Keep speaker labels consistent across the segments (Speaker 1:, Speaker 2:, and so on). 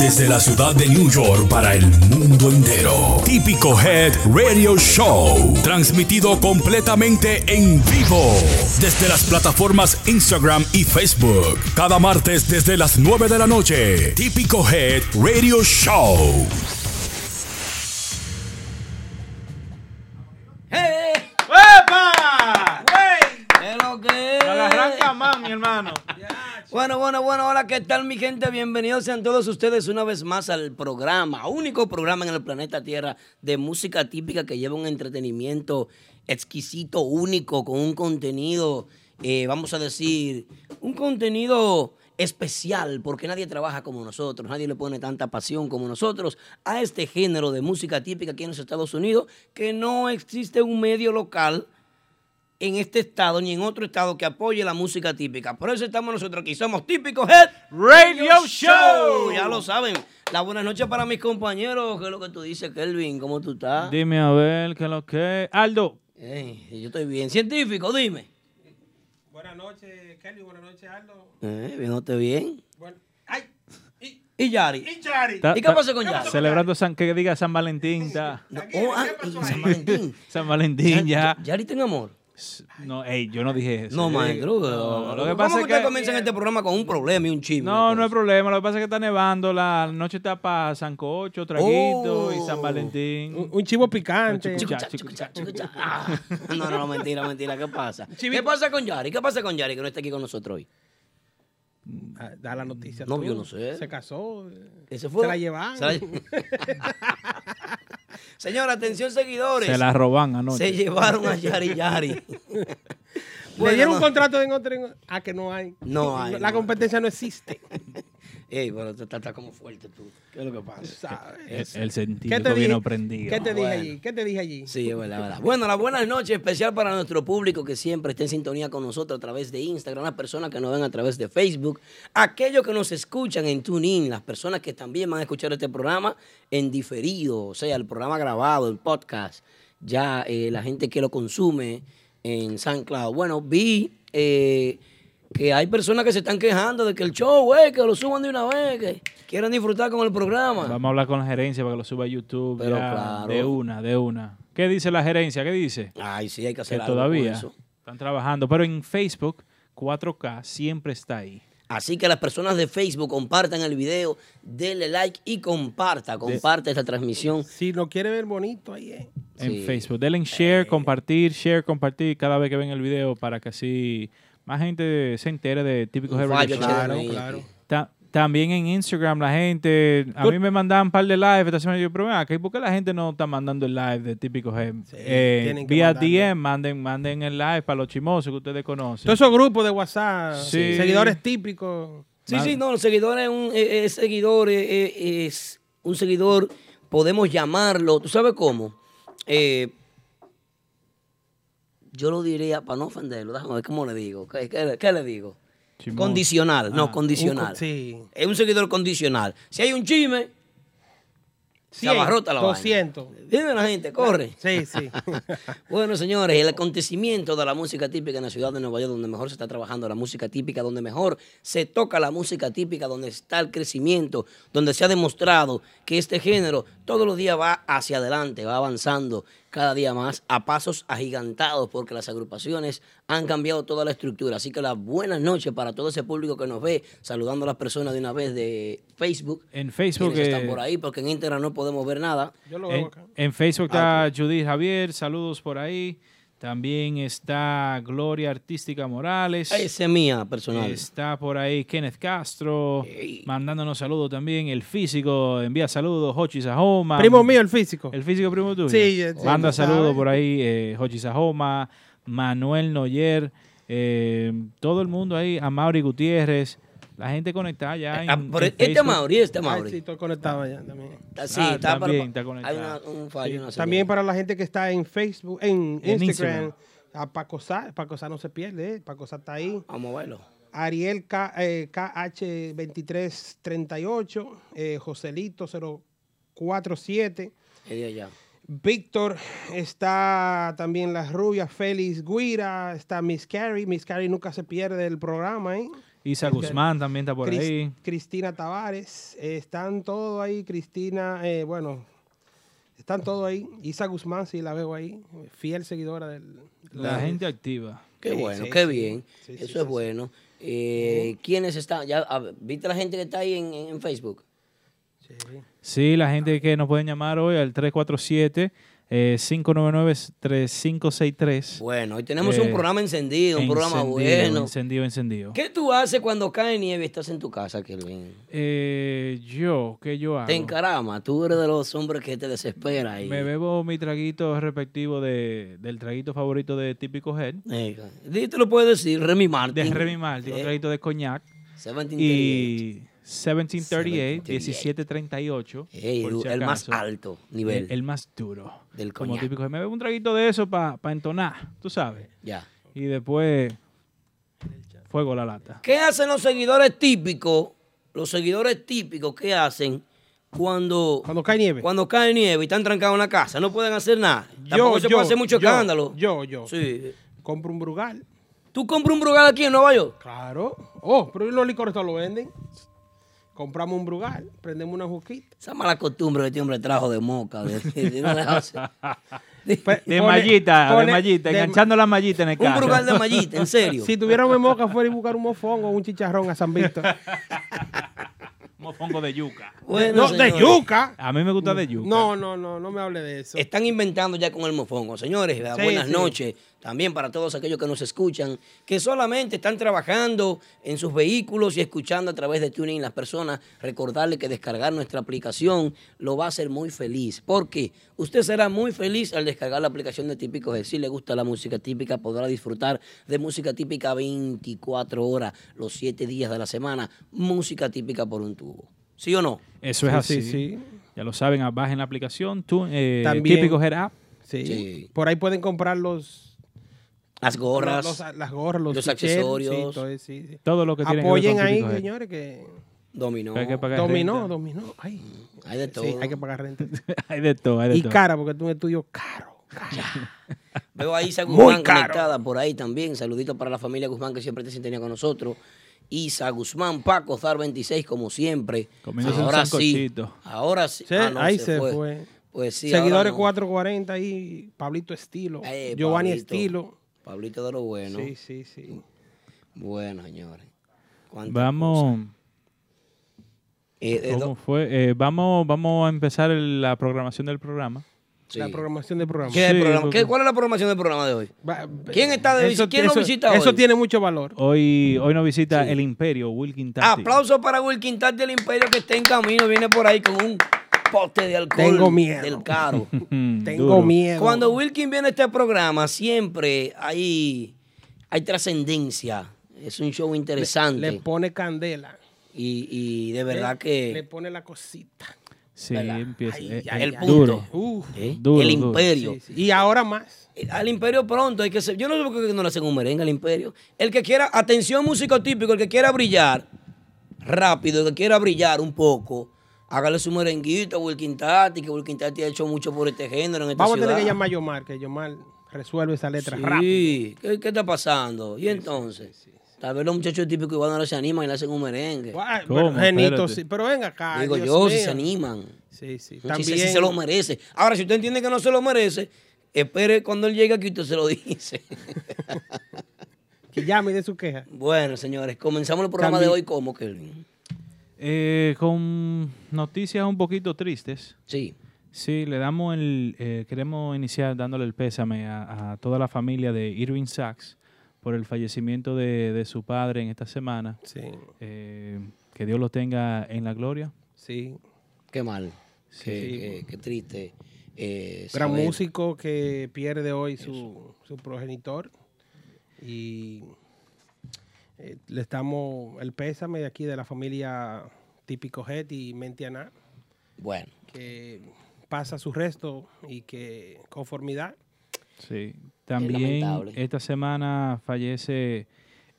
Speaker 1: Desde la ciudad de New York para el mundo entero. Típico Head Radio Show. Transmitido completamente en vivo. Desde las plataformas Instagram y Facebook. Cada martes desde las 9 de la noche. Típico Head Radio Show.
Speaker 2: ¡Epa!
Speaker 3: ¿Qué lo que es?
Speaker 2: Nos la arranca más, mi hermano.
Speaker 3: Bueno, bueno, bueno, hola, ¿qué tal mi gente? Bienvenidos sean todos ustedes una vez más al programa, único programa en el planeta Tierra de música típica que lleva un entretenimiento exquisito, único, con un contenido, eh, vamos a decir, un contenido especial, porque nadie trabaja como nosotros, nadie le pone tanta pasión como nosotros a este género de música típica aquí en los Estados Unidos, que no existe un medio local en este estado ni en otro estado que apoye la música típica. Por eso estamos nosotros aquí. Somos típicos Head
Speaker 2: Radio Show.
Speaker 3: Ya lo saben. La buenas noches para mis compañeros. ¿Qué es lo que tú dices, Kelvin? ¿Cómo tú estás?
Speaker 4: Dime a ver, ¿qué es lo que? Aldo,
Speaker 3: Ey, yo estoy bien. Científico, dime.
Speaker 2: Buenas noches, Kelly. Buenas noches, Aldo.
Speaker 3: Eh, bien, no te bien.
Speaker 2: Bueno, ay,
Speaker 3: Y Yari.
Speaker 2: y Chari.
Speaker 4: ta-
Speaker 3: ¿Y qué
Speaker 4: ta-
Speaker 3: pasó con Yari?
Speaker 4: celebrando San, que diga San Valentín, ta.
Speaker 3: No, oh, ah, y San Valentín.
Speaker 4: San Valentín ya.
Speaker 3: Yari ten amor.
Speaker 4: No, ey, yo no dije eso.
Speaker 3: No,
Speaker 4: Yo
Speaker 3: man,
Speaker 4: dije-
Speaker 3: creo que-
Speaker 4: No, Lo que
Speaker 3: ¿Cómo
Speaker 4: pasa es
Speaker 3: ustedes
Speaker 4: que
Speaker 3: comienzan este programa con un problema y un chisme?
Speaker 4: no, no hay problema. Lo que pasa es que está nevando, la noche está para Sancocho, traguito y
Speaker 3: Oh.
Speaker 4: San
Speaker 5: Un,
Speaker 4: Valentín.
Speaker 5: un chivo picante.
Speaker 4: Chico-
Speaker 3: Chicucha, chicucha, chicucha. Ah, No, no, no, mentira, mentira. ¿Qué pasa? ¿Qué pasa con Yari? ¿Qué pasa con Yari que no está aquí con nosotros hoy?
Speaker 5: Ah, Da la noticia.
Speaker 3: No,
Speaker 5: tú.
Speaker 3: yo no sé.
Speaker 5: Se casó. eh,
Speaker 3: Ese fue.
Speaker 5: Se la llevaron.
Speaker 3: Se la lle- Señor, atención seguidores.
Speaker 4: Se la roban
Speaker 3: Se
Speaker 4: anoche.
Speaker 3: llevaron a Yari Yari.
Speaker 5: Le dieron
Speaker 3: no.
Speaker 5: un contrato de otro. en- Ah, que no hay.
Speaker 3: No hay,
Speaker 5: La
Speaker 3: no.
Speaker 5: competencia no existe.
Speaker 3: Ey, bueno, tú estás estás como fuerte tú. ¿Qué es lo que pasa?
Speaker 4: El,
Speaker 3: Es-
Speaker 4: el
Speaker 5: Eh, ¿Qué
Speaker 4: científico
Speaker 5: te dije?
Speaker 4: vino prendido.
Speaker 5: ¿Qué te dije
Speaker 3: Ah, Bueno.
Speaker 5: allí? ¿Qué te dije allí?
Speaker 3: Sí, es verdad, es verdad. Bueno, la buenas noches especial para nuestro público que siempre está en sintonía con nosotros a través de Instagram, las personas que nos ven a través de Facebook, aquellos que nos escuchan en TuneIn, las personas que también van a escuchar este programa en diferido, o sea, el programa grabado, el podcast, ya eh, la gente que lo consume en SoundCloud. Bueno, vi eh, que hay personas que se están quejando de que el show, eh, que lo suban de una vez, que quieren disfrutar con el programa.
Speaker 4: Vamos a hablar con la gerencia para que lo suba a YouTube.
Speaker 3: Pero
Speaker 4: ya,
Speaker 3: claro.
Speaker 4: De una, de una. ¿Qué dice la gerencia? ¿Qué dice?
Speaker 3: Ay, sí, hay que
Speaker 4: que
Speaker 3: hacer algo con
Speaker 4: todavía
Speaker 3: eso.
Speaker 4: están trabajando, pero en Facebook 4K siempre está ahí.
Speaker 3: Así que las personas de Facebook compartan el video, denle like y comparta, comparte esta transmisión.
Speaker 5: Si lo quiere ver bonito, ahí es.
Speaker 4: En
Speaker 3: Sí.
Speaker 4: Facebook, denle en share, compartir, share, compartir cada vez que ven el video para que así más gente se entere de típicos
Speaker 3: Un
Speaker 4: Head
Speaker 3: fallo
Speaker 4: Radio Show.
Speaker 3: chévere
Speaker 5: Claro,
Speaker 3: ahí.
Speaker 5: claro.
Speaker 4: Ta- también en Instagram la gente, a mí me mandaban un par de live esta semana, yo, pero ven acá, ¿y ¿por qué la gente no está mandando el live de típicos Head? Eh,
Speaker 5: tienen que
Speaker 4: vía
Speaker 5: mandarlo.
Speaker 4: DM, manden, manden el live para los chimosos que ustedes conocen.
Speaker 5: Todos esos grupos de WhatsApp,
Speaker 4: Sí.
Speaker 5: seguidores típicos.
Speaker 3: Sí, sí, no, los seguidores, un eh, eh, seguidor, eh, eh, es un seguidor, podemos llamarlo, ¿tú sabes cómo? Eh, yo lo diría, para no ofenderlo, déjame ver cómo le digo, ¿qué, qué le- qué le digo?
Speaker 4: Chimoso.
Speaker 3: Condicional,
Speaker 4: Ah,
Speaker 3: no,
Speaker 4: un
Speaker 3: condicional.
Speaker 5: Un co- sí.
Speaker 3: Es un seguidor condicional. Si hay un chisme, se
Speaker 5: 100,
Speaker 3: abarrota la vaina.
Speaker 5: 200.
Speaker 3: Viene la gente, corre.
Speaker 5: Sí, sí.
Speaker 3: Bueno, señores, el acontecimiento de la música típica en la ciudad de Nueva York, donde mejor se está trabajando la música típica, donde mejor se toca la música típica, donde está el crecimiento, donde se ha demostrado que este género todos los días va hacia adelante, va avanzando cada día más a pasos agigantados, porque las agrupaciones han cambiado toda la estructura. Así que las buenas noches para todo ese público que nos ve, saludando a las personas de una vez de Facebook.
Speaker 4: En Facebook
Speaker 3: Quienes están
Speaker 4: eh,
Speaker 3: por ahí, porque en Instagram no podemos ver nada.
Speaker 5: Yo lo veo
Speaker 4: En,
Speaker 5: acá.
Speaker 4: en Facebook
Speaker 5: Ah,
Speaker 4: está Judith Javier, saludos por ahí. También está Gloria Artística Morales.
Speaker 3: Esa es mía personal.
Speaker 4: Está por ahí Kenneth Castro,
Speaker 3: Ey.
Speaker 4: mandándonos saludos también. El físico envía saludos, Hochi Sahoma.
Speaker 5: Primo mío, el físico.
Speaker 4: El físico primo tuyo.
Speaker 5: Sí, ya- sí,
Speaker 4: Manda
Speaker 5: tú
Speaker 4: saludos
Speaker 5: sabes.
Speaker 4: por ahí, eh, Hochi Sahoma, Manuel Noyer, eh, todo el mundo ahí, Amaury Gutiérrez, la gente conectada ya. en-
Speaker 3: Ah, pero
Speaker 4: en
Speaker 3: este
Speaker 4: Facebook.
Speaker 3: Mauri, este
Speaker 5: Ay, sí,
Speaker 3: Mauri.
Speaker 5: estoy conectado allá también.
Speaker 3: Está- Sí,
Speaker 4: Ah,
Speaker 3: está,
Speaker 4: también
Speaker 3: para-
Speaker 4: está
Speaker 3: Hay
Speaker 4: conectado.
Speaker 3: una- un fallo. una
Speaker 5: También
Speaker 3: señal.
Speaker 5: para la gente que está en Facebook, en,
Speaker 4: En
Speaker 5: Instagram. ah,
Speaker 4: Instagram.
Speaker 5: A Paco Sá, Paco Sá no se pierde, eh. Paco Sá está ahí.
Speaker 3: Vamos a verlo.
Speaker 5: Ariel K, eh, KH2338, eh, Joselito 047,
Speaker 3: Es de allá.
Speaker 5: Víctor, está también las rubias, Félix Guira, está Miss Carrie, Miss Carrie nunca se pierde el programa, ¿eh?
Speaker 4: Isa Guzmán también está por
Speaker 5: Cris-
Speaker 4: ahí.
Speaker 5: Cristina Tavares, eh, están todos ahí, Cristina, eh, bueno, están todos ahí. Isa Guzmán, sí la veo ahí, fiel seguidora del...
Speaker 4: La gente activa.
Speaker 3: Qué
Speaker 5: Sí,
Speaker 3: bueno,
Speaker 5: sí,
Speaker 3: qué
Speaker 5: sí.
Speaker 3: bien.
Speaker 5: Sí, sí,
Speaker 3: Eso
Speaker 5: sí,
Speaker 3: es
Speaker 5: sí.
Speaker 3: bueno. Eh, ¿Quiénes están? Ya, a ver, ¿Viste la gente que está ahí en, en- en Facebook?
Speaker 4: Sí, la gente que nos pueden llamar hoy al 347-599-3563.
Speaker 3: Bueno, hoy tenemos
Speaker 4: Eh,
Speaker 3: un programa encendido, un programa bueno.
Speaker 4: Encendido, encendido.
Speaker 3: ¿Qué tú haces cuando cae nieve y estás en tu casa, Kelvin?
Speaker 4: Eh, yo, ¿qué yo hago?
Speaker 3: Te encarama, tú eres de los hombres que te desespera ahí.
Speaker 4: Me bebo mi traguito respectivo de, del traguito favorito de Típico Head,
Speaker 3: Eh, di- te lo puedes decir, Remy Martin.
Speaker 4: de Remy Martin, un
Speaker 3: Eh,
Speaker 4: traguito de coñac.
Speaker 3: 1738.
Speaker 4: Y 1738, 1738.
Speaker 3: Ey,
Speaker 4: por
Speaker 3: du-
Speaker 4: si
Speaker 3: el más
Speaker 4: acaso.
Speaker 3: alto nivel.
Speaker 4: El, el más duro.
Speaker 3: Del
Speaker 4: como
Speaker 3: coñac.
Speaker 4: típico. Me bebo un traguito de eso para entonar, tú sabes.
Speaker 3: Ya.
Speaker 4: Y después, fuego a la lata.
Speaker 3: ¿Qué hacen los seguidores típicos? Los seguidores típicos, ¿qué hacen cuando,
Speaker 5: Cuando cae nieve.
Speaker 3: cuando cae nieve y están trancados en la casa? No pueden hacer nada.
Speaker 5: Yo,
Speaker 3: Tampoco se
Speaker 5: yo,
Speaker 3: puede hacer mucho
Speaker 5: yo,
Speaker 3: escándalo.
Speaker 5: Yo, yo.
Speaker 3: Sí.
Speaker 5: Compro un brugal.
Speaker 3: ¿Tú compras un brugal aquí en Nueva York?
Speaker 5: Claro. Oh, pero los licores todos lo venden. Compramos un brugal, prendemos una juquita.
Speaker 3: Esa mala costumbre que este hombre trajo de moca. de- de no dejarse.
Speaker 5: Pe-
Speaker 4: Pues, De
Speaker 5: pone-
Speaker 4: mallita, de
Speaker 5: pone-
Speaker 4: mallita,
Speaker 5: de-
Speaker 4: enganchando la mallita en el
Speaker 3: un
Speaker 4: carro.
Speaker 3: brugal de mallita, en serio.
Speaker 5: Si tuviera un moca, fuera y buscar un mofón o un chicharrón a San Víctor.
Speaker 4: Mofongo de yuca.
Speaker 3: Bueno,
Speaker 5: no, de
Speaker 3: señores,
Speaker 5: yuca.
Speaker 4: A mí me gusta de yuca.
Speaker 5: No, no, no, no me hable de eso.
Speaker 3: Están inventando ya con el mofongo. Señores,
Speaker 5: Sí,
Speaker 3: buenas
Speaker 5: sí.
Speaker 3: noches. También para todos aquellos que nos escuchan, que solamente están trabajando en sus vehículos y escuchando a través de Tuning las personas. Recordarle que descargar nuestra aplicación lo va a hacer muy feliz. Porque usted será muy feliz al descargar la aplicación de Típico G. Si le gusta la música típica, podrá disfrutar de música típica 24 horas, los 7 días de la semana. Música típica por un tubo. ¿Sí o no?
Speaker 4: Eso es
Speaker 5: Sí,
Speaker 4: así.
Speaker 5: sí, sí.
Speaker 4: Ya lo saben, ah, bajen la aplicación. Tú, eh,
Speaker 5: También-
Speaker 4: Típico Head App.
Speaker 5: Sí.
Speaker 3: Sí.
Speaker 5: Por ahí pueden comprar los,
Speaker 3: Las gorras.
Speaker 5: los- los- las gorras, los,
Speaker 3: los
Speaker 5: ticheros,
Speaker 3: accesorios.
Speaker 5: sí, todo eso, sí, sí.
Speaker 4: Todo lo que tienen
Speaker 5: Apoyen
Speaker 4: que ver
Speaker 5: ahí,
Speaker 4: con Típico Head.
Speaker 5: señores, que
Speaker 3: Dominó.
Speaker 4: Hay que pagar
Speaker 5: dominó,
Speaker 4: renta.
Speaker 5: dominó. Ay,
Speaker 3: Mm, Hay de todo.
Speaker 5: sí, hay que pagar renta.
Speaker 4: hay de todo, hay de
Speaker 5: y
Speaker 4: todo.
Speaker 5: cara, porque es un estudio caro. caro.
Speaker 3: Veo a Isa
Speaker 5: Muy
Speaker 3: Guzmán
Speaker 5: caro.
Speaker 3: conectada por ahí también. Saludito para la familia Guzmán que siempre te sintonía con nosotros. Isa Guzmán, Paco Zar 26, como siempre.
Speaker 4: Comiéndose un
Speaker 3: ahora sí.
Speaker 4: sancochito.
Speaker 3: Ahora sí.
Speaker 5: Sí,
Speaker 3: Ah, no,
Speaker 5: ahí se fue.
Speaker 3: Pues sí. ahora
Speaker 5: Seguidores
Speaker 3: no.
Speaker 5: 440 ahí, Pablito Estilo,
Speaker 3: Eh,
Speaker 5: Giovanni
Speaker 3: Pablito.
Speaker 5: Estilo.
Speaker 3: Pablito de lo bueno.
Speaker 5: Sí, sí, sí.
Speaker 3: Bueno, señores. Cuántas cosas.
Speaker 4: Vamos,
Speaker 3: Eh, eh,
Speaker 4: ¿cómo
Speaker 3: do-
Speaker 4: fue? Eh, vamos, vamos a empezar el- la programación del programa.
Speaker 3: sí.
Speaker 5: La programación del programa.
Speaker 3: ¿Qué
Speaker 4: Sí,
Speaker 3: programa-
Speaker 4: porque-
Speaker 3: qué- ¿Cuál es la programación del programa de hoy?
Speaker 5: Va-
Speaker 3: ¿Quién está de visi- quién nos
Speaker 5: eso,
Speaker 3: visita
Speaker 5: Eso
Speaker 3: hoy?
Speaker 5: tiene mucho valor.
Speaker 4: Hoy, hoy nos visita el Imperio, Wilkin Tati.
Speaker 3: Aplauso para Wilkin Tati del Imperio que está en camino. Viene por ahí con un pote de alcohol.
Speaker 5: Tengo miedo.
Speaker 3: Del caro.
Speaker 4: Mm,
Speaker 5: Tengo
Speaker 4: duro.
Speaker 5: miedo.
Speaker 3: Cuando Wilkin viene a este programa, siempre hay, hay trascendencia. Es un show interesante.
Speaker 5: le pone candela.
Speaker 3: y, y de verdad
Speaker 5: Le-
Speaker 3: que
Speaker 5: Eh, Le pone la cosita.
Speaker 4: Sí,
Speaker 3: ¿Verdad?
Speaker 4: empieza.
Speaker 5: Ay,
Speaker 4: eh,
Speaker 5: ay,
Speaker 4: eh,
Speaker 3: el punto.
Speaker 4: duro.
Speaker 5: Uf.
Speaker 3: ¿eh?
Speaker 4: Duro,
Speaker 3: el
Speaker 4: duro.
Speaker 3: imperio.
Speaker 5: Sí, sí. Y ahora más.
Speaker 3: Eh, Al imperio pronto hay que ser. Yo no sé por qué no le hacen un merengue al imperio. El que quiera, atención músico típico, el que quiera brillar rápido, el que quiera brillar un poco, hágale su merenguito a Wilkin Tati, que Wilkin Tati ha hecho mucho por este género en esta
Speaker 5: Vamos a
Speaker 3: ciudad.
Speaker 5: tener que llamar a Yomar, que Yomar resuelve esa letra
Speaker 3: Sí,
Speaker 5: rápido.
Speaker 3: ¿Qué, qué está pasando? Y entonces, tal vez los muchachos típicos igual no se animan y le hacen un merengue.
Speaker 5: Guay,
Speaker 4: ¿Cómo?
Speaker 5: Pero, Genito,
Speaker 4: Espérate.
Speaker 5: sí, pero ven acá.
Speaker 3: Digo
Speaker 5: Dios
Speaker 3: yo, si
Speaker 5: mío.
Speaker 3: se animan.
Speaker 5: Sí, sí.
Speaker 3: Si,
Speaker 5: También,
Speaker 3: se- si se lo merece. Ahora, si usted entiende que no se lo merece, espere cuando él llegue aquí usted se lo dice.
Speaker 5: que llame y de su queja.
Speaker 3: bueno, señores, comenzamos el programa de hoy como, Kelvin.
Speaker 4: Eh, con noticias un poquito tristes.
Speaker 3: Sí.
Speaker 4: Sí, le damos el. eh, queremos iniciar dándole el pésame a, a toda la familia de Irving Sachs por el fallecimiento de, de su padre en esta semana.
Speaker 5: Sí,
Speaker 4: Eh, que Dios lo tenga en la gloria.
Speaker 5: sí.
Speaker 3: Qué mal.
Speaker 4: Sí.
Speaker 3: Qué, qué- qué triste. eh,
Speaker 5: Gran
Speaker 3: saber.
Speaker 5: músico que pierde hoy su, su progenitor. Y eh, le estamos el pésame de aquí de la familia Típico Het y Mentiana,
Speaker 3: Bueno,
Speaker 5: que pasa su resto y que conformidad.
Speaker 4: Sí. También
Speaker 3: lamentable.
Speaker 4: esta semana fallece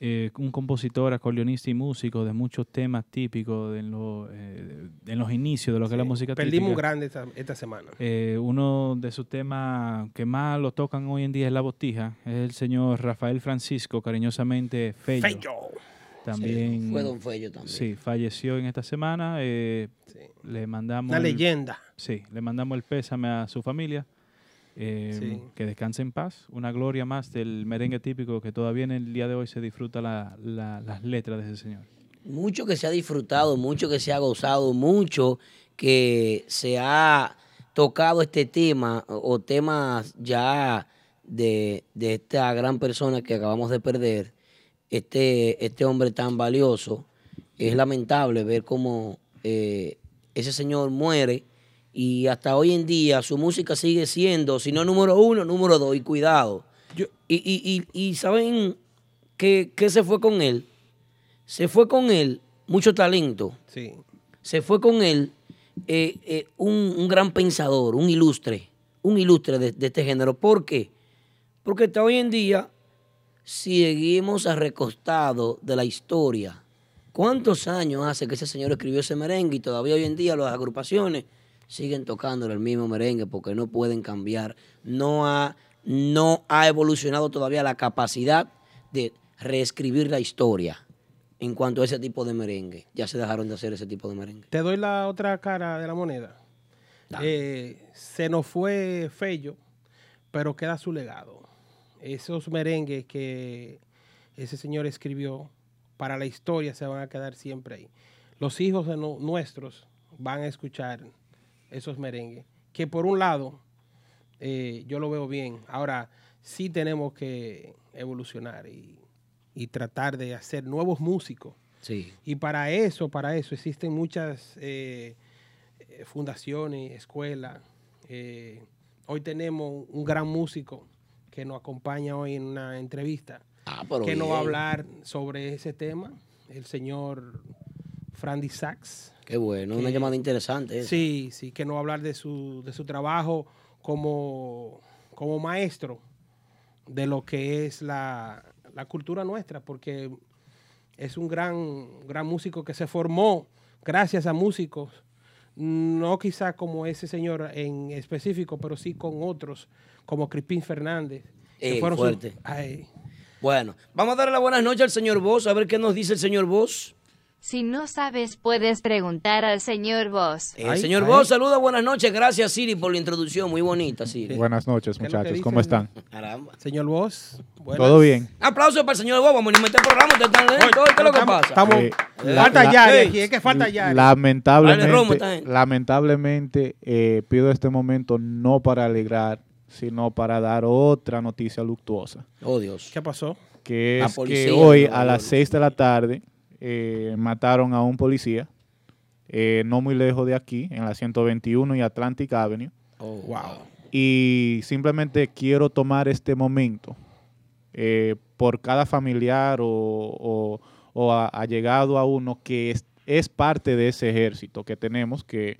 Speaker 4: eh, un compositor, acordeonista y músico de muchos temas típicos de en, lo- eh, en los inicios de lo que es la música
Speaker 5: Perdimos un
Speaker 4: típica.
Speaker 5: grande esta, esta semana.
Speaker 4: Eh, uno de sus temas que más lo tocan hoy en día es la botija. Es el señor Rafael Francisco, cariñosamente Fello.
Speaker 5: Fello.
Speaker 4: También.
Speaker 3: Sí, fue don Fello también.
Speaker 4: Sí, falleció en esta semana. eh, Le mandamos.
Speaker 5: Una
Speaker 4: el-
Speaker 5: leyenda.
Speaker 4: Sí, le mandamos el pésame a su familia. eh,
Speaker 5: Sí.
Speaker 4: Que descanse en paz. Una gloria más del merengue típico que todavía en el día de hoy se disfruta la- la- las letras de ese señor.
Speaker 3: mucho que se ha disfrutado, mucho que se ha gozado, mucho que se ha tocado este tema o o temas ya de, de esta gran persona que acabamos de perder, este, este hombre tan valioso. Es lamentable ver cómo eh, ese señor muere y hasta hoy en día su música sigue siendo, si no número uno, número dos, y cuidado. y, y- y- y ¿saben qué, qué se fue con él? se fue con él mucho talento.
Speaker 5: Sí.
Speaker 3: Se fue con él eh, eh, un, un gran pensador, un ilustre, un ilustre de, de este género. ¿Por qué? Porque hasta hoy en día seguimos recostados de la historia. ¿Cuántos años hace que ese señor escribió ese merengue y todavía hoy en día las agrupaciones siguen tocando el mismo merengue porque no pueden cambiar? No ha, no ha evolucionado todavía la capacidad de reescribir la historia en cuanto a ese tipo de merengue. Ya se dejaron de hacer ese tipo de merengue.
Speaker 5: Te doy la otra cara de la moneda. Eh, se nos fue Fello, pero queda su legado. Esos merengues que ese señor escribió para la historia se van a quedar siempre ahí. Los hijos de nu- nuestros van a escuchar esos merengues. Que por un lado, eh, yo lo veo bien. Ahora, sí tenemos que evolucionar y, y tratar de hacer nuevos músicos.
Speaker 3: Sí.
Speaker 5: Y para eso, para eso existen muchas eh, eh, fundaciones, escuelas. Eh, hoy tenemos un gran músico que nos acompaña hoy en una entrevista,
Speaker 3: Ah, pero
Speaker 5: que nos va a
Speaker 3: bien.
Speaker 5: hablar sobre ese tema, el señor Frandy Sachs.
Speaker 3: Qué bueno, una
Speaker 5: que-
Speaker 3: llamada interesante. esa.
Speaker 5: Sí, sí, que nos va a hablar de su, de su trabajo como, como maestro de lo que es la, la cultura nuestra, porque es un gran, gran músico que se formó gracias a músicos, no quizá como ese señor en específico, pero sí con otros, como Crispín Fernández. que
Speaker 3: Ey,
Speaker 5: fueron sus-
Speaker 3: fuerte.
Speaker 5: Ay,
Speaker 3: Bueno, vamos a darle la buenas noches al señor Vos, a ver qué nos dice el señor Vos.
Speaker 6: Si no sabes, puedes preguntar al señor Vos.
Speaker 3: El
Speaker 5: Ay,
Speaker 3: Eh, señor
Speaker 5: ay.
Speaker 3: Vos, saluda, buenas noches. Gracias, Siri, por la introducción. Muy bonita, Siri.
Speaker 7: Buenas noches,
Speaker 5: ¿Qué es lo que
Speaker 7: muchachos.
Speaker 5: dice
Speaker 7: ¿Cómo
Speaker 5: el-
Speaker 7: están?
Speaker 3: Caramba.
Speaker 5: señor Vos, buenas.
Speaker 7: ¿Todo bien?
Speaker 3: Aplauso para el señor Vos. Vamos a iniciar el programa. Ustedes están lentos. hoy, ¿Qué es lo que
Speaker 5: Estamos-
Speaker 3: pasa?
Speaker 5: estamos-
Speaker 7: Eh, la-
Speaker 5: falta
Speaker 7: la-
Speaker 5: Yari
Speaker 3: Ey.
Speaker 5: aquí, es que falta Yari.
Speaker 7: Lamentablemente,
Speaker 3: Dale, Romo, está bien.
Speaker 7: lamentablemente eh, pido este momento no para alegrar, sino para dar otra noticia luctuosa,
Speaker 3: Oh, Dios.
Speaker 5: ¿Qué pasó?
Speaker 7: que
Speaker 3: La
Speaker 7: es
Speaker 3: policía,
Speaker 7: que hoy
Speaker 3: no,
Speaker 7: a
Speaker 3: no,
Speaker 7: las
Speaker 3: no.
Speaker 7: 6 de la tarde eh, mataron a un policía, eh, no muy lejos de aquí, en la 121 y Atlantic Avenue,
Speaker 3: Oh,
Speaker 5: Wow.
Speaker 7: y simplemente quiero tomar este momento eh, por cada familiar o, o- o a- allegado a uno que es, es parte de ese ejército que tenemos, que,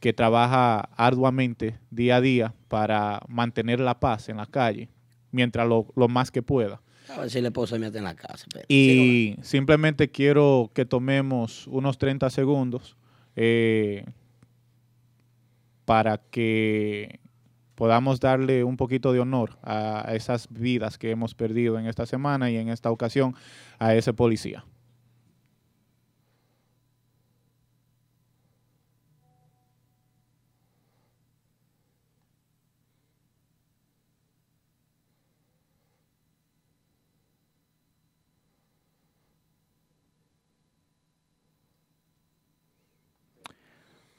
Speaker 7: que trabaja arduamente día a día para mantener la paz en la calle, mientras lo, lo más que pueda.
Speaker 3: A ver si la esposa me está en la casa. espera.
Speaker 7: Y simplemente quiero que tomemos unos 30 segundos eh, para que podamos darle un poquito de honor a a esas vidas que hemos perdido en esta semana y en esta ocasión a ese policía.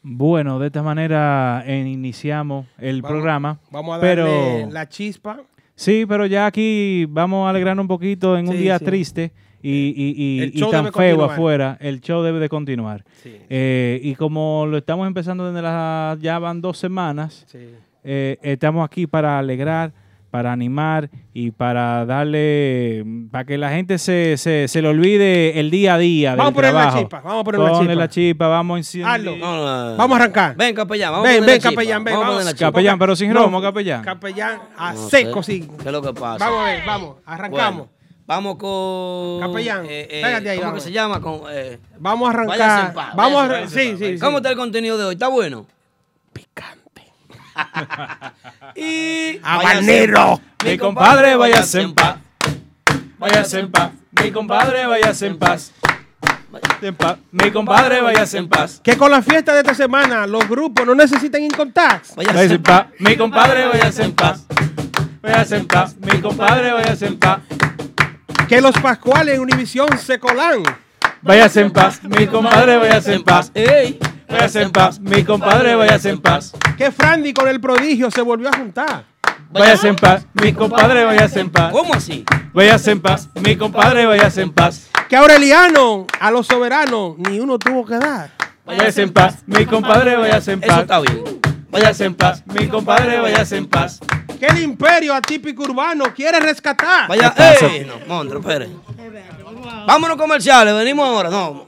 Speaker 4: Bueno, de esta manera eh, iniciamos el
Speaker 5: Vamos-
Speaker 4: programa.
Speaker 5: Vamos a
Speaker 4: pero-
Speaker 5: darle la chispa.
Speaker 4: Sí, pero ya aquí vamos a alegrarnos un poquito en un
Speaker 5: Sí,
Speaker 4: día
Speaker 5: sí. Eh,
Speaker 4: triste y, y- y-
Speaker 5: El
Speaker 4: y
Speaker 5: show
Speaker 4: tan
Speaker 5: debe
Speaker 4: feo
Speaker 5: continuar.
Speaker 4: afuera. El show debe de continuar.
Speaker 5: Sí.
Speaker 4: Eh, y como lo estamos empezando desde las ya van dos semanas,
Speaker 5: Sí.
Speaker 4: eh, estamos aquí para alegrar, para animar y para darle, para que la gente se, se, se le olvide el día a día. del
Speaker 5: Vamos a ponerle la
Speaker 4: trabajo.
Speaker 5: chispa, vamos a ponerle la
Speaker 4: Ponle
Speaker 5: chispa.
Speaker 4: la chispa, vamos a encender-
Speaker 5: Hazlo.
Speaker 3: No, no, no, no.
Speaker 5: Vamos a arrancar.
Speaker 3: Ven, capellán. Vamos a
Speaker 5: ven,
Speaker 3: ponerle
Speaker 5: ven,
Speaker 3: chispa.
Speaker 5: capellán, ven,
Speaker 3: Vamos a
Speaker 5: vamos.
Speaker 3: ponerle
Speaker 4: chispa. Capellán, pero sin
Speaker 5: No,
Speaker 4: romo, capellán.
Speaker 5: Capellán a
Speaker 3: chispa. No sé,
Speaker 5: seco, sin.
Speaker 3: ¿Qué es lo que pasa?
Speaker 5: Vamos a ver, vamos, arrancamos.
Speaker 3: Bueno, Vamos con.
Speaker 5: Capellán,
Speaker 3: eh, eh,
Speaker 5: pégate ahí,
Speaker 3: ¿Cómo que
Speaker 5: vamos.
Speaker 3: se llama? Con, eh,
Speaker 5: Vamos a
Speaker 3: váyase en
Speaker 5: arrancar.
Speaker 3: paz,
Speaker 5: Vamos a
Speaker 3: váyase en
Speaker 5: arran-
Speaker 3: paz.
Speaker 5: Sí, sí. sí.
Speaker 3: ¿Cómo está el contenido de hoy? ¿Está bueno? Picante. y.
Speaker 4: Ah,
Speaker 3: váyase
Speaker 5: Habanero.
Speaker 3: en paz.
Speaker 4: Mi compadre, váyase en paz.
Speaker 3: Váyase en paz.
Speaker 4: Mi compadre, váyase en paz. En paz. Mi compadre, váyase en paz.
Speaker 5: Que con la fiesta de esta semana los grupos no necesitan income tax.
Speaker 3: Váyase en paz.
Speaker 4: Mi compadre, váyase en paz. Váyase en paz. Mi compadre, váyase en paz.
Speaker 5: Que los pascuales en Univisión se colan.
Speaker 4: Váyase en paz. Mi compadre, váyase en paz.
Speaker 3: Ey.
Speaker 4: Váyase en paz. Mi compadre, váyase en paz.
Speaker 5: Que Frandy con el prodigio se volvió a juntar.
Speaker 4: Váyase en paz. Mi compadre, váyase en paz.
Speaker 3: ¿Cómo así?
Speaker 4: Váyase en paz. Mi compadre, váyase en paz.
Speaker 5: Que Aureliano a los soberanos ni uno tuvo que dar.
Speaker 4: Váyase en paz. Mi compadre, váyase en
Speaker 3: Eso
Speaker 4: paz.
Speaker 3: está bien.
Speaker 4: Váyase en paz. Mi compadre, váyase en paz.
Speaker 5: Que el imperio atípico urbano quiere rescatar.
Speaker 3: Vaya, eh,
Speaker 4: pasa?
Speaker 3: ey, no, monstruo, espere. Vámonos comerciales, venimos ahora. No,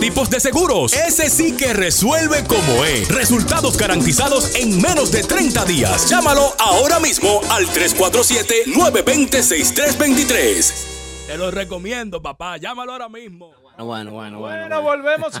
Speaker 1: tipo de seguros. Ese sí que resuelve como es. Resultados garantizados en menos de 30 días. Llámalo ahora mismo al 347-920-6323. Te lo recomiendo, papá. Llámalo ahora mismo.
Speaker 3: Bueno, bueno, bueno. bueno.
Speaker 7: Bueno, volvemos,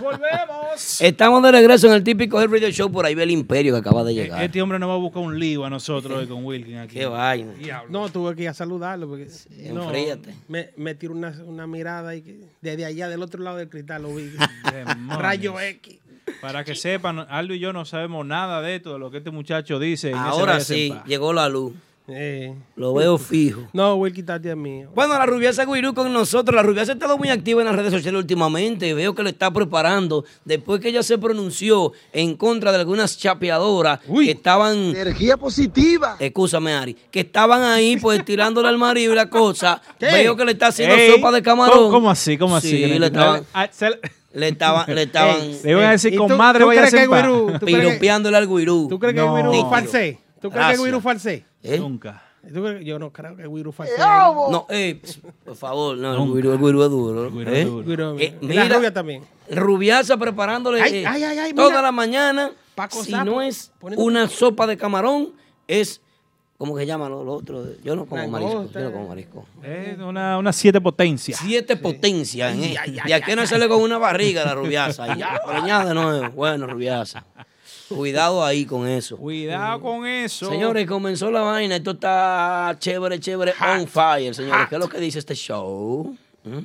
Speaker 7: volvemos.
Speaker 3: Estamos de regreso en el típico Hell Radio Show. Por ahí ve el imperio que acaba
Speaker 5: Eh,
Speaker 3: de llegar.
Speaker 4: Este hombre no va a buscar un lío a nosotros eh, con Wilkin aquí.
Speaker 3: Qué vaina.
Speaker 5: No, tuve que ir a saludarlo porque
Speaker 3: Enfríate.
Speaker 5: me, me tiró una, una mirada y que desde allá del otro lado del cristal lo vi.
Speaker 4: Demonios.
Speaker 5: Rayo X.
Speaker 4: Para que sepan, Aldo y yo no sabemos nada de esto, de lo que este muchacho dice. en ese
Speaker 3: Ahora
Speaker 4: Váyase en
Speaker 3: sí,
Speaker 4: Paz.
Speaker 3: llegó la luz.
Speaker 5: Eh,
Speaker 3: Lo veo fijo.
Speaker 5: No, Wilkie está de mío.
Speaker 3: Bueno, la rubiasa Guirú con nosotros. La rubiasa ha estado muy activa en las redes sociales últimamente. Veo que le está preparando. Después que ella se pronunció en contra de algunas chapeadoras que estaban
Speaker 8: Energía positiva.
Speaker 3: Escúchame, Ari, que estaban ahí pues tirándole al marido y la cosa. Veo que le está haciendo
Speaker 4: Ey,
Speaker 3: sopa de camarón.
Speaker 4: ¿Cómo, cómo así? ¿Cómo así?
Speaker 3: Sí,
Speaker 4: Que
Speaker 3: le estaban,
Speaker 4: Ah, se le-
Speaker 3: le estaban, le estaban
Speaker 4: Le iban a decir,
Speaker 5: Eh, ¿Y tú-
Speaker 4: comadre,
Speaker 5: tú
Speaker 4: vaya a
Speaker 5: crees
Speaker 4: ser
Speaker 5: que Guirú- tú crees que-
Speaker 3: piropeándole al guirú.
Speaker 5: ¿Tú crees
Speaker 4: No.
Speaker 5: que Wiru
Speaker 3: Nítido.
Speaker 5: falsé? ¿Tú crees
Speaker 3: Gracias.
Speaker 5: que Wiru falsé?
Speaker 3: ¿Eh?
Speaker 4: Nunca.
Speaker 5: ¿Tú crees- Yo no creo que Wiru falsé.
Speaker 3: No, eh, por favor, no, el
Speaker 4: Nunca.
Speaker 3: guirú, el guirú es duro.
Speaker 4: Guirú
Speaker 3: ¿eh?
Speaker 4: es duro.
Speaker 5: Guirú,
Speaker 3: Eh,
Speaker 5: y
Speaker 3: mira.
Speaker 5: la rubia también.
Speaker 3: Rubiasa preparándole
Speaker 5: Ay,
Speaker 3: eh,
Speaker 5: ay, ay, ay,
Speaker 3: toda
Speaker 5: mira.
Speaker 3: la mañana.
Speaker 5: Paco
Speaker 3: si
Speaker 5: Sapo,
Speaker 3: no es
Speaker 5: poniendo-
Speaker 3: una sopa de camarón, es. ¿Cómo que se llama lo, lo otro? Yo no como marisco.
Speaker 5: Langosta.
Speaker 3: Yo no como marisco.
Speaker 4: Es una, una siete potencia.
Speaker 3: Siete potencias en ella. Y aquí no sale con una barriga la rubiasa. Ya, preñada de nuevo. Bueno, rubiasa. Cuidado ahí con eso.
Speaker 4: Cuidado con eso.
Speaker 3: Señores, comenzó la vaina. Esto está chévere, chévere. On fire, señores. ¿Qué es lo que dice este show? ¿Mm?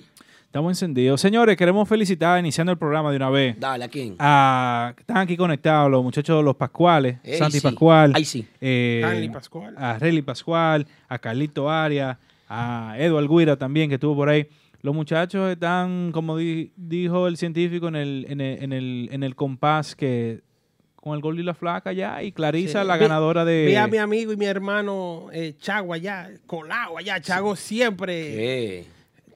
Speaker 4: Estamos encendidos. Señores, queremos felicitar iniciando el programa de una vez.
Speaker 3: Dale, ¿a quién?
Speaker 5: Ah.
Speaker 4: a- Ah, están aquí conectados los muchachos de los Pascuales,
Speaker 3: Ey,
Speaker 4: Santi
Speaker 3: sí.
Speaker 4: Pascual,
Speaker 3: Ay, sí.
Speaker 4: eh,
Speaker 5: Stanley Pascual.
Speaker 4: a Relly Pascual, a Carlito Arias, a Eduardo Guira también que estuvo por ahí. Los muchachos están, como di- dijo el científico, en el, en el, en el, en el compás que con el gol y la flaca ya y Clarisa, la
Speaker 5: Vi-
Speaker 4: ganadora de...
Speaker 5: Vi a mi amigo y mi hermano eh, Chago allá, colado allá. Chago siempre.
Speaker 3: ¿Qué?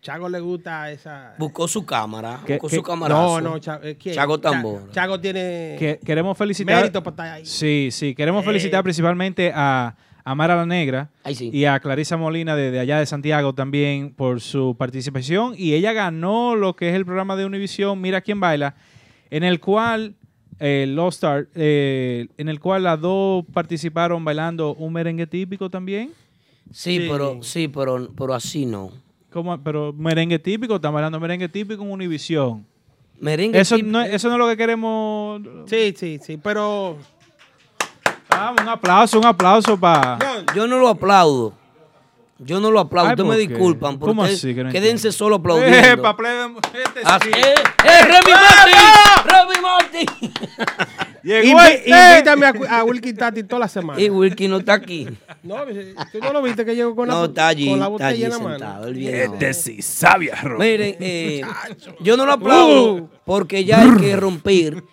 Speaker 5: Chago le gusta esa.
Speaker 3: Buscó su cámara.
Speaker 4: ¿Qué-
Speaker 3: Buscó
Speaker 4: qué?
Speaker 3: su cámara.
Speaker 5: No, no, Chago. eh, ¿quién?
Speaker 3: Chago
Speaker 5: Cha-
Speaker 3: Tambor.
Speaker 5: Chago tiene
Speaker 4: Que- queremos felicitar...
Speaker 5: mérito para estar ahí.
Speaker 4: Sí, sí, queremos felicitar principalmente a, a Mara la Negra
Speaker 3: Eh. Ay, sí.
Speaker 4: y a Clarisa Molina de, de allá de Santiago también por su participación. Y ella ganó lo que es el programa de Univisión Mira quién baila, en el cual eh, Lost Star, eh, en el cual las dos participaron bailando un merengue típico también.
Speaker 3: Sí,
Speaker 5: Sí.
Speaker 3: pero sí, pero, pero así no.
Speaker 4: ¿Cómo? Pero merengue típico, estamos hablando de merengue típico en Univisión.
Speaker 3: Merengue
Speaker 4: Eso
Speaker 3: típico-
Speaker 4: no, es- eso no es lo que queremos.
Speaker 5: Sí, sí, sí, pero
Speaker 4: Vamos, un aplauso, un aplauso para.
Speaker 5: no,
Speaker 3: Yo no lo aplaudo. Yo no lo aplaudo.
Speaker 4: Ay,
Speaker 3: Ustedes me
Speaker 4: ¿por qué?
Speaker 3: disculpan. Porque
Speaker 4: ¿Cómo
Speaker 3: ustedes
Speaker 4: así que no
Speaker 3: quédense
Speaker 4: entiendo?
Speaker 3: solo aplaudiendo.
Speaker 4: Eh, pa' plebe, este
Speaker 5: Ah,
Speaker 3: Así-
Speaker 4: sí.
Speaker 3: ¡Eh, eh, Remy Martin! ¡Remy
Speaker 4: Llegó
Speaker 5: invi-
Speaker 4: este.
Speaker 5: invítame a, cu- a Wilkie Tati toda la semana.
Speaker 3: Martin! Y Wilkie no está aquí.
Speaker 5: No, eh, tú no lo viste que llegó con la
Speaker 3: No, está allí.
Speaker 5: con la
Speaker 3: Está allí
Speaker 5: botella en la
Speaker 3: sentado.
Speaker 5: mano.
Speaker 3: Él viene ahora.
Speaker 4: Este
Speaker 1: sí sabia,
Speaker 3: Miren, eh, yo no lo aplaudo
Speaker 5: Uh.
Speaker 3: porque ya hay que romper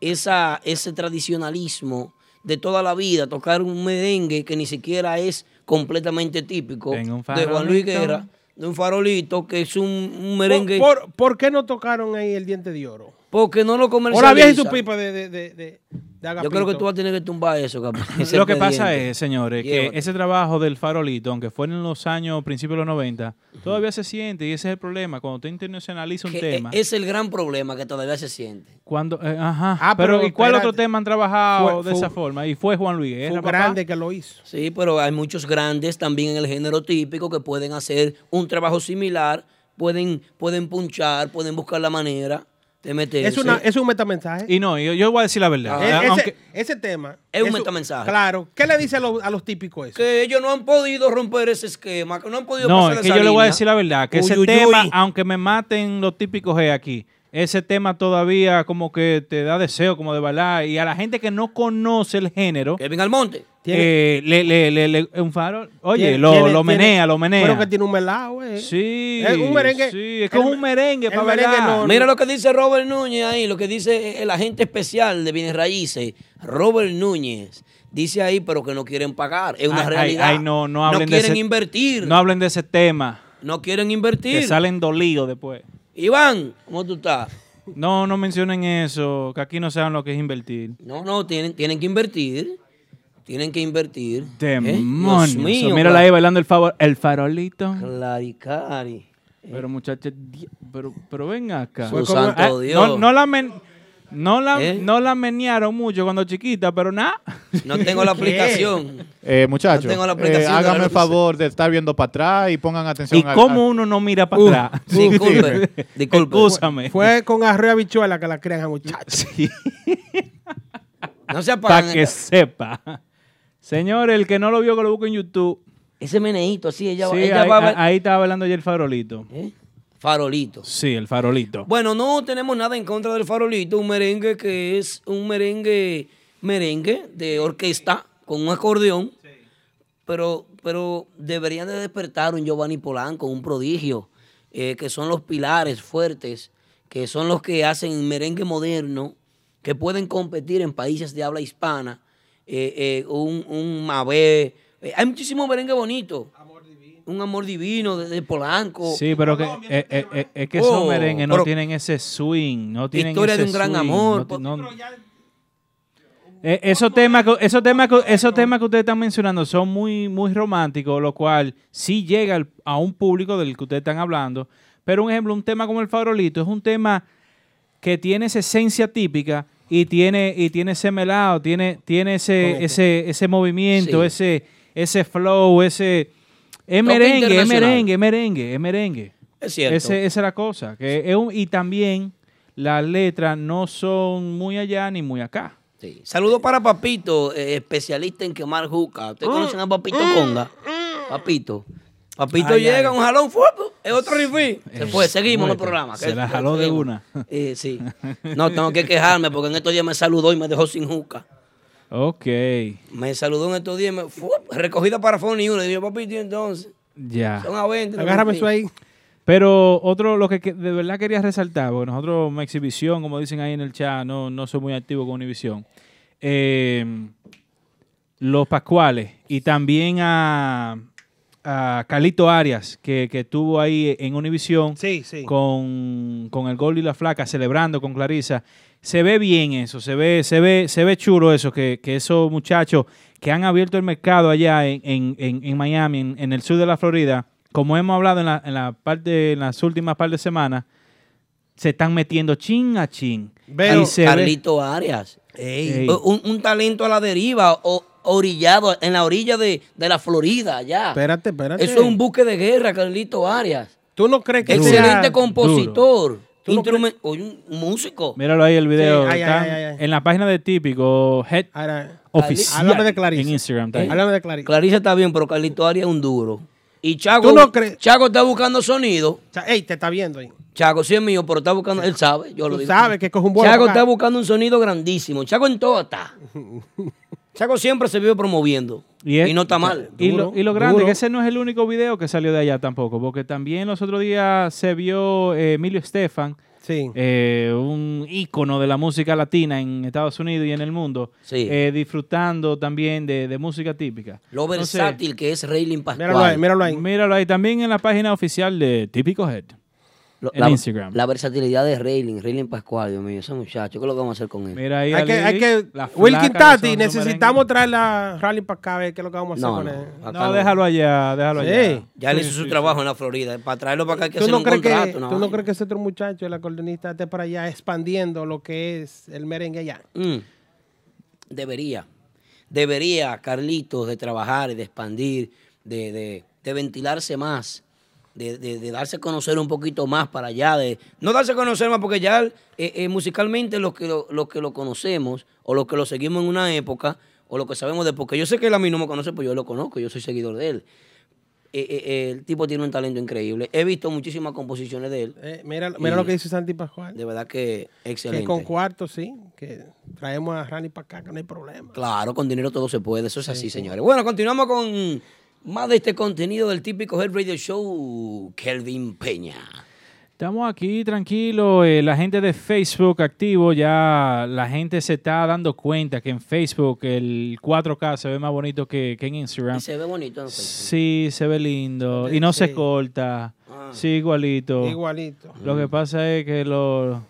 Speaker 3: esa, ese tradicionalismo de toda la vida, tocar un merengue que ni siquiera es completamente típico
Speaker 4: Tengo un
Speaker 3: de Juan Luis
Speaker 4: farolito.
Speaker 3: Guerra, de un farolito que es un, un merengue
Speaker 5: ¿Por, por, por qué no tocaron ahí el diente de oro?
Speaker 3: porque no lo comercializa.
Speaker 5: Ahora vieja y su pipa de, de, de, de, de
Speaker 3: Yo
Speaker 5: agapito.
Speaker 3: creo que tú vas a tener que tumbar eso, capaz. ese
Speaker 4: Lo que pasa
Speaker 3: expediente.
Speaker 4: es, señores,
Speaker 3: Llévate.
Speaker 4: que ese trabajo del farolito, aunque fue en los años, principios de los 90, todavía se siente y ese es el problema. Cuando usted internacionaliza un
Speaker 3: Que e-,
Speaker 4: tema,
Speaker 3: Es el gran problema que todavía se siente.
Speaker 4: cuando, eh, ajá,
Speaker 5: Ah,
Speaker 4: pero,
Speaker 5: pero
Speaker 4: ¿y cuál
Speaker 5: espérate.
Speaker 4: otro tema han trabajado
Speaker 5: Fue-
Speaker 4: de
Speaker 5: fue-
Speaker 4: esa forma? Y fue Juan Luis Guerra,
Speaker 5: Fue
Speaker 4: papá.
Speaker 5: grande que lo hizo.
Speaker 3: Sí, pero hay muchos grandes también en el género típico que pueden hacer un trabajo similar, pueden, pueden punchar, pueden buscar la manera de meterse.
Speaker 5: Es, una, es un metamensaje.
Speaker 4: Y no, yo, yo voy a decir la verdad.
Speaker 3: Ah.
Speaker 4: Eh,
Speaker 5: E- ese,
Speaker 4: aunque-
Speaker 5: ese tema.
Speaker 3: Es un metamensaje.
Speaker 5: Claro. ¿Qué le dice a, los- a los típicos eso?
Speaker 3: Ah. Que ellos no han podido romper ese esquema, que no han podido
Speaker 4: no,
Speaker 3: pasar
Speaker 4: es que
Speaker 3: esa
Speaker 4: yo le voy a
Speaker 3: línea.
Speaker 4: decir la verdad, que ese
Speaker 3: Uy, uy,
Speaker 4: tema,
Speaker 3: uy.
Speaker 4: aunque me maten los típicos G aquí, ese tema todavía como que te da deseo como de bailar y a la gente que no conoce el género,
Speaker 3: Kevin Almonte.
Speaker 4: eh, le, le, le- le- un faro, oye,
Speaker 5: Tiene-
Speaker 4: lo,
Speaker 5: tiene-
Speaker 4: lo menea,
Speaker 5: tiene-
Speaker 4: lo menea.
Speaker 5: Pero que tiene un melao, eh.
Speaker 4: Sí.
Speaker 5: Es un merengue.
Speaker 4: Sí, es que es
Speaker 5: El-
Speaker 4: un merengue
Speaker 5: el
Speaker 4: para
Speaker 5: merengue
Speaker 4: bailar.
Speaker 5: no-
Speaker 3: Mira lo que dice Robert Núñez ahí, lo que dice el agente especial de bienes raíces, Robert Núñez. Dice ahí, pero que no quieren pagar. Es una
Speaker 4: Ay, ay,
Speaker 3: realidad.
Speaker 4: ay, no, no hablen de
Speaker 3: quieren
Speaker 4: ese-
Speaker 3: invertir.
Speaker 4: No hablen de ese tema.
Speaker 3: No quieren
Speaker 4: Que
Speaker 3: invertir.
Speaker 4: salen dolidos después.
Speaker 3: Iván, ¿cómo tú estás?
Speaker 4: No, no mencionen eso, que aquí no saben lo que es invertir.
Speaker 3: No, no, tienen, tienen que invertir. Tienen que invertir. ¿Eh?
Speaker 4: Demonios.
Speaker 3: Dios mío,
Speaker 4: Mírala
Speaker 3: Cla-
Speaker 4: ahí bailando el, favor, el farolito.
Speaker 3: Claricari.
Speaker 4: Pero muchachos, di- pero, pero ven acá.
Speaker 3: Su santo
Speaker 4: Eh,
Speaker 3: Dios.
Speaker 4: no, no la men- no la,
Speaker 3: ¿Eh?
Speaker 4: no la menearon mucho cuando chiquita, pero nada.
Speaker 3: No tengo la aplicación.
Speaker 7: Eh, muchachos,
Speaker 3: No tengo la
Speaker 7: eh,
Speaker 3: aplicación, no
Speaker 7: háganme
Speaker 3: la
Speaker 7: el favor de estar viendo para atrás y pongan atención
Speaker 4: ¿Y
Speaker 7: al-
Speaker 4: cómo uno no mira para atrás?
Speaker 3: Uh, Disculpe, disculpe.
Speaker 4: Excúsame.
Speaker 5: Fue con arroz y habichuela que la crean a muchachos.
Speaker 4: Sí.
Speaker 3: No se apagan.
Speaker 4: Para que sepa. Señor, el que no lo vio, que lo busque en YouTube.
Speaker 3: Ese meneíto, así, ella,
Speaker 4: Sí,
Speaker 3: ella
Speaker 4: ahí,
Speaker 3: va a ver-
Speaker 4: a- ahí estaba hablando ayer el farolito.
Speaker 3: ¿Eh? Farolito.
Speaker 4: Sí, el farolito.
Speaker 3: Bueno, no tenemos nada en contra del farolito, un merengue que es un merengue, merengue de orquesta con un acordeón, pero, pero deberían de despertar un Giovanni Polanco, un prodigio, eh, que son los pilares fuertes, que son los que hacen merengue moderno, que pueden competir en países de habla hispana, eh, eh, un, un Mabé, eh, hay muchísimo merengue bonito. Un amor divino de, de Polanco.
Speaker 4: sí, pero que, eh, eh, eh, es que esos
Speaker 3: Oh,
Speaker 4: merengues no
Speaker 3: pero-
Speaker 4: tienen ese swing. No tienen
Speaker 3: Historia
Speaker 4: ese
Speaker 3: de un gran
Speaker 4: swing,
Speaker 3: amor,
Speaker 4: no ti-
Speaker 3: por-
Speaker 4: no- Eh, esos temas que, esos temas que, esos temas que ustedes están mencionando son muy, muy románticos, lo cual sí llega al- a un público del que ustedes están hablando. Pero un ejemplo, un tema como el farolito es un tema que tiene esa esencia típica y tiene, y tiene ese melado, tiene, tiene ese, ese, ese movimiento,
Speaker 3: Sí.
Speaker 4: ese, ese flow, ese es
Speaker 3: Toque
Speaker 4: merengue, es
Speaker 3: internacional.
Speaker 4: merengue, es merengue, es merengue.
Speaker 3: Es cierto.
Speaker 4: Ese- esa es la cosa. Que es un- y también las letras no son muy allá ni muy acá.
Speaker 3: Sí. Saludos para Papito, eh, especialista en quemar juca. ¿Ustedes conocen a Papito Conga? Papito. Papito
Speaker 4: Ay,
Speaker 3: llega,
Speaker 4: ay.
Speaker 3: un jalón, ¡fua! es otro rifle. Se
Speaker 4: Eh,
Speaker 3: fue, seguimos el
Speaker 4: muérete.
Speaker 3: programa.
Speaker 4: Se la jaló de
Speaker 3: Seguimos.
Speaker 4: una.
Speaker 3: Eh, sí. No, tengo que quejarme porque en estos días me saludó y me dejó sin juca.
Speaker 4: Ok,
Speaker 3: Me saludó en estos días, me, ¡fua! recogida para Fon y uno. Y yo, Papito, ¿y entonces?
Speaker 4: ya.
Speaker 3: Son a 20. los
Speaker 5: Agárrame
Speaker 3: rifles.
Speaker 5: eso ahí.
Speaker 4: Pero otro, lo que que de verdad quería resaltar, porque nosotros, una exhibición, como dicen ahí en el chat, no, no soy muy activo con Univisión. Eh, los Pascuales y también a, a Calito Arias, que, que estuvo ahí en Univisión
Speaker 5: Sí, sí.
Speaker 4: con, con el gol y la flaca, celebrando con Clarisa. Se ve bien eso, se ve, se ve, se ve chulo eso, que, que esos muchachos que han abierto el mercado allá en, en- en- en Miami, en, en el sur de la Florida, como hemos hablado en, la, en la parte, en las últimas par de semanas, se están metiendo chin a chin.
Speaker 5: Veo-
Speaker 4: Y se ve-
Speaker 3: Carlito Arias. Eh,
Speaker 4: Ey.
Speaker 3: Un, un talento a la deriva o, orillado en la orilla de, de la Florida, allá.
Speaker 5: Espérate, espérate.
Speaker 3: Eso es un buque de guerra, Carlito Arias.
Speaker 5: ¿Tú no crees que
Speaker 3: Excelente
Speaker 5: sea-
Speaker 3: compositor,
Speaker 5: ¿Tú no
Speaker 3: instrumen- oye, un músico.
Speaker 4: Míralo ahí el video.
Speaker 5: Sí, ay,
Speaker 4: Están
Speaker 5: ay, ay, ay.
Speaker 4: En la página de típico, Head
Speaker 5: Ahora,
Speaker 4: Oficial.
Speaker 5: háblame de Clarisa.
Speaker 4: En Instagram también.
Speaker 5: háblame de Clarín.
Speaker 3: Clarice está bien, pero Carlito Arias es un duro. Y Chago,
Speaker 5: ¿Tú no crees-
Speaker 3: Chago está buscando sonido.
Speaker 5: O sea, ey, te está viendo ahí.
Speaker 3: Chago sí es mío, pero está buscando, él sabe, yo lo
Speaker 5: Tú
Speaker 3: digo.
Speaker 5: sabes que coge un vuelo
Speaker 3: Chago
Speaker 5: para acá.
Speaker 3: está buscando un sonido grandísimo. Chago en todo está. Chago siempre se vive promoviendo. Y,
Speaker 4: es-
Speaker 3: no está mal.
Speaker 4: Y
Speaker 5: Duro,
Speaker 4: lo, y lo grande,
Speaker 5: duro.
Speaker 4: que ese no es el único video que salió de allá tampoco, porque también los otros días se vio eh, Emilio Estefan,
Speaker 5: Sí.
Speaker 4: eh, un ícono de la música latina en Estados Unidos y en el mundo,
Speaker 3: Sí.
Speaker 4: eh, disfrutando también de, de música típica.
Speaker 3: Lo
Speaker 4: Entonces,
Speaker 3: versátil que es Raylin Pascual.
Speaker 5: míralo ahí, míralo ahí.
Speaker 4: Míralo ahí también en la página oficial de Típico Head.
Speaker 3: Lo-
Speaker 4: en Instagram.
Speaker 3: La versatilidad de Raylin, Raylin Pascual, Dios mío, ese muchacho, ¿qué es lo que vamos a hacer con él?
Speaker 4: Mira ahí.
Speaker 5: Hay que,
Speaker 4: Ali,
Speaker 5: hay que,
Speaker 4: la flaca,
Speaker 5: Wilkin
Speaker 4: que
Speaker 5: Tati,
Speaker 4: son su
Speaker 5: necesitamos
Speaker 4: merengue.
Speaker 5: traer la rally para acá, a ver qué es lo que vamos a
Speaker 3: no,
Speaker 5: hacer
Speaker 3: no,
Speaker 5: con él.
Speaker 3: acá
Speaker 4: No, déjalo allá, déjalo
Speaker 5: Sí.
Speaker 4: allá.
Speaker 3: Ya él hizo su trabajo en la Florida. eh, Para traerlo para acá hay que
Speaker 5: ¿Tú
Speaker 3: hacer
Speaker 5: no,
Speaker 3: un
Speaker 5: crees
Speaker 3: contrato.
Speaker 5: que,
Speaker 3: una
Speaker 5: ¿Tú no
Speaker 3: vaina.
Speaker 5: crees que ese otro muchacho, el acordeonista, esté para allá expandiendo lo que es el merengue allá?
Speaker 3: Mm. Debería. Debería, Carlitos, de trabajar y de expandir, de, de- de ventilarse más, de, de- de darse a conocer un poquito más para allá. De, no darse a conocer más porque ya eh, eh, musicalmente los que lo, los que lo conocemos o los que lo seguimos en una época o lo que sabemos de porque yo sé que él a mí no me conoce, pues yo lo conozco, yo soy seguidor de él. Eh, eh, eh, el tipo tiene un talento increíble. He visto muchísimas composiciones de él.
Speaker 5: Eh, mira mira
Speaker 3: Y-
Speaker 5: lo que dice Santi Pascual.
Speaker 3: De verdad que
Speaker 5: Que
Speaker 3: excelente.
Speaker 5: con cuarto, sí, que traemos a Rally para acá, que no hay problema.
Speaker 3: Claro, con dinero todo se puede, eso es así, señores. Bueno, continuamos con más de este contenido del típico Head Radio Show, Kelvin Peña.
Speaker 4: Estamos aquí tranquilos, eh, la gente de Facebook activo, ya la gente se está dando cuenta que en Facebook el 4K se ve más bonito que, que en Instagram.
Speaker 3: Y se ve bonito. ¿no?
Speaker 4: Sí, se ve lindo y no
Speaker 5: Sí.
Speaker 4: se corta,
Speaker 3: Ah.
Speaker 4: sí, igualito.
Speaker 5: Igualito.
Speaker 4: Lo que pasa es que lo...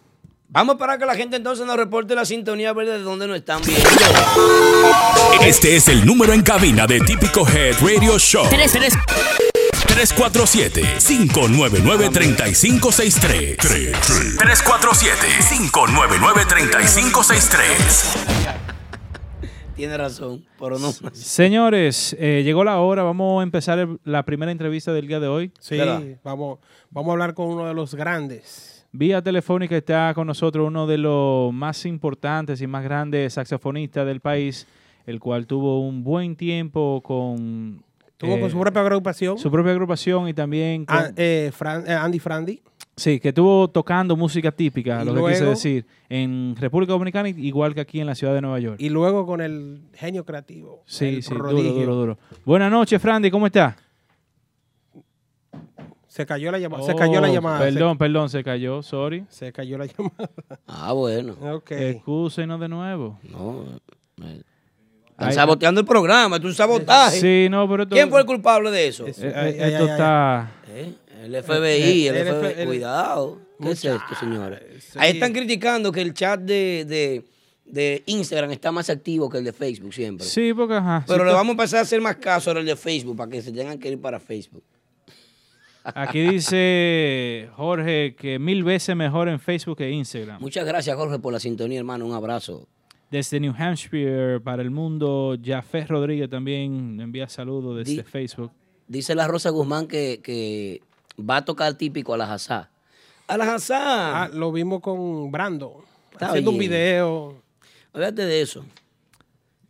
Speaker 3: Vamos a esperar que la gente entonces nos reporte la sintonía verde de donde nos están viendo.
Speaker 1: Este es el número en cabina de Típico Head Radio Show. 347-599-3563. 347-599-3563.
Speaker 3: Tiene razón, pero no.
Speaker 4: Señores, eh, llegó la hora, vamos a empezar el- la primera entrevista del día de hoy.
Speaker 5: Sí,
Speaker 3: ¿Verdad?
Speaker 5: vamos, vamos a hablar con uno de los grandes.
Speaker 4: Vía telefónica está con nosotros uno de los más importantes y más grandes saxofonistas del país, el cual tuvo un buen tiempo con,
Speaker 5: Tuvo
Speaker 4: eh,
Speaker 5: con su propia agrupación.
Speaker 4: su propia agrupación y también con-
Speaker 5: An- eh, Fran- eh, Andy Frandi.
Speaker 4: sí, que estuvo tocando música típica,
Speaker 5: Y
Speaker 4: lo que quise
Speaker 5: luego-
Speaker 4: decir, en República Dominicana, igual que aquí en la ciudad de Nueva York.
Speaker 5: Y luego con el genio creativo.
Speaker 4: sí,
Speaker 5: el
Speaker 4: sí, duro,
Speaker 5: prodigio.
Speaker 4: duro, duro. Buenas noches, Frandy, ¿cómo está?
Speaker 5: Se cayó la llamada. se cayó la
Speaker 4: Oh,
Speaker 5: llamada. se-
Speaker 4: Perdón, perdón, se cayó, sorry.
Speaker 5: Se, cayó la llamada.
Speaker 3: Ah, bueno.
Speaker 5: Ok.
Speaker 4: Excúsenos de nuevo.
Speaker 3: No. eh, Están
Speaker 4: Ay,
Speaker 3: saboteando el programa, es un sabotaje.
Speaker 4: Sí, no, pero esto-
Speaker 3: ¿Quién fue el culpable de eso?
Speaker 5: Es-
Speaker 4: eh, eh,
Speaker 5: Ay, ay,
Speaker 4: esto
Speaker 5: ay, ay.
Speaker 4: está... Eh,
Speaker 3: ¿Eh? El FBI, el,
Speaker 5: el
Speaker 3: FBI.
Speaker 5: F- el- Ah,
Speaker 3: Cuidado. ¿Qué es esto, señores? Ahí están criticando que el chat de, de- de Instagram está más activo que el de Facebook siempre.
Speaker 4: Sí, porque ajá.
Speaker 3: Pero
Speaker 4: sí,
Speaker 3: le
Speaker 4: pues,
Speaker 3: vamos a pasar a hacer más caso ahora al de Facebook para que se tengan que ir para Facebook.
Speaker 4: Aquí dice Jorge que mil veces mejor en Facebook que Instagram.
Speaker 3: Muchas gracias, Jorge, por la sintonía, hermano. Un abrazo.
Speaker 4: Desde New Hampshire para el mundo, Jafé Rodríguez también envía saludos desde
Speaker 3: Di-
Speaker 4: Facebook.
Speaker 3: Dice la Rosa Guzmán que, que va a tocar típico a la Hazá. A la Hazá.
Speaker 5: Ah, lo vimos con Brando.
Speaker 3: Está
Speaker 5: haciendo un
Speaker 3: bien.
Speaker 5: video.
Speaker 3: Olvídate de eso.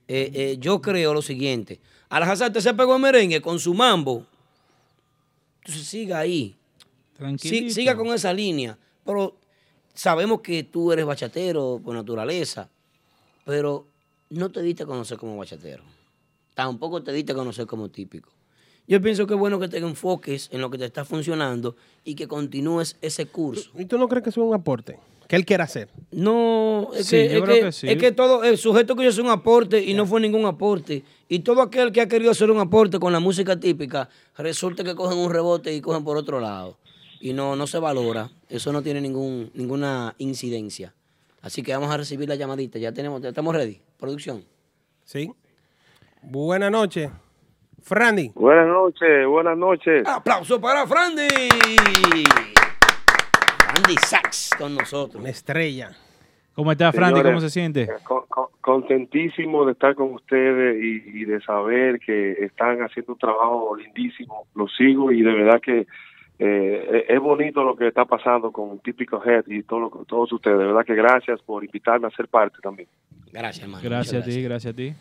Speaker 3: Eh, eh, yo creo lo siguiente. Al Hazard te se pegó el merengue con su mambo. Entonces siga ahí. Sí,
Speaker 4: Tranquilo.
Speaker 3: siga con esa línea. Pero sabemos que tú eres bachatero por naturaleza. Pero no te diste a conocer como bachatero. Tampoco te diste a conocer como típico. Yo pienso que es bueno que te enfoques en lo que te está funcionando y que continúes ese curso.
Speaker 5: ¿Y tú no crees que eso es un aporte? Que él quiera hacer.
Speaker 3: No, es,
Speaker 4: Sí,
Speaker 3: que,
Speaker 4: yo
Speaker 3: es,
Speaker 4: creo
Speaker 3: que,
Speaker 4: que sí.
Speaker 3: es que todo el sujeto que yo soy un aporte y no fue ningún aporte. Y todo aquel que ha querido hacer un aporte con la música típica, resulta que cogen un rebote y cogen por otro lado. Y no, no se valora. Eso no tiene ningún, ninguna incidencia. Así que vamos a recibir la llamadita. Ya tenemos, ya estamos ready. Producción.
Speaker 5: Sí. Buenas noches. Frandi.
Speaker 8: Buenas noches, buenas noches.
Speaker 3: Aplauso para Frandy. Frandy Sachs con nosotros.
Speaker 5: Una estrella.
Speaker 4: ¿Cómo está, Frandy?
Speaker 8: Señores, eh,
Speaker 4: ¿Cómo se siente?
Speaker 8: Con- con- contentísimo de estar con ustedes y, y de saber que están haciendo un trabajo lindísimo. Lo sigo y de verdad que eh, es bonito lo que está pasando con Típico Head y todo lo- todos ustedes. De verdad que gracias por invitarme a ser parte también.
Speaker 3: Gracias, hermano.
Speaker 4: Gracias a
Speaker 3: Muchas
Speaker 4: ti, gracias a ti.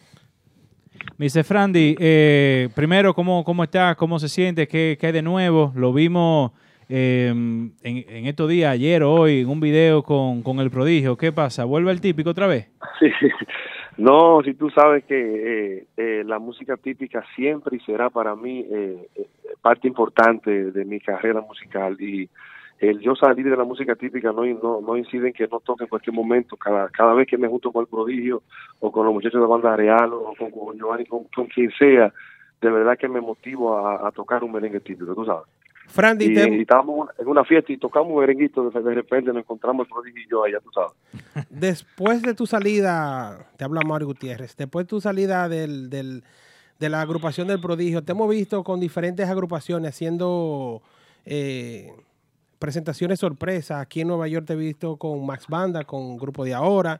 Speaker 4: Me dice Frandy, eh, primero, ¿cómo, ¿cómo estás? ¿Cómo se siente? ¿Qué, qué hay de nuevo? Lo vimos eh, en, en estos días, ayer, hoy, en un video con, con el prodigio. ¿Qué pasa? ¿Vuelve el típico otra vez?
Speaker 8: Sí. No, si tú sabes que eh, eh, la música típica siempre y será para mí eh, eh, parte importante de mi carrera musical y el yo salir de la música típica no, no, no incide en que no toque en cualquier momento. Cada, cada vez que me junto con el prodigio o con los muchachos de banda real o con, con Giovanni, con, con quien sea, de verdad que me motivo a, a tocar un merengue típico, tú sabes.
Speaker 5: Frandy,
Speaker 8: Y, eh,
Speaker 5: te-
Speaker 8: y estábamos en una fiesta y tocamos un merenguito, de, de repente nos encontramos el prodigio y yo allá, tú sabes.
Speaker 5: después de tu salida, te habla Mario Gutiérrez, después de tu salida del, del- de la agrupación del prodigio, te hemos visto con diferentes agrupaciones haciendo eh, presentaciones sorpresas. Aquí en Nueva York te he visto con Max Banda, con Grupo de Ahora,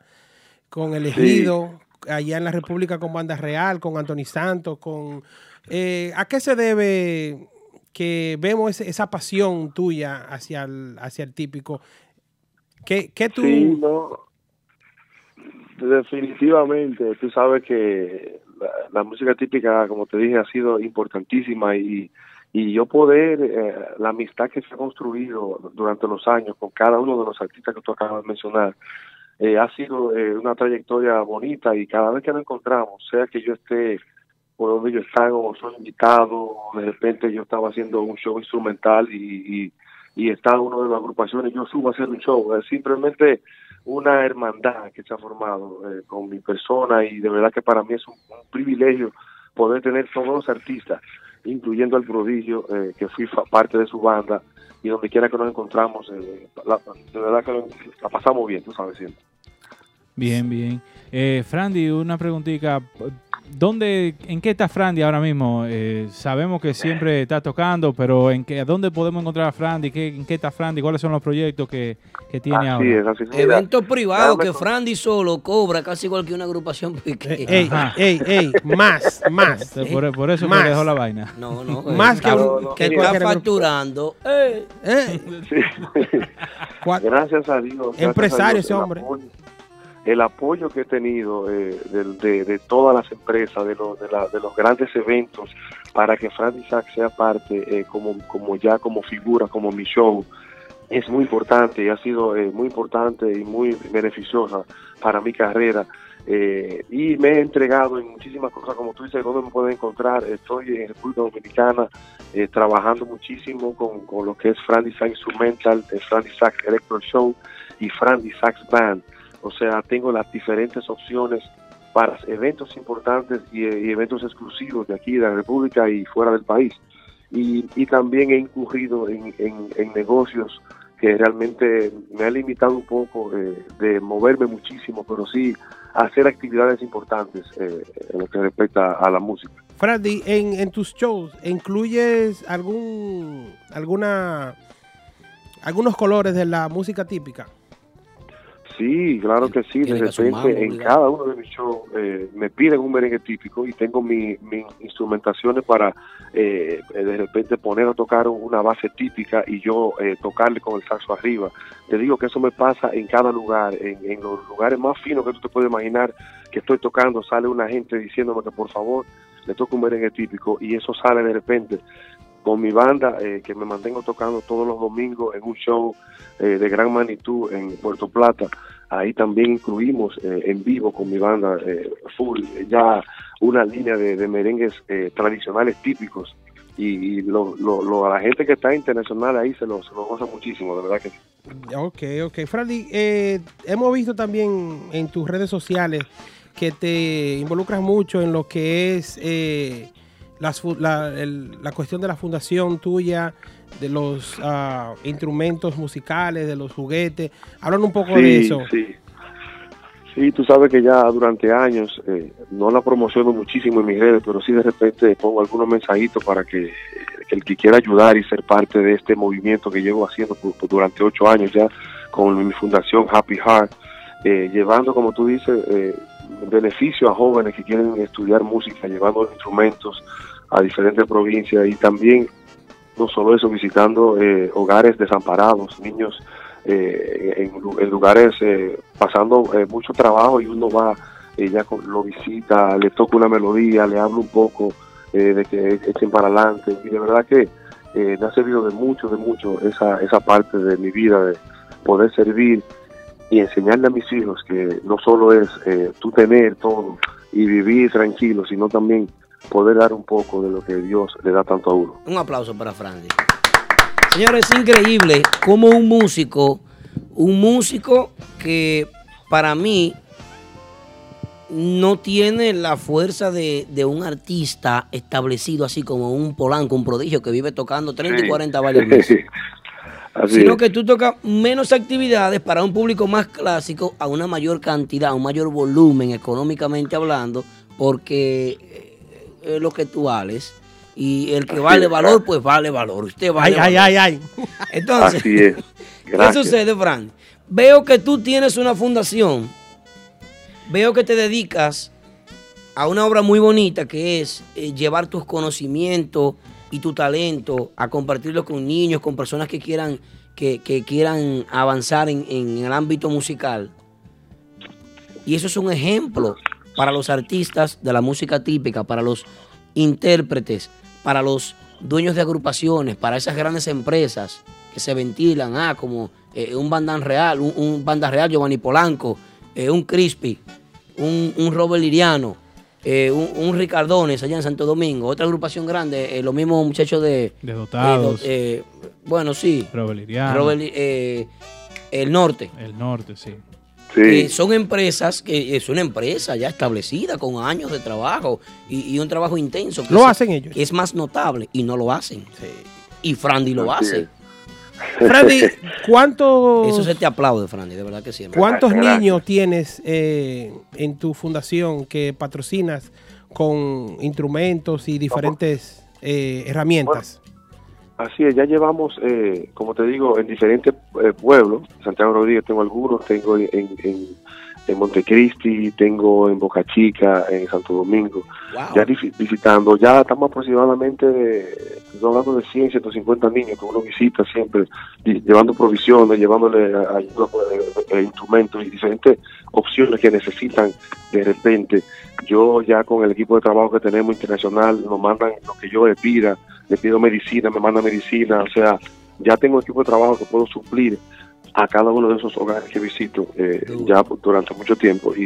Speaker 5: con Elegido, allá en la República con Banda Real, con Anthony Santos, con... eh, ¿A qué se debe que vemos ese- esa pasión tuya hacia el, hacia el típico? ¿Qué, qué tú...
Speaker 8: Sí, no. Definitivamente, tú sabes que la, la música típica, como te dije, ha sido importantísima y, y yo poder, eh, la amistad que se ha construido durante los años con cada uno de los artistas que tú acabas de mencionar, eh, ha sido eh, una trayectoria bonita y cada vez que nos encontramos, sea que yo esté por donde yo están o soy invitado, o de repente yo estaba haciendo un show instrumental y, y, y está uno de las agrupaciones, yo subo a hacer un show, es simplemente una hermandad que se ha formado eh, con mi persona y de verdad que para mí es un, un privilegio poder tener todos los artistas, incluyendo al prodigio, eh, que fui fa- parte de su banda y donde quiera que nos encontramos, eh, la- de verdad que lo- la pasamos bien, tú sabes siempre.
Speaker 4: Bien, bien. Eh, Frandy, una preguntita. ¿Dónde, ¿En qué está Frandy ahora mismo? Eh, sabemos que siempre está tocando, pero ¿en qué, ¿dónde podemos encontrar a Frandy? ¿Qué, ¿En qué está Frandy? ¿Cuáles son los proyectos que, que
Speaker 8: Así
Speaker 4: tiene ahora?
Speaker 8: es, así es.
Speaker 3: gracias. Eventos privados
Speaker 8: Déjame
Speaker 3: que
Speaker 8: con-
Speaker 3: Frandy solo cobra, casi igual que una agrupación
Speaker 5: Eh,
Speaker 3: pequeña.
Speaker 5: Ey,
Speaker 4: Ajá.
Speaker 5: ey, ey, más, más.
Speaker 4: Entonces, por, por eso que
Speaker 5: Más.
Speaker 4: dejó la vaina.
Speaker 3: No, no. eh,
Speaker 5: Más que
Speaker 3: está-
Speaker 5: un-
Speaker 3: que está
Speaker 5: que cualquier grupo.
Speaker 3: facturando. Eh,
Speaker 5: Eh,
Speaker 8: Sí.
Speaker 5: cua-
Speaker 8: Gracias a Dios. gracias a
Speaker 5: Empresario
Speaker 8: Dios,
Speaker 5: ese
Speaker 8: el
Speaker 5: hombre.
Speaker 8: apoyo- el apoyo que he tenido eh, del- de, de todas las empresas, de, los de, la- de los grandes eventos, para que Frank Isaac sea parte, eh, como, como ya como figura, como mi show, es muy importante y ha sido eh, muy importante y muy beneficiosa para mi carrera. Eh, y me he entregado en muchísimas cosas, como tú dices, donde me pueden encontrar. Estoy en República Dominicana eh, trabajando muchísimo con, con lo que es Fran Isaac Instrumental, eh, Fran Isaac Electro Show y Fran Isaac Band. O sea, tengo las diferentes opciones para eventos importantes y, eh, y eventos exclusivos de aquí, de la República y fuera del país. Y, y también he incurrido en, en- en negocios que realmente me ha limitado un poco eh, de moverme muchísimo, pero sí hacer actividades importantes eh, en lo que respecta a la música.
Speaker 5: Freddy, en, en tus shows, ¿incluyes algún, alguna, algunos colores de la música típica?
Speaker 8: Sí, claro que sí. De
Speaker 3: Tiene que sumar,
Speaker 8: repente, en
Speaker 3: obligado.
Speaker 8: cada uno de mis shows eh, me piden un merengue típico y tengo mi- mis instrumentaciones para eh, eh, de repente poner a tocar una base típica y yo eh, tocarle con el saxo arriba. Te digo que eso me pasa en cada lugar, en, en los lugares más finos que tú te puedes imaginar que estoy tocando, sale una gente diciéndome que por favor le toque un merengue típico y eso sale de repente con mi banda eh, que me mantengo tocando todos los domingos en un show eh, de gran magnitud en Puerto Plata. Ahí también incluimos eh, en vivo con mi banda eh, full eh, ya una línea de, de merengues eh, tradicionales típicos y, y lo, lo- lo- a la gente que está internacional ahí se lo, se lo goza muchísimo, de verdad que sí.
Speaker 5: Ok, ok. Freddy, eh, hemos visto también en tus redes sociales que te involucras mucho en lo que es eh, las fu- la, el- la cuestión de la fundación tuya, de los ah, instrumentos musicales, de los juguetes. Hablan un poco de eso.
Speaker 8: Sí. Sí, tú sabes que ya durante años eh, no la promociono muchísimo en mis redes, pero sí de repente pongo algunos mensajitos para que, que el que quiera ayudar y ser parte de este movimiento que llevo haciendo por- por durante ocho años ya con mi fundación Happy Heart, eh, llevando, como tú dices, eh, beneficio a jóvenes que quieren estudiar música, llevando los instrumentos a diferentes provincias y también, no solo eso, visitando eh, hogares desamparados, niños eh, en, lu- en lugares eh, pasando eh, mucho trabajo y uno va, eh, ya con- lo visita, le toca una melodía, le habla un poco eh, de que echen para adelante y de verdad que eh, me ha servido de mucho, de mucho esa, esa parte de mi vida, de poder servir y enseñarle a mis hijos que no solo es eh, tú tener todo y vivir tranquilo, sino también poder dar un poco de lo que Dios le da tanto a uno.
Speaker 3: Un aplauso para Francis. Señores, es increíble cómo un músico, un músico que para mí no tiene la fuerza de, de un artista establecido así como un polanco, un prodigio que vive tocando 30 y 40 varios meses.
Speaker 8: Así
Speaker 3: sino
Speaker 8: es.
Speaker 3: que tú tocas menos actividades para un público más clásico a una mayor cantidad, a un mayor volumen económicamente hablando, porque eh, es lo que tú vales. Y el que
Speaker 8: Así
Speaker 3: vale
Speaker 8: es,
Speaker 3: valor, pues vale valor. Usted vale
Speaker 5: Ay, ay,
Speaker 3: valor.
Speaker 5: ay,
Speaker 3: Entonces,
Speaker 8: Así es.
Speaker 3: ¿qué
Speaker 8: Gracias.
Speaker 3: sucede, Fran? Veo que tú tienes una fundación. Veo que te dedicas a una obra muy bonita que es eh, llevar tus conocimientos y tu talento a compartirlo con niños, con personas que quieran, que, que quieran avanzar en, en el ámbito musical. Y eso es un ejemplo para los artistas de la música típica, para los intérpretes, para los dueños de agrupaciones, para esas grandes empresas que se ventilan, ah, como eh, un Bandan Real, un, un Banda Real Giovanni Polanco, eh, un Crispy, un, un Robert Liriano, eh, un, un Ricardones allá en Santo Domingo, otra agrupación grande, eh, los mismos muchachos de...
Speaker 4: De
Speaker 3: eh,
Speaker 4: dotados.
Speaker 3: eh, bueno, sí,
Speaker 4: Robert Liriano,
Speaker 3: Robert, eh, el norte.
Speaker 4: El norte, sí.
Speaker 8: Sí.
Speaker 3: Eh, son empresas que es una empresa ya establecida con años de trabajo y, y un trabajo intenso. que
Speaker 5: Lo
Speaker 3: es-
Speaker 5: hacen ellos.
Speaker 3: que es más notable y no lo hacen. Y Frandy lo
Speaker 8: Así
Speaker 3: hace.
Speaker 8: es.
Speaker 5: ay. Freddy, ¿cuántos,
Speaker 3: Eso se te aplaude, Frandy, de verdad que sí. hermano.
Speaker 5: cuántos
Speaker 8: Gracias.
Speaker 5: niños tienes eh, en tu fundación que patrocinas con instrumentos y diferentes eh, herramientas?
Speaker 8: Así es, ya llevamos, eh, como te digo, en diferentes eh, pueblos. Santiago Rodríguez tengo algunos, tengo en, en, en Montecristi, tengo en Boca Chica, en Santo Domingo.
Speaker 3: Wow.
Speaker 8: Ya visi- visitando, ya estamos aproximadamente, de, estoy hablando de 100, 150 niños que uno visita siempre, di- llevando provisiones, llevándole a- ayuda, pues, eh, eh, instrumentos y diferentes opciones que necesitan de repente. Yo ya con el equipo de trabajo que tenemos internacional, nos mandan lo que yo les pida, le pido medicina, me manda medicina, o sea, ya tengo equipo de trabajo que puedo suplir a cada uno de esos hogares que visito eh,
Speaker 3: Duro.
Speaker 8: ya por- durante mucho tiempo y,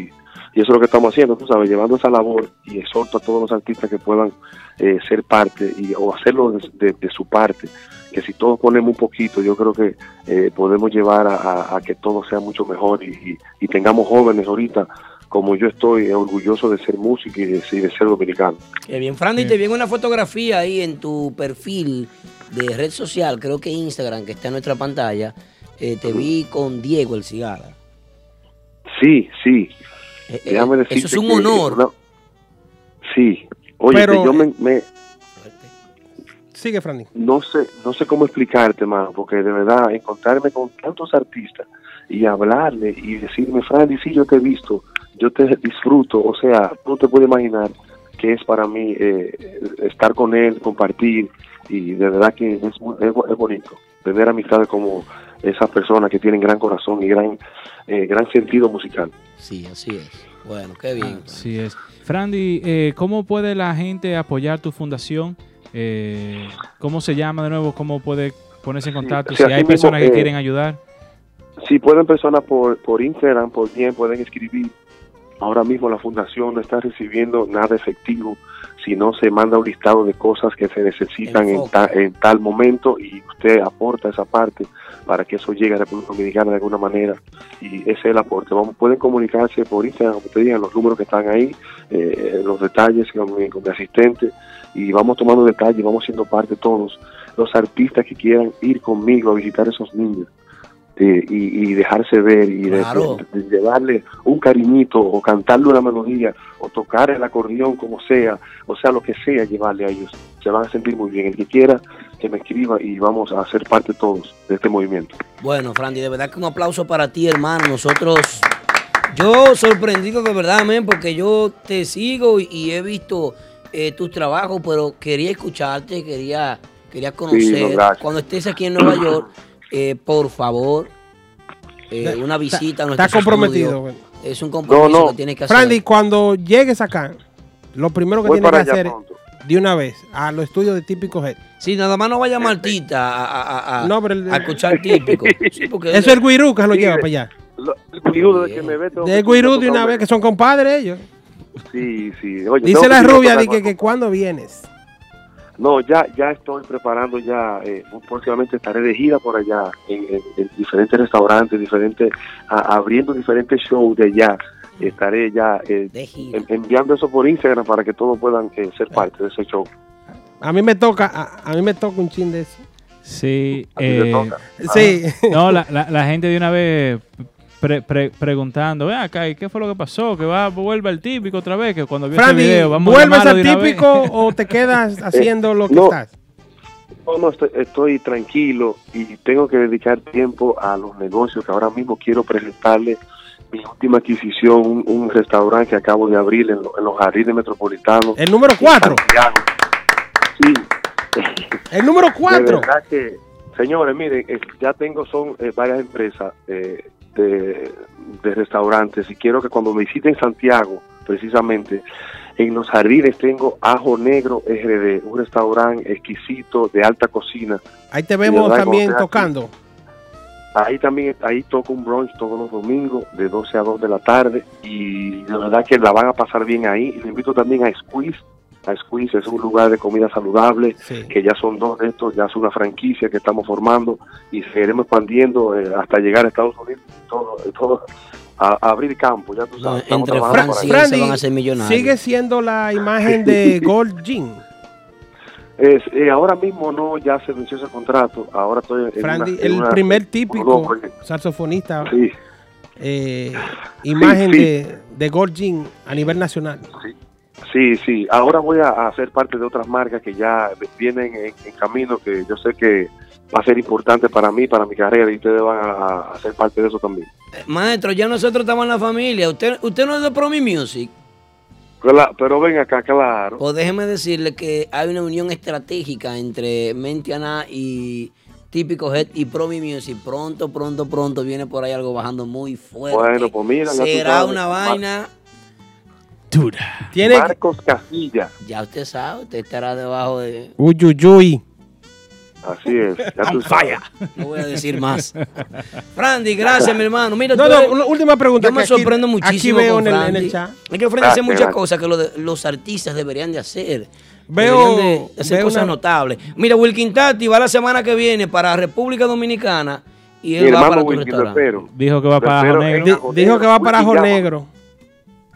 Speaker 8: y eso es lo que estamos haciendo, tú sabes, llevando esa labor y exhorto a todos los artistas que puedan eh, ser parte y, o hacerlo de, de- de su parte, que si todos ponemos un poquito, yo creo que eh, podemos llevar a, a- a que todo sea mucho mejor y, y- y tengamos jóvenes ahorita como yo estoy eh, orgulloso de ser músico y de, y de ser dominicano.
Speaker 3: Qué bien, Frandy, te vi en una fotografía ahí en tu perfil de red social, creo que Instagram, que está en nuestra pantalla. eh, te vi con Diego el Cigarra.
Speaker 8: Sí, sí,
Speaker 3: Eh, eh,
Speaker 8: déjame decirte
Speaker 3: eso es un
Speaker 8: que
Speaker 3: honor.
Speaker 8: una- Sí, oye,
Speaker 5: Pero-
Speaker 8: yo me- me,
Speaker 5: Sigue, Freddy.
Speaker 8: no sé, no sé cómo explicarte, mano, porque de verdad encontrarme con tantos artistas y hablarle y decirme, Fran, sí, yo te he visto, yo te disfruto, o sea, no te puedes imaginar que es para mí eh, estar con él, compartir, y de verdad que es, mu- es, bo- es bonito tener amistades como esas personas que tienen gran corazón y gran, eh, gran sentido musical.
Speaker 3: Sí, así es. Bueno, qué
Speaker 8: Ah,
Speaker 3: bien.
Speaker 4: Así es. Frandy, eh, ¿cómo puede la gente apoyar tu fundación? Eh, ¿Cómo se llama de nuevo? ¿Cómo puede ponerse en contacto?
Speaker 8: o sea,
Speaker 4: si hay
Speaker 8: así mismo,
Speaker 4: personas que
Speaker 8: eh,
Speaker 4: quieren ayudar.
Speaker 8: Si pueden personas por, por Instagram, por bien, pueden escribir. Ahora mismo la fundación no está recibiendo nada efectivo, sino se manda un listado de cosas que se necesitan en,
Speaker 3: Enfoque.
Speaker 8: ta- en tal momento y usted aporta esa parte para que eso llegue a República Dominicana de alguna manera y ese es el aporte. Vamos, pueden comunicarse por Instagram, como te digan, los números que están ahí, eh, los detalles con mi, con mi asistente y vamos tomando detalles, vamos siendo parte todos, los artistas que quieran ir conmigo a visitar esos niños eh, y, y dejarse ver y de-
Speaker 3: Claro.
Speaker 8: de- de llevarle un cariñito o cantarle una melodía o tocar el acordeón como sea, o sea, lo que sea, llevarle a ellos. Se van a sentir muy bien. El que quiera, que me escriba y vamos a ser parte todos de este movimiento.
Speaker 3: Bueno, Frandy, de verdad que un aplauso para ti, hermano. Nosotros Yo sorprendido de verdad, men, porque yo te sigo y, y he visto eh, tus trabajos, pero quería escucharte, quería, quería conocer.
Speaker 8: gracias.
Speaker 3: Cuando estés aquí en Nueva York, eh, por favor, eh, una visita. a
Speaker 5: está
Speaker 3: nuestros
Speaker 5: comprometido,
Speaker 3: estudios.
Speaker 5: bueno.
Speaker 3: Es un compromiso
Speaker 8: No, no.
Speaker 3: que tienes que hacer.
Speaker 5: Franly, cuando llegues acá, lo primero que
Speaker 8: Voy
Speaker 5: tienes
Speaker 8: para
Speaker 5: que
Speaker 8: allá
Speaker 5: hacer es,
Speaker 8: pronto.
Speaker 5: de una vez a los estudios de Típico Head.
Speaker 3: Sí, nada más no vaya Martita a, a- a- a-
Speaker 5: No, pero el-
Speaker 3: a escuchar típico. Sí, porque-
Speaker 5: Eso es el Guirú que se lo
Speaker 8: Sí, eh.
Speaker 5: lleva
Speaker 8: de-
Speaker 5: para allá.
Speaker 8: Lo- El guirú de que
Speaker 3: Bien.
Speaker 8: me ve. tengo
Speaker 5: De
Speaker 8: que-
Speaker 5: Guirú de una vez, que son compadres ellos.
Speaker 8: Sí, sí. Oye, tengo
Speaker 5: Dice la
Speaker 8: que
Speaker 5: rubia
Speaker 8: tocar
Speaker 5: de
Speaker 8: con
Speaker 5: que, que cuando vienes.
Speaker 8: No, ya, ya estoy preparando ya, eh, próximamente estaré de gira por allá, en, en- en diferentes restaurantes, diferentes, a- abriendo diferentes shows de allá. Estaré ya eh,
Speaker 3: De gira.
Speaker 8: en- enviando eso por Instagram para que todos puedan eh, ser parte de ese show.
Speaker 5: A mí me toca, a, a mí me toca un chin de eso.
Speaker 4: Sí.
Speaker 8: A ti te
Speaker 4: eh, Ah.
Speaker 8: toca.
Speaker 5: Sí.
Speaker 4: No, la, la- la gente de una vez pre- pre- preguntando, ven acá, ¿y qué fue lo que pasó? Que va, vuelve el típico otra vez, que cuando vio este
Speaker 5: Franly,
Speaker 4: video, vamos a
Speaker 5: ¿vuelves
Speaker 4: llamarlo
Speaker 5: al
Speaker 4: de una vez".
Speaker 5: típico o te quedas haciendo lo que
Speaker 8: Eh, no.
Speaker 5: estás?
Speaker 8: No, no, estoy, estoy tranquilo y tengo que dedicar tiempo a los negocios que ahora mismo quiero presentarle mi última adquisición, un, un restaurante que acabo de abrir en, lo- en los jardines metropolitanos.
Speaker 5: El número cuatro.
Speaker 8: Santiago. Sí,
Speaker 5: El número cuatro.
Speaker 8: De verdad que, señores, miren, eh, ya tengo son eh, varias empresas eh, de, de restaurantes y quiero que cuando me visiten Santiago, precisamente, en los jardines tengo Ajo Negro RD, un restaurante exquisito de alta cocina.
Speaker 5: Ahí te vemos
Speaker 8: verdad,
Speaker 5: también
Speaker 8: como sea,
Speaker 5: tocando.
Speaker 8: Ahí también, ahí toco un brunch todos los domingos de 12 a 2 de la tarde y de verdad que la van a pasar bien ahí. Y le invito también a Squeeze. A Squeeze es un lugar de comida saludable
Speaker 5: Sí.
Speaker 8: que ya son dos de estos, ya es una franquicia que estamos formando y seguiremos expandiendo eh, hasta llegar a Estados Unidos, todo, todo, a, a abrir campo, ya tú sabes.
Speaker 3: No,
Speaker 8: estamos
Speaker 3: entre
Speaker 8: trabajando
Speaker 3: Francia
Speaker 8: por ahí.
Speaker 3: se van a hacer millonarios.
Speaker 5: sigue siendo la imagen de Gold Jean.
Speaker 8: Es, eh, ahora mismo no, ya se venció ese contrato, ahora estoy en
Speaker 5: Franly,
Speaker 8: una- en
Speaker 5: el
Speaker 8: una-
Speaker 5: primer
Speaker 8: un
Speaker 5: típico
Speaker 8: nuevo proyecto.
Speaker 5: saxofonista,
Speaker 8: Sí,
Speaker 5: eh, imagen
Speaker 8: sí.
Speaker 5: de, de Gold Jean a nivel nacional.
Speaker 8: sí, sí, ahora voy a, a ser parte de otras marcas que ya vienen en, en camino, que yo sé que va a ser importante para mí, para mi carrera y ustedes van a, a ser parte de eso también.
Speaker 3: Eh, Maestro, ya nosotros estamos en la familia. Usted, usted no es de Promi Music.
Speaker 8: Cla- Pero ven acá, claro.
Speaker 3: Pues déjeme decirle que hay una unión estratégica entre Mentiana y Típico Head y Promi Music. Pronto, pronto, pronto viene por ahí algo bajando muy fuerte.
Speaker 8: Bueno, pues mira, ya tú
Speaker 3: Será
Speaker 8: sabes.
Speaker 3: una vaina.
Speaker 5: Tiene
Speaker 8: Marcos Casilla.
Speaker 3: Ya usted sabe, usted estará debajo de.
Speaker 5: Uyuyuy.
Speaker 8: Así es. Ya tú sabes.
Speaker 3: No voy a decir más. Frandy, gracias, mi hermano. Mira,
Speaker 5: No,
Speaker 3: tú
Speaker 5: no,
Speaker 3: eres-
Speaker 5: una última pregunta.
Speaker 3: Yo me
Speaker 5: que aquí-
Speaker 3: sorprendo muchísimo.
Speaker 5: Aquí veo
Speaker 3: con
Speaker 5: en el, en
Speaker 3: Frandy.
Speaker 5: el chat.
Speaker 3: Es que Frandy hace
Speaker 8: Gracias,
Speaker 3: muchas
Speaker 8: gracias.
Speaker 3: cosas que lo de- los artistas deberían de hacer.
Speaker 5: Veo-
Speaker 3: Deberían de hacer
Speaker 5: veo
Speaker 3: cosas
Speaker 5: una-
Speaker 3: notables. Mira, Wilkin Tati va la semana que viene para República Dominicana y
Speaker 8: Mi
Speaker 3: él va para
Speaker 8: hermano
Speaker 3: tu
Speaker 8: Wilkin, lo
Speaker 3: restaurante.
Speaker 8: espero.
Speaker 4: Dijo que va
Speaker 8: Lo
Speaker 4: para Ajo
Speaker 8: espero
Speaker 4: Negro.
Speaker 8: en
Speaker 5: Di- dijo que va para Ajo
Speaker 8: Wilkin,
Speaker 5: Negro.
Speaker 8: llámame.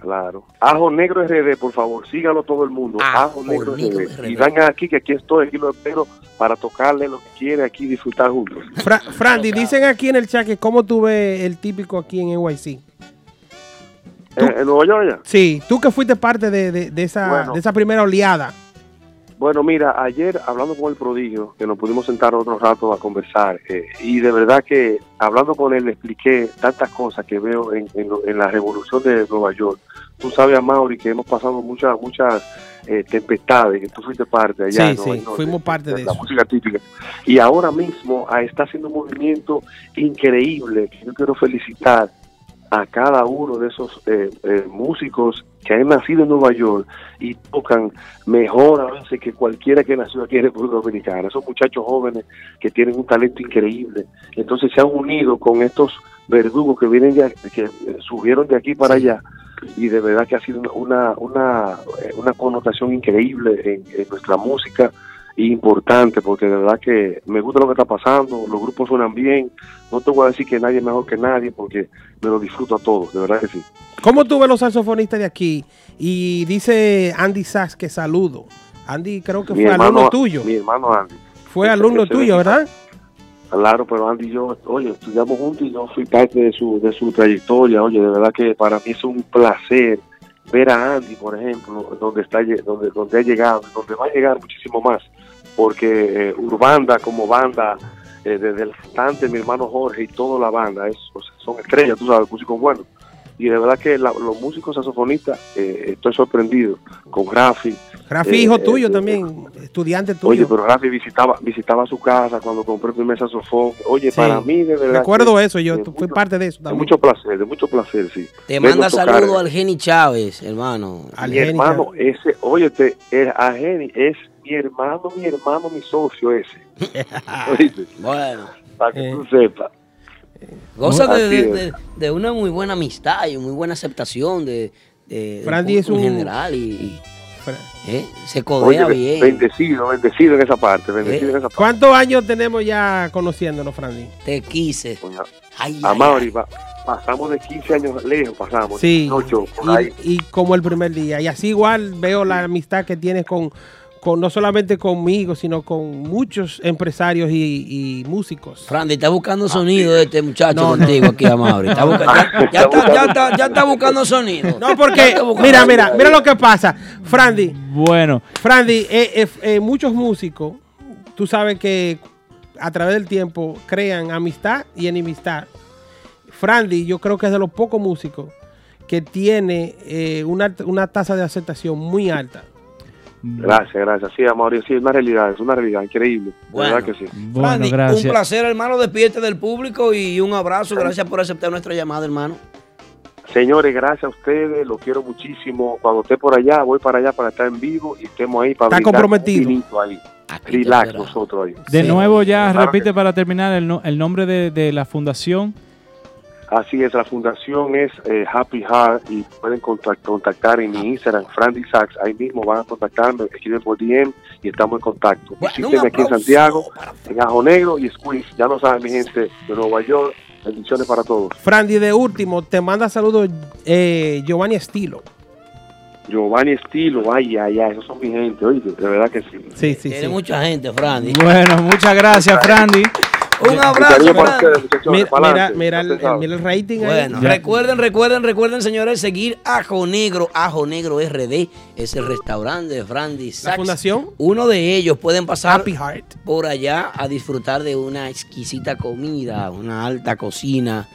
Speaker 8: Claro. Ajo Negro RD, por favor, sígalo todo el mundo.
Speaker 3: Ajo
Speaker 8: Ajo, Negro,
Speaker 3: Negro
Speaker 8: RD.
Speaker 3: RD.
Speaker 8: Y van aquí, que aquí estoy, aquí lo espero para tocarle lo que quiere aquí disfrutar juntos.
Speaker 5: Fra- Frandy, dicen aquí en el chat que cómo tú ves el típico aquí en NYC. Tú-
Speaker 8: Eh, ¿En Nueva York ya?
Speaker 5: Sí, tú que fuiste parte de, de- de esa,
Speaker 8: Bueno.
Speaker 5: de esa primera oleada.
Speaker 8: Bueno, mira, ayer hablando con el prodigio, que nos pudimos sentar otro rato a conversar, eh, y de verdad que hablando con él le expliqué tantas cosas que veo en, en lo- en la revolución de Nueva York. Tú sabes, Mauri, que hemos pasado muchas muchas eh, tempestades, que tú fuiste parte allá.
Speaker 5: Sí,
Speaker 8: ¿no?
Speaker 5: sí,
Speaker 8: En donde-
Speaker 5: fuimos parte de
Speaker 8: la
Speaker 5: eso.
Speaker 8: música típica. Y ahora mismo ah, está haciendo un movimiento increíble que yo quiero felicitar a cada uno de esos eh, eh, músicos que han nacido en Nueva York y tocan mejor a veces que cualquiera que nació aquí en República Dominicana. Esos muchachos jóvenes que tienen un talento increíble. Entonces se han unido con estos verdugos que vienen de, a- que eh, subieron de aquí para allá y de verdad que ha sido una, una, eh, una connotación increíble en, en nuestra música e importante porque de verdad que me gusta lo que está pasando, los grupos suenan bien, no te voy a decir que nadie es mejor que nadie porque me lo disfruto a todos, de verdad que sí.
Speaker 5: ¿Cómo tú ves los saxofonistas de aquí? Y dice Andy Sass que saludo. Andy creo que fue alumno tuyo.
Speaker 8: Mi hermano Andy.
Speaker 5: Fue
Speaker 8: Ese-
Speaker 5: alumno
Speaker 8: ese-
Speaker 5: tuyo, ¿verdad?
Speaker 8: Claro, pero Andy y yo, oye, estudiamos juntos y yo fui parte de su, de su trayectoria. Oye, de verdad que para mí es un placer ver a Andy, por ejemplo, donde está lle- donde, donde ha llegado, donde va a llegar muchísimo más. Porque eh, Urbanda como banda, eh, desde el cantante, mi hermano Jorge y toda la banda, es, o sea, son estrellas, tú sabes, músicos buenos. Y de verdad que la- los músicos saxofonistas, eh, estoy sorprendido con Rafi.
Speaker 5: Rafi,
Speaker 8: eh,
Speaker 5: hijo
Speaker 8: eh,
Speaker 5: tuyo
Speaker 8: eh,
Speaker 5: también, estudiante tuyo.
Speaker 8: Oye, pero Rafi visitaba visitaba su casa cuando compré el primer saxofón. Oye,
Speaker 5: Sí.
Speaker 8: para mí, de verdad.
Speaker 5: Recuerdo
Speaker 8: que
Speaker 5: eso, yo
Speaker 8: es
Speaker 5: tu- fui
Speaker 8: mucho-
Speaker 5: parte de eso
Speaker 8: De
Speaker 5: también.
Speaker 8: mucho placer, de mucho placer, sí.
Speaker 3: Te
Speaker 8: Verlos
Speaker 3: manda
Speaker 8: tocar.
Speaker 3: saludos al Geni Chávez, hermano.
Speaker 5: Al
Speaker 8: Mi
Speaker 5: Geni
Speaker 8: hermano, ese, oye, te, el Ageni es mi hermano, mi hermano, mi socio ese. Oíste,
Speaker 3: Bueno,
Speaker 8: Para que
Speaker 5: Eh.
Speaker 8: tú sepas.
Speaker 3: goza de,
Speaker 8: Así
Speaker 3: de-
Speaker 8: es.
Speaker 3: de- de una muy buena amistad y muy buena aceptación de, de del
Speaker 5: Frandy es
Speaker 3: público en
Speaker 5: un-
Speaker 3: general y,
Speaker 5: Fra-
Speaker 3: y, eh, se
Speaker 8: Oye,
Speaker 3: codea
Speaker 8: be-
Speaker 3: bien.
Speaker 8: bendecido, bendecido en esa parte, bendecido
Speaker 3: Eh.
Speaker 8: en esa parte.
Speaker 5: ¿Cuántos años tenemos ya conociéndonos, Franklin?
Speaker 3: Te quise.
Speaker 8: Coño,
Speaker 3: Ay, ay,
Speaker 8: Pues A
Speaker 3: ay.
Speaker 8: Mauri, va- pasamos de 15 años lejos, pasamos.
Speaker 5: Sí.
Speaker 8: 18, por ahí.
Speaker 5: Y, y como el primer día. Y así igual veo la amistad que tienes con, con no solamente conmigo, sino con muchos empresarios y, y músicos.
Speaker 3: Frandy, está buscando sonido este muchacho
Speaker 5: Ah, No, no.
Speaker 3: contigo aquí, Amaury. Está busca- ya, ya está, ya, está, ya está buscando sonido.
Speaker 5: No, porque, mira, mira, mira lo que pasa. Frandy,
Speaker 4: Bueno,
Speaker 5: Frandy, eh, eh, eh, muchos músicos, tú sabes que a través del tiempo crean amistad y enemistad. Frandy, yo creo que es de los pocos músicos que tiene eh, una, una tasa de aceptación muy alta.
Speaker 8: Gracias, gracias. Sí, Mauri, sí, es una realidad, es una realidad increíble. de
Speaker 3: Bueno.
Speaker 8: verdad que sí.
Speaker 4: bueno,
Speaker 3: Frandy, un
Speaker 4: gracias.
Speaker 3: placer, hermano. Despídete del público y un abrazo. Gracias por aceptar nuestra llamada, hermano.
Speaker 8: Señores, gracias a ustedes, los quiero muchísimo. Cuando esté por allá, voy para allá para estar en vivo y estemos ahí para
Speaker 5: Está
Speaker 8: brindar
Speaker 5: comprometido.
Speaker 8: un vinito ahí.
Speaker 3: Aquí te
Speaker 8: Relax
Speaker 3: esperamos.
Speaker 8: nosotros ahí.
Speaker 4: De
Speaker 3: Sí.
Speaker 4: nuevo ya,
Speaker 8: Claro que
Speaker 4: repite
Speaker 8: sí.
Speaker 4: para terminar el, no- el nombre de, de la fundación.
Speaker 8: Así es, la fundación es eh, Happy Heart y pueden contact- contactar en mi Instagram, Frandy Sachs. Ahí mismo van a contactarme, escriben por DM y estamos en contacto.
Speaker 3: Bueno,
Speaker 8: Visítenme
Speaker 3: un
Speaker 8: aquí en
Speaker 3: aplauso
Speaker 8: Santiago,
Speaker 3: para Frandy.
Speaker 8: en Ajo Negro y Squeeze. Ya lo saben, mi gente de Nueva York. Bendiciones para todos.
Speaker 5: Frandy, de último, te manda saludos eh, Giovanni Estilo.
Speaker 8: Giovanni Estilo, ay, ay, ay, esos son mi gente, oye, de verdad que sí.
Speaker 5: Sí, sí,
Speaker 3: Tiene mucha gente, Frandy.
Speaker 4: Bueno, muchas gracias, Frandy.
Speaker 3: Un
Speaker 8: Mi
Speaker 3: abrazo,
Speaker 8: cariño para
Speaker 3: Frandy.
Speaker 8: ustedes, muchachones,
Speaker 5: Mira, mira,
Speaker 8: pa'lante,
Speaker 5: mira el,
Speaker 8: ya usted sabe.
Speaker 5: mira el rating
Speaker 3: Bueno,
Speaker 5: ahí.
Speaker 4: Ya.
Speaker 3: recuerden, recuerden, recuerden, señores, seguir Ajo Negro, Ajo Negro RD, es el restaurante de Frandy Sachs.
Speaker 5: fundación?
Speaker 3: Uno de ellos pueden pasar
Speaker 5: Happy Heart.
Speaker 3: por allá a disfrutar de una exquisita comida, una alta cocina.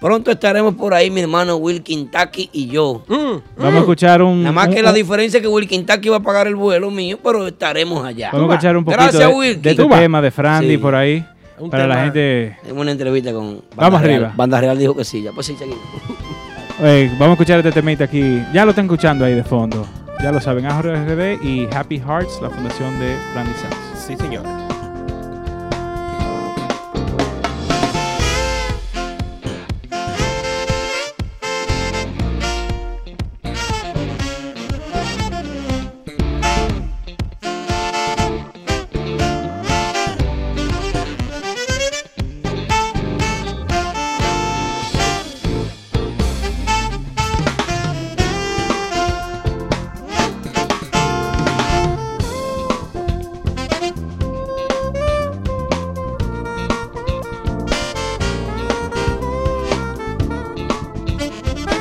Speaker 3: Pronto estaremos por ahí, mi hermano Will Kentucky y yo.
Speaker 5: Mm.
Speaker 4: Vamos a escuchar un...
Speaker 3: Nada más
Speaker 4: un-
Speaker 3: que la
Speaker 4: un-
Speaker 3: diferencia es que Will Kentucky va a pagar el vuelo mío, pero estaremos allá.
Speaker 4: Vamos a escuchar un poquito
Speaker 3: Gracias,
Speaker 4: de,
Speaker 3: Wilkie.
Speaker 4: de tu
Speaker 3: Tú vas.
Speaker 4: tema de Frandy
Speaker 3: Sí.
Speaker 4: por ahí.
Speaker 5: Un
Speaker 4: Para la
Speaker 5: tema-
Speaker 4: gente...
Speaker 3: En una entrevista con Banda
Speaker 4: Vamos
Speaker 3: Real.
Speaker 4: arriba.
Speaker 3: Banda Real dijo que sí, ya pues sí, seguimos.
Speaker 4: Eh, vamos a escuchar este temita aquí. Ya lo están escuchando ahí de fondo. Ya lo saben, Ajo RD y Happy Hearts, la fundación de Frandy Sanz.
Speaker 5: Sí, señor.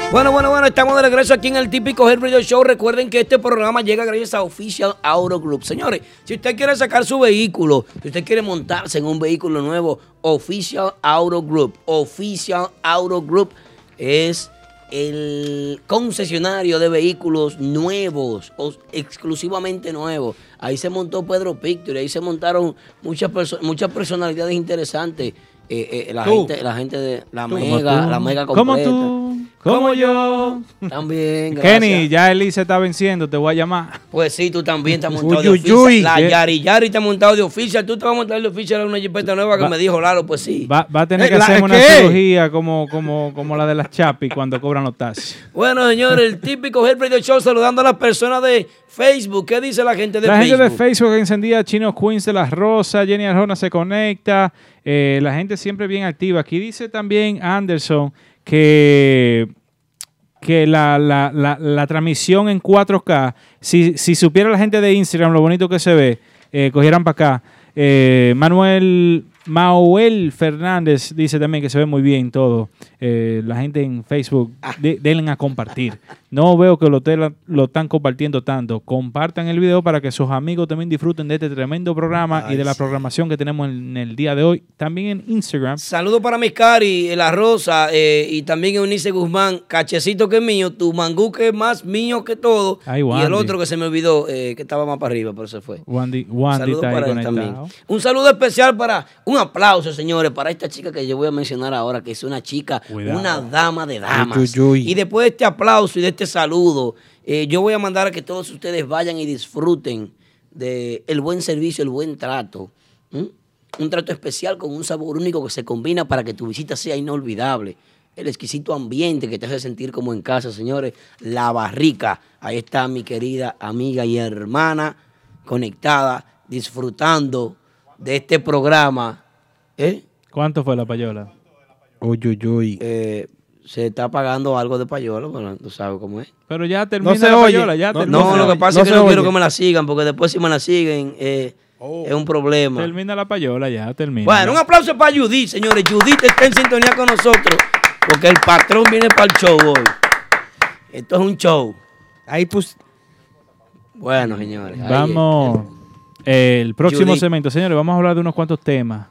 Speaker 3: Bueno, bueno, bueno, estamos de regreso aquí en el típico Head Radio Show. Recuerden que este programa llega gracias a Official Auto Group. Señores, si usted quiere sacar su vehículo, si usted quiere montarse en un vehículo nuevo, Official Auto Group. Official Auto Group es el concesionario de vehículos nuevos, o exclusivamente nuevos. Ahí se montó Pedro Picture, ahí se montaron muchas, perso- muchas personalidades interesantes. Eh, eh, la,
Speaker 5: Tú.
Speaker 3: gente, la gente de la
Speaker 4: Como
Speaker 3: mega,
Speaker 4: tú,
Speaker 3: la mega
Speaker 4: Como
Speaker 3: completa.
Speaker 4: tú, como yo.
Speaker 3: También, gracias.
Speaker 4: Kenny, ya Eli se está venciendo, te voy a llamar.
Speaker 3: Pues sí, tú también estás montado de
Speaker 4: Uy, uy,
Speaker 3: oficial.
Speaker 4: uy. eh.
Speaker 3: La
Speaker 4: ¿Qué?
Speaker 3: Yari Yari está montado de oficial. Tú te vas a montar de oficial en una jipeta nueva que
Speaker 4: Va-
Speaker 3: me dijo Lalo, pues sí.
Speaker 4: Va, va a tener
Speaker 5: Eh,
Speaker 4: que
Speaker 5: la-
Speaker 4: hacer una
Speaker 5: ¿qué?
Speaker 4: cirugía como, como, como la de las Chapi cuando cobran los taxis.
Speaker 3: Bueno, señor, el típico Help Radio Show saludando a las personas de Facebook. ¿Qué dice la gente de
Speaker 4: La
Speaker 3: Facebook?
Speaker 4: gente de Facebook encendida, Chino Queens de las Rosas, Jenny Arjona se conecta, eh, la gente siempre bien activa. Aquí dice también Anderson que, que la, la- la- la transmisión en 4K, si, si supiera la gente de Instagram lo bonito que se ve, eh, cogieran para acá. Eh, Manuel Mauel Fernández
Speaker 3: Ah.
Speaker 4: dice también que se ve muy bien todo. Eh, la gente en Facebook, de- denle a compartir. No veo que lo, tela- lo están compartiendo tanto. Compartan el video para que sus amigos también disfruten de este tremendo programa y
Speaker 3: Ay,
Speaker 4: de la
Speaker 3: sí.
Speaker 4: programación que tenemos en el día de hoy. También en Instagram.
Speaker 3: Saludos para mis cari, La Rosa eh, y también Eunice Guzmán. Cachecito que es mío, tu mangú que es más mío que todo.
Speaker 4: Ay,
Speaker 3: y el
Speaker 4: Wandy.
Speaker 3: otro que se me olvidó, eh, que estaba más para arriba, pero se fue.
Speaker 4: Wandy, Wandy
Speaker 3: Saludos
Speaker 4: está ahí
Speaker 3: para él
Speaker 4: conectado.
Speaker 3: también. Un saludo especial para, un aplauso, señores, para esta chica que yo voy a mencionar ahora, que es una chica,
Speaker 4: Cuidado.
Speaker 3: una dama de damas.
Speaker 5: Uy, uy, uy.
Speaker 3: Y después de este aplauso y de este saludo, eh, yo voy a mandar a que todos ustedes vayan y disfruten de el buen servicio, el buen trato. ¿m? Un trato especial con un sabor único que se combina para que tu visita sea inolvidable. El exquisito ambiente que te hace sentir como en casa, señores. La barrica. Ahí está mi querida amiga y hermana conectada, disfrutando de este programa. ¿Eh?
Speaker 4: ¿Cuánto fue la payola?
Speaker 5: Uy, uy, uy.
Speaker 3: Eh, se está pagando algo de payola, pero tú sabes cómo es.
Speaker 4: Pero ya termina
Speaker 5: se
Speaker 4: la
Speaker 5: oye.
Speaker 4: payola. Ya
Speaker 5: No,
Speaker 4: termina,
Speaker 3: No,
Speaker 5: se
Speaker 3: lo que
Speaker 5: oye,
Speaker 3: pasa es
Speaker 5: no
Speaker 3: que
Speaker 5: se
Speaker 3: no quiero
Speaker 5: oye.
Speaker 3: que me la sigan, porque después si me la siguen eh, es un problema.
Speaker 4: Oh. termina la payola, ya termina.
Speaker 3: Bueno, un aplauso para Judith, señores. Judith está en sintonía con nosotros, porque el patrón viene para el show hoy. Esto es un show.
Speaker 5: Ahí pues
Speaker 3: Bueno, señores. ahí
Speaker 4: Vamos. eh, El próximo
Speaker 3: Judy.
Speaker 4: segmento, señores, vamos a hablar de unos cuantos temas.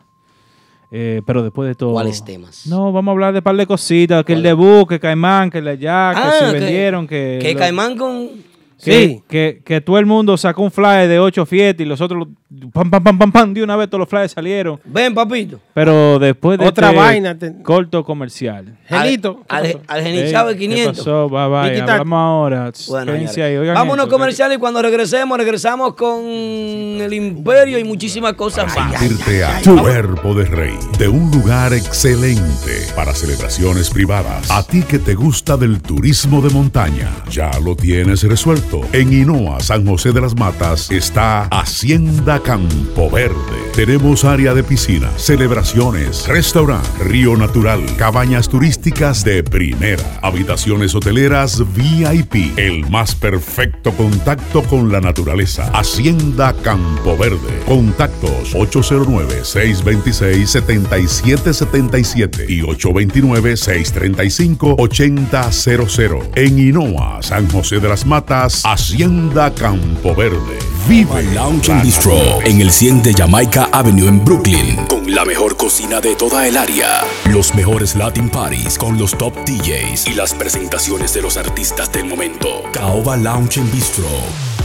Speaker 4: Eh, pero después de todo.
Speaker 3: ¿Cuáles temas?
Speaker 4: No, vamos a hablar de un par de cositas. Que el debut, que Caimán, que la ya,
Speaker 3: es.
Speaker 4: que
Speaker 3: Ah,
Speaker 4: se vendieron, que.
Speaker 3: que
Speaker 4: lo-
Speaker 3: Caimán con...
Speaker 4: que-
Speaker 5: Sí.
Speaker 4: Que, que todo el mundo sacó un flyer de 8 fiestas y los otros. Pam, pam, pam, pam, pam. De una vez todos los flyers salieron.
Speaker 3: Ven, papito.
Speaker 4: Pero después de
Speaker 5: Otra
Speaker 4: este
Speaker 5: vaina te-
Speaker 4: corto comercial.
Speaker 5: Gelito. ¿qué
Speaker 3: Al,
Speaker 5: pasó?
Speaker 3: al
Speaker 4: Ey,
Speaker 3: Genichavo de
Speaker 4: ¿qué
Speaker 3: 500.
Speaker 4: pasó? Bye, bye.
Speaker 5: Nikita.
Speaker 4: Hablamos ahora.
Speaker 3: Bueno,
Speaker 4: Pense
Speaker 3: señores.
Speaker 4: ahí. Oigan
Speaker 3: vámonos
Speaker 4: esto, que-
Speaker 3: comerciales y cuando regresemos, regresamos con el imperio y muchísimas cosas más.
Speaker 9: Irte a Cuerpo de Rey, de un lugar excelente para celebraciones privadas. A ti que te gusta del turismo de montaña, ya lo tienes resuelto. En Hinoa, San José de las Matas, está Hacienda Campo Verde. Tenemos área de piscina, celebraciones, restaurante, río natural, cabañas turísticas de primera, habitaciones hoteleras VIP, el más perfecto contacto con la naturaleza. Hacienda Campo Verde. Contactos 809-626-7777 y 829-635-8000. En Inoa, San José de las Matas, Hacienda Campo Verde. Vive
Speaker 1: Lounge
Speaker 9: la
Speaker 1: and Bistro en el 100 de Jamaica Avenue en Brooklyn. Con la mejor cocina de toda el área. Los mejores Latin parties con los top DJs y las presentaciones de los artistas del momento. Caoba Lounge and Bistro.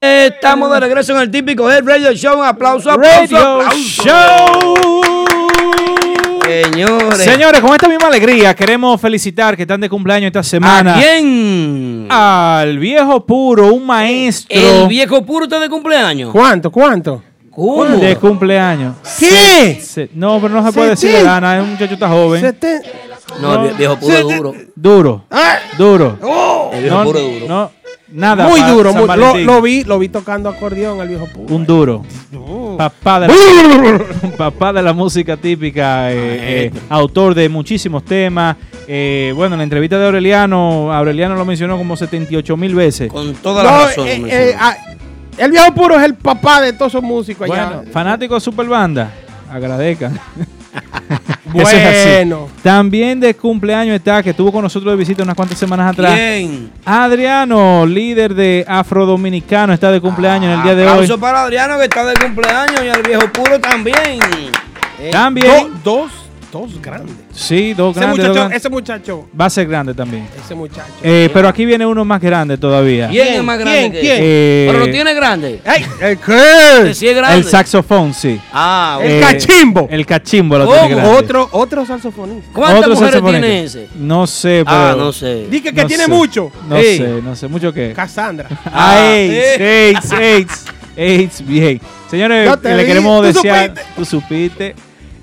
Speaker 3: Estamos de regreso en el típico Head Radio Show. Un aplauso, aplauso,
Speaker 4: Radio
Speaker 3: aplauso.
Speaker 4: Show.
Speaker 3: Señores.
Speaker 4: Señores, con esta misma alegría queremos felicitar que están de cumpleaños esta semana
Speaker 3: ¿A quién?
Speaker 4: al viejo puro, un maestro
Speaker 3: El viejo puro está de cumpleaños.
Speaker 5: ¿Cuánto? ¿Cuánto?
Speaker 3: ¿Cómo?
Speaker 4: de cumpleaños.
Speaker 5: ¿Qué?
Speaker 4: Se- no, pero no se puede
Speaker 5: Sí,
Speaker 4: decir
Speaker 5: sí.
Speaker 4: la edad, el muchacho está joven.
Speaker 5: Seten-
Speaker 3: No, el viejo puro
Speaker 5: Sí,
Speaker 3: es
Speaker 5: sí.
Speaker 3: duro.
Speaker 4: Duro,
Speaker 5: ¡Ah!
Speaker 4: duro.
Speaker 3: El viejo
Speaker 4: No,
Speaker 3: Oh. puro es duro.
Speaker 4: no, nada.
Speaker 5: Muy
Speaker 4: pa-
Speaker 5: duro,
Speaker 4: San
Speaker 5: muy- lo,
Speaker 4: Valentín.
Speaker 5: lo vi, lo vi tocando acordeón al viejo puto.
Speaker 4: Un duro. Papá de la, papá de la música típica,
Speaker 3: Ah,
Speaker 4: eh, eh, autor de muchísimos temas. Eh, bueno, en la entrevista de Aureliano, Aureliano lo mencionó como 78 mil veces.
Speaker 3: Con toda la
Speaker 5: No,
Speaker 3: razón.
Speaker 5: eh,
Speaker 3: me
Speaker 5: eh,
Speaker 3: suena.
Speaker 5: ah, el viejo puro es el papá de todos esos músicos
Speaker 4: Bueno,
Speaker 5: allá.
Speaker 4: fanático de Superbanda, agradezcan.
Speaker 5: Bueno.
Speaker 4: Eso es así. También de cumpleaños está, que estuvo con nosotros de visita unas cuantas semanas atrás.
Speaker 3: Bien.
Speaker 4: Adriano, líder de Afrodominicano, está de cumpleaños en el día de hoy.
Speaker 3: Aplauso para Adriano que está de cumpleaños y al viejo puro también.
Speaker 5: Eh,
Speaker 4: También.
Speaker 5: do- dos, dos grandes.
Speaker 4: Sí, dos
Speaker 5: Ese
Speaker 4: grandes. dos
Speaker 5: muchacho,
Speaker 4: grandes.
Speaker 5: ese muchacho,
Speaker 4: Va a ser grande también.
Speaker 5: ese muchacho.
Speaker 4: Eh, pero aquí viene uno más grande todavía.
Speaker 3: ¿Quién, es más grande
Speaker 5: ¿Quién?
Speaker 3: que
Speaker 5: ¿Quién?
Speaker 3: él?
Speaker 4: Eh,
Speaker 3: Pero lo tiene grande.
Speaker 5: ¡Ey! ¿El qué?
Speaker 3: Ese sí es grande.
Speaker 4: El saxofón, sí.
Speaker 3: Ah,
Speaker 5: El
Speaker 3: bueno.
Speaker 4: Eh,
Speaker 5: cachimbo.
Speaker 4: El cachimbo lo
Speaker 3: ¿Cómo?
Speaker 4: tiene grande.
Speaker 5: Oh, otro, otro salsofonista.
Speaker 3: ¿Cuántas
Speaker 4: Otro
Speaker 3: mujeres
Speaker 4: saxofonista.
Speaker 3: tiene ese?
Speaker 4: No sé, pero...
Speaker 3: Ah, no sé.
Speaker 5: Dice que
Speaker 4: no
Speaker 5: tiene
Speaker 4: sé.
Speaker 5: mucho.
Speaker 4: No
Speaker 5: Ey,
Speaker 4: sé, no sé. ¿Mucho qué?
Speaker 5: Cassandra.
Speaker 4: Ah,
Speaker 3: eh.
Speaker 4: AIDS, AIDS, AIDS, AIDS, bien. Señores,
Speaker 5: Yo te
Speaker 4: le
Speaker 5: vi,
Speaker 4: queremos
Speaker 5: tú
Speaker 4: desear,
Speaker 5: supiste.
Speaker 4: tú supiste,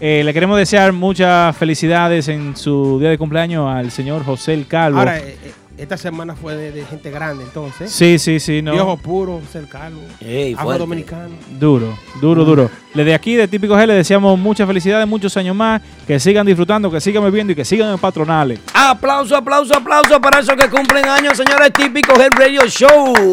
Speaker 4: Eh, le queremos desear muchas felicidades en su día de cumpleaños al señor José el Calvo.
Speaker 5: Ahora, eh, eh, Esta semana fue de, de gente grande, entonces.
Speaker 4: Sí, sí, sí, no.
Speaker 5: Viejo puro, cercano.
Speaker 3: Ey,
Speaker 5: Afro
Speaker 3: fuerte.
Speaker 5: dominicano.
Speaker 4: Duro, duro, duro.
Speaker 5: Mm.
Speaker 4: Desde aquí de Típico G le deseamos muchas felicidades, muchos años más, que sigan disfrutando, que sigan bebiendo y que sigan en patronales.
Speaker 3: Aplauso, aplauso, aplauso para esos que cumplen años, señores, típicos del Radio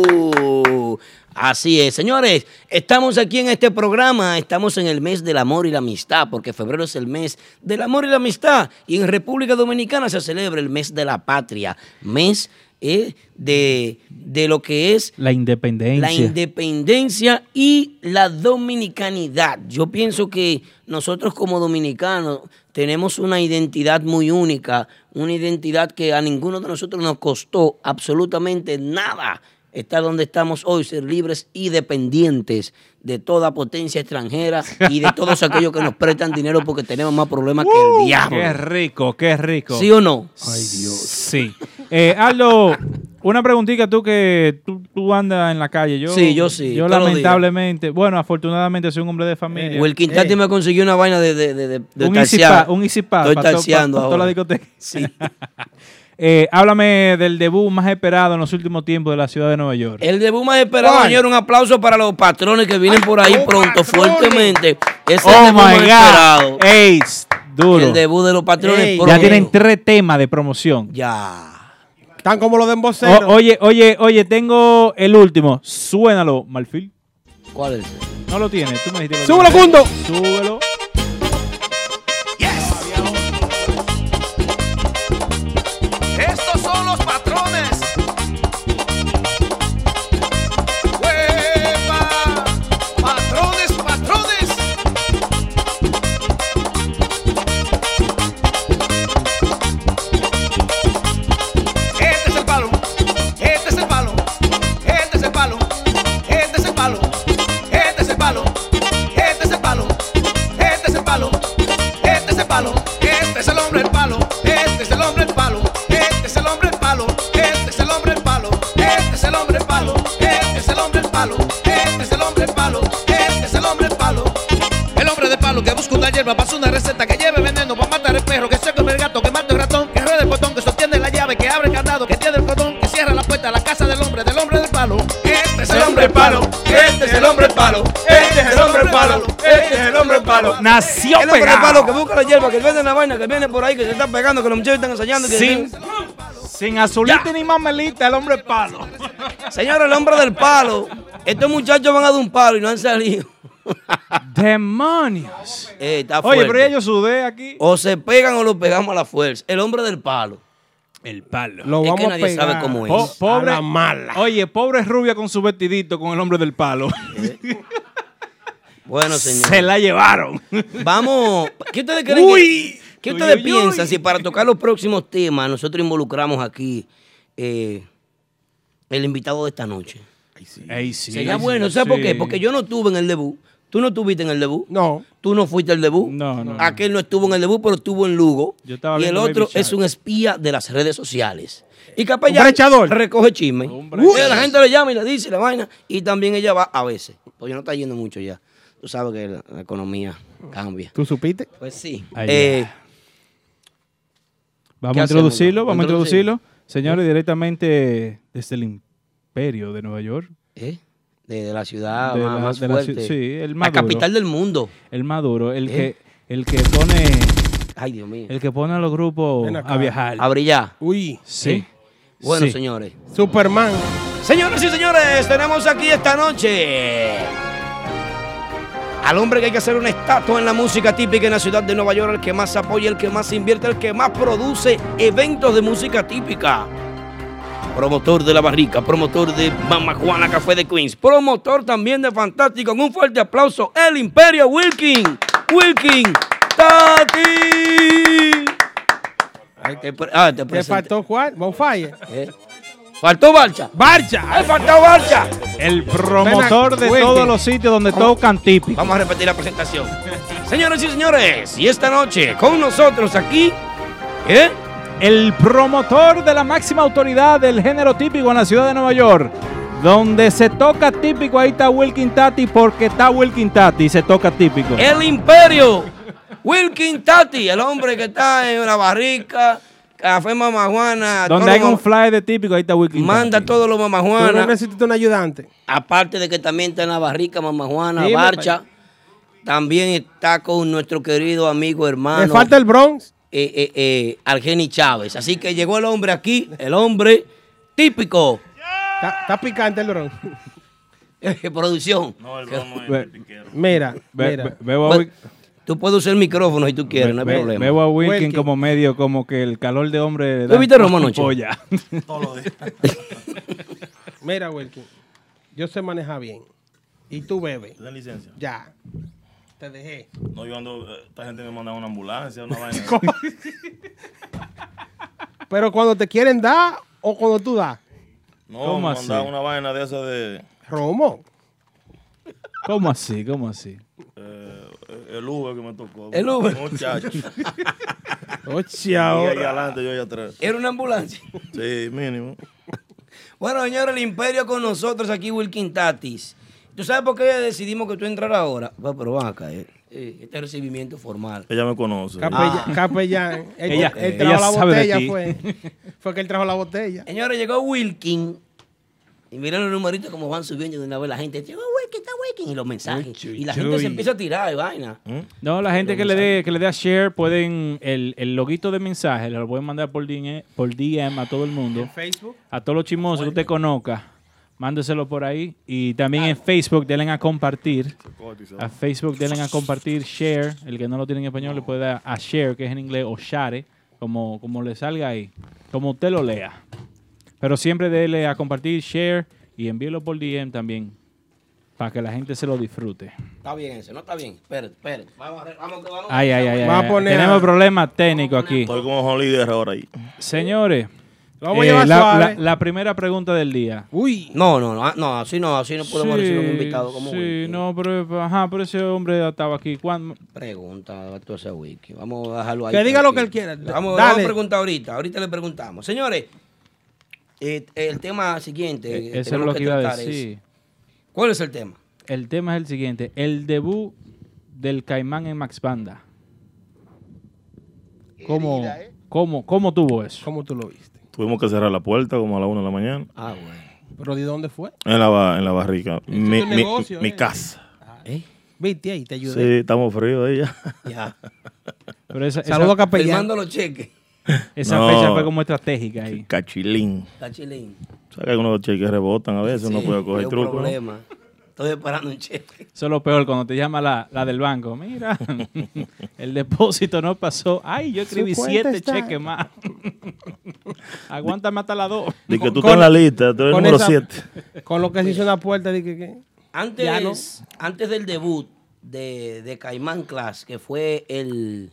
Speaker 3: Show. Así es, señores, estamos aquí en este programa, estamos en el mes del amor y la amistad, porque febrero es el mes del amor y la amistad, y en República Dominicana se celebra el mes de la patria, mes eh, de, de lo que es
Speaker 4: La independencia.
Speaker 3: la independencia y la dominicanidad. Yo pienso que nosotros como dominicanos tenemos una identidad muy única, una identidad que a ninguno de nosotros nos costó absolutamente nada estar donde estamos hoy, ser libres y dependientes de toda potencia extranjera y de todos aquellos que nos prestan dinero porque tenemos más problemas que el
Speaker 4: Uh, Qué
Speaker 3: diablo.
Speaker 4: rico, qué rico.
Speaker 3: ¿Sí o no?
Speaker 4: Sí. Eh, Aldo, una preguntita tú que tú, tú andas en la calle. Yo,
Speaker 3: Sí, yo sí,
Speaker 4: Yo
Speaker 3: todos los
Speaker 4: lamentablemente, bueno, afortunadamente soy un hombre de familia.
Speaker 3: O el Quintati
Speaker 5: Eh.
Speaker 3: me consiguió una vaina de, de, de, de, de
Speaker 4: un easy
Speaker 3: tarsear.
Speaker 4: pa- un easy pass
Speaker 3: Estoy
Speaker 4: pa to- pa-
Speaker 3: tarseando
Speaker 4: pa toda
Speaker 3: ahora.
Speaker 4: la discoteca.
Speaker 3: Sí.
Speaker 4: Eh, háblame del debut más esperado en los últimos tiempos de la ciudad de Nueva York.
Speaker 3: El debut más esperado,
Speaker 5: ¿Cuál?
Speaker 3: señor. Un aplauso para los patrones que vienen por ahí
Speaker 5: ¡Oh,
Speaker 3: pronto,
Speaker 5: patrones!
Speaker 3: fuertemente. Es el
Speaker 4: oh
Speaker 3: debut más
Speaker 4: my
Speaker 3: esperado.
Speaker 4: God. Ey, duro.
Speaker 3: El debut de los patrones
Speaker 5: Ey.
Speaker 3: pronto.
Speaker 4: ya tienen tres temas de promoción.
Speaker 3: Ya.
Speaker 5: Están como los de emboceros.
Speaker 4: O- oye, oye, oye, tengo el último. Suénalo, Marfil.
Speaker 3: ¿Cuál es? ese?
Speaker 4: No lo tienes, tú me dijiste. que lo
Speaker 5: ¡Súbelo,
Speaker 4: tienes.
Speaker 5: Cundo!
Speaker 4: Súbelo.
Speaker 10: Estos son los patrones. ¡Huepa! Patrones, patrones. Este es el palo. Este es el palo. Este es el palo. Este es el palo. Este es el palo. Este es el palo. Este es el palo. Este es el palo. Este es el hombre el palo. Este es el hombre el palo. Este es el hombre el palo. Este es el hombre el palo. Este es el hombre el palo. Este es el hombre el palo. Este es el hombre el palo. Este es el hombre el palo. El hombre de palo que busca una hierba, pasa una receta que lleve veneno para matar el perro, que se come el gato, que mata el ratón, que rueda el botón, que sostiene la llave, que abre el candado, que tiene el cordón, que cierra la puerta a la casa del hombre, del hombre del palo. Este es el hombre palo, este es el hombre palo, este es el hombre palo, este es el hombre palo.
Speaker 4: Nació
Speaker 3: El hombre de palo que busca la hierba, que vende la vaina, que viene por ahí, que se está pegando, que los muchachos están ensayando. que-
Speaker 4: Sin, sin azulita ni mamelita, el hombre palo.
Speaker 3: Señor, el hombre del palo. Estos muchachos van a dar un palo y no han salido.
Speaker 4: Demonios.
Speaker 3: Eh, está
Speaker 4: Oye,
Speaker 3: fuerte.
Speaker 4: pero ya yo sudé aquí.
Speaker 3: O se pegan o lo pegamos a la fuerza. El hombre del palo.
Speaker 4: El palo.
Speaker 5: Lo
Speaker 3: es que
Speaker 5: vamos a
Speaker 3: nadie sabe
Speaker 5: pegar.
Speaker 3: cómo es.
Speaker 4: Po- pobre,
Speaker 5: A la mala.
Speaker 4: Oye, pobre rubia con su vestidito con el hombre del
Speaker 3: Eh,
Speaker 4: palo.
Speaker 3: Bueno, señor.
Speaker 4: Se la llevaron.
Speaker 3: Vamos. ¿Qué ustedes creen?
Speaker 4: Uy.
Speaker 3: que, ¿Qué ustedes
Speaker 4: Uy, uy,
Speaker 3: piensan
Speaker 4: uy.
Speaker 3: si para tocar los próximos temas nosotros involucramos aquí eh, el invitado de esta noche?
Speaker 4: Ey, sí.
Speaker 3: Sería bueno, ¿sabes por qué? Porque yo no estuve en el debut. Tú no estuviste en el debut.
Speaker 5: No.
Speaker 3: Tú no fuiste al debut.
Speaker 4: No, no, no.
Speaker 3: Aquel no estuvo en el debut, pero estuvo en Lugo.
Speaker 4: Yo estaba
Speaker 3: y el
Speaker 4: viendo
Speaker 3: otro
Speaker 4: Baby Shark.
Speaker 3: es un espía de las redes sociales. Y capaz ya
Speaker 5: brechador.
Speaker 3: recoge chisme.
Speaker 4: brechador.
Speaker 3: Uy, Uh, la gente le llama y le dice la vaina. Y también ella va a veces. Pues ya no está yendo mucho ya. Tú sabes que la, la economía cambia.
Speaker 5: ¿Tú supiste?
Speaker 3: Pues sí.
Speaker 4: Ay,
Speaker 3: Eh,
Speaker 4: Vamos
Speaker 3: ¿Qué
Speaker 4: a
Speaker 3: hacemos?
Speaker 4: introducirlo, vamos a
Speaker 3: ¿Introducirlo? ¿Eh?
Speaker 4: introducirlo. Señores, directamente desde el imperio de Nueva York.
Speaker 3: ¿eh? De, de la ciudad
Speaker 4: De
Speaker 3: más,
Speaker 4: la-
Speaker 3: más
Speaker 4: de la
Speaker 3: fuerte.
Speaker 4: ci- sí, el
Speaker 3: la
Speaker 4: más duro.
Speaker 3: capital del mundo.
Speaker 4: El Maduro, el
Speaker 3: ¿Eh?
Speaker 4: que el que pone
Speaker 3: Ay, Dios mío.
Speaker 4: el que pone a los grupos
Speaker 5: Ven acá.
Speaker 4: a viajar.
Speaker 3: A brillar.
Speaker 5: Uy.
Speaker 4: Sí.
Speaker 3: ¿Eh? Bueno,
Speaker 4: Sí.
Speaker 3: señores.
Speaker 5: Superman.
Speaker 3: Señoras y señores, tenemos aquí esta noche al hombre que hay que hacer una estatua en la música típica en la ciudad de Nueva York, el que más apoya, el que más invierte, el que más produce eventos de música típica. Promotor de La Barrica, promotor de Mama Juana Café de Queens, promotor también de Fantástico. Con un fuerte aplauso, el Imperio Wilkin. Wilkin, Tati. Te pre- ah, te
Speaker 5: ¿Te
Speaker 3: presenté.
Speaker 5: faltó Juan? Bonfire.
Speaker 3: ¿Eh? Faltó Barcha.
Speaker 5: ¡Barcha!
Speaker 3: ¡Ay, faltó Barcha!
Speaker 4: El promotor de
Speaker 5: Ven acá,
Speaker 4: todos
Speaker 5: cuente.
Speaker 4: los sitios donde tocan típico.
Speaker 3: Vamos a repetir la presentación. Señoras y señores, y esta noche con nosotros aquí, ¿eh?
Speaker 4: El promotor de la máxima autoridad del género típico en la ciudad de Nueva York. Donde se toca típico, ahí está Wilkin Tati, porque está Wilkin Tati y se toca típico.
Speaker 3: Eh. el imperio, Wilkin Tati, el hombre que está en una barrica, Café Mama Juana.
Speaker 4: Donde
Speaker 3: todo
Speaker 4: hay
Speaker 3: lo-
Speaker 4: un flyer de típico, ahí está Wiki.
Speaker 3: Manda todo lo Mama
Speaker 4: Tú no
Speaker 3: Juana.
Speaker 4: necesitas
Speaker 3: un ayudante. Aparte de que también está en la barrica Mama Juana,
Speaker 5: Dime,
Speaker 3: Barcha. También está con nuestro querido amigo, hermano.
Speaker 5: Me falta el Bronx.
Speaker 3: eh, eh, eh, Argeni Chávez. Así que llegó el hombre aquí, el hombre típico.
Speaker 5: Está, está picante el Bronx.
Speaker 3: Eh, producción.
Speaker 5: Mira,
Speaker 4: Be-
Speaker 5: mira.
Speaker 4: be- bebo a
Speaker 3: Pues,
Speaker 4: Wiki-
Speaker 3: Tú puedes usar el micrófono si tú quieres, no hay
Speaker 4: be-
Speaker 3: problema.
Speaker 4: Bebo a Wilkin como medio, como que el calor de hombre. le
Speaker 3: ¿Tú
Speaker 4: da
Speaker 3: viste Roma anoche?
Speaker 4: polla.
Speaker 5: Mira, Wilkin. Yo sé manejar bien. Y tú bebes.
Speaker 11: ¿Tienes licencia?
Speaker 5: Ya. Te dejé.
Speaker 11: No, yo ando. eh, Esta gente me manda una ambulancia, una vaina.
Speaker 5: Pero cuando te quieren dar o cuando tú das.
Speaker 11: No,
Speaker 4: ¿Cómo
Speaker 11: me
Speaker 4: así?
Speaker 11: mandaba una vaina de esa de.
Speaker 5: Romo.
Speaker 4: ¿Cómo así? ¿Cómo así?
Speaker 11: eh, el Uber que me tocó.
Speaker 4: El Uber.
Speaker 11: Muchacho.
Speaker 5: Oh,
Speaker 4: Oye,
Speaker 11: Yo
Speaker 4: ahora.
Speaker 11: allá adelante, yo allá atrás.
Speaker 3: Era una ambulancia.
Speaker 11: Sí, mínimo.
Speaker 3: Bueno, señores, el imperio con nosotros aquí, Wilkin Tatis. ¿Tú sabes por qué decidimos que tú entraras ahora? Va, pero va acá, eh. Eh, Este recibimiento formal.
Speaker 11: Ella me conoce.
Speaker 5: Capella-
Speaker 3: Ah.
Speaker 5: Capellán. Él,
Speaker 3: Ella-
Speaker 5: él
Speaker 3: ella
Speaker 5: trajo la
Speaker 3: sabe de
Speaker 5: botella,
Speaker 3: ti.
Speaker 5: fue. Fue que él trajo la botella.
Speaker 3: Señores, llegó Wilkin. Y miren los numeritos como van subiendo de una vez la gente. Llegó Wilkin, está Wilkin. Y los mensajes. y la gente
Speaker 4: chuy.
Speaker 3: se empieza a tirar y vaina.
Speaker 4: No, la gente que le dé que le dé a share pueden el, el loguito de mensaje lo pueden mandar por DM, por DM a todo el mundo.
Speaker 5: Facebook.
Speaker 4: A todos los chismosos que usted conozca. Mándeselo por ahí y también en Facebook denle a compartir. A Facebook denle a compartir, share, el que no lo tiene en español le puede dar a share que es en inglés o share, como como le salga ahí, como usted lo lea. Pero siempre dele a compartir, share y envíelo por DM también para que la gente se lo disfrute.
Speaker 3: Está bien eso, no está bien. Espérate, espérate. Vamos, a re- vamos, que vamos.
Speaker 4: Ay, ay, ay. ay,
Speaker 3: Vamos a
Speaker 4: ay.
Speaker 3: poner
Speaker 4: Tenemos
Speaker 3: a-
Speaker 4: problemas técnicos aquí.
Speaker 11: Estoy como Holiday ahora ahí.
Speaker 4: Señores, eh,
Speaker 3: Vamos a llevar
Speaker 4: la,
Speaker 3: suave.
Speaker 4: la- la primera pregunta del día.
Speaker 5: Uy.
Speaker 3: No, no, no, no, así no, así no podemos recibir un invitado como
Speaker 4: Sí,
Speaker 3: Wilkin.
Speaker 4: no, pero, ajá, pero ese hombre estaba aquí.
Speaker 3: Eh,
Speaker 4: eh, ¿Cuándo?
Speaker 3: Pregunta, tú ese wiki. Vamos a dejarlo ahí.
Speaker 4: Que diga lo que él
Speaker 3: tranquilo.
Speaker 4: quiera.
Speaker 3: Vamos,
Speaker 4: Dale.
Speaker 3: vamos a preguntar ahorita. Ahorita le preguntamos. Señores, eh, el tema siguiente. eh,
Speaker 4: Eso es
Speaker 3: tenemos
Speaker 4: lo que iba a
Speaker 3: tratar es-
Speaker 4: decir.
Speaker 3: ¿Cuál es el tema?
Speaker 4: El tema es el siguiente. El debut del Caimán en Max Banda. ¿Cómo, cómo, cómo tuvo eso?
Speaker 5: ¿eh? ¿Cómo tú lo viste?
Speaker 11: Ah. Tuvimos que cerrar la puerta como a la una de la mañana.
Speaker 3: Ah, bueno.
Speaker 5: ¿Pero de dónde fue?
Speaker 11: En la, ba- en la barrica. Mi,
Speaker 5: un
Speaker 11: mi-
Speaker 5: negocio,
Speaker 11: mi
Speaker 5: eh.
Speaker 11: casa.
Speaker 5: Viste ahí, te
Speaker 11: Sí,
Speaker 5: ayudé.
Speaker 11: estamos fríos ahí ya.
Speaker 3: Ya.
Speaker 4: Pero esa,
Speaker 5: Saludo a Capellán.
Speaker 3: Firmando los cheques.
Speaker 4: esa
Speaker 11: No.
Speaker 4: fecha fue como estratégica ahí.
Speaker 11: Cachilín.
Speaker 3: Está chilín.
Speaker 11: O sea, que algunos cheques rebotan a veces, uno
Speaker 3: Sí,
Speaker 11: puede coger
Speaker 3: es un
Speaker 11: truco. ¿no?
Speaker 3: problema. Estoy esperando un cheque.
Speaker 4: Eso es lo peor cuando te llama la, la del banco. Mira, el depósito no pasó. Ay, yo escribí
Speaker 5: Su cuenta
Speaker 4: siete
Speaker 5: está-
Speaker 4: cheques más. Aguántame hasta las dos.
Speaker 11: Di que tú estás en la lista, tú eres el
Speaker 5: con
Speaker 11: número
Speaker 5: esa-
Speaker 11: 7.
Speaker 5: Con lo que se hizo en la puerta, dije que. Ya
Speaker 3: Antes,
Speaker 5: no.
Speaker 3: antes del debut de, de Caimán Class, que fue el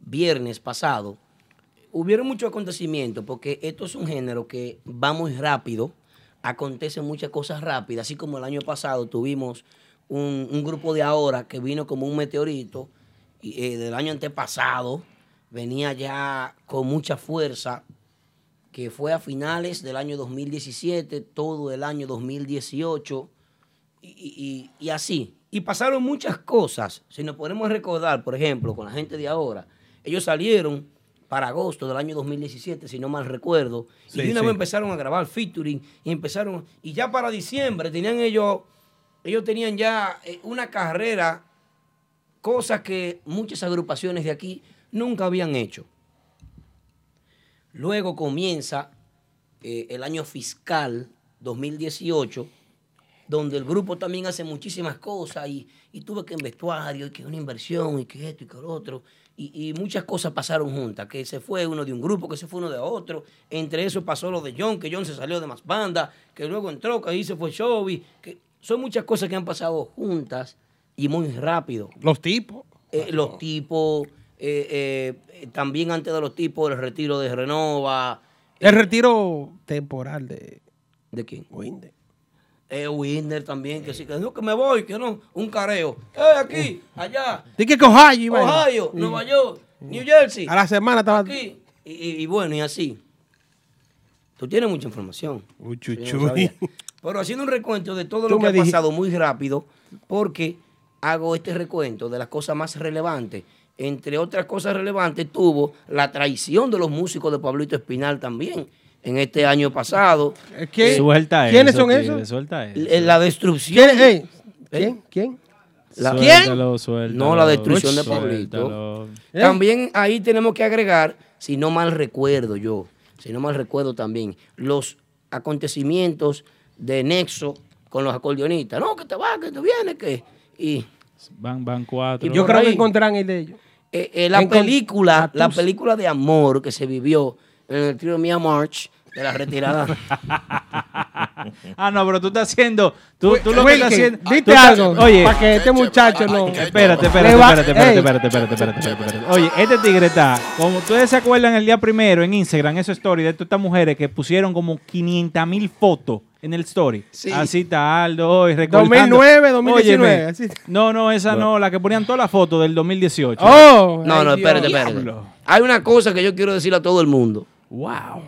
Speaker 3: viernes pasado, hubieron muchos acontecimientos, porque esto es un género que va muy rápido, acontecen muchas cosas rápidas, así como el año pasado tuvimos un, un grupo de ahora que vino como un meteorito, y, eh, del año antepasado, venía ya con mucha fuerza, que fue a finales del año 2017, todo el año 2018, y, y- y- y así. Y pasaron muchas cosas. Si nos podemos recordar, por ejemplo, con la gente de ahora, ellos salieron para agosto del año 2017, si no mal recuerdo,
Speaker 5: Sí,
Speaker 3: y de una
Speaker 5: sí.
Speaker 3: vez empezaron a grabar featuring, y empezaron, y ya para diciembre tenían ellos, ellos tenían ya eh, una carrera, cosas que muchas agrupaciones de aquí nunca habían hecho. Luego comienza eh, el año fiscal 2018, donde el grupo también hace muchísimas cosas y, y tuve que en vestuario, y que una inversión, y que esto, y que lo otro. Y, y muchas cosas pasaron juntas, que se fue uno de un grupo, que se fue uno de otro. Entre eso pasó lo de John, que John se salió de más banda, que luego entró, que ahí se fue Chovy. Que son muchas cosas que han pasado juntas y muy rápido.
Speaker 5: Los tipos.
Speaker 3: Eh, los tipos, eh, eh, eh, también antes de los tipos, el retiro de Renova.
Speaker 5: El retiro temporal de.
Speaker 3: ¿De quién?
Speaker 5: Winde.
Speaker 3: Eh, Winder también, que sí, que no, que me voy, que no, un careo. Eh, aquí, allá,
Speaker 5: Dije que Ohio Mm. iba a ir.
Speaker 3: Ohio, Nueva York, New Jersey.
Speaker 5: A la semana estaba.
Speaker 3: Aquí. Y, y- y bueno, y así. Tú tienes mucha información. Yo no sabía. Pero haciendo un recuento de todo
Speaker 5: Tú
Speaker 3: lo que
Speaker 5: me
Speaker 3: ha
Speaker 5: dijiste-
Speaker 3: pasado muy rápido, porque hago este recuento de las cosas más relevantes. entre otras cosas relevantes, tuvo la traición de los músicos de Pablito Espinal también en este año pasado.
Speaker 5: ¿Qué? Suelta ¿Quiénes eso, son tigre, esos?
Speaker 4: suelta eso.
Speaker 3: Eh, La destrucción.
Speaker 5: ¿Quién? Ey, ¿Quién? ¿Quién?
Speaker 3: La-
Speaker 4: Suéltalo, suéltalo,
Speaker 3: no, la destrucción de
Speaker 4: suéltalo.
Speaker 3: Pablito.
Speaker 5: ¿Eh?
Speaker 3: También ahí tenemos que agregar, si no mal recuerdo yo, si no mal recuerdo también, los acontecimientos de Nexo con los acordeonistas. No, que te vas, que te vienes, que... Y
Speaker 4: Van, van cuatro.
Speaker 5: Yo creo que encontrarán el de ellos.
Speaker 3: eh, eh, la
Speaker 5: Encon- Ah,
Speaker 3: película, la
Speaker 5: Atus.
Speaker 3: película de amor que se vivió en el trío Mia March de la retirada.
Speaker 4: Ah, no, pero tú estás haciendo. Tú, tú lo que
Speaker 5: Wilkin,
Speaker 4: estás haciendo. tú
Speaker 5: Dite
Speaker 4: estás-
Speaker 5: algo.
Speaker 4: Oye,
Speaker 5: Para que este muchacho no.
Speaker 4: espérate, espérate,
Speaker 5: Le va-
Speaker 4: espérate, espérate,
Speaker 5: Ey,
Speaker 4: espérate, espérate, espérate, espérate, espérate. Oye, este tigre está. Como ustedes se acuerdan el día primero en Instagram, esa story de todas estas mujeres que pusieron como 500 mil fotos en el story. Así está Aldo hoy recordando.
Speaker 5: 2009, 2019,
Speaker 4: Óyeme,
Speaker 5: así.
Speaker 4: No, no, esa no, la que ponían todas las fotos del 2018.
Speaker 5: Oh,
Speaker 3: No, no, espérate,
Speaker 4: Este
Speaker 3: espérate. Hay una cosa que yo quiero decirle a todo el mundo.
Speaker 4: Wow.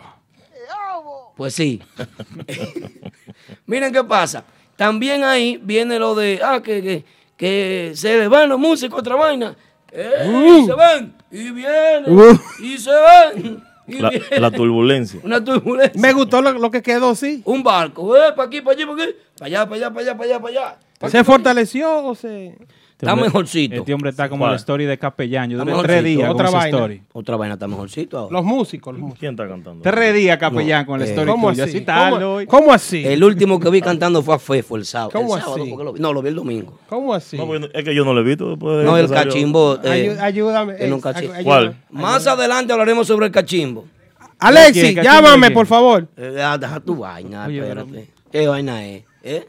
Speaker 3: Pues sí. Miren qué pasa. También ahí viene lo de, ah, que, que, que se les van los músicos, otra vaina. Eh, y se van, y vienen,
Speaker 5: Uh.
Speaker 3: y se van, y
Speaker 11: La,
Speaker 3: vienen.
Speaker 11: la turbulencia.
Speaker 3: Una turbulencia.
Speaker 5: Me gustó lo, lo que quedó, sí.
Speaker 3: Un barco, eh, para aquí, para allí, para aquí, para allá, para allá, para allá, para allá, para allá. Pa'
Speaker 5: ¿Se
Speaker 3: aquí,
Speaker 5: fortaleció o se.?
Speaker 3: Está mejorcito.
Speaker 4: Este hombre está como
Speaker 11: ¿Cuál?
Speaker 4: la story de Capellán. Yo
Speaker 3: Está
Speaker 4: duré
Speaker 3: mejorcito.
Speaker 4: tres días
Speaker 5: Otra
Speaker 4: con esa
Speaker 5: vaina.
Speaker 4: story.
Speaker 3: Otra vaina está mejorcito ahora.
Speaker 5: Los músicos. Los músicos.
Speaker 11: ¿Quién está cantando?
Speaker 4: Tres días, Capellán, con la
Speaker 3: eh,
Speaker 4: story
Speaker 5: ¿Cómo
Speaker 4: tuya.
Speaker 5: así?
Speaker 4: está
Speaker 5: ¿Cómo-
Speaker 4: Aldo hoy.
Speaker 5: ¿Cómo así?
Speaker 3: El último que vi cantando fue a Fefo el sábado.
Speaker 5: ¿Cómo
Speaker 3: El sábado,
Speaker 5: así?
Speaker 3: porque lo vi. No, lo vi el domingo.
Speaker 5: ¿Cómo así?
Speaker 11: No, porque no- es que yo no lo he visto. después de
Speaker 3: No,
Speaker 11: que
Speaker 3: el
Speaker 11: salió.
Speaker 3: cachimbo. eh,
Speaker 5: Ayu- ayúdame.
Speaker 3: en un
Speaker 5: eh,
Speaker 3: cachimbo.
Speaker 5: acu-
Speaker 11: ¿Cuál?
Speaker 5: ayúdame.
Speaker 3: Más adelante hablaremos sobre el cachimbo.
Speaker 4: ¿Quién,
Speaker 5: Alexis,
Speaker 4: cachimbo,
Speaker 5: llámame,
Speaker 4: quién?
Speaker 5: por favor.
Speaker 3: Eh, ah, deja tu vaina,
Speaker 4: Oye, pero-
Speaker 3: espérate. ¿Qué vaina es? ¿Eh?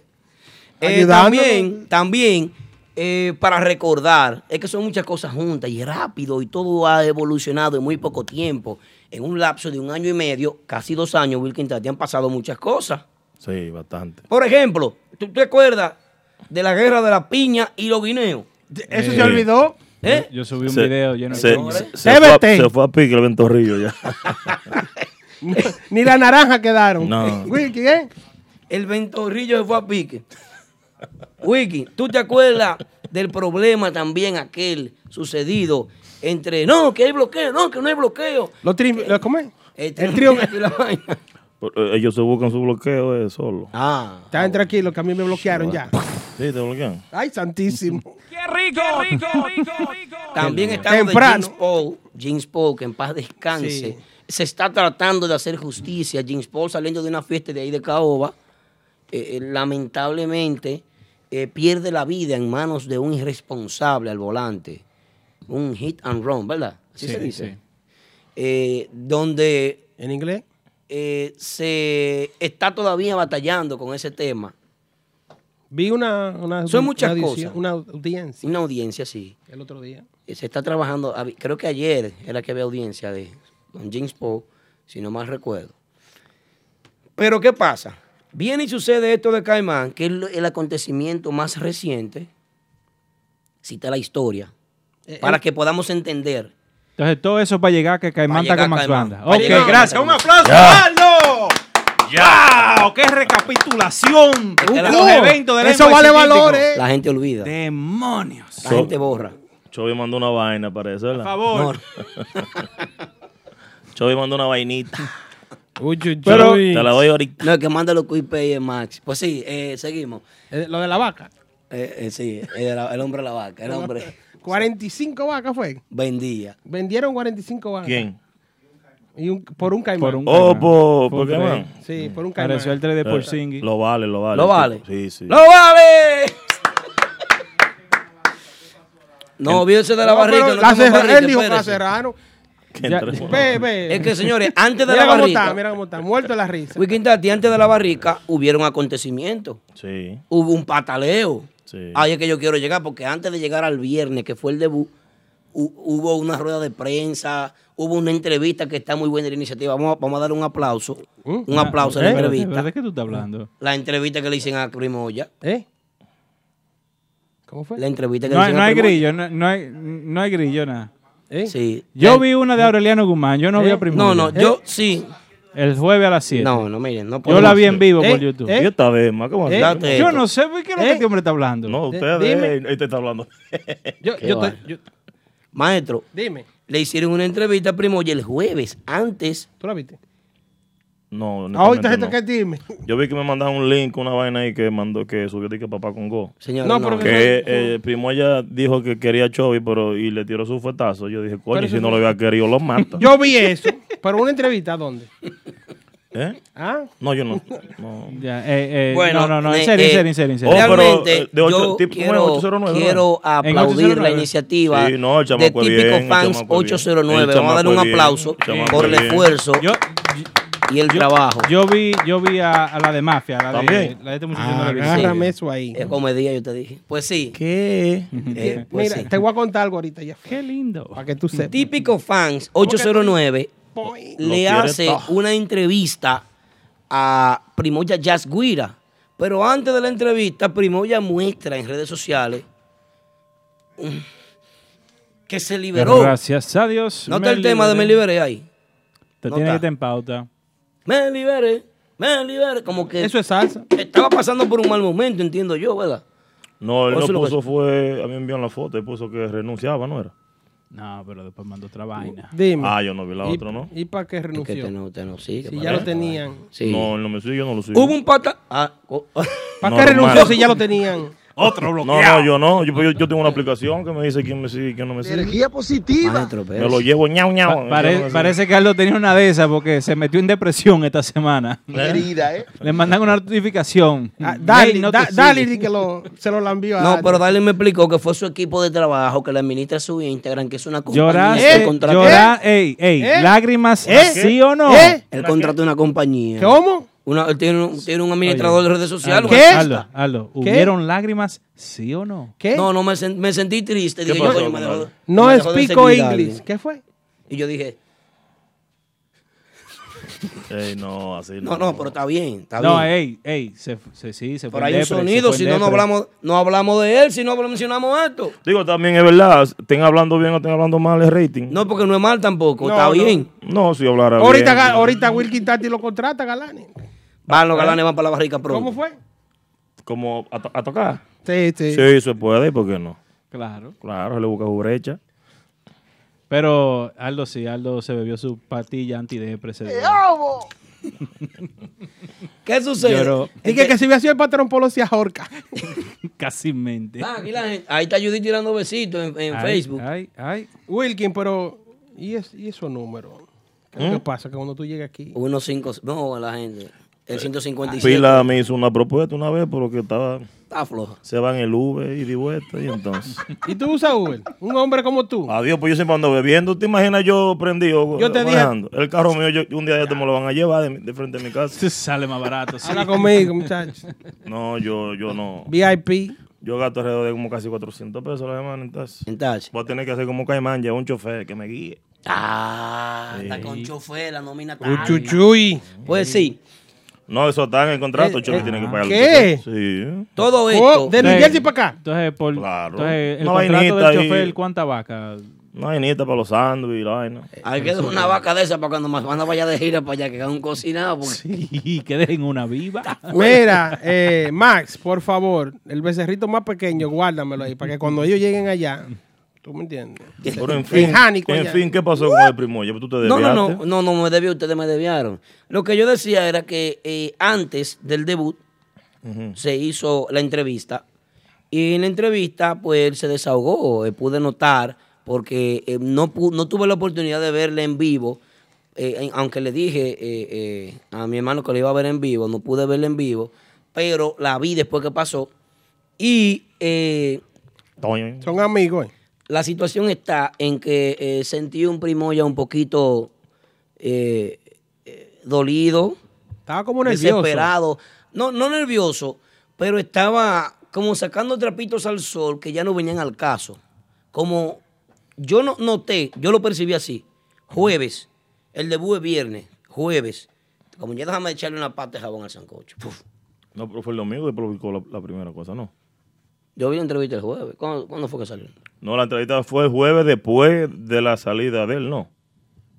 Speaker 3: Eh,
Speaker 5: Ayudándonos.
Speaker 3: también, también, eh, para recordar, es que son muchas cosas juntas y rápido y todo ha evolucionado en muy poco tiempo. En un lapso de un año y medio, casi dos años, Wilkin, te han pasado muchas cosas.
Speaker 11: Sí, bastante.
Speaker 3: Por ejemplo, ¿tú te acuerdas de la guerra de la piña y los guineos?
Speaker 5: Eso se olvidó.
Speaker 3: ¿Eh?
Speaker 4: Yo subí un
Speaker 11: Se-
Speaker 4: video lleno de
Speaker 11: se,
Speaker 4: cosas.
Speaker 11: se- se fue a,
Speaker 5: TBT.
Speaker 11: se fue a pique el ventorrillo ya.
Speaker 5: Ni la naranja quedaron.
Speaker 11: No.
Speaker 5: Wilkie, ¿eh?
Speaker 3: El ventorrillo se fue a pique. Wiki, ¿tú te acuerdas del problema también aquel sucedido entre no, que hay bloqueo, no, que no hay bloqueo?
Speaker 5: Los tri- los- ¿Cómo es?
Speaker 3: El
Speaker 5: El trío.
Speaker 3: triunfo y la vaina.
Speaker 11: Pero, eh, Ellos se buscan su bloqueo eh, solo.
Speaker 3: Ah.
Speaker 5: Estaban tranquilos que a mí me bloquearon ya.
Speaker 11: Sí, te bloquean.
Speaker 5: Ay, santísimo.
Speaker 3: También está lo de
Speaker 5: Temprano.
Speaker 3: James Paul, James Paul, que en paz descanse.
Speaker 5: Sí.
Speaker 3: Se está tratando de hacer justicia. James Paul saliendo de una fiesta de ahí de Caoba, eh, eh, lamentablemente eh, pierde la vida en manos de un irresponsable al volante. Un hit and run, ¿verdad? Así
Speaker 4: Sí,
Speaker 3: se dice.
Speaker 4: sí.
Speaker 3: Eh, donde
Speaker 5: ¿En inglés?
Speaker 3: eh, se está todavía batallando con ese tema.
Speaker 5: Vi una. una
Speaker 3: Son muchas
Speaker 5: una audici-
Speaker 3: cosas.
Speaker 5: Una audiencia
Speaker 3: Una audiencia, sí.
Speaker 5: el otro día.
Speaker 3: Eh, se está trabajando, hab- creo que ayer era que había audiencia de don James Paul, si no mal recuerdo. Pero ¿qué pasa? Viene y sucede esto de Caimán, que es lo- el acontecimiento más reciente, cita la historia,
Speaker 5: Eh,
Speaker 3: para
Speaker 5: eh.
Speaker 3: que podamos entender.
Speaker 4: Entonces, todo eso para llegar a que Caimán está
Speaker 3: llegar
Speaker 4: con Max
Speaker 3: Caimán.
Speaker 4: Banda.
Speaker 3: Pa'
Speaker 4: Ok,
Speaker 3: llegar a
Speaker 4: gracias.
Speaker 3: Caimán.
Speaker 4: Un aplauso, ¡Ah!
Speaker 11: Ya.
Speaker 4: Aldo. ¡Wow! ¡Qué Uh, recapitulación!
Speaker 3: que la-
Speaker 4: Los eventos del
Speaker 5: Eso
Speaker 4: NYC
Speaker 5: vale
Speaker 4: típico.
Speaker 5: valores.
Speaker 3: La gente olvida, la
Speaker 4: ¡Demonios!
Speaker 11: So-
Speaker 3: gente borra.
Speaker 11: Chovy mandó una vaina, parece,
Speaker 4: Por
Speaker 11: ¿verdad?
Speaker 4: favor.
Speaker 11: Chovy mandó una vainita.
Speaker 5: Uy, uy, uy.
Speaker 4: Pero-
Speaker 5: Eh,
Speaker 11: Te la doy ahorita.
Speaker 3: No, el que manda los QIP es Max. Pues sí, eh, seguimos.
Speaker 5: Lo de la vaca.
Speaker 3: Eh, eh, sí, el, el hombre a la vaca, el hombre
Speaker 5: 45 vacas fue.
Speaker 3: vendía.
Speaker 5: Vendieron 45 vacas.
Speaker 11: ¿Quién?
Speaker 5: Y un- por un caimán.
Speaker 4: Por un
Speaker 11: Oh,
Speaker 4: Caimán. Fue
Speaker 11: por, por
Speaker 4: un
Speaker 11: Caimán.
Speaker 4: tren.
Speaker 5: Sí, por un caimán.
Speaker 4: Pareció el 3 de Porzingis.
Speaker 11: Eh, Lo vale, lo vale.
Speaker 3: ¿Lo vale?
Speaker 11: Sí, sí.
Speaker 3: ¡Lo vale! No, olvídense de la
Speaker 5: No,
Speaker 3: barriga.
Speaker 5: pero
Speaker 3: no
Speaker 5: la
Speaker 3: tengo
Speaker 5: Serra-
Speaker 3: barriga,
Speaker 5: él dijo que la
Speaker 3: espérese.
Speaker 5: serrano.
Speaker 11: Que
Speaker 4: Ya-
Speaker 11: entre-
Speaker 5: Ve, ve.
Speaker 3: Es que, señores, antes de
Speaker 5: mira
Speaker 3: la
Speaker 5: cómo está,
Speaker 3: barrica,
Speaker 5: mira cómo está. Muerto de la risa.
Speaker 3: Wiking Tati, antes de la barrica, hubieron acontecimientos.
Speaker 11: Sí.
Speaker 3: Hubo un pataleo.
Speaker 11: Sí.
Speaker 3: Ahí es que yo quiero llegar, porque antes de llegar al viernes, que fue el debut, hu- hubo una rueda de prensa, hubo una entrevista que está muy buena la iniciativa. Vamos a, vamos a dar un aplauso.
Speaker 5: Uh,
Speaker 3: Un aplauso
Speaker 5: Eh,
Speaker 3: a la
Speaker 4: Espérate,
Speaker 3: entrevista.
Speaker 4: Ah, ¿eh? ¿De qué tú estás hablando?
Speaker 3: La entrevista que le hicieron a Crimoya.
Speaker 5: ¿Eh? ¿Cómo fue?
Speaker 3: La entrevista que
Speaker 4: No,
Speaker 3: le
Speaker 4: hay-
Speaker 3: hicieron
Speaker 4: no
Speaker 3: a
Speaker 4: hay
Speaker 3: Crimoya.
Speaker 4: grillo, no, no hay, no hay grillo, nada.
Speaker 5: ¿Eh?
Speaker 3: Sí. eh.
Speaker 4: Yo vi una de Aureliano Guzmán, yo no vi a Primoya.
Speaker 3: No, no, yo sí.
Speaker 4: El jueves a las 7.
Speaker 3: No, no, miren, no
Speaker 4: Ah, yo la vi en
Speaker 11: ¿Eh?
Speaker 4: vivo por
Speaker 5: ¿Eh?
Speaker 4: YouTube.
Speaker 5: ¿Eh?
Speaker 11: Y esta vez más, ¿cómo así?
Speaker 3: Date
Speaker 4: Yo
Speaker 3: esto.
Speaker 4: no sé por qué es lo que
Speaker 5: ¿Eh?
Speaker 4: este hombre está hablando.
Speaker 11: No,
Speaker 5: Eh,
Speaker 11: ustedes.
Speaker 5: dime.
Speaker 11: Él te está hablando.
Speaker 5: Yo,
Speaker 3: Qué
Speaker 5: yo
Speaker 3: va.
Speaker 5: estoy- yo-
Speaker 3: Maestro,
Speaker 5: Dime.
Speaker 3: le hicieron una entrevista, primo, y el jueves antes.
Speaker 5: ¿Tú la viste?
Speaker 11: No,
Speaker 5: Ahorita
Speaker 11: honestamente
Speaker 5: se toca
Speaker 11: no.
Speaker 5: el dime.
Speaker 11: Yo vi que me mandaron un link, una vaina ahí que mandó que subió de que papá con go.
Speaker 3: Señor, No, no. pero-
Speaker 11: que eh, primo ella dijo que quería Chovy, pero y le tiró su fuetazo. Yo dije, coño,
Speaker 5: Pero
Speaker 11: si
Speaker 5: eso
Speaker 11: no lo
Speaker 5: fue-
Speaker 11: hubiera querido, lo mata.
Speaker 5: Yo vi eso, pero una entrevista, ¿dónde?
Speaker 11: ¿Eh?
Speaker 5: ¿Ah?
Speaker 11: No, yo no. no.
Speaker 4: Ya, eh, eh, Bueno, no, no, no, en eh, serio, en eh, serio, en serio, en serio.
Speaker 11: Oh, pero,
Speaker 4: realmente,
Speaker 11: eh, de ocho-
Speaker 4: yo
Speaker 11: tipo, ¿cómo es?
Speaker 4: quiero-
Speaker 11: 809,
Speaker 3: quiero
Speaker 11: ¿verdad? En
Speaker 3: aplaudir la
Speaker 11: 809.
Speaker 3: iniciativa
Speaker 11: Sí, no, el
Speaker 3: de
Speaker 11: chamaco es
Speaker 3: Típico
Speaker 11: bien, el
Speaker 3: Fans
Speaker 11: chamaco es bien.
Speaker 3: 809.
Speaker 11: El
Speaker 3: Vamos a
Speaker 11: chamaco
Speaker 3: darle un
Speaker 11: es bien,
Speaker 3: aplauso
Speaker 11: el chamaco
Speaker 3: por
Speaker 11: es
Speaker 3: el
Speaker 11: bien.
Speaker 3: esfuerzo y el trabajo.
Speaker 4: Yo vi, yo vi a, a la de mafia, la de,
Speaker 3: También.
Speaker 4: la de este muchacho no la vi.
Speaker 5: Ah, Agárrame eso ahí.
Speaker 3: Es comedia, yo te dije. Pues sí. pues
Speaker 11: ¿Qué?
Speaker 5: Eh, Mira, te voy a contar algo ahorita ya.
Speaker 4: Qué lindo.
Speaker 5: Para que tú sepas.
Speaker 3: Típico Fans 809
Speaker 5: Lo
Speaker 3: le
Speaker 5: quiere
Speaker 3: hace
Speaker 5: todo.
Speaker 3: una entrevista a Primoya Jazz Guira. Pero antes de la entrevista, Primoya muestra en redes sociales mm, que se liberó.
Speaker 4: Gracias a Dios.
Speaker 3: Nota el tema de Me Liberé ahí.
Speaker 4: Te
Speaker 3: No
Speaker 4: tiene
Speaker 3: está.
Speaker 4: que estar en pauta.
Speaker 3: Me liberé, me liberé. Como que. Eso
Speaker 5: es salsa.
Speaker 3: Estaba pasando por un mal momento, entiendo yo, ¿verdad?
Speaker 11: No, él
Speaker 3: Eso
Speaker 11: lo
Speaker 3: es lo que-
Speaker 11: puso fue, a mí me envió la foto, él puso que renunciaba, ¿no era?
Speaker 4: No, pero después mandó otra vaina.
Speaker 5: Dime.
Speaker 11: Ah, yo no vi la otra, ¿no?
Speaker 5: ¿Y para qué renunció?
Speaker 3: Que no, usted no sigue.
Speaker 5: Si
Speaker 3: para
Speaker 5: ya lo
Speaker 3: allá.
Speaker 5: tenían.
Speaker 3: Sí.
Speaker 11: No, él no me sigue, yo no lo sigo.
Speaker 3: Hubo un pata. ah, oh,
Speaker 5: ¿Para
Speaker 11: Normal.
Speaker 5: qué renunció si ya lo tenían?
Speaker 11: Otro No, no, yo no. Yo, yo- yo tengo una aplicación que me dice quién me sigue y quién no me sigue.
Speaker 5: positiva.
Speaker 11: Me lo llevo ñau ñau.
Speaker 4: Pues, Pa- pare- parece que Aldo tenía una de esas porque se metió en depresión esta semana.
Speaker 5: Herida, ¿eh?
Speaker 4: Le mandan una notificación.
Speaker 3: Ah,
Speaker 5: Dale,
Speaker 4: Ey, no te
Speaker 5: da-
Speaker 4: sigue.
Speaker 5: dale, di que lo, se lo envió a
Speaker 3: No,
Speaker 5: Dali.
Speaker 3: pero Dale me explicó que fue su equipo de trabajo que le administra su Instagram, que es una compañía.
Speaker 4: Lloraste,
Speaker 3: que contrata-
Speaker 4: eh, llora- ey, ey,
Speaker 3: ¿Eh?
Speaker 4: lágrimas,
Speaker 3: ¿Eh?
Speaker 4: ¿sí o no?
Speaker 3: ¿Eh? Él contrata una compañía.
Speaker 5: ¿Cómo?
Speaker 3: Una, él tiene un, tiene un administrador de redes sociales.
Speaker 4: ¿Qué?
Speaker 3: un
Speaker 4: Aldo,
Speaker 3: artista.
Speaker 4: Aldo,
Speaker 3: ¿Qué?
Speaker 4: ¿hubieron lágrimas, sí o no?
Speaker 3: No, no, me, sen- me sentí triste.
Speaker 4: ¿Qué
Speaker 3: Dije,
Speaker 4: pasó,
Speaker 3: yo, coño, me
Speaker 4: compadre?
Speaker 3: dejó-
Speaker 5: No
Speaker 3: me dejó de
Speaker 5: explico
Speaker 3: seguir alguien.
Speaker 5: inglés. ¿Qué fue?
Speaker 3: Y yo dije,
Speaker 11: Ey, no, así no.
Speaker 3: no, no, pero está bien, está
Speaker 4: no,
Speaker 3: bien.
Speaker 4: ey, ey, se, se- sí, se fue
Speaker 3: Pero
Speaker 4: en
Speaker 3: hay un
Speaker 4: depre, se
Speaker 3: sonido,
Speaker 4: fue en
Speaker 3: si no, no
Speaker 4: depre.
Speaker 3: hablamos, no hablamos de él, si no mencionamos esto.
Speaker 11: Digo, también es verdad, estén hablando bien o estén hablando mal el rating.
Speaker 3: No, porque no es mal tampoco,
Speaker 5: No,
Speaker 3: está
Speaker 5: no.
Speaker 3: bien.
Speaker 11: No, si hablara
Speaker 5: Ahorita,
Speaker 11: bien.
Speaker 5: Ga- ¿Eh? ahorita Wilkin Tati lo contrata, Galani.
Speaker 3: Van los galanes, van para la barrica pronto.
Speaker 5: ¿Cómo fue?
Speaker 11: Como a, to- a tocar.
Speaker 5: Sí, sí.
Speaker 11: Sí, se puede, ¿y por qué no?
Speaker 4: Claro.
Speaker 11: Claro, se le busca su brecha.
Speaker 4: Pero Aldo sí, Aldo se bebió su pastilla antidepre. se dio.
Speaker 3: ¿Qué sucede? Este-
Speaker 4: Lloró.
Speaker 5: Dije que si hubiera sido el patrón Polo se ahorca.
Speaker 4: Casi mente.
Speaker 3: Ah, aquí la gente- ahí está Judy tirando besitos en, en
Speaker 4: Ay,
Speaker 3: Facebook.
Speaker 4: Ay, ay.
Speaker 5: Wilkin, pero. ¿Y, es, y esos números? ¿Qué es lo
Speaker 4: ¿Eh?
Speaker 11: ¿Mm?
Speaker 5: que pasa? Que cuando tú llegas aquí.
Speaker 3: Uno cinco, no, la gente. El 157.
Speaker 11: Pila me hizo una propuesta una vez, pero que estaba.
Speaker 3: Ah, Está flojo.
Speaker 11: Se va en el Uber y de vuelta, y entonces.
Speaker 5: ¿Y tú usas Uber? Un hombre como tú.
Speaker 11: Adiós, pues yo siempre ando bebiendo. ¿Te imaginas yo prendido?
Speaker 5: Yo te dije-
Speaker 11: manejando? El carro mío, yo, un día de esto me lo van a llevar de, mi- de frente a mi casa.
Speaker 4: Sale más barato. sí.
Speaker 5: Habla conmigo, muchacho.
Speaker 11: No, yo, yo no.
Speaker 5: VIP.
Speaker 11: Yo gasto alrededor de como casi 400 pesos a la semana en taxi.
Speaker 3: En taxi.
Speaker 11: Voy a tener que hacer como Caimán, llevar un chofer que me guíe.
Speaker 3: Ah, está
Speaker 11: Sí.
Speaker 3: con chofer, la nómina está alta.
Speaker 5: Uchuchuy.
Speaker 3: Pues sí.
Speaker 11: No, eso está en el
Speaker 5: Eh,
Speaker 11: contrato, el chofer
Speaker 5: eh,
Speaker 11: tiene que pagar.
Speaker 5: ¿qué?
Speaker 11: Sí.
Speaker 3: Todo esto.
Speaker 5: Oh, de New
Speaker 4: Entonces-
Speaker 5: Jersey para acá.
Speaker 4: Entonces, por,
Speaker 11: Claro.
Speaker 4: entonces el
Speaker 11: Una
Speaker 4: contrato
Speaker 11: vainita
Speaker 4: del
Speaker 11: ahí.
Speaker 4: chofer, ¿cuánta vaca?
Speaker 11: Una vainita para los sándwiches y la vaina.
Speaker 3: Eh, Hay que dar una vaca de esa para cuando más manda vaya de gira para allá que haga un cocinado. Porque...
Speaker 4: Sí, que dejen una viva.
Speaker 5: Mira, eh, Max, por favor, el becerrito más pequeño, guárdamelo ahí, para que cuando ellos lleguen allá, eh, ¿tú me entiendes?
Speaker 11: Pero en fin,
Speaker 5: Jánico
Speaker 11: en
Speaker 5: allá.
Speaker 11: fin, ¿qué pasó con el primo? Ya tú te
Speaker 3: No,
Speaker 11: desviaste.
Speaker 3: no, no, no, no, me debió, ustedes me deviaron. Lo que yo decía era que eh, antes del debut
Speaker 11: Ujú.
Speaker 3: se hizo la entrevista y en la entrevista pues él se desahogó, eh, pude notar porque eh, no, pu- no tuve la oportunidad de verle en vivo, eh, en- aunque le dije eh, eh, a mi hermano que lo iba a ver en vivo, no pude verle en vivo, pero la vi después que pasó y... eh,
Speaker 11: Toño.
Speaker 5: Son amigos. eh.
Speaker 3: la situación está en que eh, sentí un primo ya un poquito eh, eh, dolido,
Speaker 5: Estaba como nervioso.
Speaker 3: desesperado. No, no nervioso, pero estaba como sacando trapitos al sol que ya no venían al caso. Como yo no noté, yo lo percibí así. Jueves, el debut es viernes, jueves. Como ya déjame echarle una pata de jabón al sancocho. Puf.
Speaker 11: No, pero fue el domingo que publicó la, la primera cosa, ¿no?
Speaker 3: Yo vi la entrevista el jueves. ¿Cuándo, cuándo fue que salió?
Speaker 11: No, la entrevista fue el jueves después de la salida de él, ¿no?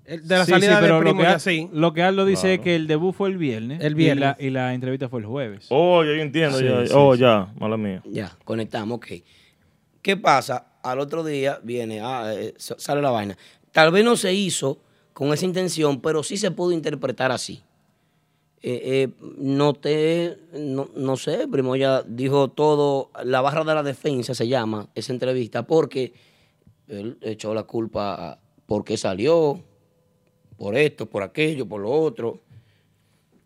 Speaker 5: El- eh, De la
Speaker 4: Sí, sí,
Speaker 5: salida
Speaker 4: pero lo
Speaker 5: de primo
Speaker 4: que,
Speaker 5: y
Speaker 4: Al-
Speaker 5: así.
Speaker 4: lo que Aldo dice
Speaker 11: Claro.
Speaker 4: es que el debut fue el viernes,
Speaker 5: El
Speaker 4: Y, la,
Speaker 5: viernes.
Speaker 4: y la entrevista fue el jueves.
Speaker 11: Oh, ya yo entiendo.
Speaker 4: Sí,
Speaker 11: ya,
Speaker 4: sí,
Speaker 11: oh,
Speaker 4: sí.
Speaker 11: ya, mala mía.
Speaker 3: Ya, conectamos, ok. ¿Qué pasa? al otro día viene, ah, eh, sa- sale la vaina. Tal vez no se hizo con esa intención, pero sí se pudo interpretar así. Eh, eh, noté, no, no sé, Primo ya dijo todo, la barra de la defensa se llama esa entrevista, porque él echó la culpa a por qué salió, por esto, por aquello, por lo otro.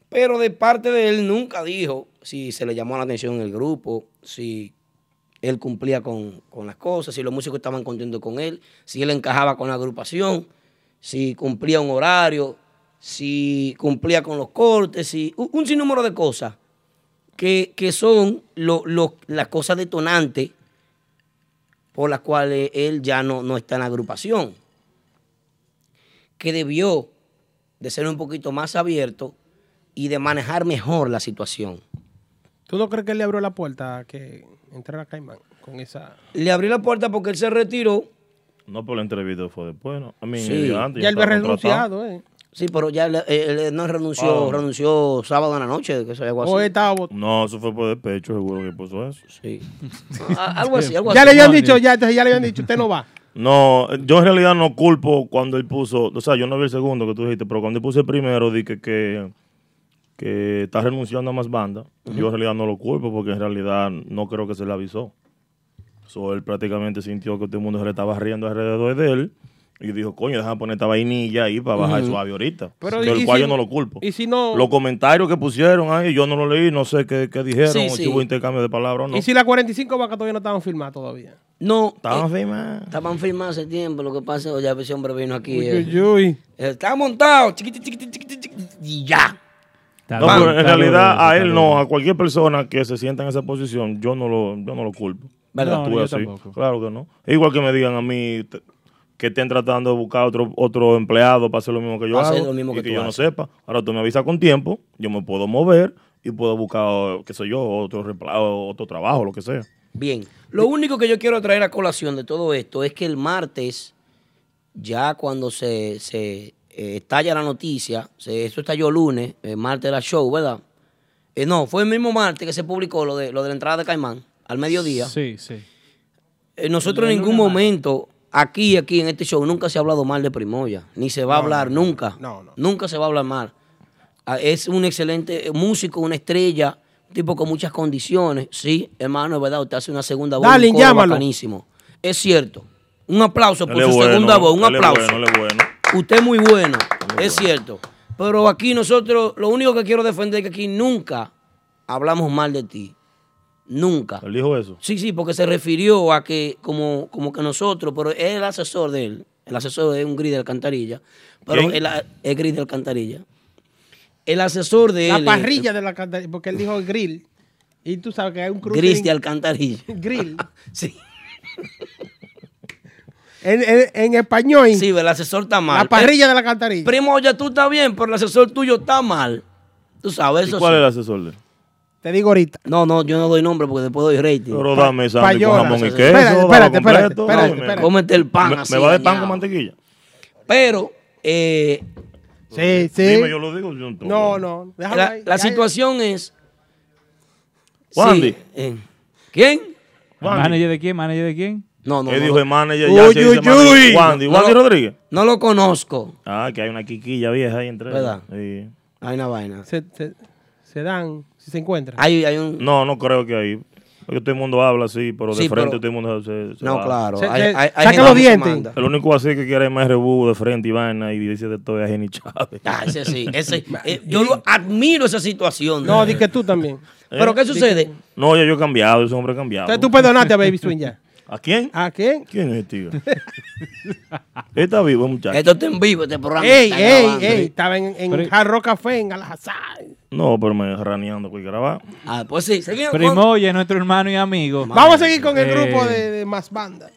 Speaker 3: Pero de parte de él nunca dijo si se le llamó la atención el grupo, si él cumplía con, con las cosas, si los músicos estaban contentos con él, si él encajaba con la agrupación, si cumplía un horario, si cumplía con los cortes, si, un, un sinnúmero de cosas que, que son lo- lo- las cosas detonantes por las cuales él ya no, no está en la agrupación. Que debió de ser un poquito más abierto y de manejar mejor la situación.
Speaker 5: ¿Tú no crees que él le abrió la puerta a que entrara Caimán con esa...
Speaker 3: Le abrió la puerta porque él se retiró.
Speaker 11: No por la entrevista fue después, ¿no? A mí,
Speaker 3: Sí.
Speaker 11: antes,
Speaker 3: Ya él
Speaker 11: estaba
Speaker 3: había
Speaker 11: contratado.
Speaker 5: Cuidado, eh.
Speaker 3: Sí, pero ya él, él- él no renunció,
Speaker 11: Ah.
Speaker 3: renunció sábado en la noche, que se algo así.
Speaker 5: O estaba bot-
Speaker 11: No, eso fue por despecho, seguro que puso eso.
Speaker 3: Sí. Ah,
Speaker 11: Ah,
Speaker 3: algo así, algo
Speaker 5: Ya le habían dicho, ya, entonces ya le habían dicho, usted no va.
Speaker 11: No, yo en realidad no culpo cuando él puso, o sea, yo no vi el segundo que tú dijiste, pero cuando él puso el primero, dije que, que está renunciando a más bandas. Yo en realidad no lo culpo porque en realidad no creo que se le avisó. So, él prácticamente sintió que todo el mundo se le estaba riendo alrededor de él y dijo, coño, déjame poner esta vainilla ahí para bajar
Speaker 5: Ujú.
Speaker 11: suave ahorita.
Speaker 5: Pero,
Speaker 11: Del
Speaker 5: ¿y
Speaker 11: cual
Speaker 5: si-
Speaker 11: yo no lo culpo.
Speaker 5: y si no-
Speaker 11: Los comentarios que pusieron ahí, yo no lo leí, no sé qué, qué dijeron,
Speaker 5: Sí,
Speaker 11: o
Speaker 5: sí.
Speaker 11: si hubo intercambio de palabras o no.
Speaker 5: Y si la 45 vacas todavía no estaban firmadas todavía.
Speaker 3: No.
Speaker 11: Estaban firmadas.
Speaker 3: Eh, Estaban firmadas hace tiempo, lo que pasa es que ya ese hombre vino aquí.
Speaker 5: Uy,
Speaker 3: eh,
Speaker 5: uy, uy.
Speaker 3: eh, Está montado, chiquiti, chiquiti, chiquiti, chiquiti, y ya.
Speaker 11: No, pero en realidad a él
Speaker 3: no
Speaker 11: no, a cualquier persona que se sienta en esa posición, yo no lo, yo no lo culpo.
Speaker 3: ¿Verdad?
Speaker 11: Actúe
Speaker 3: No, yo
Speaker 11: así.
Speaker 3: tampoco.
Speaker 11: Claro que no. Es Igual que me digan a mí te- que estén tratando de buscar otro otro empleado para hacer lo mismo que yo
Speaker 3: Para hacer
Speaker 11: hago
Speaker 3: lo mismo
Speaker 11: y
Speaker 3: que
Speaker 11: que
Speaker 3: tú
Speaker 11: yo
Speaker 3: haces.
Speaker 11: no sepa. Ahora tú me avisas con tiempo, yo me puedo mover y puedo buscar, oh, qué sé yo, otro repla- otro trabajo, lo que sea.
Speaker 3: Bien, lo único que yo quiero traer a colación de todo esto es que el martes, ya cuando se, se eh, estalla la noticia, se, esto estalló lunes, el martes la show, ¿verdad? Eh, no, fue el mismo martes que se publicó lo de, lo de la entrada de Caimán, al mediodía.
Speaker 4: Sí, sí.
Speaker 3: Eh, nosotros
Speaker 4: El
Speaker 3: en ningún
Speaker 4: lunes
Speaker 3: momento, aquí, aquí en este show, nunca se ha hablado mal de Primoya, ni se va a
Speaker 5: No,
Speaker 3: hablar
Speaker 5: no,
Speaker 3: nunca.
Speaker 5: no, no.
Speaker 3: Nunca se va a hablar mal. Ah, Es un excelente eh, músico, una estrella, un tipo con muchas condiciones. Sí, hermano, es verdad, usted hace una segunda voz.
Speaker 5: Dale,
Speaker 3: un coro
Speaker 5: llámalo.
Speaker 3: bacanísimo. Es cierto. Un aplauso por
Speaker 11: Él
Speaker 3: su
Speaker 11: es bueno,
Speaker 3: segunda voz, un
Speaker 11: él es
Speaker 3: aplauso.
Speaker 11: bueno, él es bueno.
Speaker 3: Usted es muy bueno, es cierto. Pero aquí nosotros, lo único que quiero defender es que aquí nunca hablamos mal de ti. Nunca.
Speaker 11: ¿Él dijo eso?
Speaker 3: Sí, sí, porque se refirió a que como, como que nosotros, pero es el asesor de él. El asesor es un gris de alcantarilla. Pero
Speaker 5: ¿Quién?
Speaker 3: él es gris de alcantarilla. El asesor de
Speaker 5: La
Speaker 3: él. es-
Speaker 5: parrilla de la alcantarilla, porque él dijo grill. Y tú sabes que hay un cruce.
Speaker 3: Gris de Ah, alcantarilla.
Speaker 5: Grill.
Speaker 3: sí.
Speaker 5: En, en- en español.
Speaker 3: Sí, el asesor está mal. Eh,
Speaker 5: La parrilla de la alcantarilla.
Speaker 3: Primo, oye, tú estás bien, pero el asesor tuyo está mal. Tú sabes
Speaker 11: ¿Y
Speaker 3: eso.
Speaker 11: cuál
Speaker 3: sí.
Speaker 11: es el asesor de él?
Speaker 5: Te digo ahorita.
Speaker 3: No, no, yo no doy nombre porque después doy rating.
Speaker 11: Pero dame sándwich con jamón y queso. dame completo, dame-
Speaker 3: Cómete el pan
Speaker 11: ¿Me,
Speaker 3: así.
Speaker 11: ¿Me va de pan con
Speaker 3: dañado.
Speaker 11: mantequilla?
Speaker 3: Pero, eh,
Speaker 5: Sí, sí.
Speaker 11: Dime, yo lo digo. Yo no, tengo-
Speaker 5: No, no. Déjalo
Speaker 3: la,
Speaker 5: ahí.
Speaker 3: la
Speaker 5: Ya-
Speaker 3: situación es...
Speaker 11: Wandy.
Speaker 3: Sí, eh, ¿Quién?
Speaker 4: ¿Manager de quién? ¿Manager de quién?
Speaker 3: No, no.
Speaker 11: Él
Speaker 3: no
Speaker 11: dijo
Speaker 3: lo-
Speaker 11: el manager, ya se dice manager. Wandy, Wandy
Speaker 3: lo-
Speaker 11: Rodríguez.
Speaker 3: No lo conozco.
Speaker 11: Ah, que hay una quiquilla vieja ahí entre ellos.
Speaker 3: ¿Verdad?
Speaker 11: Sí.
Speaker 3: Hay una vaina.
Speaker 5: Se, se- se dan, si se encuentran.
Speaker 3: Hay, hay un...
Speaker 11: No, no creo que ahí. Porque todo el mundo habla así, pero de
Speaker 3: Sí,
Speaker 11: frente
Speaker 3: pero-
Speaker 11: todo el mundo se, se
Speaker 3: No,
Speaker 11: va.
Speaker 3: claro.
Speaker 5: Se-
Speaker 3: hay,
Speaker 5: se-
Speaker 3: hay- hay
Speaker 5: saca
Speaker 3: gente
Speaker 5: los
Speaker 3: que
Speaker 5: dientes.
Speaker 3: manda.
Speaker 11: El único así que quiere es más rebú de frente y vaina y dice de todo es Jenny Chávez.
Speaker 3: Ah, ese sí. Ese, eh, yo lo admiro esa situación.
Speaker 5: No, di que tú también.
Speaker 3: Pero ¿qué
Speaker 11: Di
Speaker 3: sucede?
Speaker 11: ¿Eh? No, ya yo he cambiado, ese hombre ha cambiado.
Speaker 5: Entonces tú perdonaste a Baby Swing ya.
Speaker 11: ¿A quién?
Speaker 5: ¿A quién?
Speaker 11: ¿Quién es el tío? Está vivo, muchacho.
Speaker 3: Esto está en vivo, este programa.
Speaker 5: Ey,
Speaker 3: está
Speaker 5: ey,
Speaker 3: grabando.
Speaker 5: ey. Estaba en, en
Speaker 4: Pero-
Speaker 5: Hard Rock Café, en Alhazar.
Speaker 11: No, pero me raneando con grabar.
Speaker 3: Ah, pues sí. seguimos con-
Speaker 4: Primoya, nuestro hermano y amigo.
Speaker 5: Vamos a seguir con el
Speaker 4: Eh,
Speaker 5: grupo de, de más bandas.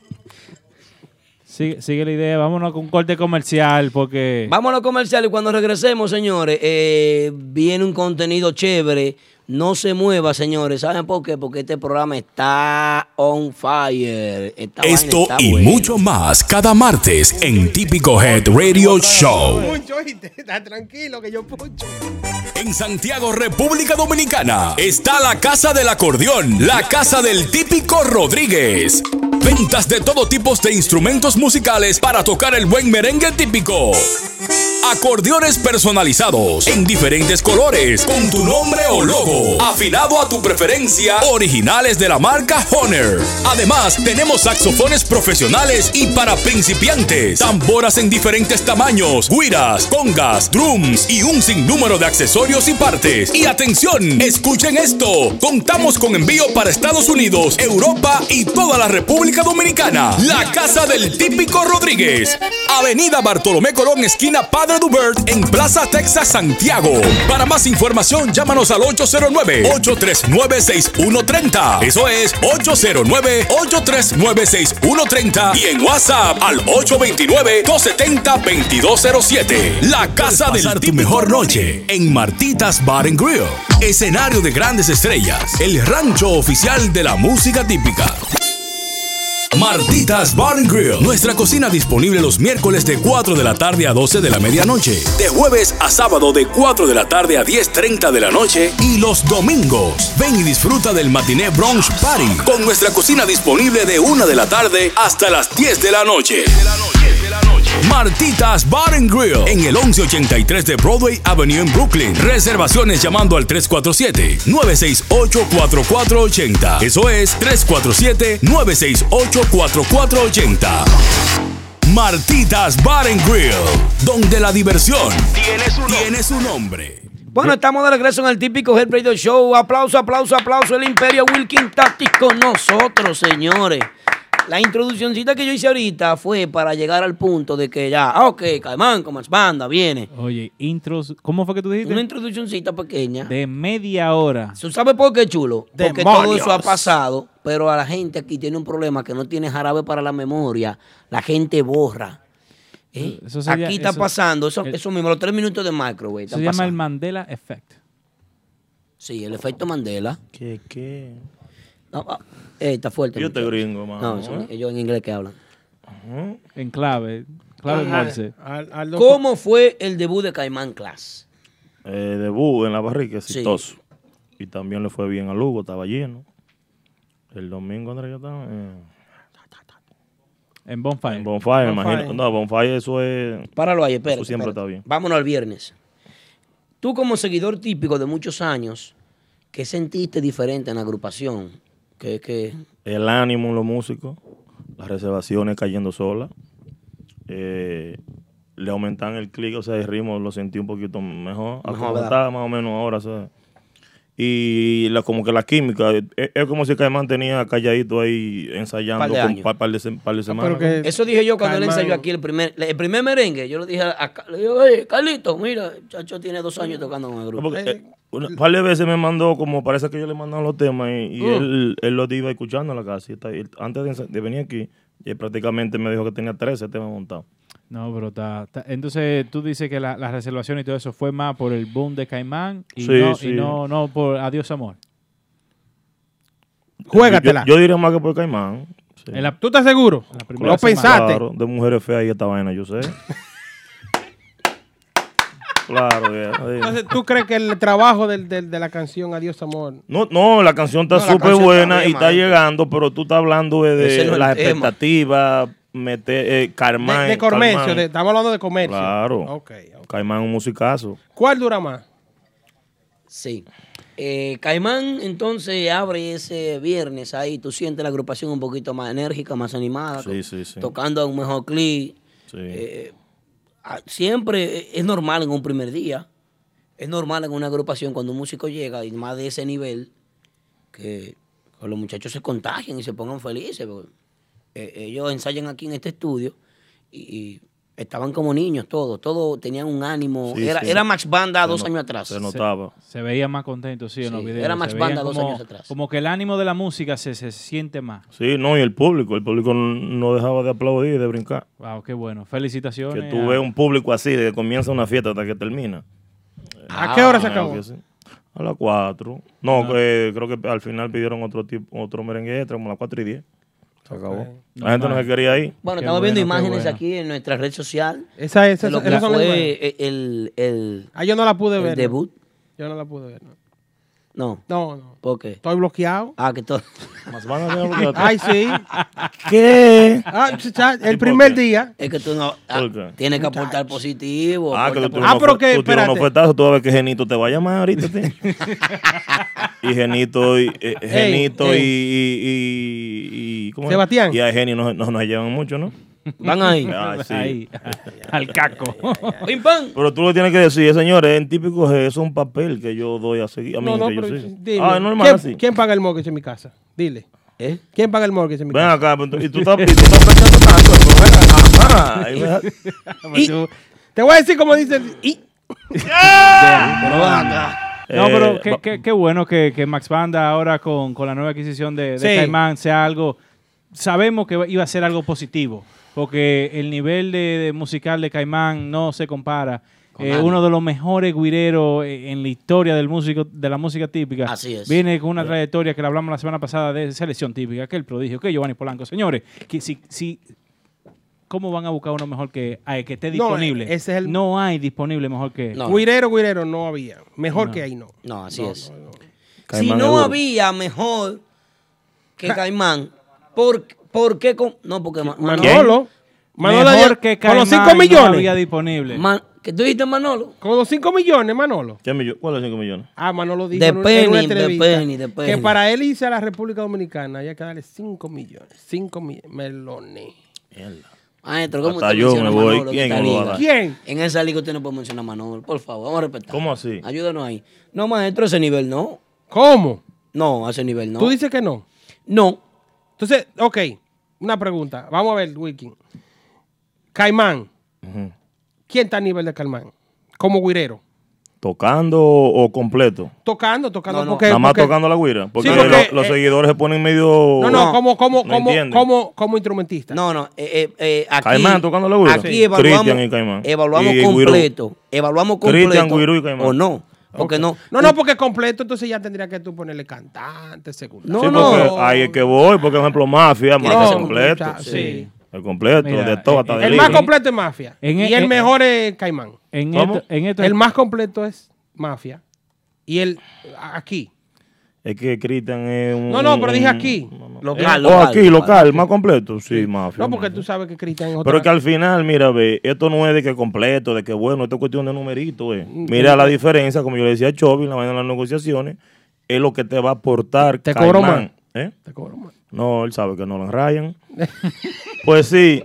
Speaker 4: Sigue, sigue la idea, vámonos con un corte comercial porque...
Speaker 3: Vamos a los comerciales. Cuando regresemos, señores, eh, viene un contenido chévere. No se mueva, señores. ¿Saben por qué? Porque este programa está on fire. Esta vaina
Speaker 1: Esto
Speaker 3: está
Speaker 1: y
Speaker 3: buena.
Speaker 1: mucho más cada martes en Típico Head Radio Show.
Speaker 5: Puncho, oíste. Está tranquilo que yo puncho.
Speaker 1: En Santiago, República Dominicana, está la Casa del Acordeón, la Casa del Típico Rodríguez. Ventas de todo tipo de instrumentos musicales para tocar el buen merengue típico. Acordeones personalizados en diferentes colores con tu nombre o logo, afinado a tu preferencia, originales de la marca Honor. Además, tenemos saxofones profesionales y para principiantes, tamboras en diferentes tamaños, guiras, congas, drums y un sinnúmero de accesorios y partes. Y atención, escuchen esto. Contamos con envío para Estados Unidos, Europa y toda la República Dominicana. La casa del típico Rodríguez. Avenida Bartolomé Colón, esquina Padre Dubert, en Plaza Texas, Santiago. Para más información, llámanos al 809-839-6130. Eso es 809-839-6130. Y en WhatsApp al 829-270-2207. La casa del típico mejor noche en Martitas Bar and Grill. Escenario de grandes estrellas. El rancho oficial de la música típica. Martitas Bar and Grill. Nuestra cocina disponible los miércoles de 4 de la tarde a 12 de la medianoche. De jueves a sábado de 4 de la tarde a 10.30 de la noche. Y los domingos. Ven y disfruta del matiné brunch party. Con nuestra cocina disponible de 1 de la tarde hasta las 10 de la noche. Martitas Bar and Grill en el 1183 de Broadway Avenue en Brooklyn. Reservaciones llamando al 347-968-4480. Eso es 347-968-4480. Martitas Bar and Grill, donde la diversión tiene su, nombre.
Speaker 3: Bueno, estamos de regreso en el típico Head Radio Show. Aplauso, aplauso, aplauso. El Imperio Wilkin Tactics con nosotros, señores. La introduccióncita que yo hice ahorita fue para llegar al punto de que ya, ah, ok, Caimán, con más banda, viene.
Speaker 4: Oye, intros. ¿Cómo fue que tú dijiste?
Speaker 3: Una introduccióncita pequeña.
Speaker 4: De media hora.
Speaker 3: ¿Tú sabes por qué, chulo? Porque todo
Speaker 4: Demonios.
Speaker 3: eso ha pasado, pero a la gente aquí tiene un problema que no tiene jarabe para la memoria. La gente borra. ¿Eh?
Speaker 4: Eso sería-
Speaker 3: aquí está
Speaker 4: eso-
Speaker 3: pasando, eso,
Speaker 4: el-
Speaker 3: eso mismo, los tres minutos de microwave.
Speaker 4: Se
Speaker 3: están
Speaker 4: llama el
Speaker 3: pasando.
Speaker 4: Mandela Effect.
Speaker 3: Sí, el efecto Mandela.
Speaker 11: ¿Qué, qué?
Speaker 3: No, ah, eh, está fuerte.
Speaker 11: Yo te
Speaker 3: muchacho.
Speaker 11: gringo, mano,
Speaker 3: No, son-
Speaker 11: ¿eh?
Speaker 3: ellos en inglés que hablan.
Speaker 4: En clave. Clave
Speaker 3: Ajá.
Speaker 4: Morse.
Speaker 3: ¿Cómo fue el debut de Caimán Class?
Speaker 11: Eh, debut en la barrica,
Speaker 3: Sí.
Speaker 11: exitoso. Y también le fue bien a Lugo, estaba lleno. El domingo, Andrés, yo estaba. eh,
Speaker 4: En Bonfire. En
Speaker 11: Bonfire,
Speaker 4: Bonfire.
Speaker 11: imagino. No, Bonfire, eso es.
Speaker 3: Páralo ahí, espérate.
Speaker 11: Eso siempre
Speaker 3: espérate.
Speaker 11: está bien.
Speaker 3: Vámonos al viernes. Tú como seguidor típico de muchos años, ¿qué sentiste diferente en la agrupación? Que, que
Speaker 11: El ánimo en los músicos, las reservaciones cayendo solas. eh, le aumentan el clic, o sea, el ritmo lo sentí un poquito mejor. a
Speaker 12: Mejor,
Speaker 11: como
Speaker 12: ¿verdad?
Speaker 11: estaba más o menos ahora, o sea. Y la, como que la química, eh, es, como si Caimán tenía calladito ahí ensayando
Speaker 3: Par de
Speaker 11: con
Speaker 3: años.
Speaker 11: par, par de, sem- par
Speaker 3: Ah,
Speaker 11: de semanas.
Speaker 3: Eso dije yo cuando él
Speaker 11: Caimán-
Speaker 3: ensayó aquí el primer, el primer merengue. Yo le dije a, a- le digo, oye, Carlito, mira, el chacho tiene dos años tocando con el
Speaker 11: No,
Speaker 3: grupo.
Speaker 11: porque, eh, una- par de veces me mandó, como parece que yo le mandaba los temas y, y
Speaker 3: Mm.
Speaker 11: él, él los iba escuchando en la casa. Y está- y él- antes de, ensa- de venir aquí, él prácticamente me dijo que tenía 13 temas montados.
Speaker 4: No, pero está. está- Entonces tú dices que la, la reservación y todo eso fue más por el boom de Caimán y,
Speaker 11: Sí,
Speaker 4: no,
Speaker 11: sí.
Speaker 4: y no, no por Adiós Amor.
Speaker 11: Juégatela. Yo, yo diría más que por Caimán. sí.
Speaker 4: En la- ¿Tú estás seguro? En la primera ¿Lo semana. pensaste?
Speaker 11: Claro, de mujeres feas y esta vaina, yo sé. claro, ya, sí.
Speaker 5: Entonces, ¿tú crees que el trabajo del- del- de la canción Adiós Amor
Speaker 11: No, no, la canción está
Speaker 5: No, la
Speaker 11: súper
Speaker 5: canción está
Speaker 11: buena y
Speaker 5: bien,
Speaker 11: está
Speaker 5: maestro.
Speaker 11: llegando, pero tú estás hablando de,
Speaker 5: Ese no es el
Speaker 11: las
Speaker 5: tema.
Speaker 11: expectativas, meter, eh, Carmán.
Speaker 5: de comercio?
Speaker 11: Carmán.
Speaker 5: de- estamos hablando de comercio.
Speaker 11: Claro.
Speaker 5: Ok.
Speaker 11: Caimán es un musicazo.
Speaker 5: ¿Cuál dura más?
Speaker 3: Sí. Eh, Caimán entonces abre ese viernes ahí. Tú sientes la agrupación un poquito más enérgica, más animada.
Speaker 11: Sí, sí, sí.
Speaker 3: tocando a un mejor clic.
Speaker 11: Sí.
Speaker 3: Eh, a- siempre eh, es normal en un primer día, es normal en una agrupación cuando un músico llega y más de ese nivel, que, que los muchachos se contagien y se pongan felices. porque, eh, ellos ensayan aquí en este estudio y, y estaban como niños todos, todos tenían un ánimo.
Speaker 4: Sí,
Speaker 3: era,
Speaker 4: sí.
Speaker 3: era Max Banda
Speaker 4: Se
Speaker 3: dos
Speaker 4: no-
Speaker 3: años atrás.
Speaker 11: se notaba.
Speaker 4: Se veía más contento, sí, en los
Speaker 3: Sí,
Speaker 4: videos.
Speaker 3: era
Speaker 4: se
Speaker 3: Max
Speaker 4: veían
Speaker 3: Banda dos
Speaker 4: como-
Speaker 3: años atrás.
Speaker 4: Como que el ánimo de la música se, se siente más.
Speaker 11: Sí, no, y el público. El público no dejaba de aplaudir y de brincar.
Speaker 4: Wow, qué bueno. Felicitaciones.
Speaker 11: Que tú
Speaker 4: a-
Speaker 11: ves un público así, desde que comienza una fiesta hasta que termina.
Speaker 4: ¿A qué hora se
Speaker 11: Ah,
Speaker 4: acabó?
Speaker 11: que sí. A las 4. No,
Speaker 4: Ah.
Speaker 11: que- creo que al final pidieron otro tipo, otro merengue extra, como a las 4 y 10. Se acabó.
Speaker 3: Normal.
Speaker 11: La gente no se quería ir.
Speaker 3: Bueno, estamos viendo imágenes aquí en nuestra red social.
Speaker 5: Esa- esa-
Speaker 3: de lo que
Speaker 5: esas son las
Speaker 3: fue
Speaker 5: buenas.
Speaker 3: el, el-
Speaker 5: Ah, yo no la pude
Speaker 3: el
Speaker 5: ver.
Speaker 3: debut.
Speaker 5: Yo no la pude ver. no.
Speaker 3: No.
Speaker 5: No, no.
Speaker 3: ¿Por qué?
Speaker 5: Estoy bloqueado.
Speaker 3: Ah, que todo.
Speaker 11: Más van a bloqueado.
Speaker 5: Ay, sí.
Speaker 3: ¿Qué?
Speaker 5: Ah, chacha, el primer día.
Speaker 3: Es que tú no. ah,
Speaker 11: ¿Por qué?
Speaker 3: tienes que aportar positivo.
Speaker 11: Ah, que
Speaker 3: aporta
Speaker 11: tú tienes
Speaker 3: positivo.
Speaker 11: una ofe- tú tienes un ofertazo, tú vas a ver que Genito te va a llamar ahorita. tío. y Genito y eh, Genito
Speaker 5: ey.
Speaker 11: y, y- y- y- ¿cómo es?
Speaker 5: Sebastián.
Speaker 11: Y a Genio no, no nos llevan mucho, ¿no?
Speaker 3: Van ahí.
Speaker 11: Ah, sí.
Speaker 4: Ahí, al caco.
Speaker 3: Pim, pam.
Speaker 11: Pero tú lo tienes que decir, señores, en típico es un papel que yo doy a seguir. A mí
Speaker 5: No, no,
Speaker 11: que yo
Speaker 5: pero
Speaker 11: sigo.
Speaker 5: dile.
Speaker 11: Ah, es normal
Speaker 5: ¿Quién,
Speaker 11: así.
Speaker 5: quién paga el mortgage en mi casa? Dile.
Speaker 3: ¿Eh?
Speaker 5: ¿Quién paga el mortgage en mi
Speaker 11: Ven
Speaker 5: casa?
Speaker 11: acá, pero tú- y tú estás, y tú estás pensando tanto, pero ven acá. Ajá, ahí ves-
Speaker 5: Y- te voy a decir como dicen. Y, Pues,
Speaker 3: Pero van acá.
Speaker 4: No, pero
Speaker 11: Eh,
Speaker 4: qué,
Speaker 11: va-
Speaker 4: qué- qué bueno que, que Max Banda ahora con, con la nueva adquisición de, de
Speaker 5: Sí.
Speaker 4: Caimán sea algo. Sabemos que iba a ser algo positivo, porque el nivel de, de musical de Caimán no se compara.
Speaker 3: Con
Speaker 4: Eh,
Speaker 3: nadie.
Speaker 4: uno de los mejores guireros eh, en la historia del músico, de la música típica.
Speaker 3: Así es.
Speaker 4: Viene con una trayectoria que la hablamos la semana pasada de selección típica, que el prodigio, que Giovanni Polanco. Señores, que si, si- ¿cómo van a buscar uno mejor que, ay, que esté
Speaker 5: No,
Speaker 4: disponible? No,
Speaker 5: eh, ese es el-
Speaker 4: hay disponible mejor que...
Speaker 3: No,
Speaker 5: Guirero, guirero, no había. Mejor que ahí no.
Speaker 3: No, así es. Si
Speaker 11: Caimán es
Speaker 3: no
Speaker 11: duro.
Speaker 3: había mejor que Caimán, ¿por, por qué? con- no, porque Ma- Manolo.
Speaker 5: Manolo. Manolo
Speaker 4: mejor
Speaker 5: ayer-
Speaker 4: que
Speaker 5: con los
Speaker 4: Caimán
Speaker 5: 5
Speaker 4: no
Speaker 5: millones.
Speaker 4: había disponible.
Speaker 3: Man- ¿Qué tú dijiste, Manolo?
Speaker 5: Con los 5 millones, Manolo.
Speaker 11: ¿Qué millo- ¿Cuáles 5 millones?
Speaker 5: Ah, Manolo dijo
Speaker 3: De
Speaker 5: en un- en una
Speaker 3: penny, de
Speaker 5: entrevista
Speaker 3: penny, de penny.
Speaker 5: que para él irse a la República Dominicana había que darle 5 millones. 5 millones. Melones.
Speaker 3: Maestro, ¿cómo
Speaker 11: Hasta
Speaker 3: usted
Speaker 11: yo
Speaker 3: menciona
Speaker 11: me voy.
Speaker 3: Manolo en
Speaker 11: ¿Quién
Speaker 3: esta
Speaker 11: me lo va a
Speaker 3: liga?
Speaker 11: dar?
Speaker 5: ¿Quién?
Speaker 3: En esa liga usted no puede mencionar a Manolo, por favor, vamos a respetar.
Speaker 11: ¿Cómo así?
Speaker 3: Ayúdanos ahí. No, maestro, ese nivel no.
Speaker 5: ¿Cómo?
Speaker 3: No, a ese nivel no.
Speaker 5: Tú dices que no.
Speaker 3: No.
Speaker 5: Entonces, ok, una pregunta. Vamos a ver, Wilkin. Caimán.
Speaker 11: Ujú.
Speaker 5: ¿Quién está a nivel de Caimán? Como guirero.
Speaker 11: ¿Tocando o o completo?
Speaker 5: Tocando, tocando.
Speaker 3: No, no.
Speaker 5: porque,
Speaker 11: Nada más
Speaker 5: porque-
Speaker 11: tocando la guira. Porque,
Speaker 5: Sí, porque,
Speaker 11: lo- los
Speaker 5: eh,
Speaker 11: seguidores se ponen medio.
Speaker 5: No, no, como, como,
Speaker 11: No
Speaker 5: como,
Speaker 11: entienden.
Speaker 5: como, como instrumentista.
Speaker 3: No, no. eh, eh, eh, aquí,
Speaker 11: Caimán tocando la güira.
Speaker 3: Aquí
Speaker 11: Sí. Cristian y
Speaker 3: evaluamos,
Speaker 11: Caimán.
Speaker 3: evaluamos
Speaker 11: Y Guirú.
Speaker 3: completo. Evaluamos completo.
Speaker 11: Cristian, Guirú y Caimán.
Speaker 3: O no. Porque no.
Speaker 5: No, no, porque completo, entonces ya tendría que tú ponerle cantante, segunda.
Speaker 3: No,
Speaker 11: Sí,
Speaker 3: no.
Speaker 11: porque ahí es que voy, porque, por ejemplo, Mafia,
Speaker 3: Tiene
Speaker 11: Mafia
Speaker 3: que
Speaker 11: es
Speaker 3: ser
Speaker 11: completo.
Speaker 5: mucha- sí.
Speaker 11: Sí. El completo,
Speaker 4: Mira,
Speaker 11: de todo, hasta
Speaker 4: el-
Speaker 11: de
Speaker 5: El
Speaker 4: Sí.
Speaker 5: más
Speaker 11: libro.
Speaker 5: completo es Mafia.
Speaker 4: En- e- eh,
Speaker 5: y el
Speaker 4: en-
Speaker 5: mejor es Caimán.
Speaker 4: En
Speaker 11: ¿Cómo?
Speaker 4: esto, en esto
Speaker 5: El más completo es Mafia. Y el aquí.
Speaker 11: Es que Cristian es un.
Speaker 5: No, no, pero dije
Speaker 11: un-
Speaker 5: aquí.
Speaker 3: Local,
Speaker 11: o
Speaker 3: local,
Speaker 11: Oh, aquí, local, más completo. Sí, Mafia.
Speaker 5: No, porque
Speaker 11: Mafia.
Speaker 5: tú sabes que Cristian es otra-
Speaker 11: Pero es que al final, mira, ve, esto no es de que completo, de que bueno, esto es cuestión de numerito, eh.
Speaker 5: Mm,
Speaker 11: Mira la diferencia, como yo le decía a Chovy, en la vaina de las negociaciones, es lo que te va a aportar.
Speaker 5: Te cobro
Speaker 11: Caimán, ¿eh?
Speaker 5: Te cobro más.
Speaker 11: No, él sabe que no lo rayan. pues sí,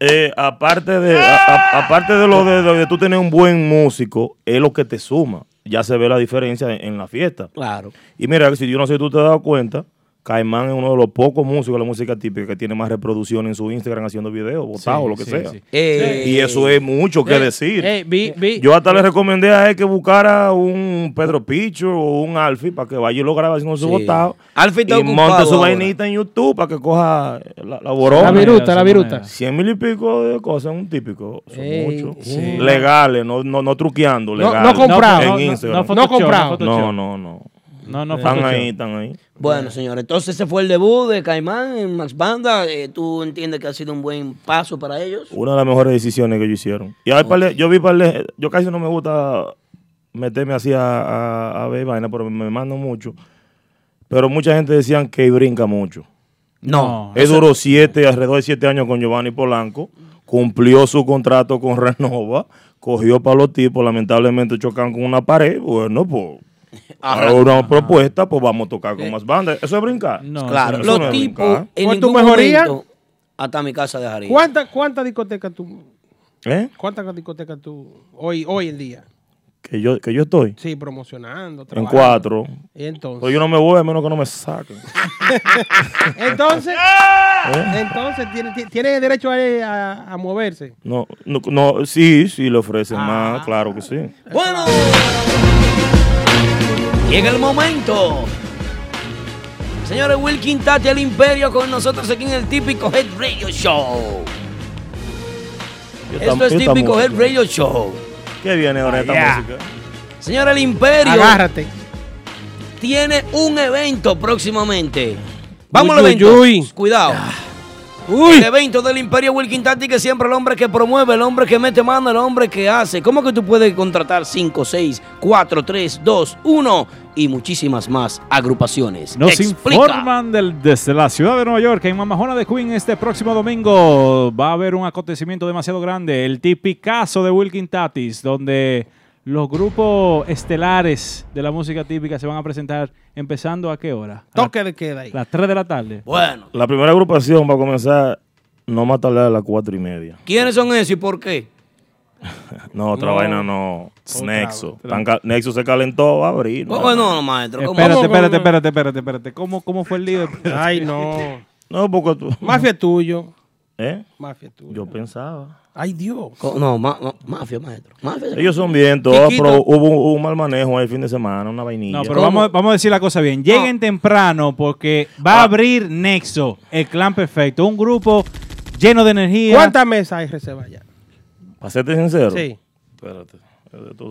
Speaker 11: eh, aparte de a- a- aparte de lo de, de- de tú tener un buen músico, es lo que te suma. Ya se ve la diferencia en, en la fiesta.
Speaker 3: Claro.
Speaker 11: Y mira, si yo no sé si tú te has dado cuenta, Caimán es uno de los pocos músicos de la música típica que tiene más reproducción en su Instagram haciendo videos, botados,
Speaker 4: Sí,
Speaker 11: lo que
Speaker 4: sí,
Speaker 11: sea.
Speaker 4: sí.
Speaker 3: Eh,
Speaker 11: Y eso es mucho que decir.
Speaker 5: Eh, vi, vi.
Speaker 11: Yo hasta le recomendé a él que buscara un Pedro Picho o un Alfi para que vaya y lo grabe haciendo su
Speaker 3: Sí.
Speaker 11: botado.
Speaker 3: Alfie está
Speaker 11: y
Speaker 3: ocupado
Speaker 11: monte su
Speaker 3: ahora.
Speaker 11: vainita en YouTube para que coja la, la
Speaker 5: la
Speaker 11: borona.
Speaker 4: viru-
Speaker 5: viruta, la viruta.
Speaker 11: Cien mil y pico de cosas, un típico. Son
Speaker 5: Ey,
Speaker 11: muchos.
Speaker 5: sí.
Speaker 11: Legales, no, no, no truqueando,
Speaker 5: No- no
Speaker 11: legales.
Speaker 5: comprado.
Speaker 11: En
Speaker 5: No, no,
Speaker 11: Instagram.
Speaker 4: Photoshop,
Speaker 5: No comprado.
Speaker 4: Photoshop.
Speaker 11: No, no, no.
Speaker 4: No, no
Speaker 11: Están
Speaker 4: Photoshop.
Speaker 11: ahí, están ahí.
Speaker 3: Bueno, señores, entonces ese fue el debut de Caimán en Max Banda. Eh, ¿Tú entiendes que ha sido un buen paso para ellos?
Speaker 11: Una de las mejores decisiones que ellos hicieron. Y hay par de- yo vi par de- yo casi no me gusta meterme así a, a- a ver vaina, pero me, me mando mucho. Pero mucha gente decían que brinca mucho.
Speaker 4: No.
Speaker 11: Él duró siete, alrededor de siete años con Giovanni Polanco, cumplió su contrato con Renova, cogió para los tipos, lamentablemente chocan con una pared, bueno, pues ahora una propuesta, pues vamos a tocar con más bandas. Eso es brincar.
Speaker 4: No,
Speaker 3: claro.
Speaker 11: eso
Speaker 3: Los
Speaker 11: no es
Speaker 3: tipos
Speaker 11: brincar.
Speaker 3: en
Speaker 5: ¿Con tu
Speaker 3: ningún
Speaker 5: mejoría?
Speaker 3: momento hasta mi casa dejaría.
Speaker 5: ¿Cuántas cuántas discotecas tú
Speaker 11: ¿Eh?
Speaker 5: cuántas discotecas tú hoy hoy en día?
Speaker 11: Que yo, que yo estoy
Speaker 5: Sí, promocionando,
Speaker 11: en
Speaker 5: trabajando.
Speaker 11: cuatro.
Speaker 5: Y entonces.
Speaker 11: Pero yo no me voy a menos que no me saquen.
Speaker 5: Entonces,
Speaker 11: ¿Eh?
Speaker 5: entonces tiene, ti- tiene derecho a, a- a moverse.
Speaker 11: No, no, no, sí, sí, le ofrecen
Speaker 4: Ah.
Speaker 11: más, claro que sí.
Speaker 3: Bueno, llega el momento. Señores, Wilkin Tati, el Imperio, con nosotros aquí en el típico Head Radio Show.
Speaker 11: Y esta-
Speaker 3: Esto es
Speaker 11: y esta
Speaker 3: típico Head
Speaker 11: música.
Speaker 3: Radio Show.
Speaker 11: ¿Qué viene ahora esta
Speaker 4: Yeah.
Speaker 11: música?
Speaker 3: Señor, el Imperio
Speaker 5: Agárrate.
Speaker 3: tiene un evento próximamente. Vamos
Speaker 5: Uy,
Speaker 3: al
Speaker 5: uy,
Speaker 3: evento.
Speaker 5: uy.
Speaker 3: Cuidado. El evento del Imperio Wilkin Tati que siempre el hombre que promueve, el hombre que mete mano, el hombre que hace. ¿Cómo que tú puedes contratar 5, 6, 4, 3, 2, 1 y muchísimas más agrupaciones?
Speaker 4: Nos
Speaker 3: Explica.
Speaker 4: informan del- desde la ciudad de Nueva York que en Mamajona de Queen este próximo domingo va a haber un acontecimiento demasiado grande, el tipicazo de Wilkin Tatis, donde los grupos estelares de la música típica se van a presentar empezando a qué hora? A
Speaker 5: Toque de queda ahí.
Speaker 4: las 3 de la tarde.
Speaker 3: Bueno.
Speaker 11: La primera agrupación va a comenzar no más tarde a las cuatro y media.
Speaker 3: ¿Quiénes son esos y por qué?
Speaker 11: No, otra
Speaker 3: No.
Speaker 11: vaina no. Nexo. Tan ca- Nexo se calentó, va a abrir.
Speaker 3: Oh, bueno, no, maestro, ¿cómo?
Speaker 4: Espérate,
Speaker 3: ¿Cómo, cómo,
Speaker 4: espérate,
Speaker 3: cómo?
Speaker 4: espérate, espérate, espérate. ¿Cómo, cómo fue el lío?
Speaker 5: Ay, no.
Speaker 11: No, porque tú.
Speaker 5: Mafia tuyo.
Speaker 11: ¿Eh?
Speaker 5: Mafia tuya.
Speaker 11: Yo pensaba.
Speaker 5: Ay, Dios.
Speaker 3: Co- No, ma- ma- mafia, maestro. Mafia.
Speaker 11: Ellos son bien todos,
Speaker 3: Chiquito.
Speaker 11: pero hubo un, hubo un mal manejo el fin de semana, una vainilla.
Speaker 4: No, pero vamos, vamos a decir la cosa bien. Lleguen temprano porque va
Speaker 5: Ah.
Speaker 4: a abrir Nexo, el clan perfecto. Un grupo lleno de energía.
Speaker 5: ¿Cuántas mesas hay reserva ya?
Speaker 11: Para serte sincero.
Speaker 5: Sí.
Speaker 11: Espérate.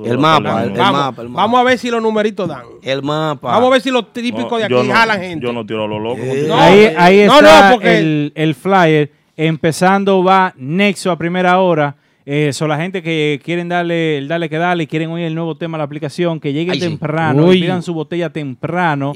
Speaker 5: El
Speaker 3: mapa, el-
Speaker 5: Vamos,
Speaker 3: mapa, el mapa.
Speaker 5: vamos a ver si los numeritos dan.
Speaker 3: El mapa.
Speaker 5: Vamos a ver si los típicos de
Speaker 11: yo
Speaker 5: aquí
Speaker 11: no-
Speaker 5: jalan gente.
Speaker 11: Yo no tiro a lo loco.
Speaker 5: No,
Speaker 4: ahí
Speaker 5: eh,
Speaker 4: ahí
Speaker 5: no,
Speaker 4: está
Speaker 5: no, porque-
Speaker 4: el, el flyer. Empezando va Nexo a primera hora. Eh, son la gente que quieren darle el dale que dale y quieren oír el nuevo tema a la aplicación, que lleguen
Speaker 5: Ay, sí.
Speaker 4: temprano,
Speaker 5: Uy.
Speaker 4: y pidan su botella temprano.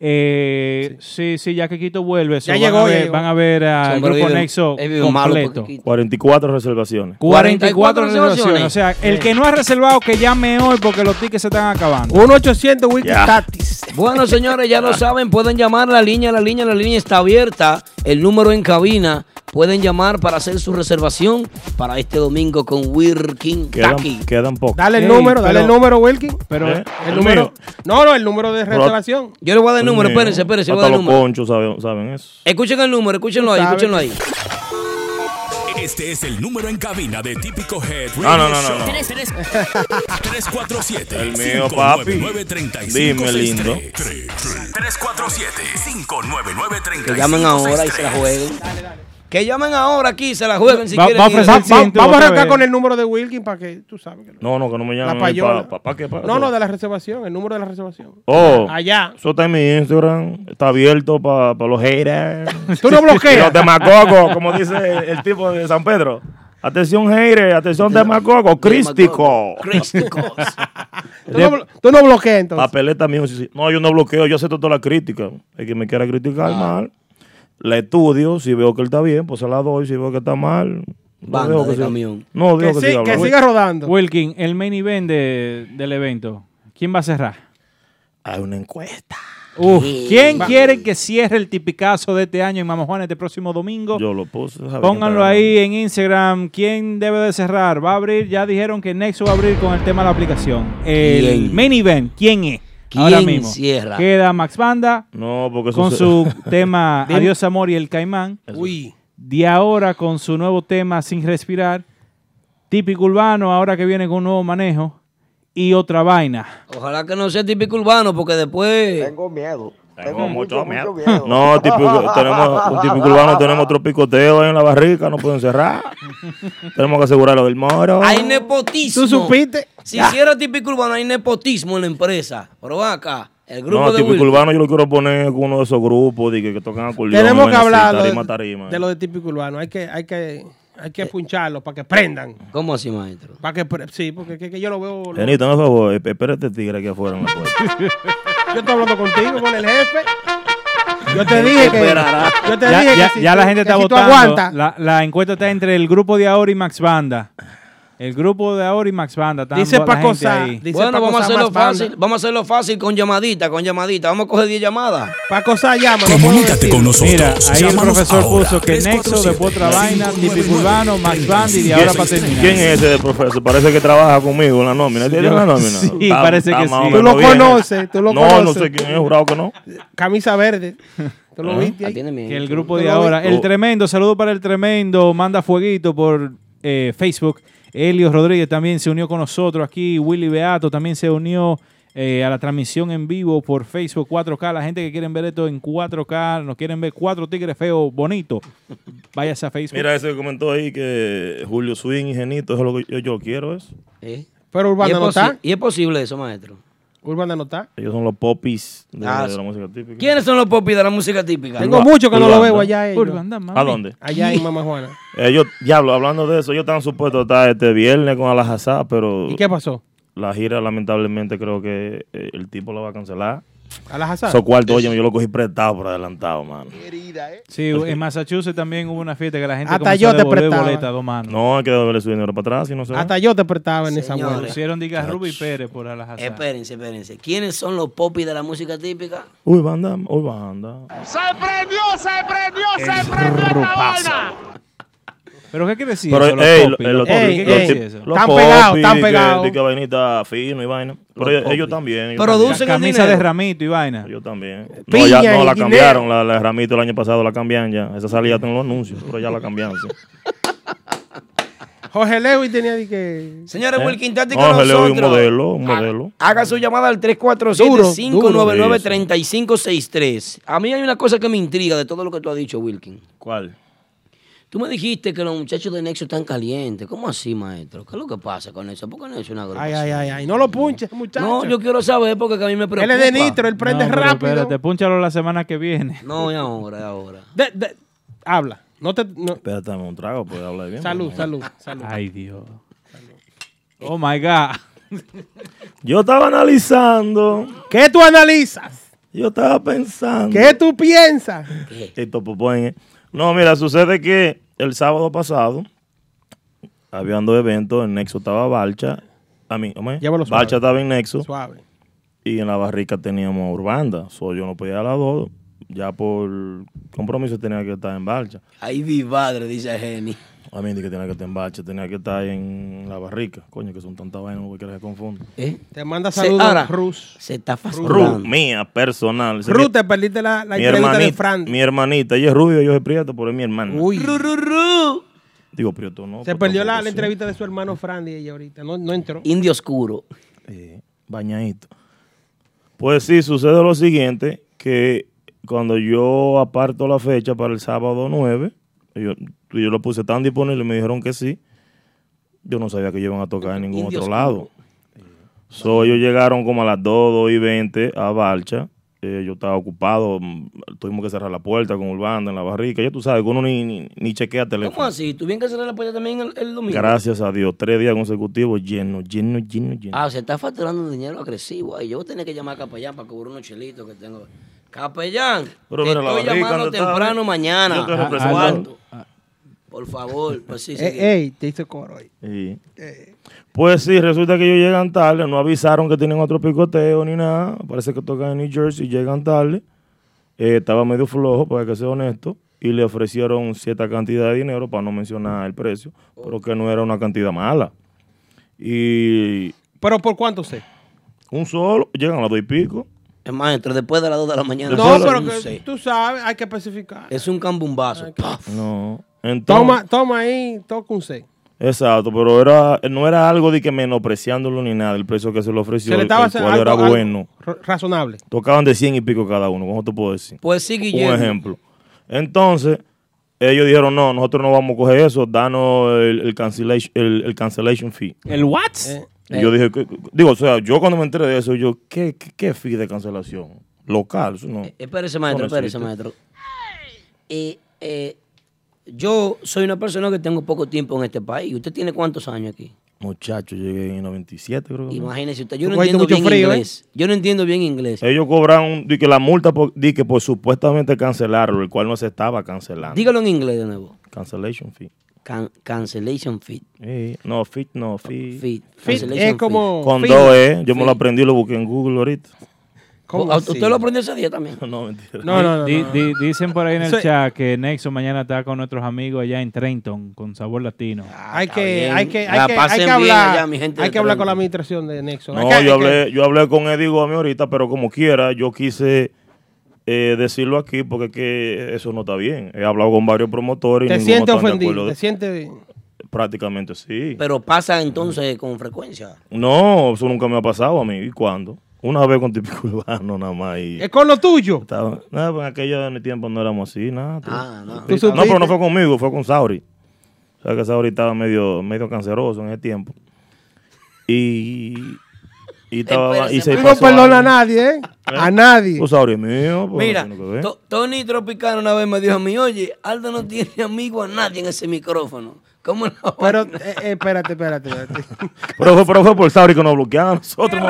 Speaker 4: Eh, sí. sí, ya que Quito vuelve. so
Speaker 5: Ya
Speaker 4: van,
Speaker 5: llegó,
Speaker 4: a
Speaker 5: ya
Speaker 4: ver,
Speaker 5: llegó.
Speaker 4: van a ver al
Speaker 11: Hombre,
Speaker 4: grupo
Speaker 11: vive-
Speaker 4: Nexo
Speaker 11: él vive malo
Speaker 4: completo.
Speaker 11: 44 reservaciones.
Speaker 4: 44 reservaciones.
Speaker 5: reservaciones.
Speaker 4: O sea, el
Speaker 5: Sí.
Speaker 4: que no ha reservado, que llame hoy porque los tickets se están acabando.
Speaker 5: 1-800 Wilkin
Speaker 4: Ya.
Speaker 5: Tatis.
Speaker 3: Bueno, señores, ya lo saben, pueden llamar la línea, la línea, la línea está abierta, el número en cabina, pueden llamar para hacer su reservación para este domingo con Wirkin Taki.
Speaker 11: Quedan, quedan pocos.
Speaker 5: Dale el número, dale el número, Wilkin.
Speaker 4: Pero
Speaker 11: ¿Eh?
Speaker 5: el número. No, no, el número de reservación.
Speaker 3: Yo le voy a dar el número,
Speaker 11: Dios mío.
Speaker 3: espérense, espérense, le voy a
Speaker 11: Hasta
Speaker 3: dar el
Speaker 11: los
Speaker 3: número.
Speaker 11: conchos saben, saben eso.
Speaker 3: Escuchen el número, escúchenlo ahí,
Speaker 11: Tú sabes.
Speaker 3: escúchenlo ahí.
Speaker 1: Este es el número en cabina de Típico Head.
Speaker 11: No, no, no, no, no.
Speaker 1: 347
Speaker 11: El mío, papi. Dime, lindo.
Speaker 1: 347 599
Speaker 3: Que llamen ahora y se la jueguen. Que llamen ahora aquí y se la jueguen si
Speaker 4: Va-
Speaker 3: quieren.
Speaker 4: va a
Speaker 3: ir.
Speaker 4: ofrecer el ciento
Speaker 5: Vamos a
Speaker 4: otra
Speaker 5: arrancar
Speaker 4: vez.
Speaker 5: con el número de Wilkin para que tú sabes. que-
Speaker 11: No, no, que no me llamen.
Speaker 5: La payola.
Speaker 11: Pa, pa- pa- qué, pa-
Speaker 5: No, no, de la reservación, el número de la reservación.
Speaker 11: Oh.
Speaker 5: Allá.
Speaker 11: Eso está en mi Instagram. Está abierto para los haters.
Speaker 5: Tú no bloqueas.
Speaker 11: Y Los demagogos, como dice el, el tipo de San Pedro. Atención, haters. Atención, demagogo. Crístico.
Speaker 3: Crístico.
Speaker 5: Tú, no, blo- tú no bloqueas entonces.
Speaker 11: Papeleta mío. sí, sí. No, yo no bloqueo. Yo acepto toda la crítica. El que me quiera criticar mal, la estudio. Si veo que él está bien, pues se la doy. Si veo que está mal, no
Speaker 4: Banda
Speaker 11: dejo
Speaker 4: de
Speaker 11: siga-
Speaker 4: camión.
Speaker 11: No, digo que, siga hablando.
Speaker 5: rodando.
Speaker 4: Wilkin, el main event de- del evento. ¿Quién va a cerrar?
Speaker 11: Hay una encuesta.
Speaker 4: Uf,
Speaker 11: Sí.
Speaker 4: ¿Quién
Speaker 11: Va-
Speaker 4: quiere que cierre el tipicazo de este año en Mamajuana este próximo domingo?
Speaker 11: Yo lo puse. Javier,
Speaker 4: Pónganlo
Speaker 11: está
Speaker 4: ahí en Instagram. ¿Quién debe de cerrar? Va a abrir, ya dijeron que Nexo va a abrir con el tema de la aplicación. El
Speaker 11: ¿Quién?
Speaker 4: main event, ¿quién es?
Speaker 11: ¿Quién
Speaker 4: Ahora mismo.
Speaker 11: cierra?
Speaker 4: Queda Max Banda
Speaker 11: No, porque eso
Speaker 4: con
Speaker 11: se-
Speaker 4: su tema
Speaker 11: Dime.
Speaker 4: Adiós Amor y el Caimán.
Speaker 5: Uy.
Speaker 4: De ahora con su nuevo tema Sin Respirar. Típico urbano, ahora que viene con un nuevo manejo. Y otra vaina.
Speaker 3: Ojalá que no sea típico urbano porque después...
Speaker 12: Tengo miedo.
Speaker 11: Tengo mucho miedo. No, típico- tenemos un típico urbano, tenemos otro picoteo ahí en la barrica, no pueden cerrar. tenemos que asegurarlo del moro.
Speaker 3: Hay nepotismo.
Speaker 5: Oh. ¿Tú supiste?
Speaker 3: Si hiciera típico urbano, hay nepotismo en la empresa. Pero va acá, el grupo
Speaker 11: no,
Speaker 3: de
Speaker 11: típico
Speaker 3: Wilkin.
Speaker 11: urbano yo lo quiero poner con uno de esos grupos de que, que tocan acordeón.
Speaker 5: Tenemos que
Speaker 11: vaina así,
Speaker 5: hablar de-
Speaker 11: Tarima, tarima.
Speaker 5: de lo de típico urbano. Hay que, hay que, hay que puncharlo para que prendan.
Speaker 3: ¿Cómo así, maestro?
Speaker 5: Para que pre- sí, porque es que yo lo veo. lo-
Speaker 11: Genito, no por favor, esp- espérate tigre aquí afuera. en la puerta.
Speaker 5: Yo estoy hablando contigo, con el jefe. Yo te dije que.
Speaker 11: Esperará.
Speaker 5: Yo te
Speaker 4: ya
Speaker 5: dije
Speaker 4: ya-
Speaker 5: que. si
Speaker 4: ya
Speaker 5: tú-
Speaker 4: la gente
Speaker 5: que
Speaker 4: está
Speaker 5: si tú
Speaker 4: votando.
Speaker 5: aguantas,
Speaker 4: La, la encuesta está entre el grupo de ahora y Max Banda. El grupo de ahora y Max Banda. están
Speaker 5: Dice
Speaker 4: la gente
Speaker 5: Paco Sá,
Speaker 4: ahí.
Speaker 5: dice
Speaker 3: bueno,
Speaker 5: Paco
Speaker 3: vamos a
Speaker 5: Sá
Speaker 3: hacerlo
Speaker 5: más banda.
Speaker 3: fácil. Vamos a hacerlo fácil con llamadita, con llamadita. Vamos a coger 10 llamadas.
Speaker 5: Paco Sá llama.
Speaker 1: Comunícate con nosotros.
Speaker 4: Mira, ahí el
Speaker 1: Llámanos
Speaker 4: profesor
Speaker 1: ahora.
Speaker 4: puso que Nexo, después otra vaina, típico urbano, Max Band y de ahora para terminar.
Speaker 11: ¿Quién es ese profesor? Parece que trabaja conmigo en la nómina. ¿Tiene
Speaker 4: yo-
Speaker 11: la nómina?
Speaker 4: sí, parece que sí.
Speaker 5: Tú lo conoces, tú lo
Speaker 11: no, No, no
Speaker 5: conoces.
Speaker 11: sé quién es, jurado que no.
Speaker 5: Camisa verde. Tú lo
Speaker 11: Ah.
Speaker 5: viste ahí.
Speaker 4: Que el grupo de
Speaker 5: Yo lo vi.
Speaker 4: ahora. El
Speaker 5: Oh.
Speaker 4: tremendo, saludo para el tremendo. Manda fueguito por eh, Facebook. Elio Rodríguez también se unió con nosotros aquí. Willy Beato también se unió eh, a la transmisión en vivo por Facebook 4K. La gente que quieren ver esto en 4K, nos quieren ver cuatro tigres feos bonitos. Váyase a Facebook.
Speaker 11: Mira, ese que comentó ahí que Julio Swing y Genito, eso es lo que yo, yo quiero, eso.
Speaker 3: ¿Eh?
Speaker 5: Pero
Speaker 3: ¿Y es,
Speaker 5: Urbano no
Speaker 3: posi-
Speaker 5: está.
Speaker 3: y es posible eso, maestro.
Speaker 5: Urban Anotá.
Speaker 11: Ellos son los popis de,
Speaker 5: Ah,
Speaker 11: de
Speaker 5: sí.
Speaker 11: la música típica.
Speaker 3: ¿Quiénes son los popis de la música típica?
Speaker 5: Tengo mucho que no lo veo allá. ellos.
Speaker 4: Urban, da mami.
Speaker 11: ¿A dónde?
Speaker 5: Allá en Mamá Juana.
Speaker 11: Ellos, diablo, hablando de eso, ellos estaban supuestos a estar este viernes con Alajazá, pero
Speaker 5: ¿Y qué pasó?
Speaker 11: la gira lamentablemente creo que eh, el tipo la va a cancelar.
Speaker 5: Alajazá.
Speaker 11: Eso cuarto, oye, yo lo cogí prestado por adelantado, mano.
Speaker 4: Sí, en Massachusetts también hubo una fiesta que la gente
Speaker 5: Hasta
Speaker 4: comenzó
Speaker 5: yo
Speaker 4: a
Speaker 5: te
Speaker 4: devolver
Speaker 5: prestaba.
Speaker 4: boleta a dos manos. Ah,
Speaker 11: No, hay que devolverle su dinero para atrás, si no se va.
Speaker 5: Hasta yo te apretaba en esa
Speaker 3: Señores.
Speaker 5: vuelta.
Speaker 4: Pusieron diga Ruby Pérez por Alajazá.
Speaker 3: Espérense, espérense. ¿Quiénes son los popis de la música típica?
Speaker 11: Uy, banda, uy, banda.
Speaker 10: Se prendió, se prendió, se prendió esta
Speaker 11: Rupazo.
Speaker 10: vaina.
Speaker 4: ¿Pero qué quiere decir
Speaker 11: Pero,
Speaker 4: eso? Los
Speaker 11: ey,
Speaker 4: popis,
Speaker 11: lo- eh,
Speaker 4: los
Speaker 11: lo-
Speaker 4: popis,
Speaker 11: ey,
Speaker 4: ¿qué
Speaker 11: ey,
Speaker 4: quiere decir eso?
Speaker 11: los
Speaker 5: Están pegados,
Speaker 11: popis,
Speaker 5: están
Speaker 11: di que-
Speaker 5: pegados.
Speaker 11: di que vainita fino y vaina. Pero ellos, ellos también. ellos
Speaker 3: Producen el
Speaker 11: también.
Speaker 4: Camisa
Speaker 3: dinero.
Speaker 4: de ramito y vaina.
Speaker 11: Yo también. No,
Speaker 5: Piña
Speaker 11: ya, no
Speaker 5: y
Speaker 11: la
Speaker 5: guineo.
Speaker 11: cambiaron. La, la Ramito el año pasado la cambiaron ya. Esa salía en los anuncios, pero ya la cambiaron. sí.
Speaker 5: Jorge Lewis tenía de que.
Speaker 3: Señores,
Speaker 11: ¿Eh?
Speaker 3: Wilkin Tati con
Speaker 11: No, se le doy un
Speaker 3: nosotros.
Speaker 11: modelo, un modelo.
Speaker 3: Haga su llamada al
Speaker 5: Duro,
Speaker 3: 347-599-3563. A mí hay una cosa que me intriga de todo lo que tú has dicho, Wilkin.
Speaker 11: ¿Cuál?
Speaker 3: Tú me dijiste que los muchachos de Nexo están calientes. ¿Cómo así, maestro? ¿Qué es lo que pasa con eso? ¿Por qué no es una
Speaker 5: Ay,
Speaker 3: agrupación?
Speaker 5: ay, ay, ay. No lo punches, muchacho.
Speaker 3: No, yo quiero saber porque que a mí me preocupa.
Speaker 5: Él es de nitro, él prende
Speaker 4: No, pero
Speaker 5: rápido.
Speaker 4: Espérate, púnchalo la semana que viene.
Speaker 3: No, ya ahora, ya ahora.
Speaker 5: De- de- habla. No te. no-
Speaker 11: Espérate, dame un trago, pues habla bien.
Speaker 5: Salud,
Speaker 11: Pero-
Speaker 5: salud, salud.
Speaker 4: Ay, Dios. Oh, my God.
Speaker 11: Yo estaba analizando,
Speaker 5: ¿Qué tú analizas?
Speaker 11: yo estaba pensando.
Speaker 5: ¿Qué tú piensas?
Speaker 11: Esto, popón, eh. No, mira, sucede que el sábado pasado había un evento, en Nexo estaba Balcha. A mí, ¿cómo es?
Speaker 5: Llévalo suave.
Speaker 11: Balcha estaba en Nexo.
Speaker 5: Suave.
Speaker 11: y en la barrica teníamos a Urbanda. So, yo no podía ir a las dos. Ya por compromiso tenía que estar en Balcha.
Speaker 3: Ahí mi padre, dice Jenny.
Speaker 11: A mí dije que tenía que estar en Balcha, tenía que estar en la barrica. Coño, que son tantas vainas, no voy a que se confunda.
Speaker 3: ¿Eh?
Speaker 5: Te manda
Speaker 3: Se-
Speaker 5: saludos,
Speaker 3: ahora.
Speaker 5: Rus.
Speaker 3: Se está
Speaker 11: Ru,
Speaker 3: fascinando.
Speaker 11: mía personal. Ese
Speaker 5: Rus,
Speaker 11: mi-
Speaker 5: te perdiste la, la
Speaker 11: mi,
Speaker 5: entrevista de
Speaker 11: hermanita,
Speaker 5: Fran.
Speaker 11: mi hermanita, ella es rubia, yo soy prieto, pero es mi hermana.
Speaker 5: Uy.
Speaker 3: Ru, ru, ru.
Speaker 11: Digo, prieto no.
Speaker 5: Se
Speaker 11: pues,
Speaker 5: perdió
Speaker 11: tampoco
Speaker 5: la, la
Speaker 11: sí.
Speaker 5: entrevista de su hermano Fran y ella ahorita. No, no entró.
Speaker 3: Indio oscuro.
Speaker 11: Eh, bañadito. Pues sí, sucede lo siguiente, que cuando yo aparto la fecha para el sábado 9, yo, yo lo puse tan disponible, me dijeron que sí. Yo no sabía que ellos iban a tocar en ningún
Speaker 3: Indio
Speaker 11: otro
Speaker 3: oscuro.
Speaker 11: lado. So, ellos llegaron como a las 2, 2 y 20 a Balcha. Eh, yo estaba ocupado, mm, tuvimos que cerrar la puerta con Urbanda en la barrica. Ya tú sabes que uno ni, ni, ni chequea teléfono.
Speaker 3: ¿Cómo así? ¿Tú bien que cerrar la puerta también el, el domingo?
Speaker 11: Gracias a Dios, tres días consecutivos lleno, lleno, lleno, lleno.
Speaker 3: Ah, se está facturando dinero agresivo ahí. Yo voy a tener que llamar a Capellán para cobrar unos chelitos que tengo. Capellán,
Speaker 11: Pero
Speaker 3: te
Speaker 11: mira la
Speaker 3: estoy
Speaker 11: barriga,
Speaker 3: llamando
Speaker 11: ¿dónde está?
Speaker 3: temprano
Speaker 11: Yo te
Speaker 3: mañana.
Speaker 11: represento.
Speaker 3: Cuarto. Por favor, pues sí, sí.
Speaker 5: Ey, Eh, ey, te hice coro hoy.
Speaker 11: Sí.
Speaker 4: Eh.
Speaker 11: Pues sí, resulta que ellos llegan tarde, no avisaron que tenían otro picoteo ni nada. Parece que tocan en New Jersey, llegan tarde. Eh, estaba medio flojo, para que sea honesto. Y le ofrecieron cierta cantidad de dinero, para no mencionar el precio, pero que no era una cantidad mala. Y
Speaker 5: ¿Pero por cuánto sé?
Speaker 11: un solo, llegan a las dos y pico.
Speaker 3: Eh, maestro, después de las 2 de la mañana.
Speaker 5: No,
Speaker 3: yo
Speaker 5: pero
Speaker 3: no
Speaker 5: que
Speaker 3: sé.
Speaker 5: tú sabes, hay que especificar.
Speaker 3: Es un cambumbazo. Paf.
Speaker 11: No. Entonces,
Speaker 5: Toma, toma ahí, toca un C.
Speaker 11: Exacto, pero era no era algo de que menospreciándolo ni nada, el precio que se le ofreció,
Speaker 5: Se le
Speaker 11: el
Speaker 5: estaba
Speaker 11: cual
Speaker 5: haciendo
Speaker 11: era
Speaker 5: algo- algo
Speaker 11: bueno.
Speaker 5: ra- razonable.
Speaker 11: Tocaban de 100 y pico cada uno, ¿cómo te puedo decir?
Speaker 3: Pues sí, Guillermo.
Speaker 11: Un ejemplo. Entonces, ellos dijeron, no, nosotros no vamos a coger eso, danos el, el cancellation, el, el cancellation fee.
Speaker 4: ¿El what?
Speaker 3: Eh,
Speaker 11: Y yo dije, "¿Qué- qué-?" digo, o sea, yo cuando me enteré de eso, yo, ¿qué, qué, qué fee de cancelación? Local, eso no.
Speaker 3: Eh, Espérese, maestro,
Speaker 11: No
Speaker 3: espérese,
Speaker 11: necesito.
Speaker 3: maestro. Eh, eh, yo soy una persona que tengo poco tiempo en este país. ¿Usted tiene cuántos años aquí?
Speaker 11: Muchacho, llegué en 97, creo que. fue.
Speaker 3: Imagínese usted. Yo
Speaker 5: Tú
Speaker 3: no
Speaker 5: cogiste
Speaker 3: entiendo
Speaker 5: mucho
Speaker 3: bien
Speaker 5: frío, ¿eh?
Speaker 3: inglés. Yo no entiendo bien inglés.
Speaker 11: Ellos cobraron di que la multa por, di que por supuestamente cancelarlo, el cual no se estaba cancelando.
Speaker 3: Dígalo en inglés de nuevo.
Speaker 11: Ah, Cancellation fee.
Speaker 3: Can- cancellation fee.
Speaker 11: Eh, no, fee, no, fee.
Speaker 3: Fee.
Speaker 5: Fit
Speaker 3: Cancellation
Speaker 5: es como.
Speaker 11: Con
Speaker 5: fit.
Speaker 11: dos, eh. Yo me lo aprendí, lo busqué en Google ahorita.
Speaker 3: fee.
Speaker 5: ¿Cómo
Speaker 3: ¿A-
Speaker 5: así?
Speaker 3: ¿Usted lo aprendió ese día también?
Speaker 11: No, mentira.
Speaker 5: No, no, no.
Speaker 4: Di-
Speaker 5: no.
Speaker 4: di- dicen por ahí en el
Speaker 5: Eso-
Speaker 4: chat que Nexo mañana está con nuestros amigos allá en Trenton con sabor latino.
Speaker 5: Hay
Speaker 3: Ah, está
Speaker 5: que,
Speaker 3: bien.
Speaker 5: hay que,
Speaker 3: La
Speaker 5: hay que, hay
Speaker 3: pasen
Speaker 5: que
Speaker 3: bien
Speaker 5: hablar,
Speaker 3: allá, mi gente
Speaker 5: hay
Speaker 3: de
Speaker 5: que hablar
Speaker 3: Toronto.
Speaker 5: con la administración de Nexo.
Speaker 11: No,
Speaker 5: Hay que- hay
Speaker 11: yo,
Speaker 5: que-
Speaker 11: hablé, yo hablé con Eddie Gómez ahorita, pero como quiera, yo quise eh, decirlo aquí porque es que eso no está bien. He hablado con varios promotores y
Speaker 5: te
Speaker 11: ninguno
Speaker 5: sientes
Speaker 11: está de acuerdo
Speaker 5: ofendido,
Speaker 11: de-
Speaker 5: te sientes.
Speaker 11: Prácticamente sí.
Speaker 3: Pero pasa entonces con frecuencia.
Speaker 11: no, eso nunca me ha pasado a mí. ¿Y cuándo? Una vez con Típico Urbano nada más. Y
Speaker 5: Es con lo tuyo.
Speaker 11: estaba, nada, pues en aquellos tiempos no éramos así, nada. tú-
Speaker 3: Ah, no.
Speaker 5: Tú
Speaker 11: no, pero
Speaker 5: supiste.
Speaker 11: no fue conmigo, fue con Sauri. O sea que Sauri estaba medio, medio canceroso en ese tiempo. Y Y, estaba, y se
Speaker 5: Tú
Speaker 11: pasó
Speaker 5: no perdona a
Speaker 11: algo.
Speaker 5: nadie, ¿eh? A nadie.
Speaker 11: Pues ahora es mío. pues,
Speaker 3: Mira,
Speaker 11: no tiene que ver.
Speaker 3: To- Tony Tropicano una vez me dijo a mí, oye, Aldo no tiene amigo a nadie en ese micrófono. ¿Cómo no?
Speaker 5: Pero, eh, eh, espérate, espérate. espérate.
Speaker 11: Pero fue, pero fue por Sauri que nos bloquearon a nosotros.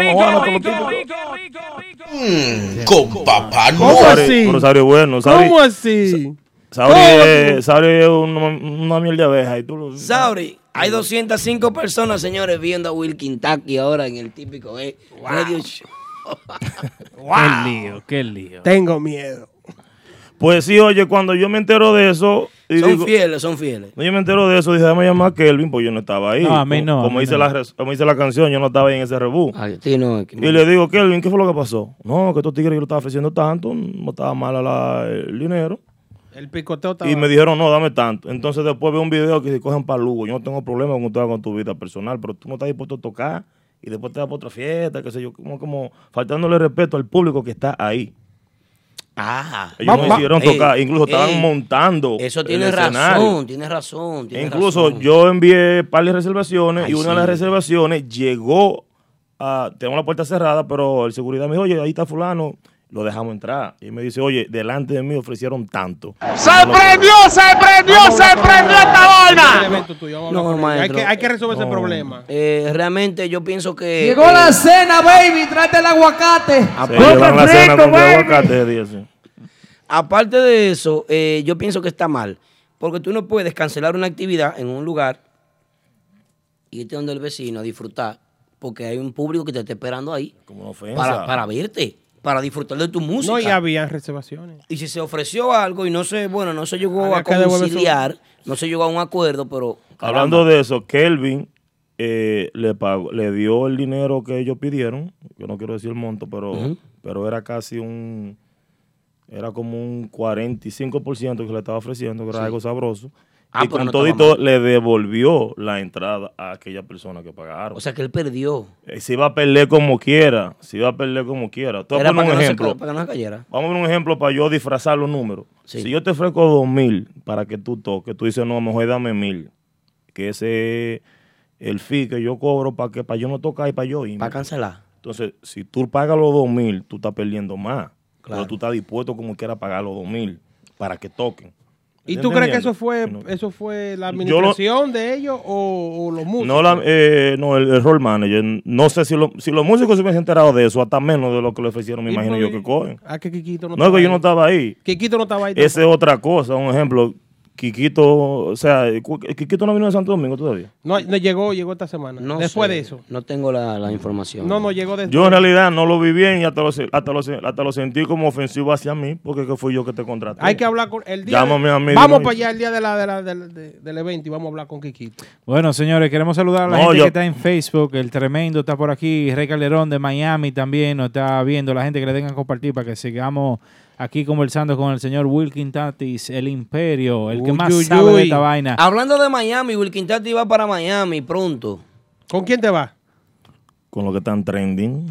Speaker 3: Mm,
Speaker 12: con papá
Speaker 11: ¿Cómo Sauri- Pero Sauri es bueno. Sauri,
Speaker 5: ¿Cómo así?
Speaker 11: Sauri
Speaker 3: ¿Cómo?
Speaker 11: es, Sauri es una, una miel de abeja. Y tú lo,
Speaker 3: Sauri, hay 205 personas, señores, viendo a Will Kentucky ahora en el típico eh, radio show.
Speaker 4: Qué lío, qué lío.
Speaker 5: Tengo miedo.
Speaker 11: Pues sí, oye, cuando yo me entero de eso. y
Speaker 3: Son
Speaker 11: digo-
Speaker 3: fieles, son fieles.
Speaker 11: No, yo me entero de eso, dije, déjame llamar a Kelvin, pues yo no estaba ahí.
Speaker 3: No, a mí
Speaker 11: Como-
Speaker 3: no, a
Speaker 11: Como,
Speaker 3: mí
Speaker 11: dice
Speaker 3: no.
Speaker 11: La, res- como dice la canción, yo no estaba ahí en ese rebú. y le digo, Kelvin, ¿qué fue lo que pasó? No, que estos tigres yo lo estaba ofreciendo tanto, no estaba mal el dinero.
Speaker 5: El picoteo estaba.
Speaker 11: Y me dijeron, no, dame tanto. Entonces después veo un video que se cogen para Lugo. Yo no tengo problema con, tu- con tu vida personal, pero tú no estás dispuesto a tocar y después te vas para otra fiesta, qué sé yo, como, como faltándole respeto al público que está ahí.
Speaker 3: Ah, Eh,
Speaker 11: Ellos no hicieron
Speaker 3: Ey,
Speaker 11: tocar, incluso estaban
Speaker 3: ey,
Speaker 11: montando.
Speaker 3: Eso
Speaker 11: el
Speaker 3: tiene
Speaker 11: escenario.
Speaker 3: razón, tiene razón, tiene
Speaker 11: Incluso
Speaker 3: razón.
Speaker 11: yo envié par de reservaciones
Speaker 3: Ay,
Speaker 11: y una de las
Speaker 3: sí.
Speaker 11: reservaciones llegó a. Tenemos la puerta cerrada, pero el seguridad me dijo, oye, ahí está Fulano, lo dejamos entrar. Y me dice, oye, delante de mí ofrecieron tanto.
Speaker 10: ¡Se prendió, se prendió, se prendió esta vaina!
Speaker 3: No, maestro.
Speaker 5: Hay que- hay que resolver ese problema.
Speaker 3: Eh, realmente yo pienso que...
Speaker 13: Llegó
Speaker 3: eh,
Speaker 13: la cena, baby. Trate el aguacate.
Speaker 11: Se llevan la cena con aguacate de día, sí.
Speaker 3: Aparte de eso, eh, yo pienso que está mal. Porque tú no puedes cancelar una actividad en un lugar, irte donde el vecino a disfrutar, porque hay un público que te está esperando ahí
Speaker 11: Como ofensa.
Speaker 3: para, para verte, para disfrutar de tu música.
Speaker 5: No, y había reservaciones.
Speaker 3: Y si se ofreció algo y no se, bueno, no se llegó
Speaker 5: Había
Speaker 3: a
Speaker 5: que devolver su-
Speaker 3: conciliar, no se llegó a un acuerdo, pero... caramba.
Speaker 11: Hablando de eso, Kelvin eh, le pagó, le dio el dinero que ellos pidieron. Yo no quiero decir el monto, pero, pero era casi un. Era como un 45% que le estaba ofreciendo, que era
Speaker 3: Sí.
Speaker 11: algo sabroso.
Speaker 3: Ah,
Speaker 11: y
Speaker 3: pero
Speaker 11: con
Speaker 3: no
Speaker 11: todo y
Speaker 3: estaba
Speaker 11: todo le devolvió la entrada a aquella persona que pagaron.
Speaker 3: O sea que él perdió.
Speaker 11: Eh, se iba a perder como quiera. Se iba a perder como quiera. Te voy a
Speaker 3: Era para
Speaker 11: poner un
Speaker 3: que no se
Speaker 11: ejemplo.
Speaker 3: ca- para que no se cayera.
Speaker 11: Vamos a poner un ejemplo para yo disfrazar los números. Si yo te ofrezco dos mil para que tú toques, tú dices, no, a lo mejor dame mil. Que ese es el fee que yo cobro para que para yo no tocar y para yo ir. Para
Speaker 3: cancelar.
Speaker 11: Entonces, si tú pagas los dos mil, tú estás perdiendo más.
Speaker 3: Claro.
Speaker 11: Pero tú estás dispuesto como quiera a pagar los dos mil para que toquen.
Speaker 5: ¿Y
Speaker 11: ¿Estás
Speaker 5: tú crees que
Speaker 11: entendiendo?
Speaker 5: eso fue, eso fue la
Speaker 11: lo-
Speaker 5: administración de ellos o, o los músicos?
Speaker 11: No, la, eh, no el, el roll manager. No sé si, lo- si los músicos se hubiesen enterado de eso, hasta menos de lo que le ofrecieron, me
Speaker 5: Y
Speaker 11: imagino
Speaker 5: por-
Speaker 11: yo que cogen.
Speaker 5: Ah, que Kikito no,
Speaker 11: No, que yo no estaba ahí.
Speaker 5: Kikito no estaba ahí.
Speaker 11: Esa es otra cosa, un ejemplo. Quiquito, o sea, cu- Quiquito no vino de Santo Domingo todavía.
Speaker 5: No, no llegó, llegó esta semana.
Speaker 3: No
Speaker 5: después
Speaker 3: sé,
Speaker 5: de eso.
Speaker 3: No tengo la, la información.
Speaker 5: No, no llegó después.
Speaker 11: Yo en realidad no lo vi bien y hasta lo, se- hasta lo, se- hasta lo sentí como ofensivo hacia mí porque que fui yo que te contraté.
Speaker 5: Hay que hablar con el día.
Speaker 11: Llámame a mí,
Speaker 5: Vamos
Speaker 11: dime.
Speaker 5: para allá el día de la, de la- del- de- del evento y vamos a hablar con Kikito.
Speaker 4: Bueno, señores, queremos saludar a la
Speaker 11: No,
Speaker 4: gente
Speaker 11: yo-
Speaker 4: que está en Facebook. El Tremendo está por aquí. Rey Calderón de Miami también nos está viendo. La gente que le tengan compartir para que sigamos aquí conversando con el señor Wilkin Tatis, el imperio, el que más
Speaker 3: Uy, uy,
Speaker 4: sabe de
Speaker 3: uy. Ah,
Speaker 4: esta vaina.
Speaker 3: Hablando de Miami, Wilkin Tati va para Miami pronto.
Speaker 5: ¿Con quién te vas?
Speaker 11: Con lo que están trending.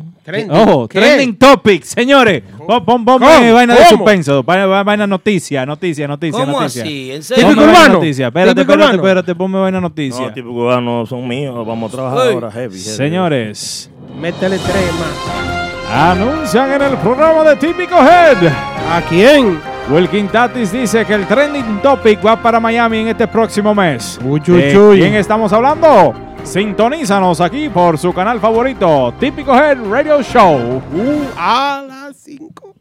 Speaker 4: Ojo,
Speaker 3: ¿Qué?
Speaker 4: trending topic, señores. Pon, pon- ponme
Speaker 3: ¿Cómo?
Speaker 4: vaina de
Speaker 3: ¿Cómo?
Speaker 4: suspenso, vaina, vaina noticia, noticia, noticia,
Speaker 3: ¿Cómo
Speaker 4: noticia.
Speaker 3: así? ¿En serio?
Speaker 4: Ponme
Speaker 3: Típico
Speaker 4: vaina
Speaker 3: urbano.
Speaker 4: noticia. Espérate,
Speaker 3: Típico
Speaker 4: espérate,
Speaker 3: urbano.
Speaker 4: espérate, ponme vaina noticia.
Speaker 11: No, tipo cubanos son míos, vamos a trabajar
Speaker 4: Ey.
Speaker 11: ahora heavy.
Speaker 4: Señores,
Speaker 5: Métele tres más.
Speaker 4: anuncian en el programa de Típico Head.
Speaker 5: ¿A quién?
Speaker 4: Wilkin Tatis dice que el trending topic va para Miami en este próximo mes.
Speaker 5: uy,
Speaker 4: ¿De
Speaker 5: uy.
Speaker 4: quién estamos hablando? Sintonízanos aquí por su canal favorito, Típico Head Radio Show.
Speaker 11: Uh,
Speaker 5: a las cinco.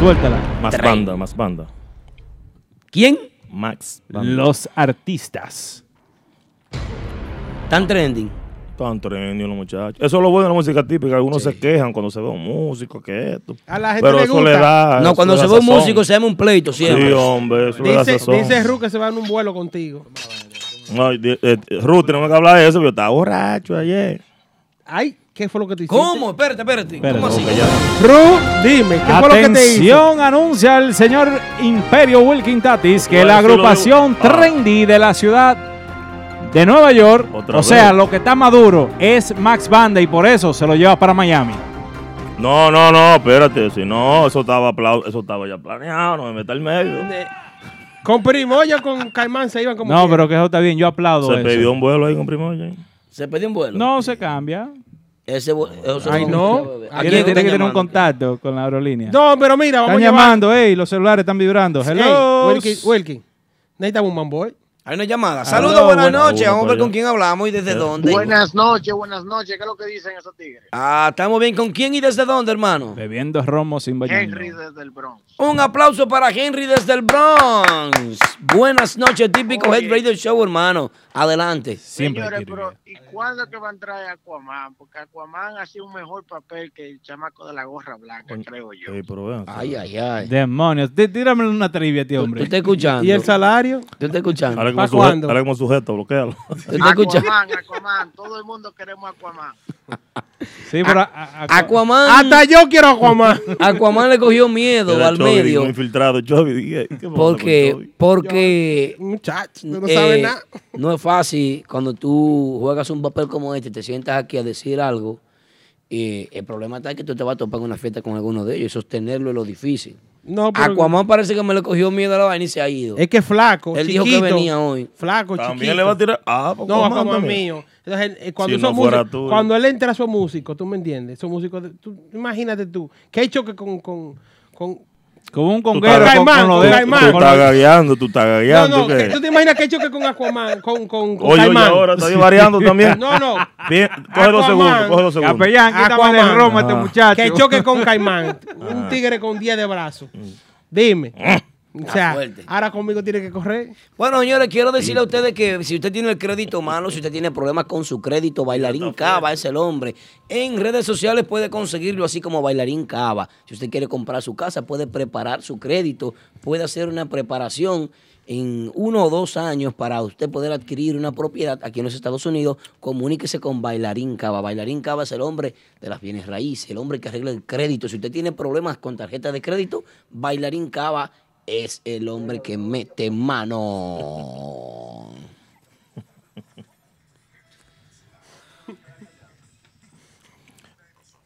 Speaker 4: Suéltala.
Speaker 11: ¿eh? Más
Speaker 4: Train.
Speaker 11: banda, más banda.
Speaker 3: ¿Quién?
Speaker 11: Max.
Speaker 4: Los artistas.
Speaker 3: Están trending.
Speaker 11: Están trending los muchachos. Eso es lo bueno de la música típica. Algunos se quejan cuando se ve un músico, que esto.
Speaker 5: A la gente
Speaker 11: Pero
Speaker 5: le
Speaker 11: eso
Speaker 5: gusta.
Speaker 11: le da.
Speaker 3: No,
Speaker 11: eso
Speaker 3: cuando
Speaker 11: le
Speaker 3: se
Speaker 11: da
Speaker 3: ve un
Speaker 11: sazón.
Speaker 3: músico se llama un pleito siempre.
Speaker 11: Sí, hombre, eso le da
Speaker 5: Dice,
Speaker 11: sazón.
Speaker 5: dice Ru que se va en un vuelo contigo.
Speaker 11: No, de- eh, Ruth, tenemos que hablar de eso, pero yo estaba borracho ayer.
Speaker 5: Ay, ¿qué fue lo que te hiciste?
Speaker 3: ¿Cómo? Espérate, espérate. ¿Cómo así?
Speaker 5: Ru, dime, ¿qué fue lo que te hizo?
Speaker 4: Atención, anuncia el señor Imperio Wilkin Tatis que
Speaker 11: Voy a
Speaker 4: la
Speaker 11: decirlo de-
Speaker 4: agrupación
Speaker 11: Ah.
Speaker 4: trendy de la ciudad de Nueva York,
Speaker 11: Otra
Speaker 4: o sea,
Speaker 11: vez.
Speaker 4: lo que está maduro es Max Banda y por eso se lo lleva para Miami.
Speaker 11: No, no, no, espérate. Si no, eso estaba, pla- eso estaba ya planeado, no me meta el medio.
Speaker 5: Con Primoya, con Caimán se iban como.
Speaker 4: No, pero que eso está bien, yo aplaudo
Speaker 11: Se
Speaker 4: eso.
Speaker 11: pidió un vuelo ahí con Primoya.
Speaker 3: ¿Se perdió un vuelo?
Speaker 4: No, se cambia.
Speaker 3: Ese, bo- eso
Speaker 4: Ay,
Speaker 3: me
Speaker 4: no.
Speaker 3: gusta, bebé. ¿A
Speaker 4: Tiene,
Speaker 3: quién
Speaker 4: tiene
Speaker 3: están
Speaker 4: que tener un
Speaker 3: llamando?
Speaker 4: contacto con la aerolínea.
Speaker 5: No, pero mira, vamos
Speaker 4: Están
Speaker 5: a llevar-
Speaker 4: llamando, ey, los celulares están vibrando. Hello. Ah,
Speaker 5: Hey, Wilkin, Wilkin, necesitamos un manboy.
Speaker 3: Hay una llamada. Saludos, buenas noches. Vamos a ver con quién hablamos y desde dónde.
Speaker 14: Buenas noches, buenas noches. ¿Qué es lo que dicen esos tigres?
Speaker 3: Ah, estamos bien. ¿Con quién y desde dónde, hermano?
Speaker 4: Bebiendo romo sin
Speaker 14: Henry desde el Bronx.
Speaker 3: Un aplauso para Henry desde el Bronx. Buenas noches, típico Head Radio Show, hermano. Adelante.
Speaker 14: Señores, pero ¿y cuándo que van a traer a Aquaman? Porque Aquaman ha sido un mejor papel que el chamaco de la gorra blanca, creo yo.
Speaker 3: Ay, ay, ay.
Speaker 4: Demonios. Tí- Tírame una trivia, tío, hombre. ¿Tú
Speaker 3: estás escuchando?
Speaker 11: ¿Y el
Speaker 5: salario?
Speaker 3: ¿Tú estás escuchando?
Speaker 11: Ahora
Speaker 4: ¿Pa'
Speaker 11: como, sujeto,
Speaker 4: cuándo?
Speaker 11: ahora como sujeto, bloquealo.
Speaker 14: Aquaman, Aquaman, todo el mundo queremos Aquaman.
Speaker 4: Sí, pero
Speaker 3: Aquaman.
Speaker 5: Hasta yo quiero Aquaman.
Speaker 3: Aquaman le cogió miedo
Speaker 11: Era
Speaker 3: al
Speaker 11: Chovy,
Speaker 3: medio.
Speaker 11: un infiltrado, Chovy, dije, ¿qué pasa con
Speaker 3: Porque,
Speaker 11: Chovy?
Speaker 3: porque. eh,
Speaker 5: Muchachos,
Speaker 11: no saben nada.
Speaker 3: No es fácil cuando tú juegas un papel como este, te sientas aquí a decir algo. Y el problema está que tú te vas a topar en una fiesta con alguno de ellos. Y sostenerlo es lo difícil.
Speaker 5: No, pero-
Speaker 3: Aquaman parece que me le cogió miedo a la vaina y se ha ido.
Speaker 5: Es que flaco,
Speaker 3: Él dijo
Speaker 5: chiquito,
Speaker 3: que venía hoy.
Speaker 5: Flaco, chiquito.
Speaker 11: Ah,
Speaker 3: pues,
Speaker 5: No,
Speaker 3: Aquaman
Speaker 5: Aquaman
Speaker 3: también.
Speaker 5: mío. Entonces, él, eh, cuando,
Speaker 11: Si
Speaker 5: son
Speaker 11: no fuera
Speaker 5: músicos-
Speaker 11: tú.
Speaker 5: cuando él entra a su músico, ¿tú me entiendes? Su músico, de- tú, imagínate tú, que hay choque con... con, con
Speaker 4: Como un
Speaker 11: Tú
Speaker 4: conguero
Speaker 11: estás-
Speaker 4: con, con lo de
Speaker 11: tú estás gagueando, tú estás
Speaker 5: no,
Speaker 11: gagueando.
Speaker 5: no,
Speaker 11: ¿qué?
Speaker 5: que- ¿tú te imaginas que hay choque con Aquaman, con, con, con
Speaker 11: Oye, oye,
Speaker 5: Caimán?
Speaker 11: ahora estás variando también.
Speaker 5: No, no.
Speaker 11: Bien,
Speaker 4: Ah,
Speaker 11: coge dos segundos, coge dos segundos.
Speaker 5: Aquaman.
Speaker 11: Ah.
Speaker 5: Que choque con Caimán. Un tigre con 10 de brazo.
Speaker 11: Mm.
Speaker 5: Dime.
Speaker 11: Ah.
Speaker 5: O sea,
Speaker 3: fuerte.
Speaker 5: ahora conmigo tiene que correr.
Speaker 3: Bueno, señores, quiero decirle a ustedes que si usted tiene el crédito malo, si usted tiene problemas con su crédito, Bailarín Cava es el hombre. En redes sociales puede conseguirlo así como Bailarín Cava. Si usted quiere comprar su casa, puede preparar su crédito, puede hacer una preparación en uno o dos años para usted poder adquirir una propiedad aquí en los Estados Unidos, comuníquese con Bailarín Cava. Bailarín Cava es el hombre de las bienes raíces, el hombre que arregla el crédito. Si usted tiene problemas con tarjeta de crédito, Bailarín Cava es el hombre que mete mano.
Speaker 4: ah.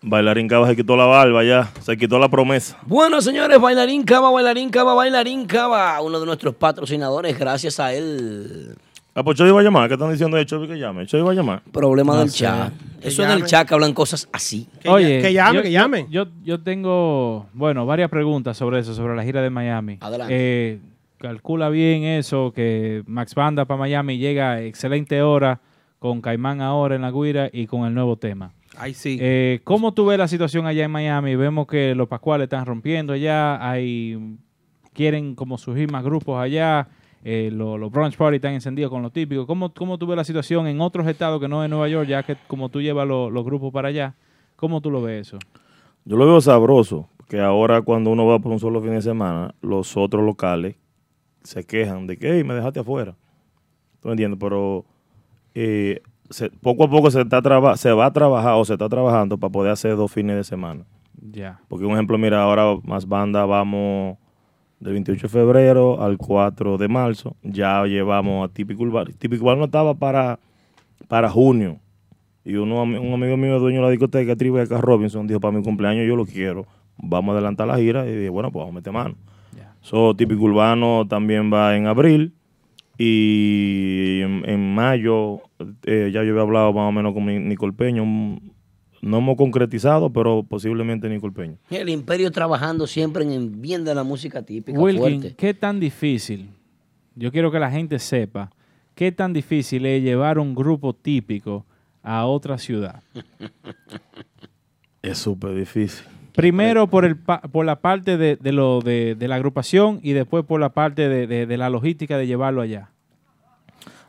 Speaker 11: Bailarín Cava se quitó la barba ya, se quitó la promesa.
Speaker 3: Bueno, señores, Bailarín Cava, Bailarín Cava, Bailarín Cava, uno de nuestros patrocinadores, gracias a él.
Speaker 11: Ah, pues Chovy va a llamar, ¿qué están diciendo de Chovy que llame? Chovy va a llamar.
Speaker 3: Problema del chat. Eso es del chat que hablan cosas así.
Speaker 4: Oye,
Speaker 5: llame,
Speaker 4: yo,
Speaker 5: que é
Speaker 4: yo-
Speaker 5: llame.
Speaker 4: Yo, yo tengo, bueno, varias preguntas sobre eso, sobre la gira de Miami.
Speaker 3: Adelante.
Speaker 4: Eh, calcula bien eso, que Max Banda para Miami llega a excelente hora con Caimán ahora en la guira y con el nuevo tema.
Speaker 5: Ahí sí.
Speaker 4: Eh, ¿Cómo tú ves la situación allá en Miami? Vemos que los Pascuales están rompiendo allá, hay quieren como surgir más grupos allá, eh, lo- los brunch party están encendidos con lo típico. ¿Cómo, ¿Cómo tú ves la situación en otros estados que no es Nueva York, ya que como tú llevas lo- los grupos para allá? ¿Cómo tú lo ves eso?
Speaker 11: Yo lo veo sabroso, que ahora cuando uno va por un solo fin de semana, los otros locales se quejan de que, hey, me dejaste afuera. ¿Tú me entiendes? Pero eh, se- poco a poco se, está traba- se va a trabajar o se está trabajando para poder hacer dos fines de semana.
Speaker 4: Ya.
Speaker 11: Porque un ejemplo, mira, ahora más banda vamos del 28 de febrero al 4 de marzo. Ya llevamos a Típico Urbano. Típico Urbano estaba para, para junio. Y uno, ami- un amigo mío, dueño de la discoteca Tribe acá, Robinson, dijo, para mi cumpleaños yo lo quiero. Vamos a adelantar la gira. Y dije, bueno, pues vamos a meter mano. So, Típico Urbano también va en abril. Y en, en mayo, eh, ya yo había hablado más o menos con mi- Nicol Peña. un- no hemos concretizado, pero posiblemente Nicol Peña.
Speaker 3: El imperio trabajando siempre en bien de la música típica,
Speaker 4: Wilkin,
Speaker 3: fuerte.
Speaker 4: ¿qué tan difícil? Yo quiero que la gente sepa, ¿qué tan difícil es llevar un grupo típico a otra ciudad?
Speaker 11: Es súper difícil.
Speaker 4: Primero por, el pa- por la parte de, de lo, de, de la agrupación y después por la parte de, de- de la logística de llevarlo allá.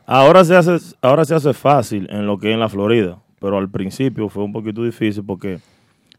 Speaker 11: Ahora se hace, ahora se hace fácil en lo que es en la Florida, pero al principio fue un poquito difícil porque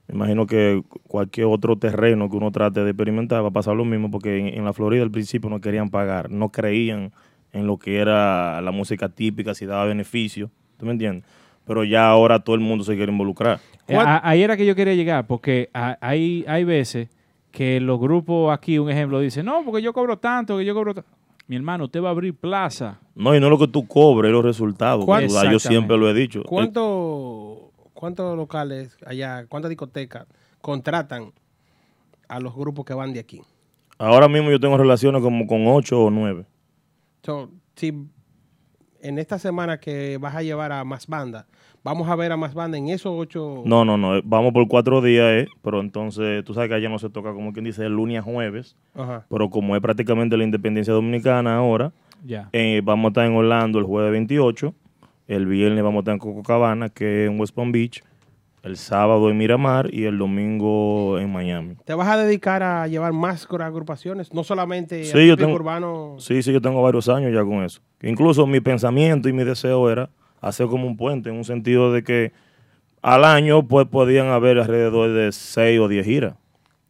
Speaker 11: me imagino que cualquier otro terreno que uno trate de experimentar va a pasar lo mismo porque en, en la Florida al principio no querían pagar, no creían en lo que era la música típica, si daba beneficio, ¿tú me entiendes? Pero ya ahora todo el mundo se quiere involucrar.
Speaker 4: Eh, a- ahí era que yo quería llegar, porque a- hay, hay veces que los grupos aquí, un ejemplo, dicen, no, porque yo cobro tanto, que yo cobro tanto. Mi hermano, usted va a abrir plaza.
Speaker 11: No, y no lo que tú cobres, los resultados.
Speaker 4: ¿Cuál-
Speaker 11: que tú das, Yo siempre lo he dicho. Eh, El-
Speaker 5: ¿Cuánto, ¿Cuántos locales allá, cuántas discotecas contratan a los grupos que van de aquí?
Speaker 11: ahora mismo yo tengo relaciones como con ocho o nueve.
Speaker 5: So, si en esta semana que vas a llevar a más bandas, Vamos a ver a más banda en esos ocho.
Speaker 11: No, no, no. eh, Vamos por cuatro días, eh, pero entonces tú sabes que allá no se toca, como quien dice, el lunes a jueves.
Speaker 5: Ajá.
Speaker 11: Pero como es prácticamente la independencia dominicana ahora,
Speaker 4: Ya.
Speaker 11: eh, vamos a estar en Orlando el jueves 28. El viernes vamos a estar en Cococabana, que es en West Palm Beach. El sábado en Miramar y el domingo en Miami.
Speaker 5: ¿Te vas a dedicar a llevar más cor- agrupaciones? No solamente a
Speaker 11: Sí
Speaker 5: típico
Speaker 11: yo, tengo,
Speaker 5: urbano.
Speaker 11: sí, sí, yo tengo varios años ya con eso. Incluso mi pensamiento y mi deseo era hacer como un puente, en un sentido de que al año pues podían haber alrededor de 6 o 10 giras,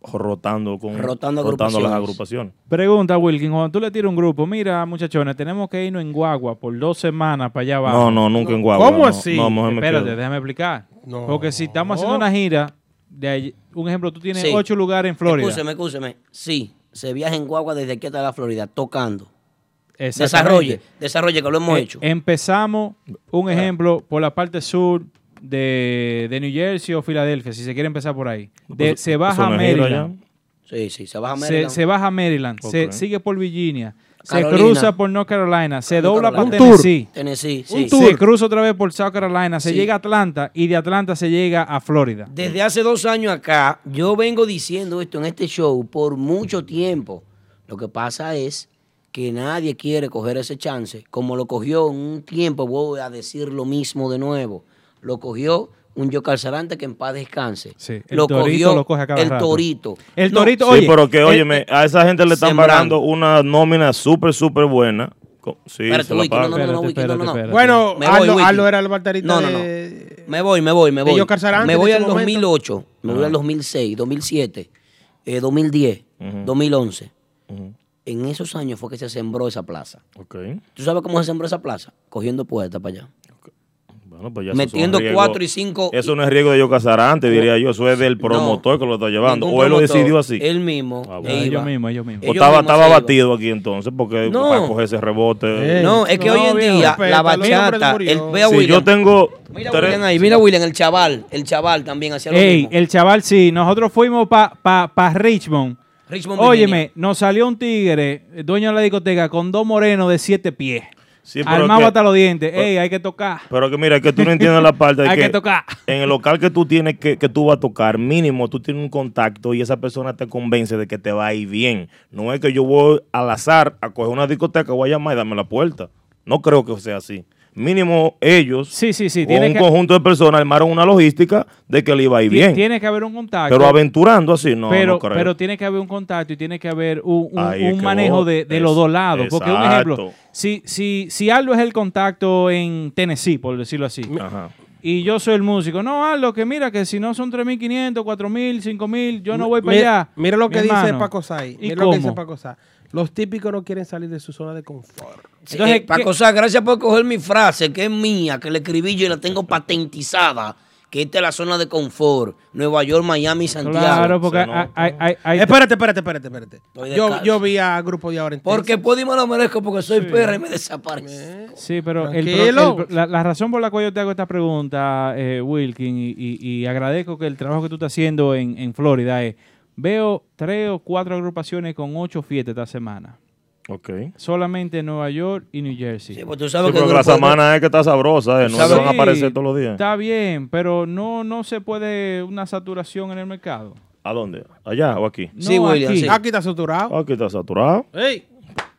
Speaker 11: rotando, con,
Speaker 3: Rotando
Speaker 11: Eh, las
Speaker 4: agrupaciones.
Speaker 11: agrupaciones.
Speaker 4: Pregunta, Wilkin, cuando tú le tiras un grupo, mira, muchachones, tenemos que irnos en guagua por dos semanas para allá abajo.
Speaker 11: No, no, nunca en guagua, ¿Cómo no. así? No, mejor me
Speaker 4: Espérate,
Speaker 11: quedo.
Speaker 4: déjame explicar.
Speaker 11: No.
Speaker 4: Porque si estamos haciendo una gira, de ahí- un ejemplo, tú tienes
Speaker 3: Sí.
Speaker 4: ocho lugares en Florida.
Speaker 3: Escúcheme, escúcheme. Sí, se viaja en guagua desde aquí hasta la Florida, tocando.
Speaker 4: Exactamente.
Speaker 3: Desarrolle, desarrolle, que lo hemos
Speaker 4: Eh,
Speaker 3: hecho.
Speaker 4: Empezamos, un ejemplo, por la parte sur de, de New Jersey o Filadelfia, si se quiere empezar por ahí. De-
Speaker 3: Pues,
Speaker 4: se
Speaker 3: pues,
Speaker 4: baja a
Speaker 3: una gira
Speaker 4: Maryland.
Speaker 3: Sí, sí, se baja a
Speaker 4: Se-
Speaker 3: Maryland.
Speaker 4: Se, baja a Maryland, se
Speaker 3: Ok.
Speaker 4: sigue por Virginia,
Speaker 3: Carolina.
Speaker 4: se cruza por North Carolina, se dobla
Speaker 3: Carolina.
Speaker 4: por
Speaker 3: Un tour.
Speaker 4: Tennessee.
Speaker 3: Tennessee, sí.
Speaker 4: Un
Speaker 3: Sí.
Speaker 4: tour. Se cruza otra vez por South Carolina, se
Speaker 3: Sí.
Speaker 4: llega a Atlanta y de Atlanta se llega a Florida.
Speaker 3: Desde hace dos años acá, yo vengo diciendo esto en este show por mucho tiempo. Lo que pasa es que nadie quiere coger ese chance. Como lo cogió en un tiempo, voy a decir lo mismo de nuevo. Lo cogió un yo calzarante que en paz descanse.
Speaker 4: Sí,
Speaker 11: el Torito lo coge a cada
Speaker 3: el
Speaker 11: rato.
Speaker 3: torito. eh,
Speaker 4: El
Speaker 3: No,
Speaker 4: Torito,
Speaker 11: sí,
Speaker 4: oye,
Speaker 11: pero que,
Speaker 4: el-
Speaker 11: óyeme, a esa gente le están
Speaker 4: Sembrando.
Speaker 11: pagando una nómina súper, súper buena. Co- Sí,
Speaker 3: Espérate,
Speaker 11: se la
Speaker 3: Wiki, no, no, no,
Speaker 11: pagan.
Speaker 3: no, Wiki, no, no, no.
Speaker 5: Bueno,
Speaker 3: Me voy,
Speaker 5: Aldo,
Speaker 3: Wiki.
Speaker 5: Aldo era el baterista
Speaker 3: No, no, no.
Speaker 5: de-
Speaker 3: Me voy, me voy, me
Speaker 5: de
Speaker 3: voy.
Speaker 5: Yo Carzarante
Speaker 3: Me
Speaker 5: en
Speaker 3: voy
Speaker 5: ese
Speaker 3: al
Speaker 5: momento.
Speaker 3: 2008, me voy
Speaker 5: Ajá.
Speaker 3: al 2006, 2007, eh, 2010, 2011. En esos años fue que se sembró esa plaza. ¿Tú sabes cómo se sembró esa plaza? Cogiendo puertas para allá.
Speaker 11: Bueno, pues ya eso es un
Speaker 3: Metiendo
Speaker 11: riesgo.
Speaker 3: cuatro y cinco.
Speaker 11: Eso no es riesgo de yo casarante, diría yo. Eso es del promotor que lo está llevando. O él lo decidió así.
Speaker 3: Él mismo.
Speaker 11: Ah,
Speaker 3: e iba.
Speaker 11: bueno. O estaba,
Speaker 3: mismos se
Speaker 11: estaba
Speaker 3: iban.
Speaker 11: batido aquí entonces, porque
Speaker 3: No.
Speaker 11: para coger ese rebote.
Speaker 3: No, es que hoy en día la bachata, el vea
Speaker 11: Si
Speaker 3: William.
Speaker 11: yo tengo.
Speaker 3: Mira
Speaker 11: tres-
Speaker 3: William ahí, mira William, el chaval, el chaval también hacía lo
Speaker 4: Ey,
Speaker 3: mismo.
Speaker 4: el chaval sí, nosotros fuimos para pa, pa Richmond.
Speaker 3: Richmond,
Speaker 4: Óyeme, nos salió un tigre, eh, dueño de la discoteca, con dos morenos de siete pies.
Speaker 11: Sí, pero
Speaker 4: Armado
Speaker 11: que-
Speaker 4: hasta los dientes.
Speaker 11: pero-
Speaker 4: Ey, hay que tocar.
Speaker 11: Pero que mira, es que tú no entiendes la parte de
Speaker 4: Hay que tocar.
Speaker 11: en el local que tú tienes que, que tú vas a tocar, mínimo tú tienes un contacto y esa persona te convence de que te va a ir bien. No es que yo voy al azar a coger una discoteca, voy a llamar y dame la puerta. No creo que sea así. Mínimo ellos,
Speaker 4: sí, sí, sí,
Speaker 11: un
Speaker 4: tiene que-
Speaker 11: conjunto de personas armaron una logística de que le iba a ir
Speaker 4: Ti-
Speaker 11: bien.
Speaker 4: Tiene que haber un contacto.
Speaker 11: pero aventurando así, no,
Speaker 4: pero,
Speaker 11: no creo.
Speaker 4: pero tiene que haber un contacto y tiene que haber un, un-
Speaker 11: Ahí
Speaker 4: un
Speaker 11: es que
Speaker 4: manejo
Speaker 11: voy.
Speaker 4: de, de
Speaker 11: Es-
Speaker 4: los dos lados. Porque un ejemplo,
Speaker 11: exacto.
Speaker 4: si, si, si Aldo es el contacto en Tennessee, por decirlo así, y yo soy el músico, no, Aldo, que mira que si no son 3.500, 4.000, 5.000, yo no voy para
Speaker 5: Mi-
Speaker 4: allá.
Speaker 5: Mira lo
Speaker 4: Mi
Speaker 5: que dice
Speaker 4: hermano.
Speaker 5: Paco Sai.
Speaker 4: ¿Y
Speaker 5: Mira lo que dice
Speaker 4: cómo?
Speaker 5: Paco Sai. Los típicos no quieren salir de su zona de confort.
Speaker 3: Sí, eh, Paco Sá, gracias por coger mi frase, que es mía, que la escribí yo y la tengo patentizada. Que esta es la zona de confort. Nueva York, Miami, Santiago.
Speaker 4: Claro, porque hay, hay- hay- hay-
Speaker 5: Espérate, espérate, espérate, espérate.
Speaker 3: Estoy
Speaker 5: Yo,
Speaker 3: descalzo.
Speaker 5: yo vi a grupo de ahora en
Speaker 3: Porque
Speaker 5: Texas.
Speaker 3: puedo y me lo merezco porque soy
Speaker 5: Sí.
Speaker 3: perra y me desaparece.
Speaker 4: Sí, pero el
Speaker 5: Tranquilo.
Speaker 4: pro- el- la, la razón por la cual yo te hago esta pregunta, eh, Wilkin, y, y- y agradezco que el trabajo que tú estás haciendo en, en Florida es, veo tres o cuatro agrupaciones con ocho fiestas esta semana.
Speaker 11: Ok.
Speaker 4: Solamente en Nueva York y New Jersey. Sí,
Speaker 3: pues tú
Speaker 11: Sí, porque la semana es que está sabrosa, eh, no se van a aparecer todos los días.
Speaker 4: Está bien, pero no, no se puede una saturación en el mercado.
Speaker 11: ¿A dónde? ¿Allá o aquí?
Speaker 4: Sí, No, William, aquí. sí.
Speaker 5: Aquí está saturado.
Speaker 11: Aquí está saturado.
Speaker 5: Ey.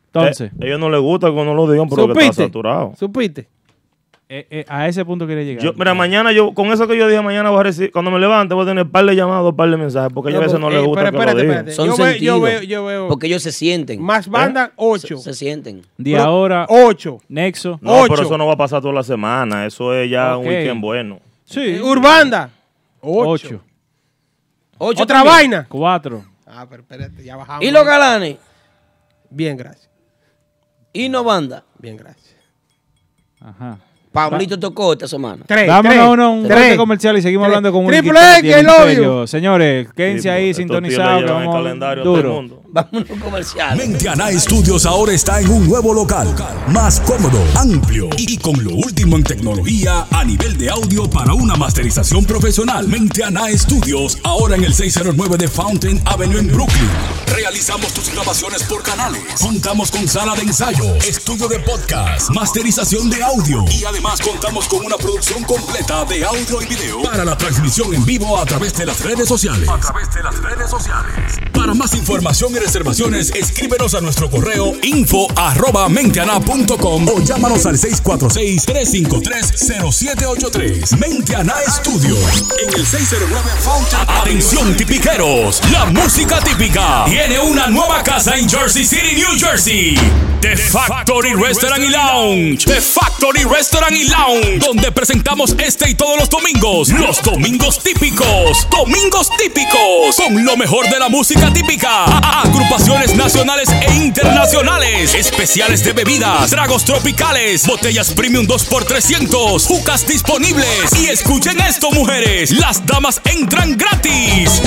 Speaker 4: Entonces.
Speaker 11: Eh, ellos no les gusta que no lo digan, pero que está
Speaker 4: ¿Supiste?
Speaker 11: saturado.
Speaker 5: ¿Supiste?
Speaker 4: Eh, eh, a ese punto quería llegar.
Speaker 11: Yo, mira, mañana yo, con eso que yo dije, mañana voy a recibir, cuando me levante voy a tener par de llamadas, par de mensajes, porque yo
Speaker 5: Eh,
Speaker 11: a veces no les gusta que lo digan.
Speaker 3: Son
Speaker 5: Yo veo- yo
Speaker 3: sentidos,
Speaker 5: veo- yo veo-
Speaker 3: Porque ellos se sienten. ¿Eh?
Speaker 5: Más bandas, ocho.
Speaker 3: Se, se sienten.
Speaker 4: De ahora.
Speaker 5: Ocho.
Speaker 4: Nexo.
Speaker 11: No, pero eso no va a pasar toda la semana, eso es ya
Speaker 4: Ok.
Speaker 11: un weekend bueno.
Speaker 4: Sí.
Speaker 5: Urbanda. Ocho.
Speaker 4: Ocho.
Speaker 3: Ocho
Speaker 5: Otra
Speaker 3: también.
Speaker 5: vaina.
Speaker 4: Cuatro.
Speaker 5: Ah, pero espérate, ya bajamos.
Speaker 3: ¿Y los galanes?
Speaker 5: Bien, gracias.
Speaker 3: ¿Y no banda?
Speaker 5: Bien, gracias.
Speaker 4: Ajá.
Speaker 3: Pablito tocó esta semana.
Speaker 4: Vámonos a uno- un corte comercial y seguimos
Speaker 3: Tres.
Speaker 4: hablando con un
Speaker 3: Triple
Speaker 4: equipo
Speaker 3: X,
Speaker 4: tiene
Speaker 3: I
Speaker 4: un
Speaker 3: love
Speaker 4: sello.
Speaker 3: you.
Speaker 4: Señores, quédense ahí sintonizados. que vamos duro.
Speaker 3: Vámonos comercial.
Speaker 1: Mentiana Studios ahora está en un nuevo local, más cómodo, amplio y con lo último en tecnología a nivel de audio para una masterización profesional. Mentiana Studios ahora en el 609 de Fountain Avenue en Brooklyn. Realizamos tus grabaciones por canales. Contamos con sala de ensayo, estudio de podcast, masterización de audio y además Además, contamos con una producción completa de audio y video para la transmisión en vivo a través de las redes sociales.
Speaker 15: A través de las redes sociales.
Speaker 1: Para más información y reservaciones, escríbenos a nuestro correo info arroba menteana.com o llámanos al 646-353-0783. Menteana Studios, en el 609 Fountain. Atención tipiqueros, la música típica tiene una nueva casa en Jersey City, New Jersey. The Factory Restaurant y Lounge. The Factory Restaurant y Lounge, donde presentamos este y todos los domingos, los domingos típicos, domingos típicos, con lo mejor de la música típica, A- agrupaciones nacionales e internacionales, especiales de bebidas, tragos tropicales, botellas premium 2x300, jucas disponibles. Y escuchen esto, mujeres, las damas entran gratis.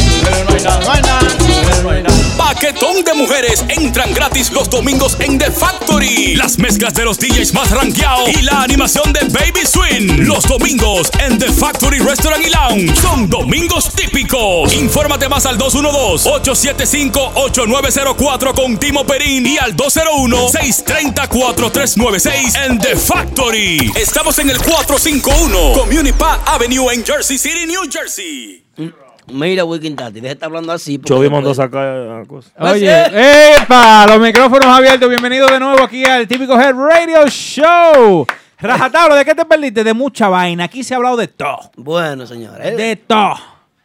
Speaker 1: Paquetón de mujeres entran gratis los domingos en The Factory. Las mezclas de los DJs más rankeados y la animación de Baby Swing. Los domingos en The Factory Restaurant y Lounge son domingos típicos. Infórmate más al 212-875-8904 con Timo Perín y al 201-630-4396 en The Factory. Estamos en el 451 Community Park Avenue en Jersey City, New Jersey.
Speaker 3: Mira, Wiking Tati, deja de estar hablando así. porque
Speaker 11: Yo vi
Speaker 3: no
Speaker 11: mandó
Speaker 3: puede-
Speaker 11: sacar eh, cosas.
Speaker 4: Oye, ¡epa! Los micrófonos abiertos. Bienvenido de nuevo aquí al típico Head Radio Show. Rajatablo, ¿de qué te perdiste? De mucha vaina. Aquí se ha hablado de todo.
Speaker 3: Bueno, señores.
Speaker 4: De todo.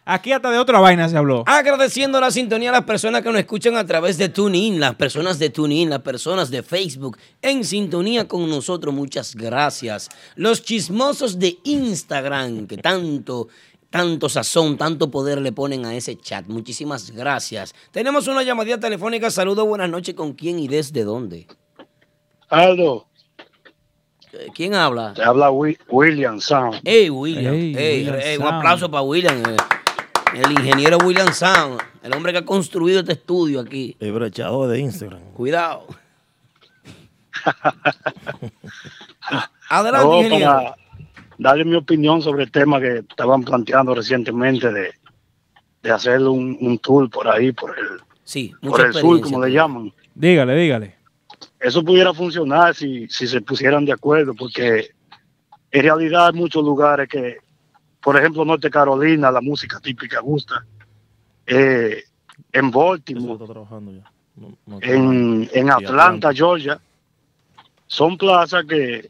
Speaker 4: Aquí hasta de otra vaina se habló.
Speaker 3: Agradeciendo la sintonía a las personas que nos escuchan a través de TuneIn, las personas de TuneIn, las personas de Facebook, en sintonía con nosotros, muchas gracias. Los chismosos de Instagram, que tanto, tanto sazón, tanto poder le ponen a ese chat, muchísimas gracias. Tenemos una llamadilla telefónica, saludos, buenas noches, ¿con quién y desde dónde?
Speaker 16: Aldo.
Speaker 3: Eh, ¿Quién habla?
Speaker 16: Te habla Wi- William Sound.
Speaker 3: Hey, William.
Speaker 16: Hey,
Speaker 3: Hey,
Speaker 16: William
Speaker 3: hey, un
Speaker 16: Sound.
Speaker 3: aplauso para William. eh, El ingeniero William Sound, el hombre que ha construido este estudio aquí.
Speaker 11: El brechador de Instagram.
Speaker 3: Cuidado. Adelante,
Speaker 16: No,
Speaker 3: ingeniero.
Speaker 16: para darle mi opinión sobre el tema que estaban planteando recientemente de, de hacer un, un tour por ahí, por el,
Speaker 3: sí,
Speaker 16: por el sur, como le llaman.
Speaker 4: Dígale, dígale.
Speaker 16: Eso pudiera funcionar si, si se pusieran de acuerdo, porque en realidad hay muchos lugares que, por ejemplo, Norte Carolina, la música típica gusta. Eh, en Baltimore, en, en Atlanta, Georgia, son plazas que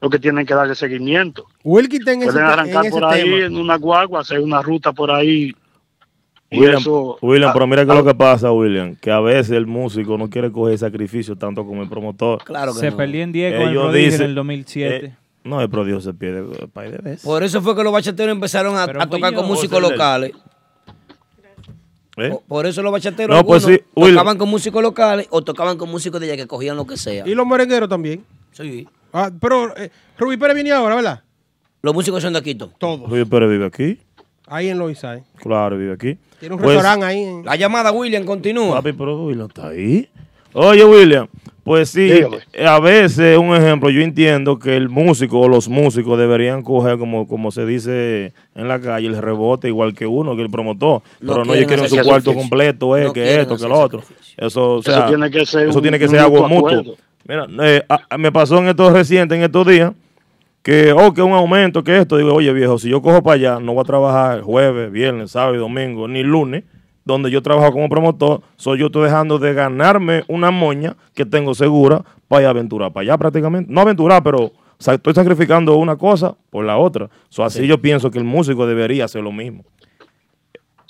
Speaker 16: lo que tienen que darle seguimiento.
Speaker 5: Wilkie está en ese,
Speaker 16: Pueden arrancar
Speaker 5: en ese
Speaker 16: por ahí
Speaker 5: tema.
Speaker 16: en una guagua, hacer una ruta por ahí. Y
Speaker 11: William,
Speaker 16: eso,
Speaker 11: William,
Speaker 16: ah,
Speaker 11: pero mira que
Speaker 16: ah,
Speaker 11: lo que pasa, William, que a veces el músico no quiere coger sacrificio tanto como el promotor.
Speaker 3: Claro que
Speaker 4: Se
Speaker 3: no.
Speaker 4: perdió en 10 con el prodigio en el 2007.
Speaker 11: eh, no, el prodigio se pierde eh, par de veces.
Speaker 3: Por eso fue que los bachateros empezaron a, a tocar con músicos
Speaker 11: José Lel.
Speaker 3: locales.
Speaker 11: ¿Eh?
Speaker 3: Po- Por eso los bachateros
Speaker 11: No, pues
Speaker 3: algunos
Speaker 11: sí, William.
Speaker 3: tocaban con músicos locales o tocaban con músicos de allá que cogían lo que sea.
Speaker 5: Y los merengueros también.
Speaker 3: Sí.
Speaker 5: Ah, pero eh, Rubí Pérez viene ahora, ¿verdad?
Speaker 3: Los músicos son de Quito.
Speaker 5: Todos.
Speaker 11: Luis Pérez vive aquí.
Speaker 5: Ahí en Loisai.
Speaker 11: Claro, vive aquí.
Speaker 5: Tiene un
Speaker 11: Pues-
Speaker 5: restaurante ahí. en-
Speaker 3: La llamada, William, continúa.
Speaker 11: Papi, pero William está ahí. Oye, William, pues sí,
Speaker 5: Dígame.
Speaker 11: eh, a veces, un ejemplo, yo entiendo que el músico o los músicos deberían coger, como, como se dice en la calle, el rebote, igual que uno, que el promotor.
Speaker 16: No
Speaker 11: pero no,
Speaker 16: quieren
Speaker 11: ellos quieren
Speaker 16: hacer
Speaker 11: su cuarto
Speaker 16: sacrificio.
Speaker 11: completo, eh,
Speaker 16: No
Speaker 11: que
Speaker 16: quieren
Speaker 11: esto, que
Speaker 16: hacer
Speaker 11: lo otro. Eso, o
Speaker 16: Eso
Speaker 11: sea,
Speaker 16: tiene que ser
Speaker 11: Ah, eso
Speaker 16: un-
Speaker 11: tiene que
Speaker 16: un
Speaker 11: ser algo
Speaker 16: mutuo
Speaker 11: mutuo.
Speaker 16: acuerdo.
Speaker 11: Mira, eh, a- a- me pasó en estos recientes, en estos días, que, oh, que un aumento, que esto. Digo, oye, viejo, si yo cojo para allá, no voy a trabajar jueves, viernes, sábado, y domingo, ni lunes, donde yo trabajo como promotor, soy yo estoy dejando de ganarme una moña que tengo segura para ir a aventurar, para allá prácticamente. No aventurar, pero sa- estoy sacrificando una cosa por la otra. So, así yo pienso que el músico debería hacer lo mismo.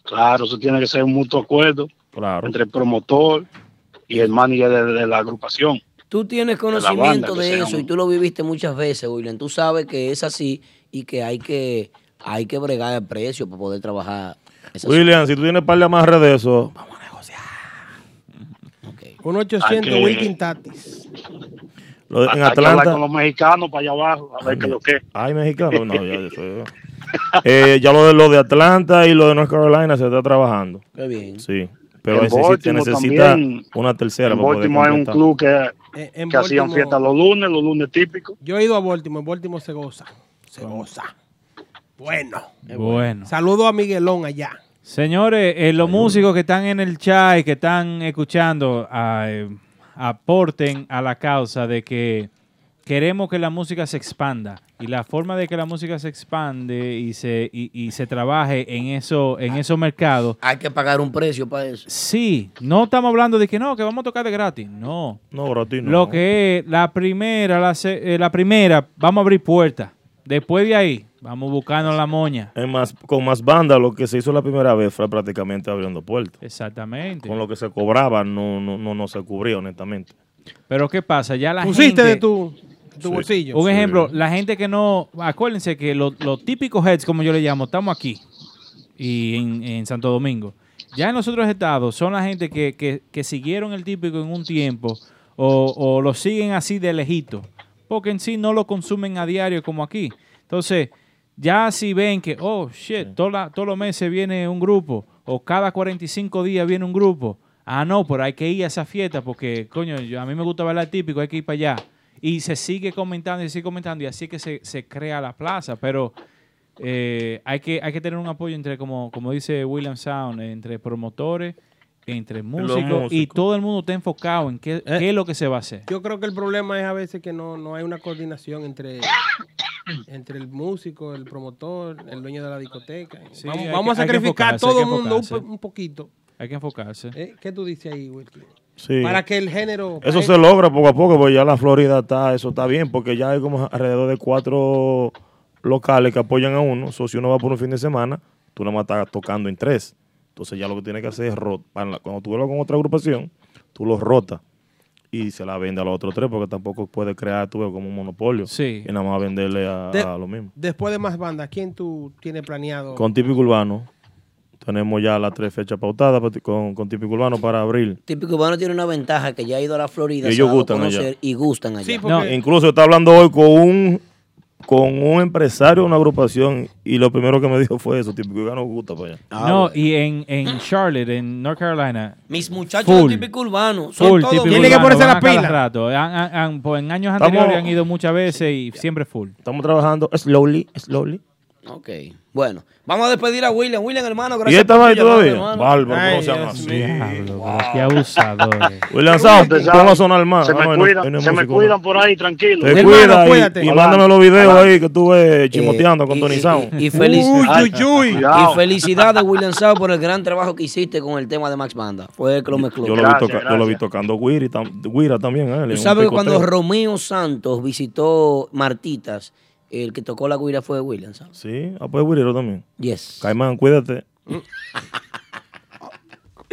Speaker 16: Claro, eso tiene que ser un mutuo acuerdo
Speaker 11: Claro.
Speaker 16: entre el promotor y el manager de, de la agrupación.
Speaker 3: Tú tienes
Speaker 16: la banda,
Speaker 3: conocimiento
Speaker 16: que
Speaker 3: de
Speaker 16: sea
Speaker 3: eso
Speaker 16: un-
Speaker 3: y tú lo viviste muchas veces, William. Tú sabes que es así y que hay que, hay que bregar el precio para poder trabajar. esas-
Speaker 11: William, si tú tienes par de amarres de eso,
Speaker 5: Un 800
Speaker 11: Hay que-
Speaker 5: Wilkie Tatis.
Speaker 11: lo de-
Speaker 16: Hay
Speaker 11: en
Speaker 16: que hablar
Speaker 11: Atlanta.
Speaker 16: con los mexicanos para allá abajo, a ver qué es lo que es.
Speaker 11: Ay, mexicano, no, ya, eso ya. Eh, ya lo de lo de Atlanta y lo de North Carolina se está trabajando.
Speaker 3: Qué bien.
Speaker 11: Sí. Pero
Speaker 16: En
Speaker 11: necesi- se
Speaker 16: Baltimore
Speaker 11: necesita
Speaker 16: también.
Speaker 11: una tercera
Speaker 16: En
Speaker 11: para poder
Speaker 16: Baltimore hay un
Speaker 11: completar.
Speaker 16: club que,
Speaker 5: en
Speaker 16: que hacían
Speaker 5: Baltimore.
Speaker 16: fiestas los lunes, los lunes típicos.
Speaker 5: Yo he ido a Baltimore. En Baltimore se goza. Se goza. Bueno.
Speaker 4: Bueno.
Speaker 5: Saludo a Miguelón allá.
Speaker 4: Señores, eh, los músicos que están en el chat y que están escuchando, ah, eh, aporten a la causa de que queremos que la música se expanda Y la forma de que la música se expande y se, y, y se trabaje en, eso, en esos mercados.
Speaker 3: Ah, Hay que pagar un precio para eso.
Speaker 4: Sí, no estamos hablando de que no, que vamos a tocar de gratis. No.
Speaker 11: No, gratis no.
Speaker 4: Lo que es la primera, la, se- eh, la primera, vamos a abrir puertas. Después de ahí, vamos buscando la moña.
Speaker 11: Es más, con más banda, lo que se hizo la primera vez fue prácticamente abriendo puertas.
Speaker 4: Exactamente.
Speaker 11: Con lo que se cobraba no, no, no, no se cubría, honestamente.
Speaker 4: Pero ¿qué pasa? Ya la
Speaker 5: Pusiste
Speaker 4: gente...
Speaker 5: de tu, tu
Speaker 4: Sí.
Speaker 5: bolsillo.
Speaker 4: Un ejemplo, la gente que no. Acuérdense que lo- los típicos heads, como yo le llamo, estamos aquí y en, en Santo Domingo. Ya en los otros estados son la gente que, que- que siguieron el típico en un tiempo o, o lo siguen así de lejito, porque en sí no lo consumen a diario como aquí. Entonces, ya si ven que, oh shit, todos la- todos los meses viene un grupo o cada 45 días viene un grupo. Ah, no, pero hay que ir a esa fiesta porque, coño, yo- a mí me gusta bailar típico, hay que ir para allá y se sigue comentando y se sigue comentando y así que se, se crea la plaza, pero eh, hay, que, hay que tener un apoyo entre, como, como dice William Sound, entre promotores, entre músicos, y
Speaker 5: músicos.
Speaker 4: todo el mundo está enfocado en qué, qué es lo que se va a hacer.
Speaker 5: Yo creo que el problema es a veces que no, no hay una coordinación entre, entre el músico, el promotor, el dueño de la discoteca.
Speaker 4: Sí,
Speaker 5: vamos
Speaker 4: hay
Speaker 5: vamos
Speaker 4: que-
Speaker 5: a
Speaker 4: hay que
Speaker 5: sacrificar
Speaker 4: enfocarse, hay
Speaker 5: todo
Speaker 4: que
Speaker 5: el mundo un,
Speaker 4: enfocarse.
Speaker 5: po- un poquito.
Speaker 4: Hay que enfocarse.
Speaker 5: ¿Eh? ¿Qué tú dices ahí, Wilkie?
Speaker 11: Sí.
Speaker 5: Para que el género...
Speaker 11: Eso
Speaker 5: para-
Speaker 11: se logra poco a poco, porque ya la Florida está, eso está bien, porque ya hay como alrededor de cuatro locales que apoyan a uno. So, si uno va por un fin de semana, tú nada más estás tocando en tres. Entonces ya lo que tienes que hacer es rotar. Cuando tú vuelvas con otra agrupación, tú los rotas y se la vende a los otros tres, porque tampoco puedes crear, tú ves, como un monopolio.
Speaker 4: Sí.
Speaker 11: Y nada más venderle a,
Speaker 5: De-
Speaker 11: a lo mismo.
Speaker 5: Después de más bandas, ¿quién tú tienes planeado?
Speaker 11: Con Típico Urbano, tenemos ya las tres fechas pautadas pa- con, con Típico Urbano para abril.
Speaker 3: Típico cubano tiene una ventaja que ya ha ido a la Florida.
Speaker 11: Y
Speaker 3: se ha
Speaker 11: ellos
Speaker 3: dado a
Speaker 11: gustan allá.
Speaker 3: conocer Y gustan allá.
Speaker 11: No, incluso está hablando hoy con un con un empresario de una agrupación y lo primero que me dijo fue eso, típico ya no gusta para allá.
Speaker 4: no, y en, en Charlotte, en North Carolina.
Speaker 3: Mis muchachos
Speaker 4: full,
Speaker 3: de típico urbano son
Speaker 4: full
Speaker 3: todos
Speaker 4: típico
Speaker 3: Tienen que
Speaker 4: urbano,
Speaker 3: ponerse
Speaker 4: van
Speaker 3: la
Speaker 4: a cada
Speaker 3: pila.
Speaker 4: rato. Han- han- han- pues, en años
Speaker 11: Estamos-
Speaker 4: anteriores han ido muchas veces y siempre full.
Speaker 11: Estamos trabajando slowly, slowly.
Speaker 3: Ok. Bueno, vamos a despedir a William. William, hermano,
Speaker 11: ¿Y
Speaker 3: gracias.
Speaker 11: esta
Speaker 3: por tu
Speaker 11: vaina
Speaker 3: llamada,
Speaker 11: todavía?
Speaker 3: hermano.
Speaker 11: Bárbaro, no
Speaker 3: Ay,
Speaker 11: sean
Speaker 3: Dios
Speaker 11: así.
Speaker 3: mío.
Speaker 4: Qué abusadores.
Speaker 11: William Sound,
Speaker 16: Ustedes
Speaker 11: ponlo a
Speaker 16: saben,
Speaker 11: sonar más.
Speaker 16: Se
Speaker 11: Ah, no,
Speaker 16: me
Speaker 11: no,
Speaker 16: cuidan,
Speaker 11: no es
Speaker 16: se me
Speaker 11: músico, no.
Speaker 16: cuidan por ahí, tranquilo.
Speaker 11: Te cuida y- y, mándame los videos ahí que tú ves chismoteando con Tony Sound.
Speaker 3: Y, feliz- Ay,
Speaker 11: Cuidado.
Speaker 3: y felicidades, William Sao, por el gran trabajo que hiciste con el tema de Max Banda. Fue el que lo mezcló.
Speaker 11: Yo lo, vi toca- yo lo vi tocando Guira, y tam- Guira también. a él,
Speaker 3: Tú
Speaker 11: en un
Speaker 3: sabes que cuando
Speaker 11: picoteo.
Speaker 3: Romeo Santos visitó Martitas, el que tocó la guira fue William Sao.
Speaker 11: Sí, ah, pues Guirero también.
Speaker 3: Yes.
Speaker 11: Caimán, cuídate.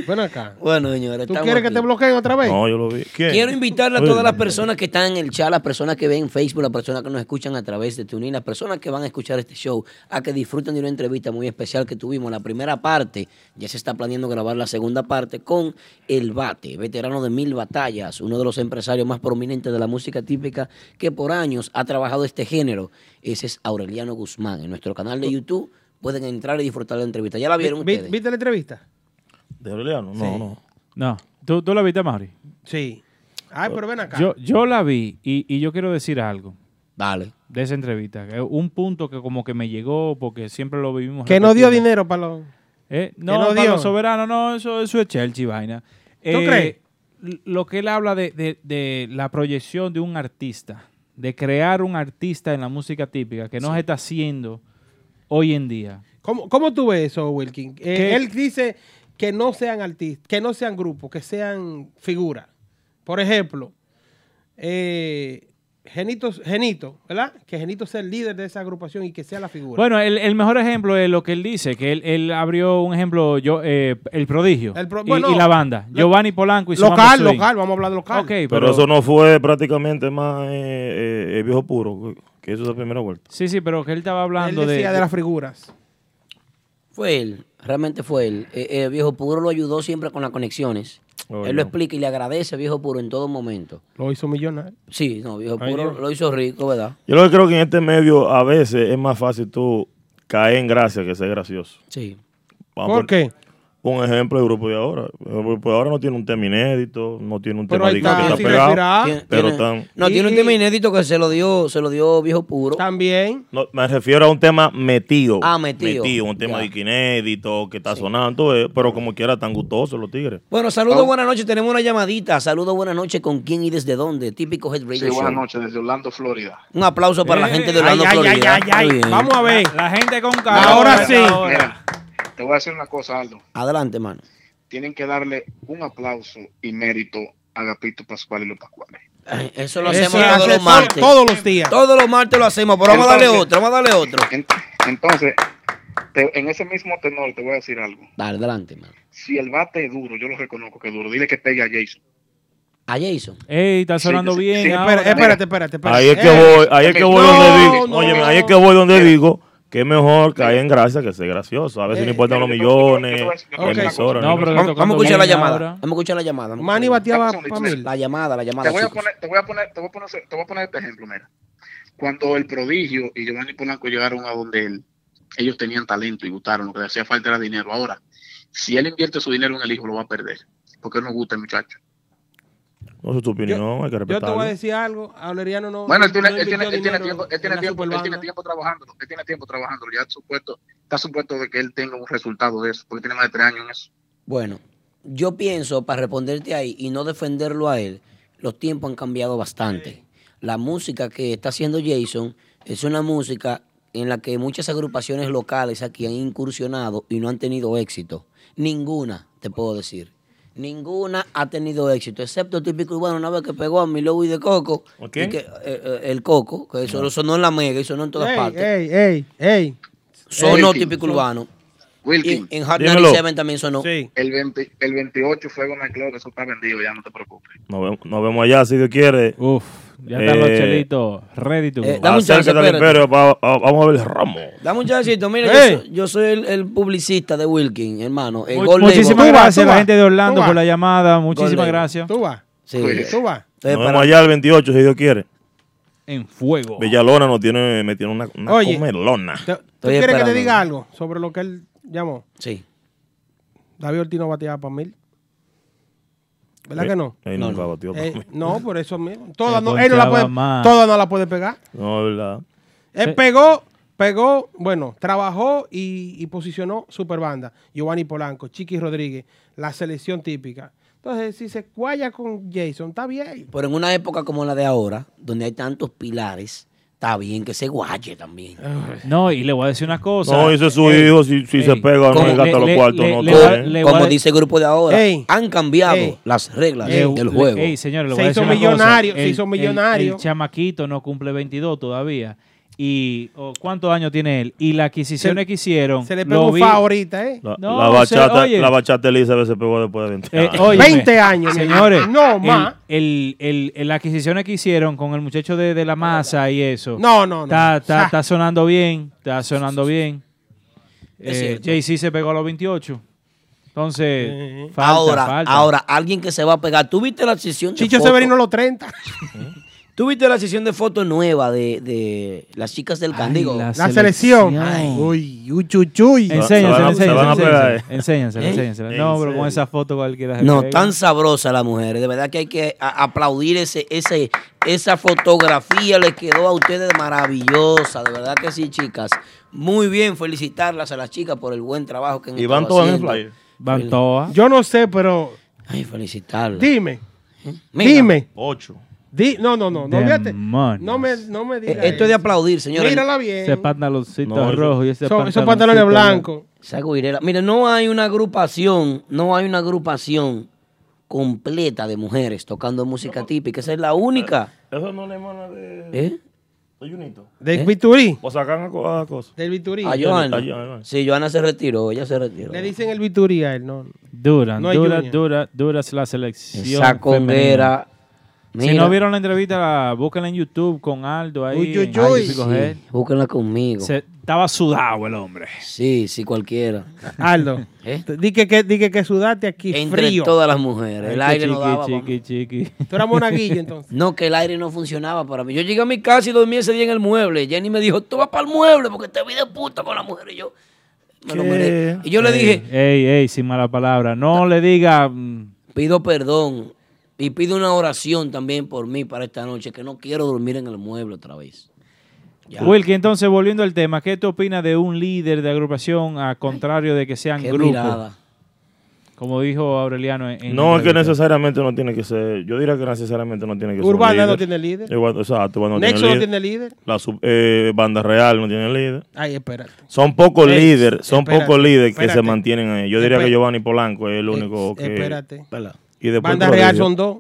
Speaker 5: Ven acá.
Speaker 3: Bueno, señores,
Speaker 5: ¿Tú
Speaker 3: estamos
Speaker 5: quieres que
Speaker 3: aquí.
Speaker 5: te bloqueen otra vez?
Speaker 11: No, yo lo vi. ¿Quién?
Speaker 3: Quiero invitarle a
Speaker 11: Oye,
Speaker 3: todas las personas que están en el chat, las personas que ven Facebook, las personas que nos escuchan a través de TuneIn, las personas que van a escuchar este show, a que disfruten de una entrevista muy especial que tuvimos. La primera parte, ya se está planeando grabar la segunda parte con El Bate, veterano de mil batallas, uno de los empresarios más prominentes de la música típica que por años ha trabajado este género. Ese es Aureliano Guzmán. En nuestro canal de YouTube pueden entrar y disfrutar la entrevista. ¿Ya la vieron
Speaker 5: Vi-
Speaker 3: ustedes?
Speaker 5: ¿Viste la entrevista?
Speaker 11: ¿De Aureliano? No, no.
Speaker 4: No. ¿Tú, tú la viste, Mauri?
Speaker 5: Sí. Ay, pero ven acá.
Speaker 4: Yo, yo la vi y, y yo quiero decir algo.
Speaker 3: Dale.
Speaker 4: De esa entrevista. que es Un punto que como que me llegó porque siempre lo vivimos.
Speaker 5: que no dio
Speaker 4: repetido.
Speaker 5: dinero para los...
Speaker 4: Eh,
Speaker 5: que
Speaker 4: no,
Speaker 5: no
Speaker 4: para
Speaker 5: dio.
Speaker 4: los soberanos, no, eso, eso es Chelsea vaina. Eh,
Speaker 5: crees?
Speaker 4: l- Lo que él habla de, de- de la proyección de un artista, de crear un artista en la música típica, que no se está haciendo hoy en día.
Speaker 5: ¿Cómo, ¿Cómo tú ves eso, Wilkin? Eh,
Speaker 4: ¿Qué?
Speaker 5: él dice que no sean artistas, que no sean grupos, que sean figuras. Por ejemplo, eh, Genito, Genito, ¿verdad? Que Genito sea el líder de esa agrupación y que sea la figura.
Speaker 4: Bueno, el, el mejor ejemplo es lo que él dice, que él, él abrió un ejemplo, yo, eh, El Prodigio
Speaker 5: El pro-
Speaker 4: y-
Speaker 5: bueno,
Speaker 4: y, la banda,
Speaker 5: lo-
Speaker 4: Giovanni Polanco y su
Speaker 5: local,
Speaker 4: Mambo Swing.
Speaker 5: local, vamos a hablar de local.
Speaker 4: Ok,
Speaker 11: Pero, eso no fue prácticamente más eh, eh, eh, viejo puro, que eso es la primera vuelta.
Speaker 4: Sí, sí, pero que él estaba
Speaker 5: él
Speaker 4: hablando
Speaker 5: decía de,
Speaker 4: de...
Speaker 5: las figuras.
Speaker 3: Fue él, realmente fue él. Eh, eh, viejo Puro lo ayudó siempre con las conexiones.
Speaker 5: Oh,
Speaker 3: él lo
Speaker 5: no.
Speaker 3: explica y le agradece, viejo Puro, en todo momento.
Speaker 5: Lo hizo millonario.
Speaker 3: Sí, no, viejo
Speaker 5: Ay,
Speaker 3: Puro
Speaker 5: Dios.
Speaker 3: lo hizo rico, ¿verdad?
Speaker 11: Yo lo que creo que en este medio a veces es más fácil tú caer en gracia que ser gracioso.
Speaker 3: Sí.
Speaker 5: ¿Por qué?
Speaker 11: un ejemplo del grupo de ahora. El grupo de ahora no tiene un tema inédito, no tiene un
Speaker 3: Pero
Speaker 11: tema
Speaker 3: ahí
Speaker 11: de Este que está
Speaker 3: está, sin
Speaker 11: pegado,
Speaker 3: respirar.
Speaker 11: pero
Speaker 3: Tiene-
Speaker 11: están...
Speaker 3: No, tiene un tema inédito que se lo dio, se lo dio viejo puro.
Speaker 5: También.
Speaker 11: No, me refiero a un tema metido.
Speaker 3: Ah, metido.
Speaker 11: un tema
Speaker 3: Ya.
Speaker 11: de que inédito, que está sonando, eh, pero como quiera, tan gustoso los tigres.
Speaker 3: Bueno,
Speaker 11: Ah.
Speaker 3: saludos, buenas noches. Tenemos una llamadita. Saludos, buenas noches. ¿Con quién y desde dónde? Típico Head Radio.
Speaker 14: Sí, buenas
Speaker 3: Show.
Speaker 14: noches, desde Orlando, Florida.
Speaker 3: Un aplauso para
Speaker 5: Eh,
Speaker 3: la gente de Orlando, Florida. Muy bien.
Speaker 4: La gente con
Speaker 3: calor. Ahora sí.
Speaker 14: Mira, te voy a decir una cosa, Aldo.
Speaker 3: Adelante, mano.
Speaker 14: Tienen que darle un aplauso y mérito a Gapito Pascual y los Pascuales.
Speaker 3: Ay, Eso lo
Speaker 14: Eso
Speaker 3: hacemos
Speaker 14: se
Speaker 3: todos
Speaker 14: hace
Speaker 3: los
Speaker 14: to-
Speaker 3: martes.
Speaker 14: todos los días.
Speaker 3: Todos los martes lo hacemos, pero vamos a darle
Speaker 14: Entonces-
Speaker 3: otro, vamos a darle otro.
Speaker 14: Entonces, te- en ese mismo tenor te voy a decir algo.
Speaker 3: Dale, adelante, mano.
Speaker 14: Si el bate es duro, yo lo reconozco que es duro. Dile que pegue a Jason.
Speaker 3: A Jason.
Speaker 4: Ey, está
Speaker 14: Sí,
Speaker 4: sonando
Speaker 14: sí,
Speaker 4: bien.
Speaker 14: sí,
Speaker 4: ahora.
Speaker 14: espera,
Speaker 5: Espérate, espérate, espérate.
Speaker 11: Ahí es que
Speaker 5: Eh,
Speaker 11: voy, ahí es que voy donde digo,
Speaker 5: no.
Speaker 11: óyeme, ahí es que voy donde digo que es mejor caer en gracia que ser gracioso. A veces no importan los millones,
Speaker 5: Eh, Ok.
Speaker 11: emisoras.
Speaker 5: No, pero
Speaker 3: Vamos, vamos a escuchar la llamada. Vamos a escuchar la llamada. vamos a
Speaker 5: Manny
Speaker 3: escuchar la
Speaker 5: bateaba
Speaker 3: llamada.
Speaker 5: pa' mil.
Speaker 3: La llamada, la
Speaker 14: Te
Speaker 3: llamada.
Speaker 14: voy, a
Speaker 3: chicos.
Speaker 14: poner, te, voy a poner, te, voy a poner, te voy a poner este ejemplo, mira. Cuando el prodigio y Giovanni Polanco llegaron a donde él, ellos tenían talento y gustaron, lo que le hacía falta era dinero. Ahora, si él invierte su dinero en el hijo, lo va a perder, porque él no gusta el muchacho.
Speaker 11: No es tu opinión, hay que
Speaker 5: Yo te voy a
Speaker 11: respetarlo.
Speaker 5: decir algo. Aureliano no.
Speaker 14: Bueno, él
Speaker 5: no
Speaker 14: tiene, él
Speaker 5: invirtió
Speaker 14: tiene, él tiene
Speaker 5: dinero
Speaker 14: tiempo, él
Speaker 5: en
Speaker 14: tiene
Speaker 5: la
Speaker 14: tiempo, él
Speaker 5: Superbanda.
Speaker 14: tiene tiempo trabajándolo, él tiene tiempo trabajándolo, ya supuesto, está supuesto de que él tenga un resultado de eso, porque tiene más de tres años en eso.
Speaker 3: Bueno, yo pienso, para responderte ahí y no defenderlo a él, los tiempos han cambiado bastante. La música que está haciendo Jason es una música en la que muchas agrupaciones locales aquí han incursionado y no han tenido éxito. Ninguna, te puedo decir. Ninguna ha tenido éxito, excepto el típico urbano, una vez que pegó a mi y de Coco.
Speaker 5: ¿A
Speaker 3: y
Speaker 5: quién?
Speaker 3: que, eh, eh, el Coco, que eso
Speaker 5: Ah.
Speaker 3: sonó en la mega y sonó en todas
Speaker 5: Ey,
Speaker 3: partes.
Speaker 5: Ey, ey, ey.
Speaker 3: Sonó
Speaker 14: Wilkin.
Speaker 3: típico urbano.
Speaker 14: Wilkin.
Speaker 3: Y en Hot
Speaker 11: Dímelo.
Speaker 3: 97 también sonó.
Speaker 14: El, 20 el 28 fue con el club, eso está vendido, ya no te preocupes.
Speaker 11: Nos vemos, nos vemos allá si Dios quiere. Eh,
Speaker 4: Uf, ya están los chelitos. Ready to go.
Speaker 3: eh, dame un chance,
Speaker 11: Acércate al
Speaker 3: espérate.
Speaker 11: imperio, va- va- vamos a ver el ramo.
Speaker 3: Dame un chancito, mira,
Speaker 4: Ey.
Speaker 3: yo, soy, yo soy el, el publicista de Wilkin, hermano. el
Speaker 4: Mu-
Speaker 3: Gold Label.
Speaker 4: Muchísimas gracias a la gente de
Speaker 3: Tú
Speaker 4: Orlando
Speaker 3: vas.
Speaker 4: por la llamada. Muchísimas
Speaker 3: Golden.
Speaker 4: gracias.
Speaker 5: Tú vas.
Speaker 3: Sí.
Speaker 14: Pues,
Speaker 5: Tú vas.
Speaker 11: Nos vemos allá el 28 si Dios quiere.
Speaker 4: En fuego.
Speaker 11: Villalona nos tiene, me tiene una, una
Speaker 5: Oye,
Speaker 11: comelona.
Speaker 5: ¿Tú quieres que te diga algo sobre lo que él llamó?
Speaker 3: Sí.
Speaker 5: David Ortiz no bateaba para mil. ¿Verdad
Speaker 11: Eh,
Speaker 5: que no?
Speaker 11: él nunca bateó pa'
Speaker 5: Eh,
Speaker 11: mil.
Speaker 5: No, por eso mismo. Todas no,
Speaker 11: Se
Speaker 5: él no la puede,
Speaker 11: ponchaba más. Eh,
Speaker 5: todas no la puede pegar.
Speaker 11: No, es verdad.
Speaker 5: Él pegó, pegó, bueno, trabajó y, y posicionó Superbanda. Giovanni Polanco, Chiqui Rodríguez, la selección típica. Entonces, si se cualla con Jason, está bien.
Speaker 3: Pero en una época como la de ahora, donde hay tantos pilares, está bien que se guaye también.
Speaker 4: No, y le voy a decir una cosa.
Speaker 11: No, ese es su
Speaker 4: Ey,
Speaker 11: hijo, si- si se pega, no
Speaker 4: como-
Speaker 11: le gasta los cuartos, no
Speaker 4: voy a-
Speaker 11: todo, ¿eh?
Speaker 4: le voy a
Speaker 3: Como
Speaker 4: de-
Speaker 3: dice el grupo de ahora,
Speaker 4: Ey.
Speaker 3: han cambiado
Speaker 4: Ey.
Speaker 3: las reglas
Speaker 4: Ey,
Speaker 3: del
Speaker 4: Eh, le-
Speaker 3: juego.
Speaker 4: ey, señores, le
Speaker 5: Se
Speaker 4: voy a
Speaker 5: hizo
Speaker 4: decir una cosa.
Speaker 5: millonario, se
Speaker 4: El-
Speaker 5: hizo
Speaker 4: el-
Speaker 5: millonario.
Speaker 4: El, chamaquito no cumple 22 todavía. ¿Y o, cuántos años tiene él? Y las adquisiciones que hicieron.
Speaker 5: Se le
Speaker 4: lo
Speaker 5: pegó un
Speaker 4: vi-
Speaker 5: fa ahorita, ¿eh?
Speaker 11: La,
Speaker 4: No,
Speaker 11: la
Speaker 4: o sea,
Speaker 11: bachata,
Speaker 4: oye.
Speaker 11: la bachata Elizabeth se pegó después de 20
Speaker 4: Eh,
Speaker 11: años.
Speaker 4: óyeme,
Speaker 5: 20 años,
Speaker 4: Señores,
Speaker 5: no más.
Speaker 4: El, el, el- las adquisiciones que hicieron con el muchacho de, de la masa y eso.
Speaker 5: No, no, no.
Speaker 4: Está, está-
Speaker 5: O sea.
Speaker 4: está sonando bien. Está sonando bien.
Speaker 3: Es
Speaker 4: Eh,
Speaker 3: cierto.
Speaker 4: Jay-Z se pegó a los 28. Entonces, Eh,
Speaker 5: Eh,
Speaker 4: falta,
Speaker 3: ahora,
Speaker 4: falta.
Speaker 3: ahora, alguien que se va a pegar. ¿Tú viste la sesión de
Speaker 5: Chicho
Speaker 3: fotos?
Speaker 5: Severino los 30.
Speaker 3: ¿Tú viste la sesión de fotos nueva de, de las chicas del Candigo?
Speaker 4: la
Speaker 5: La selección. Uy, uchuchuy.
Speaker 4: Enséñansela, enséñansela, enséñansela,
Speaker 3: ¿Eh?
Speaker 4: enséñansela, enséñensela. No, pero con esa foto cualquiera se
Speaker 3: No,
Speaker 4: pega.
Speaker 3: tan sabrosa la mujer. De verdad que hay que a- aplaudir ese, ese, esa fotografía. Le quedó a ustedes maravillosa. De verdad que sí, chicas. Muy bien, felicitarlas a las chicas por el buen trabajo que han
Speaker 11: Y van
Speaker 3: estado
Speaker 11: todas en el
Speaker 3: haciendo.
Speaker 11: flyer.
Speaker 4: Van ¿ah? todas.
Speaker 5: Yo no sé, pero
Speaker 3: Ay, ¿Eh? felicitarlas.
Speaker 5: dime.
Speaker 3: Mira.
Speaker 5: Dime.
Speaker 11: Ocho.
Speaker 5: Di- no, no, no. No, olvídate. no me, no me digas.
Speaker 3: Eh, Esto es de aplaudir, señores.
Speaker 5: Mírala bien.
Speaker 4: Ese pantaloncito
Speaker 3: No, eso-
Speaker 4: rojo y ese
Speaker 5: Son- esos pantalones blancos.
Speaker 3: Esa guirera. Mira, no hay una agrupación, no hay una agrupación completa de mujeres tocando música típica. Esa es la única.
Speaker 11: Eso no es la hermana de.
Speaker 3: ¿Eh?
Speaker 11: De Junito.
Speaker 5: De Vituri.
Speaker 11: O sacan a, co- a cosas.
Speaker 5: Del Vituri.
Speaker 3: A Ah, Joana. Sí, Joana se retiró, ella se retiró.
Speaker 5: Le dicen el Vituri a él, no.
Speaker 4: Dura,
Speaker 5: No hay
Speaker 4: dura,
Speaker 5: junior.
Speaker 4: dura, dura es la selección.
Speaker 3: Esa conguera.
Speaker 4: femenina. Si
Speaker 3: Mira.
Speaker 4: no vieron la entrevista, la- búsquenla en YouTube con Aldo ahí.
Speaker 3: Uy,
Speaker 4: en
Speaker 3: uy, uy.
Speaker 4: Típico
Speaker 3: Sí,
Speaker 4: Head.
Speaker 3: búsquenla conmigo.
Speaker 4: Se- estaba sudado el hombre.
Speaker 3: Sí, sí, cualquiera.
Speaker 5: Aldo.
Speaker 3: ¿Eh?
Speaker 5: Di que, que, di que, que sudaste aquí
Speaker 3: Entre
Speaker 5: frío.
Speaker 3: todas las mujeres. El
Speaker 4: Ay, qué
Speaker 3: aire no daba.
Speaker 4: chiqui,
Speaker 3: vamos.
Speaker 4: chiqui, chiqui.
Speaker 5: Tú eras monaguillo entonces.
Speaker 3: No, que el aire no funcionaba para mí. Yo llegué a mi casa y dormí ese día en el mueble. Jenny me dijo, tú vas para el mueble porque te vi de puta con la mujer. Y yo, Me lo mere- Y yo le dije,
Speaker 4: Ey, ey, sin mala palabra. No le diga. mm,
Speaker 3: pido perdón y pido una oración también por mí para esta noche, que no quiero dormir en el mueble otra vez. Ya.
Speaker 4: Wilkie, entonces, volviendo al tema, ¿qué te opinas de un líder de agrupación a contrario de que sean
Speaker 3: qué
Speaker 4: grupos?
Speaker 3: mirada.
Speaker 4: Como dijo Aureliano en. en
Speaker 11: No,
Speaker 4: la
Speaker 11: es que
Speaker 4: entrevista.
Speaker 11: necesariamente no tiene que ser. Yo diría que necesariamente no tiene que ser. un
Speaker 5: Urbana no tiene líder.
Speaker 11: Eh, bueno, Exacto, Urbana no
Speaker 5: Nexo
Speaker 11: tiene
Speaker 5: no
Speaker 11: líder.
Speaker 5: tiene líder.
Speaker 11: La sub- eh, Banda Real no tiene líder.
Speaker 5: Ay, espérate.
Speaker 11: Son pocos
Speaker 5: Ey,
Speaker 11: líderes, son
Speaker 5: espérate,
Speaker 11: pocos líderes que se
Speaker 5: espérate.
Speaker 11: mantienen ahí. Yo diría
Speaker 5: Espérate. Eh,
Speaker 11: que Giovanni Polanco es el único que.
Speaker 5: espérate.
Speaker 11: Y después
Speaker 5: Banda
Speaker 11: el
Speaker 5: Real
Speaker 11: prodigio.
Speaker 5: son dos.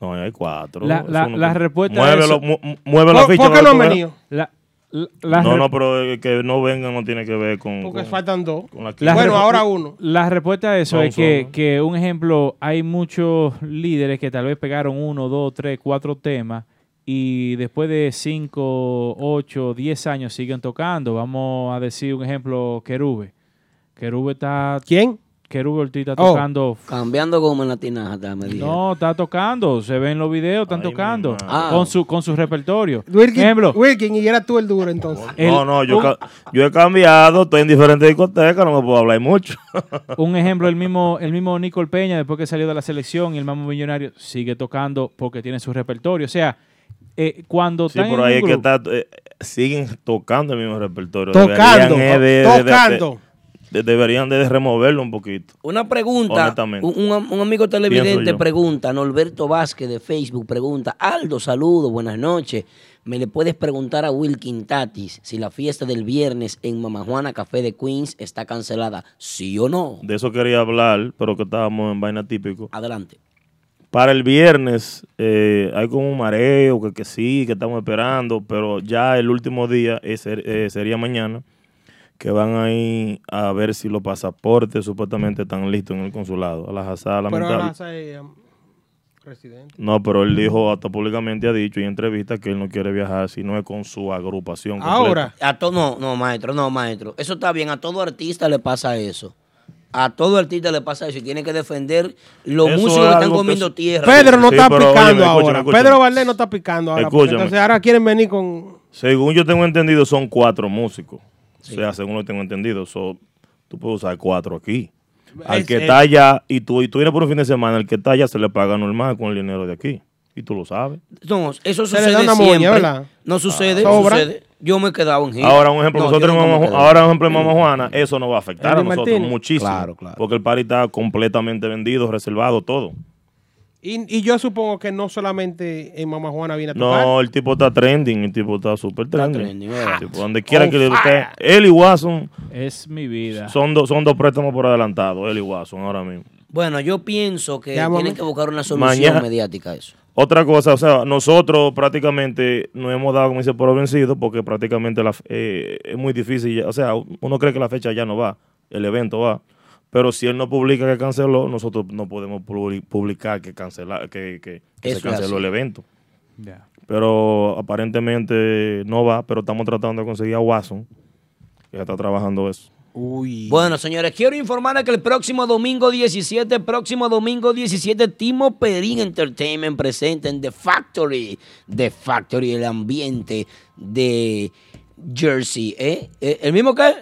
Speaker 11: No, hay cuatro.
Speaker 4: La-
Speaker 11: Eso
Speaker 4: la-
Speaker 11: no
Speaker 4: la
Speaker 11: te-
Speaker 4: respuesta a
Speaker 11: Muévelo,
Speaker 4: eso-
Speaker 11: mu- mu- mueve la
Speaker 4: ¿Por-
Speaker 11: ficha.
Speaker 4: por qué
Speaker 11: la
Speaker 4: no han
Speaker 11: puedes-
Speaker 4: venido? La- la- la
Speaker 11: no,
Speaker 4: re-
Speaker 11: no, pero eh, que no vengan no tiene que ver con.
Speaker 5: Porque
Speaker 11: con-
Speaker 5: faltan dos.
Speaker 11: con la-
Speaker 4: La
Speaker 5: bueno,
Speaker 4: repu-
Speaker 5: ahora uno.
Speaker 4: La respuesta a eso
Speaker 11: No,
Speaker 4: es que, que, un ejemplo, hay muchos líderes que tal vez pegaron uno, dos, tres, cuatro temas y después de cinco, ocho, diez años siguen tocando. Vamos a decir un ejemplo, Querube. Querube está...
Speaker 5: ¿Quién?
Speaker 4: Querube Ortiz está
Speaker 3: Oh.
Speaker 4: tocando...
Speaker 3: Cambiando como en la tinaja, ta- me dijeron.
Speaker 4: No, está tocando, se ven los videos, están tocando
Speaker 3: Ah.
Speaker 4: con su con su repertorio.
Speaker 5: Wilkin,
Speaker 3: Eh,
Speaker 4: Ejemplo,
Speaker 5: Wilkin, y era tú el duro entonces.
Speaker 11: no, no, yo, ca- yo he cambiado, estoy en diferentes discotecas, no me puedo hablar mucho.
Speaker 4: Un ejemplo, el mismo, el mismo Nicole Peña, después que salió de la selección y el mismo millonario sigue tocando porque tiene su repertorio. O sea, eh, cuando
Speaker 11: Sí,
Speaker 4: están
Speaker 11: por
Speaker 4: en
Speaker 11: ahí es
Speaker 4: un
Speaker 11: que
Speaker 4: grupo-
Speaker 11: está, eh, siguen tocando el mismo repertorio.
Speaker 3: Tocando,
Speaker 11: Deberían, eh,
Speaker 3: tocando.
Speaker 11: de- deberían de removerlo un poquito.
Speaker 3: Una pregunta.
Speaker 11: Honestamente.
Speaker 3: Un, un- un amigo
Speaker 11: Pienso
Speaker 3: televidente
Speaker 11: yo.
Speaker 3: pregunta, Norberto Vázquez de Facebook pregunta, Aldo, saludo, buenas noches. ¿Me le puedes preguntar a Wilkin Tatis si la fiesta del viernes en Mamajuana Café de Queens está cancelada? ¿Sí o no?
Speaker 11: De eso quería hablar, pero que estábamos en vaina típico.
Speaker 3: Adelante.
Speaker 11: Para el viernes eh, hay como un mareo, que, que sí, que estamos esperando, pero ya el último día es ser- eh, sería mañana, que van ahí a ver si los pasaportes supuestamente están listos en el consulado. A la jazá,
Speaker 5: Pero
Speaker 11: lamentable.
Speaker 5: ahora es eh, um, residente.
Speaker 11: No, pero él dijo, hasta públicamente ha dicho en entrevistas que él no quiere viajar si no es con su agrupación. completa.
Speaker 3: A to- no, no, maestro, no, maestro. Eso está bien, a todo artista le pasa eso. A todo artista le pasa eso y tiene que defender los
Speaker 11: Eso
Speaker 3: músicos
Speaker 11: es
Speaker 3: que están
Speaker 11: algo que
Speaker 3: comiendo
Speaker 11: es-
Speaker 3: tierra.
Speaker 5: Pedro no
Speaker 11: Sí,
Speaker 5: está
Speaker 11: pero,
Speaker 5: picando
Speaker 11: óyeme,
Speaker 5: ahora.
Speaker 11: escúchame, escúchame.
Speaker 5: Pedro Valdés no está picando ahora. porque
Speaker 11: Escúchame.
Speaker 5: Entonces ahora quieren venir con.
Speaker 11: Según yo tengo entendido, son cuatro músicos. O sea, según lo tengo entendido, so, tú puedes usar cuatro aquí. Al
Speaker 5: Es-
Speaker 11: que
Speaker 5: es-
Speaker 11: está allá, y tú, y tú vienes por un fin de semana, el que está allá se le paga normal con el dinero de aquí. Y tú lo sabes.
Speaker 3: No, eso
Speaker 5: Se le
Speaker 3: sucede
Speaker 5: da una moña,
Speaker 3: siempre.
Speaker 5: ¿verdad?
Speaker 3: No sucede,
Speaker 5: Ah. Sobra.
Speaker 3: sucede. Yo me he quedado en gira.
Speaker 11: Ahora un ejemplo,
Speaker 3: No, yo
Speaker 11: nosotros en
Speaker 3: nunca me
Speaker 11: Mama
Speaker 3: he
Speaker 11: Ju-
Speaker 3: quedado.
Speaker 11: ahora un ejemplo en Mama Juana, eso nos va a afectar a
Speaker 5: Andy
Speaker 11: nosotros
Speaker 5: Martínez.
Speaker 11: muchísimo. Porque el party está completamente vendido, reservado, todo.
Speaker 5: Y, y yo supongo que no solamente en Mama Juana viene a tocar.
Speaker 11: No, el tipo está trending, el tipo está súper trending.
Speaker 5: ¿verdad?
Speaker 11: Tipo, donde quiera
Speaker 5: On
Speaker 11: que le
Speaker 5: Oh, fire.
Speaker 11: esté. Él y Watson
Speaker 4: es mi vida.
Speaker 11: son, dos- son dos préstamos por adelantado, él y Watson ahora mismo.
Speaker 3: Bueno, yo pienso que
Speaker 5: Llámame.
Speaker 3: tienen que buscar una solución
Speaker 11: Mañana-
Speaker 3: mediática a eso.
Speaker 11: Otra cosa, o sea, nosotros prácticamente nos hemos dado, como dice, por vencido, porque prácticamente la, eh, es muy difícil. ya- O sea, uno cree que la fecha ya no va, el evento va. Pero si él no publica que canceló, nosotros no podemos publi- publicar que, cancela, que, que- que
Speaker 3: Eso
Speaker 11: se
Speaker 3: es así.
Speaker 11: canceló el evento.
Speaker 4: Ya.
Speaker 11: Pero aparentemente no va, pero estamos tratando de conseguir a Watson, que ya está trabajando eso.
Speaker 5: Uy.
Speaker 3: Bueno, señores, quiero informarles que el próximo domingo 17, próximo domingo 17, Timo Perín Entertainment presenta en The Factory, The Factory, el ambiente de Jersey. ¿eh? ¿Eh? ¿El mismo que?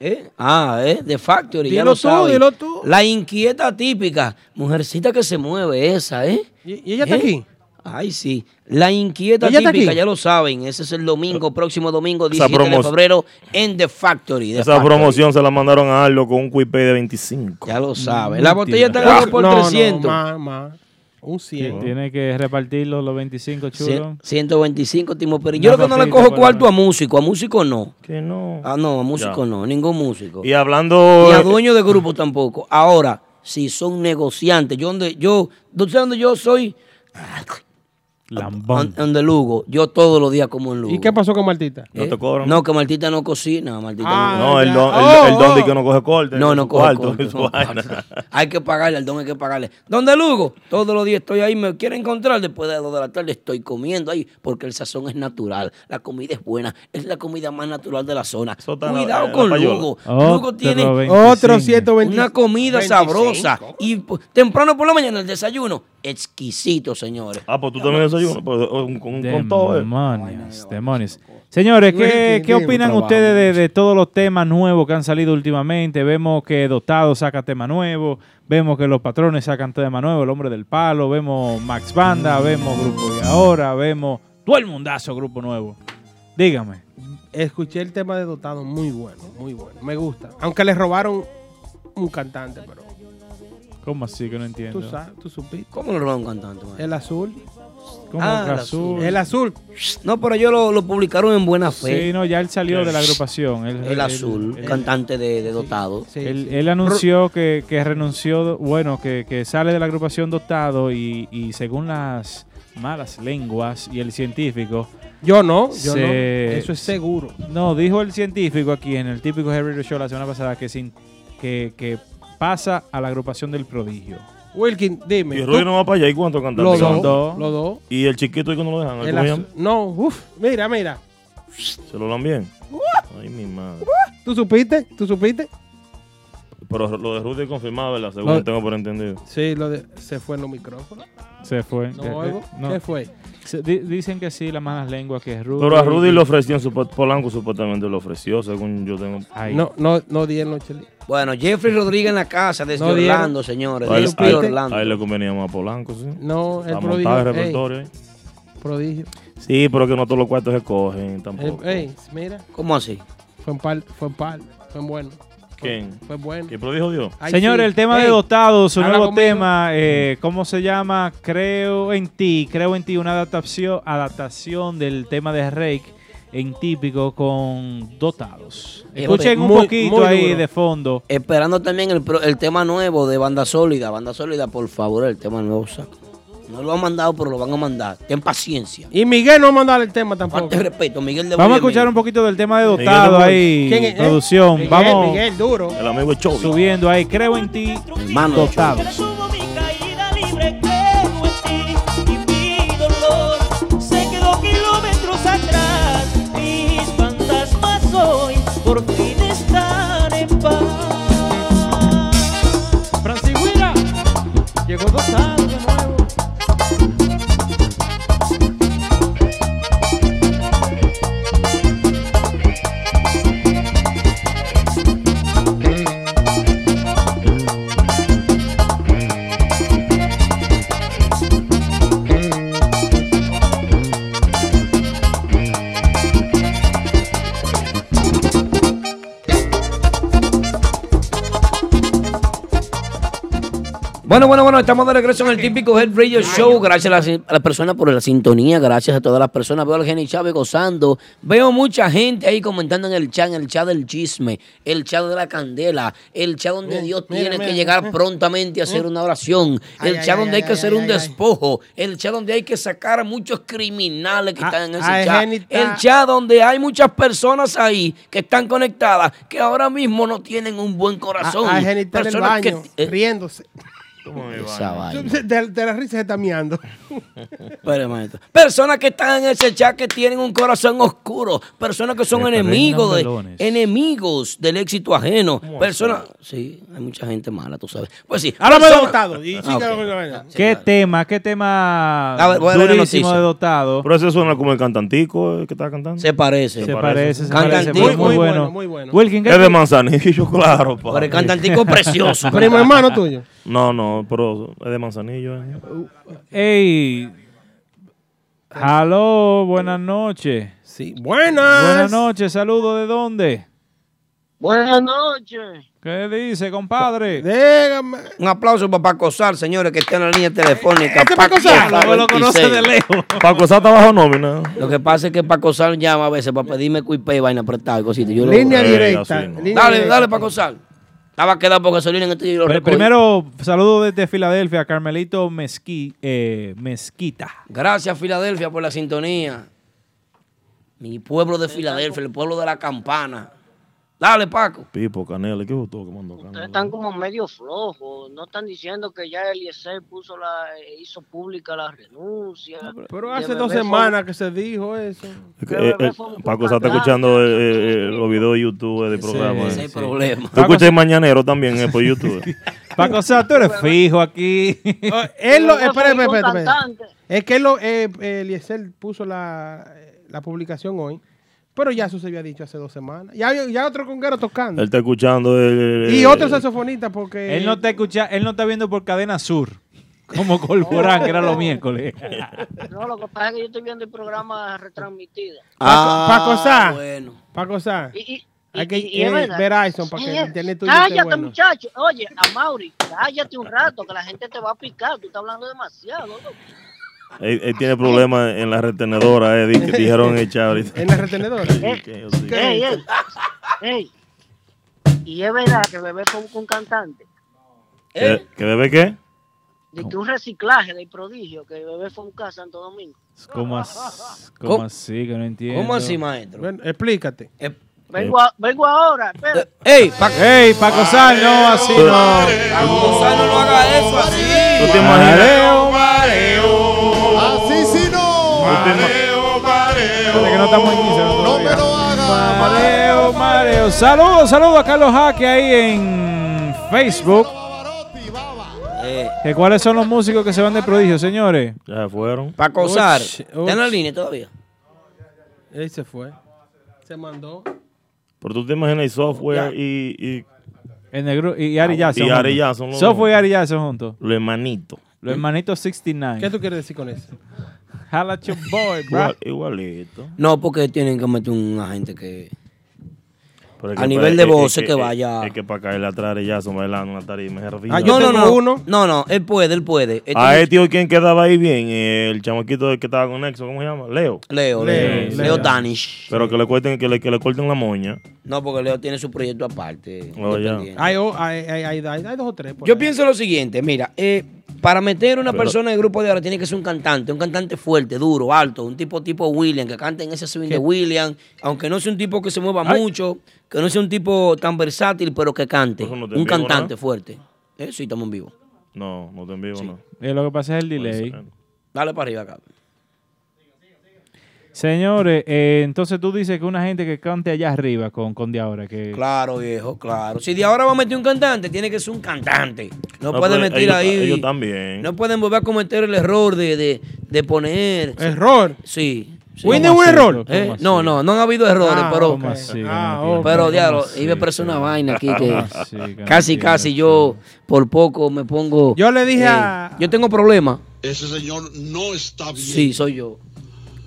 Speaker 3: ¿Eh? Ah, ¿eh? The Factory, ya
Speaker 5: Dilo
Speaker 3: lo
Speaker 5: tú,
Speaker 3: saben.
Speaker 5: dilo tú.
Speaker 3: La inquieta típica, mujercita que se mueve esa, ¿eh?
Speaker 5: ¿Y, y ella está
Speaker 3: ¿Eh?
Speaker 5: aquí?
Speaker 3: Ay, sí. La inquieta
Speaker 5: ¿Ella está
Speaker 3: típica,
Speaker 5: aquí?
Speaker 3: ya lo saben. Ese es el domingo, próximo domingo,
Speaker 11: Esa
Speaker 3: 17 de
Speaker 11: promo-
Speaker 3: febrero, en The Factory. The
Speaker 11: Esa
Speaker 3: Factory.
Speaker 11: promoción se la mandaron a Arlo con un cuipé de 25.
Speaker 3: Ya lo
Speaker 11: Mm,
Speaker 3: sabe. La botella está
Speaker 5: Ah,
Speaker 3: ganando por
Speaker 5: no, no,
Speaker 3: 300.
Speaker 5: más, más. Un 100.
Speaker 4: Tiene que repartirlo los 25 chulos.
Speaker 3: Cien- 125 Timo Perín.
Speaker 4: Una
Speaker 3: Yo creo que no le
Speaker 4: papita
Speaker 3: cojo
Speaker 4: por
Speaker 3: cuarto a músico. A músico no.
Speaker 11: Que no.
Speaker 3: Ah, no, a músico
Speaker 11: Ya.
Speaker 3: no. Ningún músico.
Speaker 11: Y hablando.
Speaker 3: Ni a dueño de grupo tampoco. Ahora, si son negociantes, yo donde yo, ¿tú sabes dónde yo soy?
Speaker 4: Lambón.
Speaker 3: An- Donde Lugo. Yo todos los días como en Lugo. Eh,
Speaker 5: ¿Y qué pasó con Martita?
Speaker 11: No te cobran.
Speaker 3: No, que Martita no cocina, Martita
Speaker 5: Ah,
Speaker 11: No, el
Speaker 5: ya.
Speaker 11: don, el,
Speaker 5: Oh,
Speaker 11: el don de
Speaker 5: oh.
Speaker 11: que no coge corte.
Speaker 3: No,
Speaker 11: en
Speaker 3: no
Speaker 11: su
Speaker 3: coge
Speaker 11: cuarto,
Speaker 3: corte,
Speaker 11: en su
Speaker 3: no,
Speaker 11: vaina.
Speaker 3: Hay que pagarle al don, hay que pagarle. ¿Dónde Lugo? Todos los días estoy ahí, me quiere encontrar. Después de las 2 de la tarde estoy comiendo ahí porque el sazón es natural. La comida es buena. Es la comida más natural de la zona.
Speaker 11: está en la-
Speaker 3: Cuidado
Speaker 11: en la
Speaker 3: con
Speaker 11: payola.
Speaker 3: Lugo.
Speaker 4: Otro
Speaker 3: Lugo tiene
Speaker 4: 25.
Speaker 5: Otro 120.
Speaker 3: una comida sabrosa. Y po- temprano por la mañana el desayuno exquisito, señores.
Speaker 11: Ah, pues tú también desayunas pues, con, con- con todo. eh.
Speaker 4: Demonios, demonios. Señores, ¿qué, qué opinan ustedes de, de todos los temas nuevos que han salido últimamente? Vemos que Dotado saca tema nuevo, vemos que los patrones sacan tema nuevo, el hombre del palo, vemos Max Banda, vemos Grupo de Ahora, vemos todo el mundazo Grupo Nuevo. Dígame.
Speaker 5: Escuché el tema de Dotado, muy bueno, muy bueno. Me gusta. Aunque le robaron un cantante, pero
Speaker 4: ¿Cómo así que no entiendo?
Speaker 5: tú sabes, tú supiste.
Speaker 3: ¿Cómo lo robaron un cantante?
Speaker 5: El azul.
Speaker 4: ¿Cómo que azul?
Speaker 5: El azul.
Speaker 3: Ah, No, pero ellos lo, lo publicaron en buena fe.
Speaker 4: Sí, no, ya él salió de la agrupación. Él-
Speaker 3: El,
Speaker 4: él-
Speaker 3: azul,
Speaker 4: él-
Speaker 3: cantante de, de Dotado.
Speaker 4: Él, él anunció que, que renunció, bueno, que, que sale de la agrupación Dotado y, y según las malas lenguas y el científico.
Speaker 5: Yo no, yo
Speaker 4: se-
Speaker 5: no. Eso es seguro.
Speaker 4: No, dijo el científico aquí en el típico Harry Radio Show la semana pasada que, sin, que, que pasa a la agrupación del prodigio.
Speaker 5: Wilkin, dime.
Speaker 11: Y
Speaker 5: tú-
Speaker 11: Rudy no va para allá. ¿Y cuántos cantantes?
Speaker 4: Los
Speaker 11: Son
Speaker 4: dos,
Speaker 5: los dos.
Speaker 11: Y el chiquito, ¿y que no lo dejan? ¿El
Speaker 5: el
Speaker 11: cómo se
Speaker 5: azul- No, uff, mira, mira.
Speaker 11: llama? ¿Se lo dan bien? Ay, mi madre.
Speaker 5: ¿Tú supiste? ¿Tú supiste?
Speaker 11: Pero lo de Rudy es confirmado, ¿verdad? Según
Speaker 5: Lo-
Speaker 11: tengo por entendido.
Speaker 5: Sí, lo de- se fue en los micrófonos.
Speaker 4: Se fue.
Speaker 5: No
Speaker 4: Eh, eh,
Speaker 5: oigo.
Speaker 4: no.
Speaker 5: ¿Qué fue?
Speaker 4: Se- di- dicen que sí, las malas lenguas, que es Rudy.
Speaker 11: Pero a Rudy lo ofrecían, supo- Polanco supuestamente lo ofreció, según yo tengo.
Speaker 5: No, no, no di el noche.
Speaker 3: Bueno, Jeffrey Rodríguez en la casa desde
Speaker 5: No dieron.
Speaker 3: Orlando, señores.
Speaker 11: A él,
Speaker 3: Desde
Speaker 11: a él-
Speaker 3: Orlando.
Speaker 11: a él le convenía más a Polanco, sí.
Speaker 5: No, el
Speaker 11: Para
Speaker 5: prodigio.
Speaker 11: montar el
Speaker 5: ey,
Speaker 11: repertorio. ahí.
Speaker 5: prodigio.
Speaker 11: Sí, pero que no todos los cuartos se cogen
Speaker 5: El-
Speaker 11: tampoco.
Speaker 5: ey, mira,
Speaker 3: ¿Cómo así?
Speaker 5: fue en pal, fue en pal, fue en bueno. Fue-
Speaker 11: ¿Quién?
Speaker 5: Fue Pues bueno.
Speaker 11: ¿Qué prodigio dio?
Speaker 5: Ay,
Speaker 4: Señores,
Speaker 5: sí.
Speaker 4: el tema de
Speaker 5: Ey,
Speaker 4: Dotado, su
Speaker 5: habla
Speaker 4: nuevo
Speaker 5: conmigo.
Speaker 4: tema, eh, ¿cómo se llama? Creo en ti, creo en ti, una adaptación, adaptación del tema de Rake en típico con Dotados. Escuchen un
Speaker 3: Muy-
Speaker 4: poquito
Speaker 3: muy
Speaker 4: ahí
Speaker 3: duro.
Speaker 4: de fondo.
Speaker 3: Esperando también el, pro- el tema nuevo de Banda Sólida. Banda Sólida, por favor, el tema nuevo saca. No lo han mandado, pero lo van a mandar. Ten paciencia.
Speaker 5: Y Miguel no va a mandar el tema tampoco.
Speaker 3: Te respeto, Miguel de
Speaker 4: Vamos a
Speaker 3: Boyemín.
Speaker 4: escuchar un poquito del tema de Dotado ahí,
Speaker 3: ¿Quién es? ¿Eh?
Speaker 4: producción.
Speaker 3: Miguel,
Speaker 4: Vamos
Speaker 3: Miguel
Speaker 5: duro.
Speaker 11: El amigo Chovy.
Speaker 4: subiendo ahí, creo en ti,
Speaker 3: Hermano de
Speaker 4: Dotados.
Speaker 17: libre creo en ti y mi dolor se quedó kilómetros atrás mis fantasmas hoy por fin están en paz Franciguira
Speaker 5: llegó Dotado
Speaker 17: de nuevo
Speaker 3: Bueno, bueno, bueno, estamos de regreso en el típico Head Radio Show. Gracias a las, a las personas por la sintonía, gracias a todas las personas. Veo al Jenny Chávez gozando. Veo mucha gente ahí comentando en el chat, en el chat del chisme, el chat de la candela, el chat
Speaker 5: Oh,
Speaker 3: donde Dios tiene que llegar prontamente a hacer
Speaker 5: Mm.
Speaker 3: una oración, el chat donde hay que hacer un despojo, el chat donde hay que sacar a muchos criminales que están en
Speaker 5: ay,
Speaker 3: ese chat,
Speaker 5: Jenny está-
Speaker 3: el chat donde hay muchas personas ahí que están conectadas que ahora mismo no tienen un buen corazón.
Speaker 5: A, a Jenny está en el
Speaker 3: ah, Personas que-
Speaker 5: baño,
Speaker 3: eh,
Speaker 5: riéndose.
Speaker 3: esa vaina.
Speaker 5: De, de la risa se está miando.
Speaker 3: Espere, maestro. Personas que están en ese chat que tienen un corazón oscuro, personas que son
Speaker 5: Representan
Speaker 3: enemigos, de,
Speaker 5: melones.
Speaker 3: enemigos del éxito ajeno,
Speaker 5: ¿Cómo
Speaker 3: personas... Sí, hay mucha gente mala, tú sabes. Pues sí.
Speaker 5: Ahora me he
Speaker 3: personas-
Speaker 5: dotado. Y sí,
Speaker 3: Ah,
Speaker 5: que
Speaker 3: ok.
Speaker 5: lo- lo- lo- lo-
Speaker 4: ¿Qué tema? ¿Qué tema
Speaker 3: A ver, voy a leer la
Speaker 4: durísimo
Speaker 3: noticia.
Speaker 4: de Dotado?
Speaker 11: Pero ese suena como el cantantico eh, que estaba cantando.
Speaker 3: Se parece.
Speaker 4: Se parece, se parece. pero Muy, bueno. Muy bueno.
Speaker 11: Es de manzanillo, claro. pa.
Speaker 3: Pero el cantantico es precioso.
Speaker 5: Primo hermano tuyo.
Speaker 11: No, no, pero es de manzanillo. eh.
Speaker 4: Ey. Aló, buenas noches.
Speaker 5: Sí, buenas.
Speaker 4: Buenas noches, saludo de dónde?
Speaker 18: Buenas noches.
Speaker 4: ¿Qué dice, compadre?
Speaker 5: Déjame.
Speaker 3: Un aplauso para Paco Sal, señores, que está en la línea telefónica.
Speaker 4: Este Paco Sal, lo- lo conoce
Speaker 3: 26.
Speaker 4: de lejos.
Speaker 11: Paco Sal está bajo nómina.
Speaker 3: Lo que pasa es que Paco Sal llama a veces para pedirme cuipé y vaina prestada y cositas. Yo lo-
Speaker 5: Línea directa.
Speaker 3: Dale, dale, Paco Sal. Estaba quedado por gasolina en este y lo
Speaker 4: Pr-
Speaker 3: recogí.
Speaker 4: primero, saludo desde Filadelfia, Carmelito Mezqui- eh, Mezquita.
Speaker 3: Gracias, Filadelfia, por la sintonía. Mi pueblo de Filadelfia, el pueblo de la campana. Dale, Paco.
Speaker 11: Pipo, Canela, ¿qué gustó que mandó Canela?
Speaker 18: Están como medio flojos. No están diciendo que ya Eliezer puso la, hizo pública la renuncia.
Speaker 5: Pero
Speaker 18: Que
Speaker 5: hace
Speaker 18: Bebé
Speaker 5: dos
Speaker 18: fue-
Speaker 5: semanas que se dijo eso.
Speaker 11: Es que, eh, eh, Paco Sal está escuchando eh, eh, eh, los videos de YouTube eh, del programa.
Speaker 3: ese
Speaker 11: eh,
Speaker 3: es el problema.
Speaker 11: Tú escuchas el Mañanero también eh, por YouTube.
Speaker 4: Paco, o sea, tú eres fijo aquí.
Speaker 5: Oh, él lo,
Speaker 4: Yo
Speaker 5: espera,
Speaker 4: soy
Speaker 5: espera, espera, espera.
Speaker 4: cantante.
Speaker 5: Es que él lo, eh, eh, Eliezer puso la, eh, la publicación hoy, pero ya eso se había dicho hace dos semanas. Ya, hay- ya otro conguero tocando.
Speaker 11: Él está escuchando. eh, el-
Speaker 5: y otro saxofonista porque...
Speaker 4: Él no está escucha, él no está viendo por cadena sur, como Corporán, que era los miércoles.
Speaker 18: No, lo que pasa es que yo estoy viendo el programa retransmitido.
Speaker 3: Ah,
Speaker 5: Paco, Paco Sá.
Speaker 18: bueno.
Speaker 5: Paco Sá.
Speaker 18: Y, y-
Speaker 5: Hay que
Speaker 18: y- y es
Speaker 5: eh,
Speaker 18: verdad.
Speaker 5: Verizon para que
Speaker 18: Sí,
Speaker 5: el internet tuyo esté
Speaker 18: Cállate,
Speaker 5: bueno.
Speaker 18: muchacho. Oye, a Mauri, cállate un rato, que la gente te va a picar. Tú estás hablando demasiado. loco.
Speaker 11: Él, él tiene problemas en la retenedora, eh, di- que dijeron el chavo.
Speaker 5: En la retenedora.
Speaker 18: Ey, ey, ey. Y es verdad que bebé fue un- un cantante.
Speaker 3: ¿Eh?
Speaker 18: Eh,
Speaker 11: ¿Que, que bebé qué?
Speaker 18: De que un reciclaje del prodigio, que bebé fue un casa Santo Domingo.
Speaker 4: ¿Cómo, as- cómo
Speaker 18: ¿Cómo?
Speaker 4: así? Que no entiendo.
Speaker 18: así,
Speaker 3: maestro?
Speaker 5: Bueno, explícate.
Speaker 18: Vengo, a- vengo ahora. espérate.
Speaker 3: ¡Ey!
Speaker 4: Paco, ¡Ey, Paco Sá, no, así no!
Speaker 3: no haga eso así.
Speaker 11: ¿Tú te imaginas?
Speaker 19: Así sí no. Mareo, mareo.
Speaker 4: que no estamos en 15, no,
Speaker 19: me lo hagas.
Speaker 4: Mareo, mareo. Saludos, saludos a Carlos Jaque ahí en Facebook.
Speaker 3: eh,
Speaker 4: ¿Que ¿Cuáles son los músicos que se van de prodigio, señores?
Speaker 11: Ya se fueron.
Speaker 3: Para causar. ¿Está en la línea todavía?
Speaker 5: Él se fue. Se mandó.
Speaker 11: Pero tú te imaginas el software y, y, Ah,
Speaker 4: En el gru- y Ari Jackson.
Speaker 11: y Ari
Speaker 4: juntos.
Speaker 11: Jackson, los
Speaker 4: Sofo y
Speaker 11: dos.
Speaker 4: Ari Jackson juntos.
Speaker 11: los hermanitos.
Speaker 4: Los hermanitos 69.
Speaker 5: ¿Qué tú quieres decir con eso?
Speaker 4: Holla at your boy, bro.
Speaker 11: Igual- igualito.
Speaker 3: No, porque tienen que meter un agente que.
Speaker 11: Pero es
Speaker 3: a
Speaker 11: que
Speaker 3: nivel
Speaker 11: pa-
Speaker 3: de
Speaker 11: es- es
Speaker 3: voces que
Speaker 11: es-
Speaker 3: vaya. Ah,
Speaker 11: Es que eh, para caerle atrás a Ari Jackson bailando una tarima es
Speaker 5: Ah,
Speaker 11: ridículo.
Speaker 3: no, no, no. No, no, él puede, él puede. Este
Speaker 11: A
Speaker 3: muchacho-
Speaker 11: este tío, ¿quién quedaba ahí bien? El chamaquito del que estaba con Nexo, ¿cómo se llama? Leo.
Speaker 3: Leo, Leo, Leo Danish.
Speaker 11: Pero que le, corten, que, le, que le corten la moña.
Speaker 3: No, porque Leo tiene su proyecto aparte.
Speaker 11: Oh, ya.
Speaker 3: independiente.
Speaker 5: Hay, o- hay, hay, hay- hay dos o tres. pues. por
Speaker 3: Yo
Speaker 5: ahí.
Speaker 3: pienso lo siguiente, mira, eh, para meter una
Speaker 5: Pero-
Speaker 3: persona en el grupo de ahora tiene que ser un cantante, un cantante fuerte, duro, alto, un tipo tipo William, que cante en ese swing de William, aunque no sea un tipo que se mueva mucho, que no sea un tipo tan versátil, pero que cante.
Speaker 11: Eso no te
Speaker 3: un
Speaker 11: envío, ¿no?
Speaker 3: cantante fuerte. Eh, sí, estamos en vivo.
Speaker 11: No, no te envío, no.
Speaker 4: Eh, lo que pasa es el delay.
Speaker 3: Dale para arriba acá.
Speaker 4: Señores, eh, entonces tú dices que una gente que cante allá arriba con, con de ahora. Que...
Speaker 3: Claro, viejo, claro. Si de ahora va a meter un cantante, tiene que ser un cantante. No,
Speaker 4: No,
Speaker 3: puede
Speaker 4: pero
Speaker 3: meter
Speaker 4: ellos-
Speaker 3: ahí.
Speaker 4: ellos
Speaker 11: también.
Speaker 3: No pueden volver a cometer el error de, de, de poner.
Speaker 5: ¿Error?
Speaker 3: Sí. sí.
Speaker 5: ¿Winnie un error?
Speaker 3: ¿Eh?
Speaker 5: ¿Cómo así?
Speaker 3: No, no, no han habido errores,
Speaker 5: Ah,
Speaker 3: pero.
Speaker 5: ¿cómo así?
Speaker 3: Ah,
Speaker 5: ¿Cómo
Speaker 3: Pero,
Speaker 5: así?
Speaker 3: diablo,
Speaker 5: ¿Cómo
Speaker 3: iba a
Speaker 5: así?
Speaker 3: expresar una vaina aquí que.
Speaker 5: ¿Cómo así? ¿Cómo
Speaker 3: casi,
Speaker 5: así?
Speaker 3: casi yo por poco me pongo.
Speaker 5: Yo le dije
Speaker 3: eh,
Speaker 5: a-
Speaker 3: Yo tengo problemas.
Speaker 19: Ese señor no está bien.
Speaker 3: Sí, soy yo.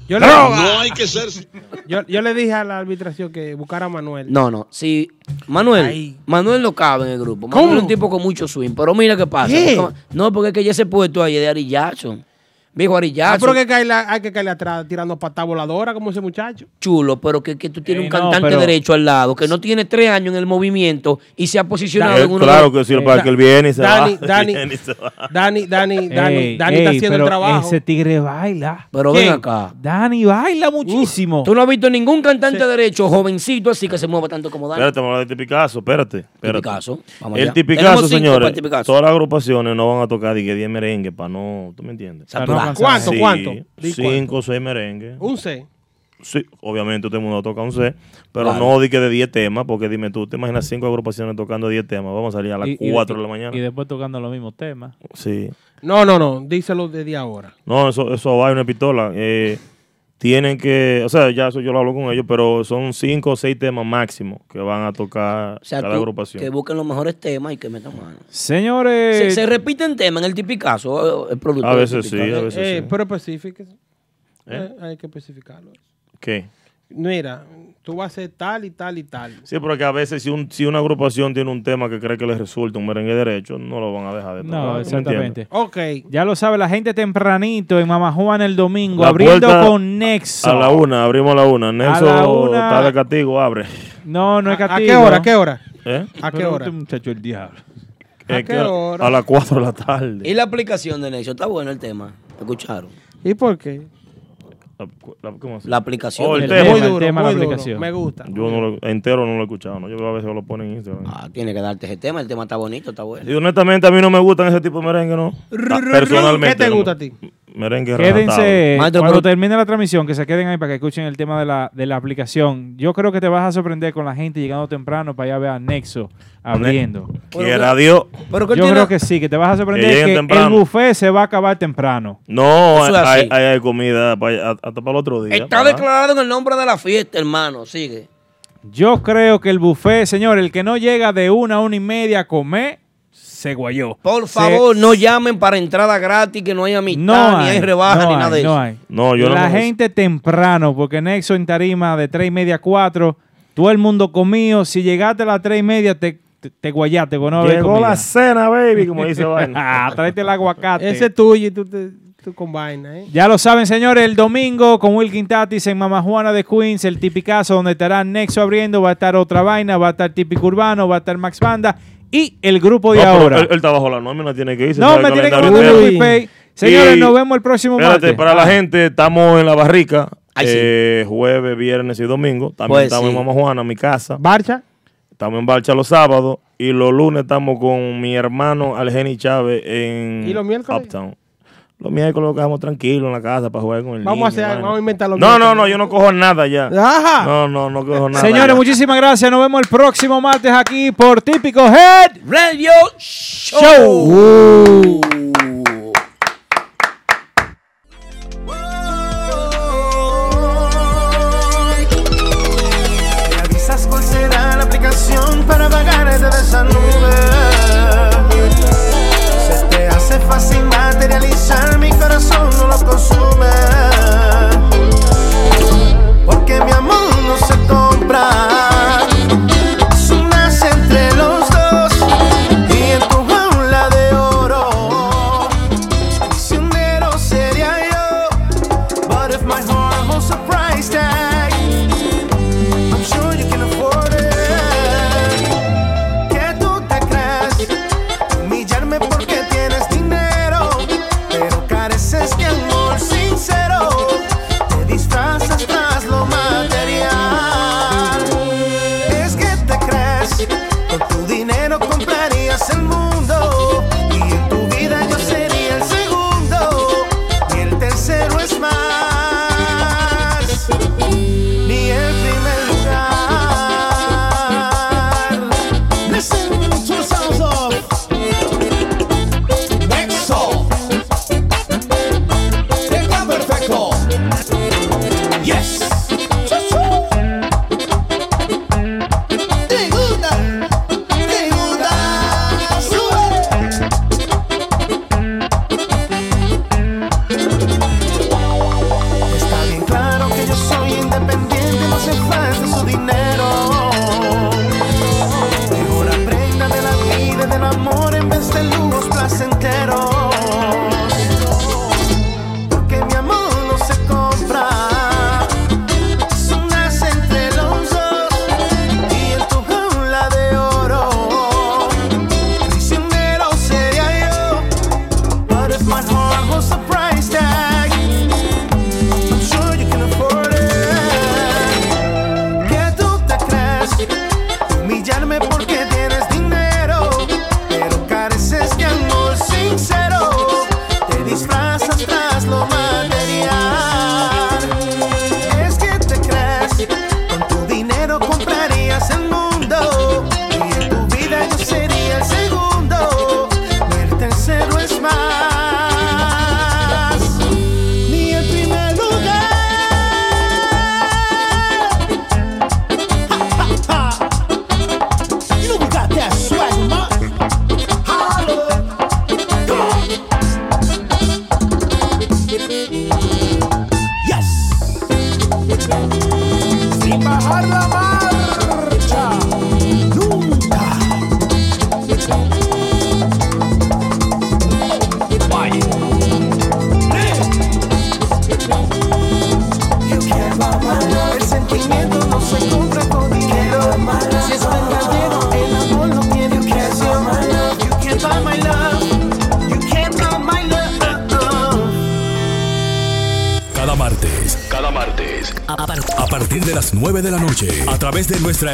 Speaker 5: Yo le,
Speaker 19: No hay que ser.
Speaker 5: yo, yo le dije a la arbitración que buscara a Manuel.
Speaker 3: No, no. Si Manuel,
Speaker 5: Ay.
Speaker 3: Manuel no cabe en el grupo. Manuel
Speaker 5: ¿Cómo?
Speaker 3: es un tipo con mucho swing. Pero mira qué pasa.
Speaker 5: ¿Qué?
Speaker 3: Porque- no, porque es que ya se puesto ahí de Ari Jackson. Viejo Ari
Speaker 5: Ah,
Speaker 3: Jackson.
Speaker 5: pero que caerle- hay que caerle atrás tirando patas voladoras como ese muchacho.
Speaker 3: chulo, pero que, que tú tienes
Speaker 5: Ey,
Speaker 3: un
Speaker 5: Eh, no,
Speaker 3: cantante
Speaker 5: pero-
Speaker 3: derecho al lado que no tiene tres años en el movimiento y se ha posicionado
Speaker 11: Eh,
Speaker 3: en uno
Speaker 11: claro que sí, lo que pasa es que él viene y se
Speaker 5: Dani,
Speaker 11: va.
Speaker 5: Dani,
Speaker 11: Viene y se va.
Speaker 5: Dani, Dani,
Speaker 3: Eh,
Speaker 5: Dani,
Speaker 4: Ey,
Speaker 5: Dani está
Speaker 4: ey,
Speaker 5: haciendo el
Speaker 4: pero
Speaker 5: trabajo.
Speaker 4: Ese tigre baila.
Speaker 3: Pero
Speaker 4: ¿Quién?
Speaker 3: ven acá.
Speaker 4: Dani baila muchísimo.
Speaker 3: Tú no has visto ningún cantante derecho jovencito así que se mueva tanto como Dani.
Speaker 11: Espérate, vamos a hablar de Tipicazo, espérate. espérate.
Speaker 3: Tipicazo, vamos
Speaker 11: El
Speaker 3: allá.
Speaker 11: Tipicazo,
Speaker 3: Tenemos cinco para
Speaker 11: señores.
Speaker 3: el Tipicazo.
Speaker 11: Todas las agrupaciones no van a tocar de que 10 merengues para no. ¿Tú me entiendes?
Speaker 3: Saturar. Para no cansar.
Speaker 5: ¿Cuánto,
Speaker 11: Sí,
Speaker 5: cuánto? Di
Speaker 11: Cinco o seis merengues.
Speaker 5: Un C.
Speaker 11: Sí, obviamente todo el mundo toca un C, pero
Speaker 4: Claro.
Speaker 11: no di que de 10 temas, porque dime tú, ¿te imaginas cinco agrupaciones tocando 10 temas? Vamos a salir a las
Speaker 4: Y- y-
Speaker 11: 4 de la mañana.
Speaker 4: Y después tocando los mismos temas.
Speaker 11: Sí.
Speaker 5: No, no, no. Díselo desde ahora.
Speaker 11: No, eso, eso va en una pistola. Eh, tienen que, o sea, ya eso yo lo hablo con ellos, pero son cinco o seis temas máximo que van a tocar
Speaker 3: O sea,
Speaker 11: cada
Speaker 3: tú,
Speaker 11: agrupación.
Speaker 3: que busquen los mejores temas y que metan mano. Se,
Speaker 11: Eh,
Speaker 4: Señores.
Speaker 3: se repiten temas en el tipicazo, eh, el productor.
Speaker 11: A
Speaker 3: del
Speaker 11: veces sí,
Speaker 3: Tipicazo.
Speaker 11: a veces
Speaker 5: Eh,
Speaker 11: sí.
Speaker 5: pero específicas.
Speaker 11: ¿Eh?
Speaker 5: hay que especificarlo.
Speaker 11: ¿Qué?
Speaker 5: Mira, tú vas a hacer tal y tal y tal.
Speaker 11: Sí, porque a veces si, un, si una agrupación tiene un tema que cree que les resulta un merengue derecho, no lo van a dejar de tocar.
Speaker 4: No,
Speaker 11: ¿me
Speaker 4: Ah, exactamente.
Speaker 11: entiendes?
Speaker 5: Ok.
Speaker 4: Ya lo sabe la gente tempranito en Mamá Juana el domingo,
Speaker 11: La
Speaker 4: abriendo
Speaker 11: puerta
Speaker 4: con Nexo.
Speaker 11: A la una, abrimos a la una. Nelson
Speaker 4: la una.
Speaker 11: está de castigo, abre.
Speaker 4: No, no es
Speaker 5: ¿A
Speaker 4: castigo.
Speaker 5: qué hora? ¿A qué hora?
Speaker 11: ¿Eh?
Speaker 5: ¿A qué
Speaker 4: Pero
Speaker 5: hora?
Speaker 4: este muchacho el diablo.
Speaker 11: Eh,
Speaker 5: qué hora?
Speaker 11: A las 4 de la tarde.
Speaker 3: Y la aplicación de Nexo, está bueno el tema. ¿Escucharon?
Speaker 5: ¿Y por qué?
Speaker 11: La, la- ¿cómo así?
Speaker 3: La aplicación.
Speaker 11: Oh, el,
Speaker 3: El
Speaker 11: tema.
Speaker 3: tema,
Speaker 5: el Muy duro, tema, la muy duro.
Speaker 3: aplicación. Me
Speaker 5: gusta.
Speaker 11: Yo no lo- entero no lo he escuchado. ¿no? Yo a veces lo ponen en Instagram.
Speaker 3: Ah, tiene que darte ese tema, el tema está bonito, está bueno.
Speaker 11: Y honestamente a mí no me gustan ese tipo de merengue, ¿no? Ah, Personalmente.
Speaker 5: ¿Qué te
Speaker 11: no me-
Speaker 5: gusta a ti?
Speaker 11: Me, merengue
Speaker 4: Quédense
Speaker 11: ratado.
Speaker 4: cuando termine la transmisión, que se queden ahí para que escuchen el tema de la, de la aplicación. Yo creo que te vas a sorprender con la gente llegando temprano para allá ver a Nexo abriendo.
Speaker 11: Quiera Dios.
Speaker 4: Yo creo que sí, que te vas a sorprender
Speaker 11: Que
Speaker 4: que,
Speaker 11: lleguen
Speaker 4: el
Speaker 11: temprano.
Speaker 4: buffet se va a acabar temprano.
Speaker 11: No,
Speaker 4: Eso es
Speaker 11: hay,
Speaker 4: así.
Speaker 11: hay- hay comida pa- hasta para el otro día.
Speaker 3: Está
Speaker 11: ¿verdad?
Speaker 3: declarado en el nombre de la fiesta, hermano. Sigue.
Speaker 4: Yo creo que el buffet, señor, el que no llega de una a una y media a comer, se guayó.
Speaker 3: Por favor, no llamen para entrada gratis, que no hay amistad, ni hay, rebaja, ni nada de eso.
Speaker 4: No hay. la gente temprano, porque Nexo en tarima de tres y media a cuatro, todo el mundo comido. Si llegaste a las tres y media, te, te, te guayaste. porque no había
Speaker 11: Llegó
Speaker 4: comida.
Speaker 11: la cena, baby, como dice Vaina.
Speaker 4: Ah, tráete el aguacate.
Speaker 5: Ese es tuyo y tú, te, tú combinas, ¿eh?
Speaker 4: Ya lo saben, señores, el domingo con Wilkin Tatis en Mama Juana de Queens, el tipicazo donde estará Nexo abriendo, va a estar otra vaina, va a estar Típico Urbano, va a estar Max Banda y el grupo de
Speaker 11: No, pero
Speaker 4: ahora.
Speaker 11: Él, él está bajo la nómina, tiene que irse.
Speaker 4: No,
Speaker 11: sabe
Speaker 4: me
Speaker 11: el
Speaker 4: tiene que
Speaker 11: calendario
Speaker 4: mandar
Speaker 11: entero.
Speaker 4: un pay. Señores,
Speaker 11: Y-
Speaker 4: nos vemos el próximo
Speaker 11: Espérate,
Speaker 4: martes.
Speaker 11: para la
Speaker 4: Ah.
Speaker 11: gente, estamos en la barrica.
Speaker 4: Ay, sí.
Speaker 11: eh, jueves, viernes y domingo. También
Speaker 4: Pues sí.
Speaker 11: estamos en Mama Juana, mi casa.
Speaker 5: Barcha.
Speaker 11: Estamos en Barcha los sábados. Y los lunes estamos con mi hermano Algeni Chávez en
Speaker 5: ¿Y los miércoles?
Speaker 11: Uptown. Los miércoles lo quedamos tranquilos en la casa para jugar con el
Speaker 5: Vamos a
Speaker 11: niño,
Speaker 5: hacer algo,
Speaker 11: vaina.
Speaker 5: vamos a inventar lo
Speaker 11: No, no, no, yo no cojo nada ya.
Speaker 5: Ajá.
Speaker 11: No, no, no cojo nada.
Speaker 4: Señores,
Speaker 11: ya.
Speaker 4: muchísimas gracias. Nos vemos el próximo martes aquí por Típico Head Uh.
Speaker 3: Radio
Speaker 4: Show.
Speaker 20: Me avisas cuál será la aplicación para pagar desde esa nube. Se te hace fácil materializar, mi corazón no lo consume. Porque mi amor no se compra. Es un as entre los dos y en tu jaula de oro. Si un héroe sería yo, but if my heart was a price tag. I'm sure you can afford it. ¿Qué tú te crees? Humillarme porque tienes dinero, pero careces de amor sincero. Te disfrazas tras lo material. Es que te crees, con tu dinero comprarías el mundo. Y en tu vida yo sería el segundo, y el tercero es más ni el primer lugar. Listen to the sounds of Nexo. Está perfecto. Yes. Te gusta, te gusta, sube. Está bien claro que yo soy independiente, no se falta su dinero. Mejor aprenda de la vida, y del amor en vez de lujos placenteros. Porque mi amor no se compra. Es un as entre los dos y en tu jaula de oro. Prisionero sería yo, but if my heart was a price tag. I'm sure you can afford it. ¿Qué tú te crees? Humillarme porque tienes dinero, pero careces de amor sincero. Te disfrazas tras lo material. Es que te crees, con tu dinero comprarías el mundo. Y en tu vida yo sería el segundo, y el tercero es más ni el primer lugar. you know we got that swag, ma. Holla. Come on. Yes. Sin bajar la marcha. Nunca. Vaya. El sentimiento no se compra con dinero. Si es verdadero, el amor no tiene precio. You can't buy my love. Uh, You can't buy my love.
Speaker 1: Cada martes, cada cada martes. A partir de las 9 de la noche, a través de nuestra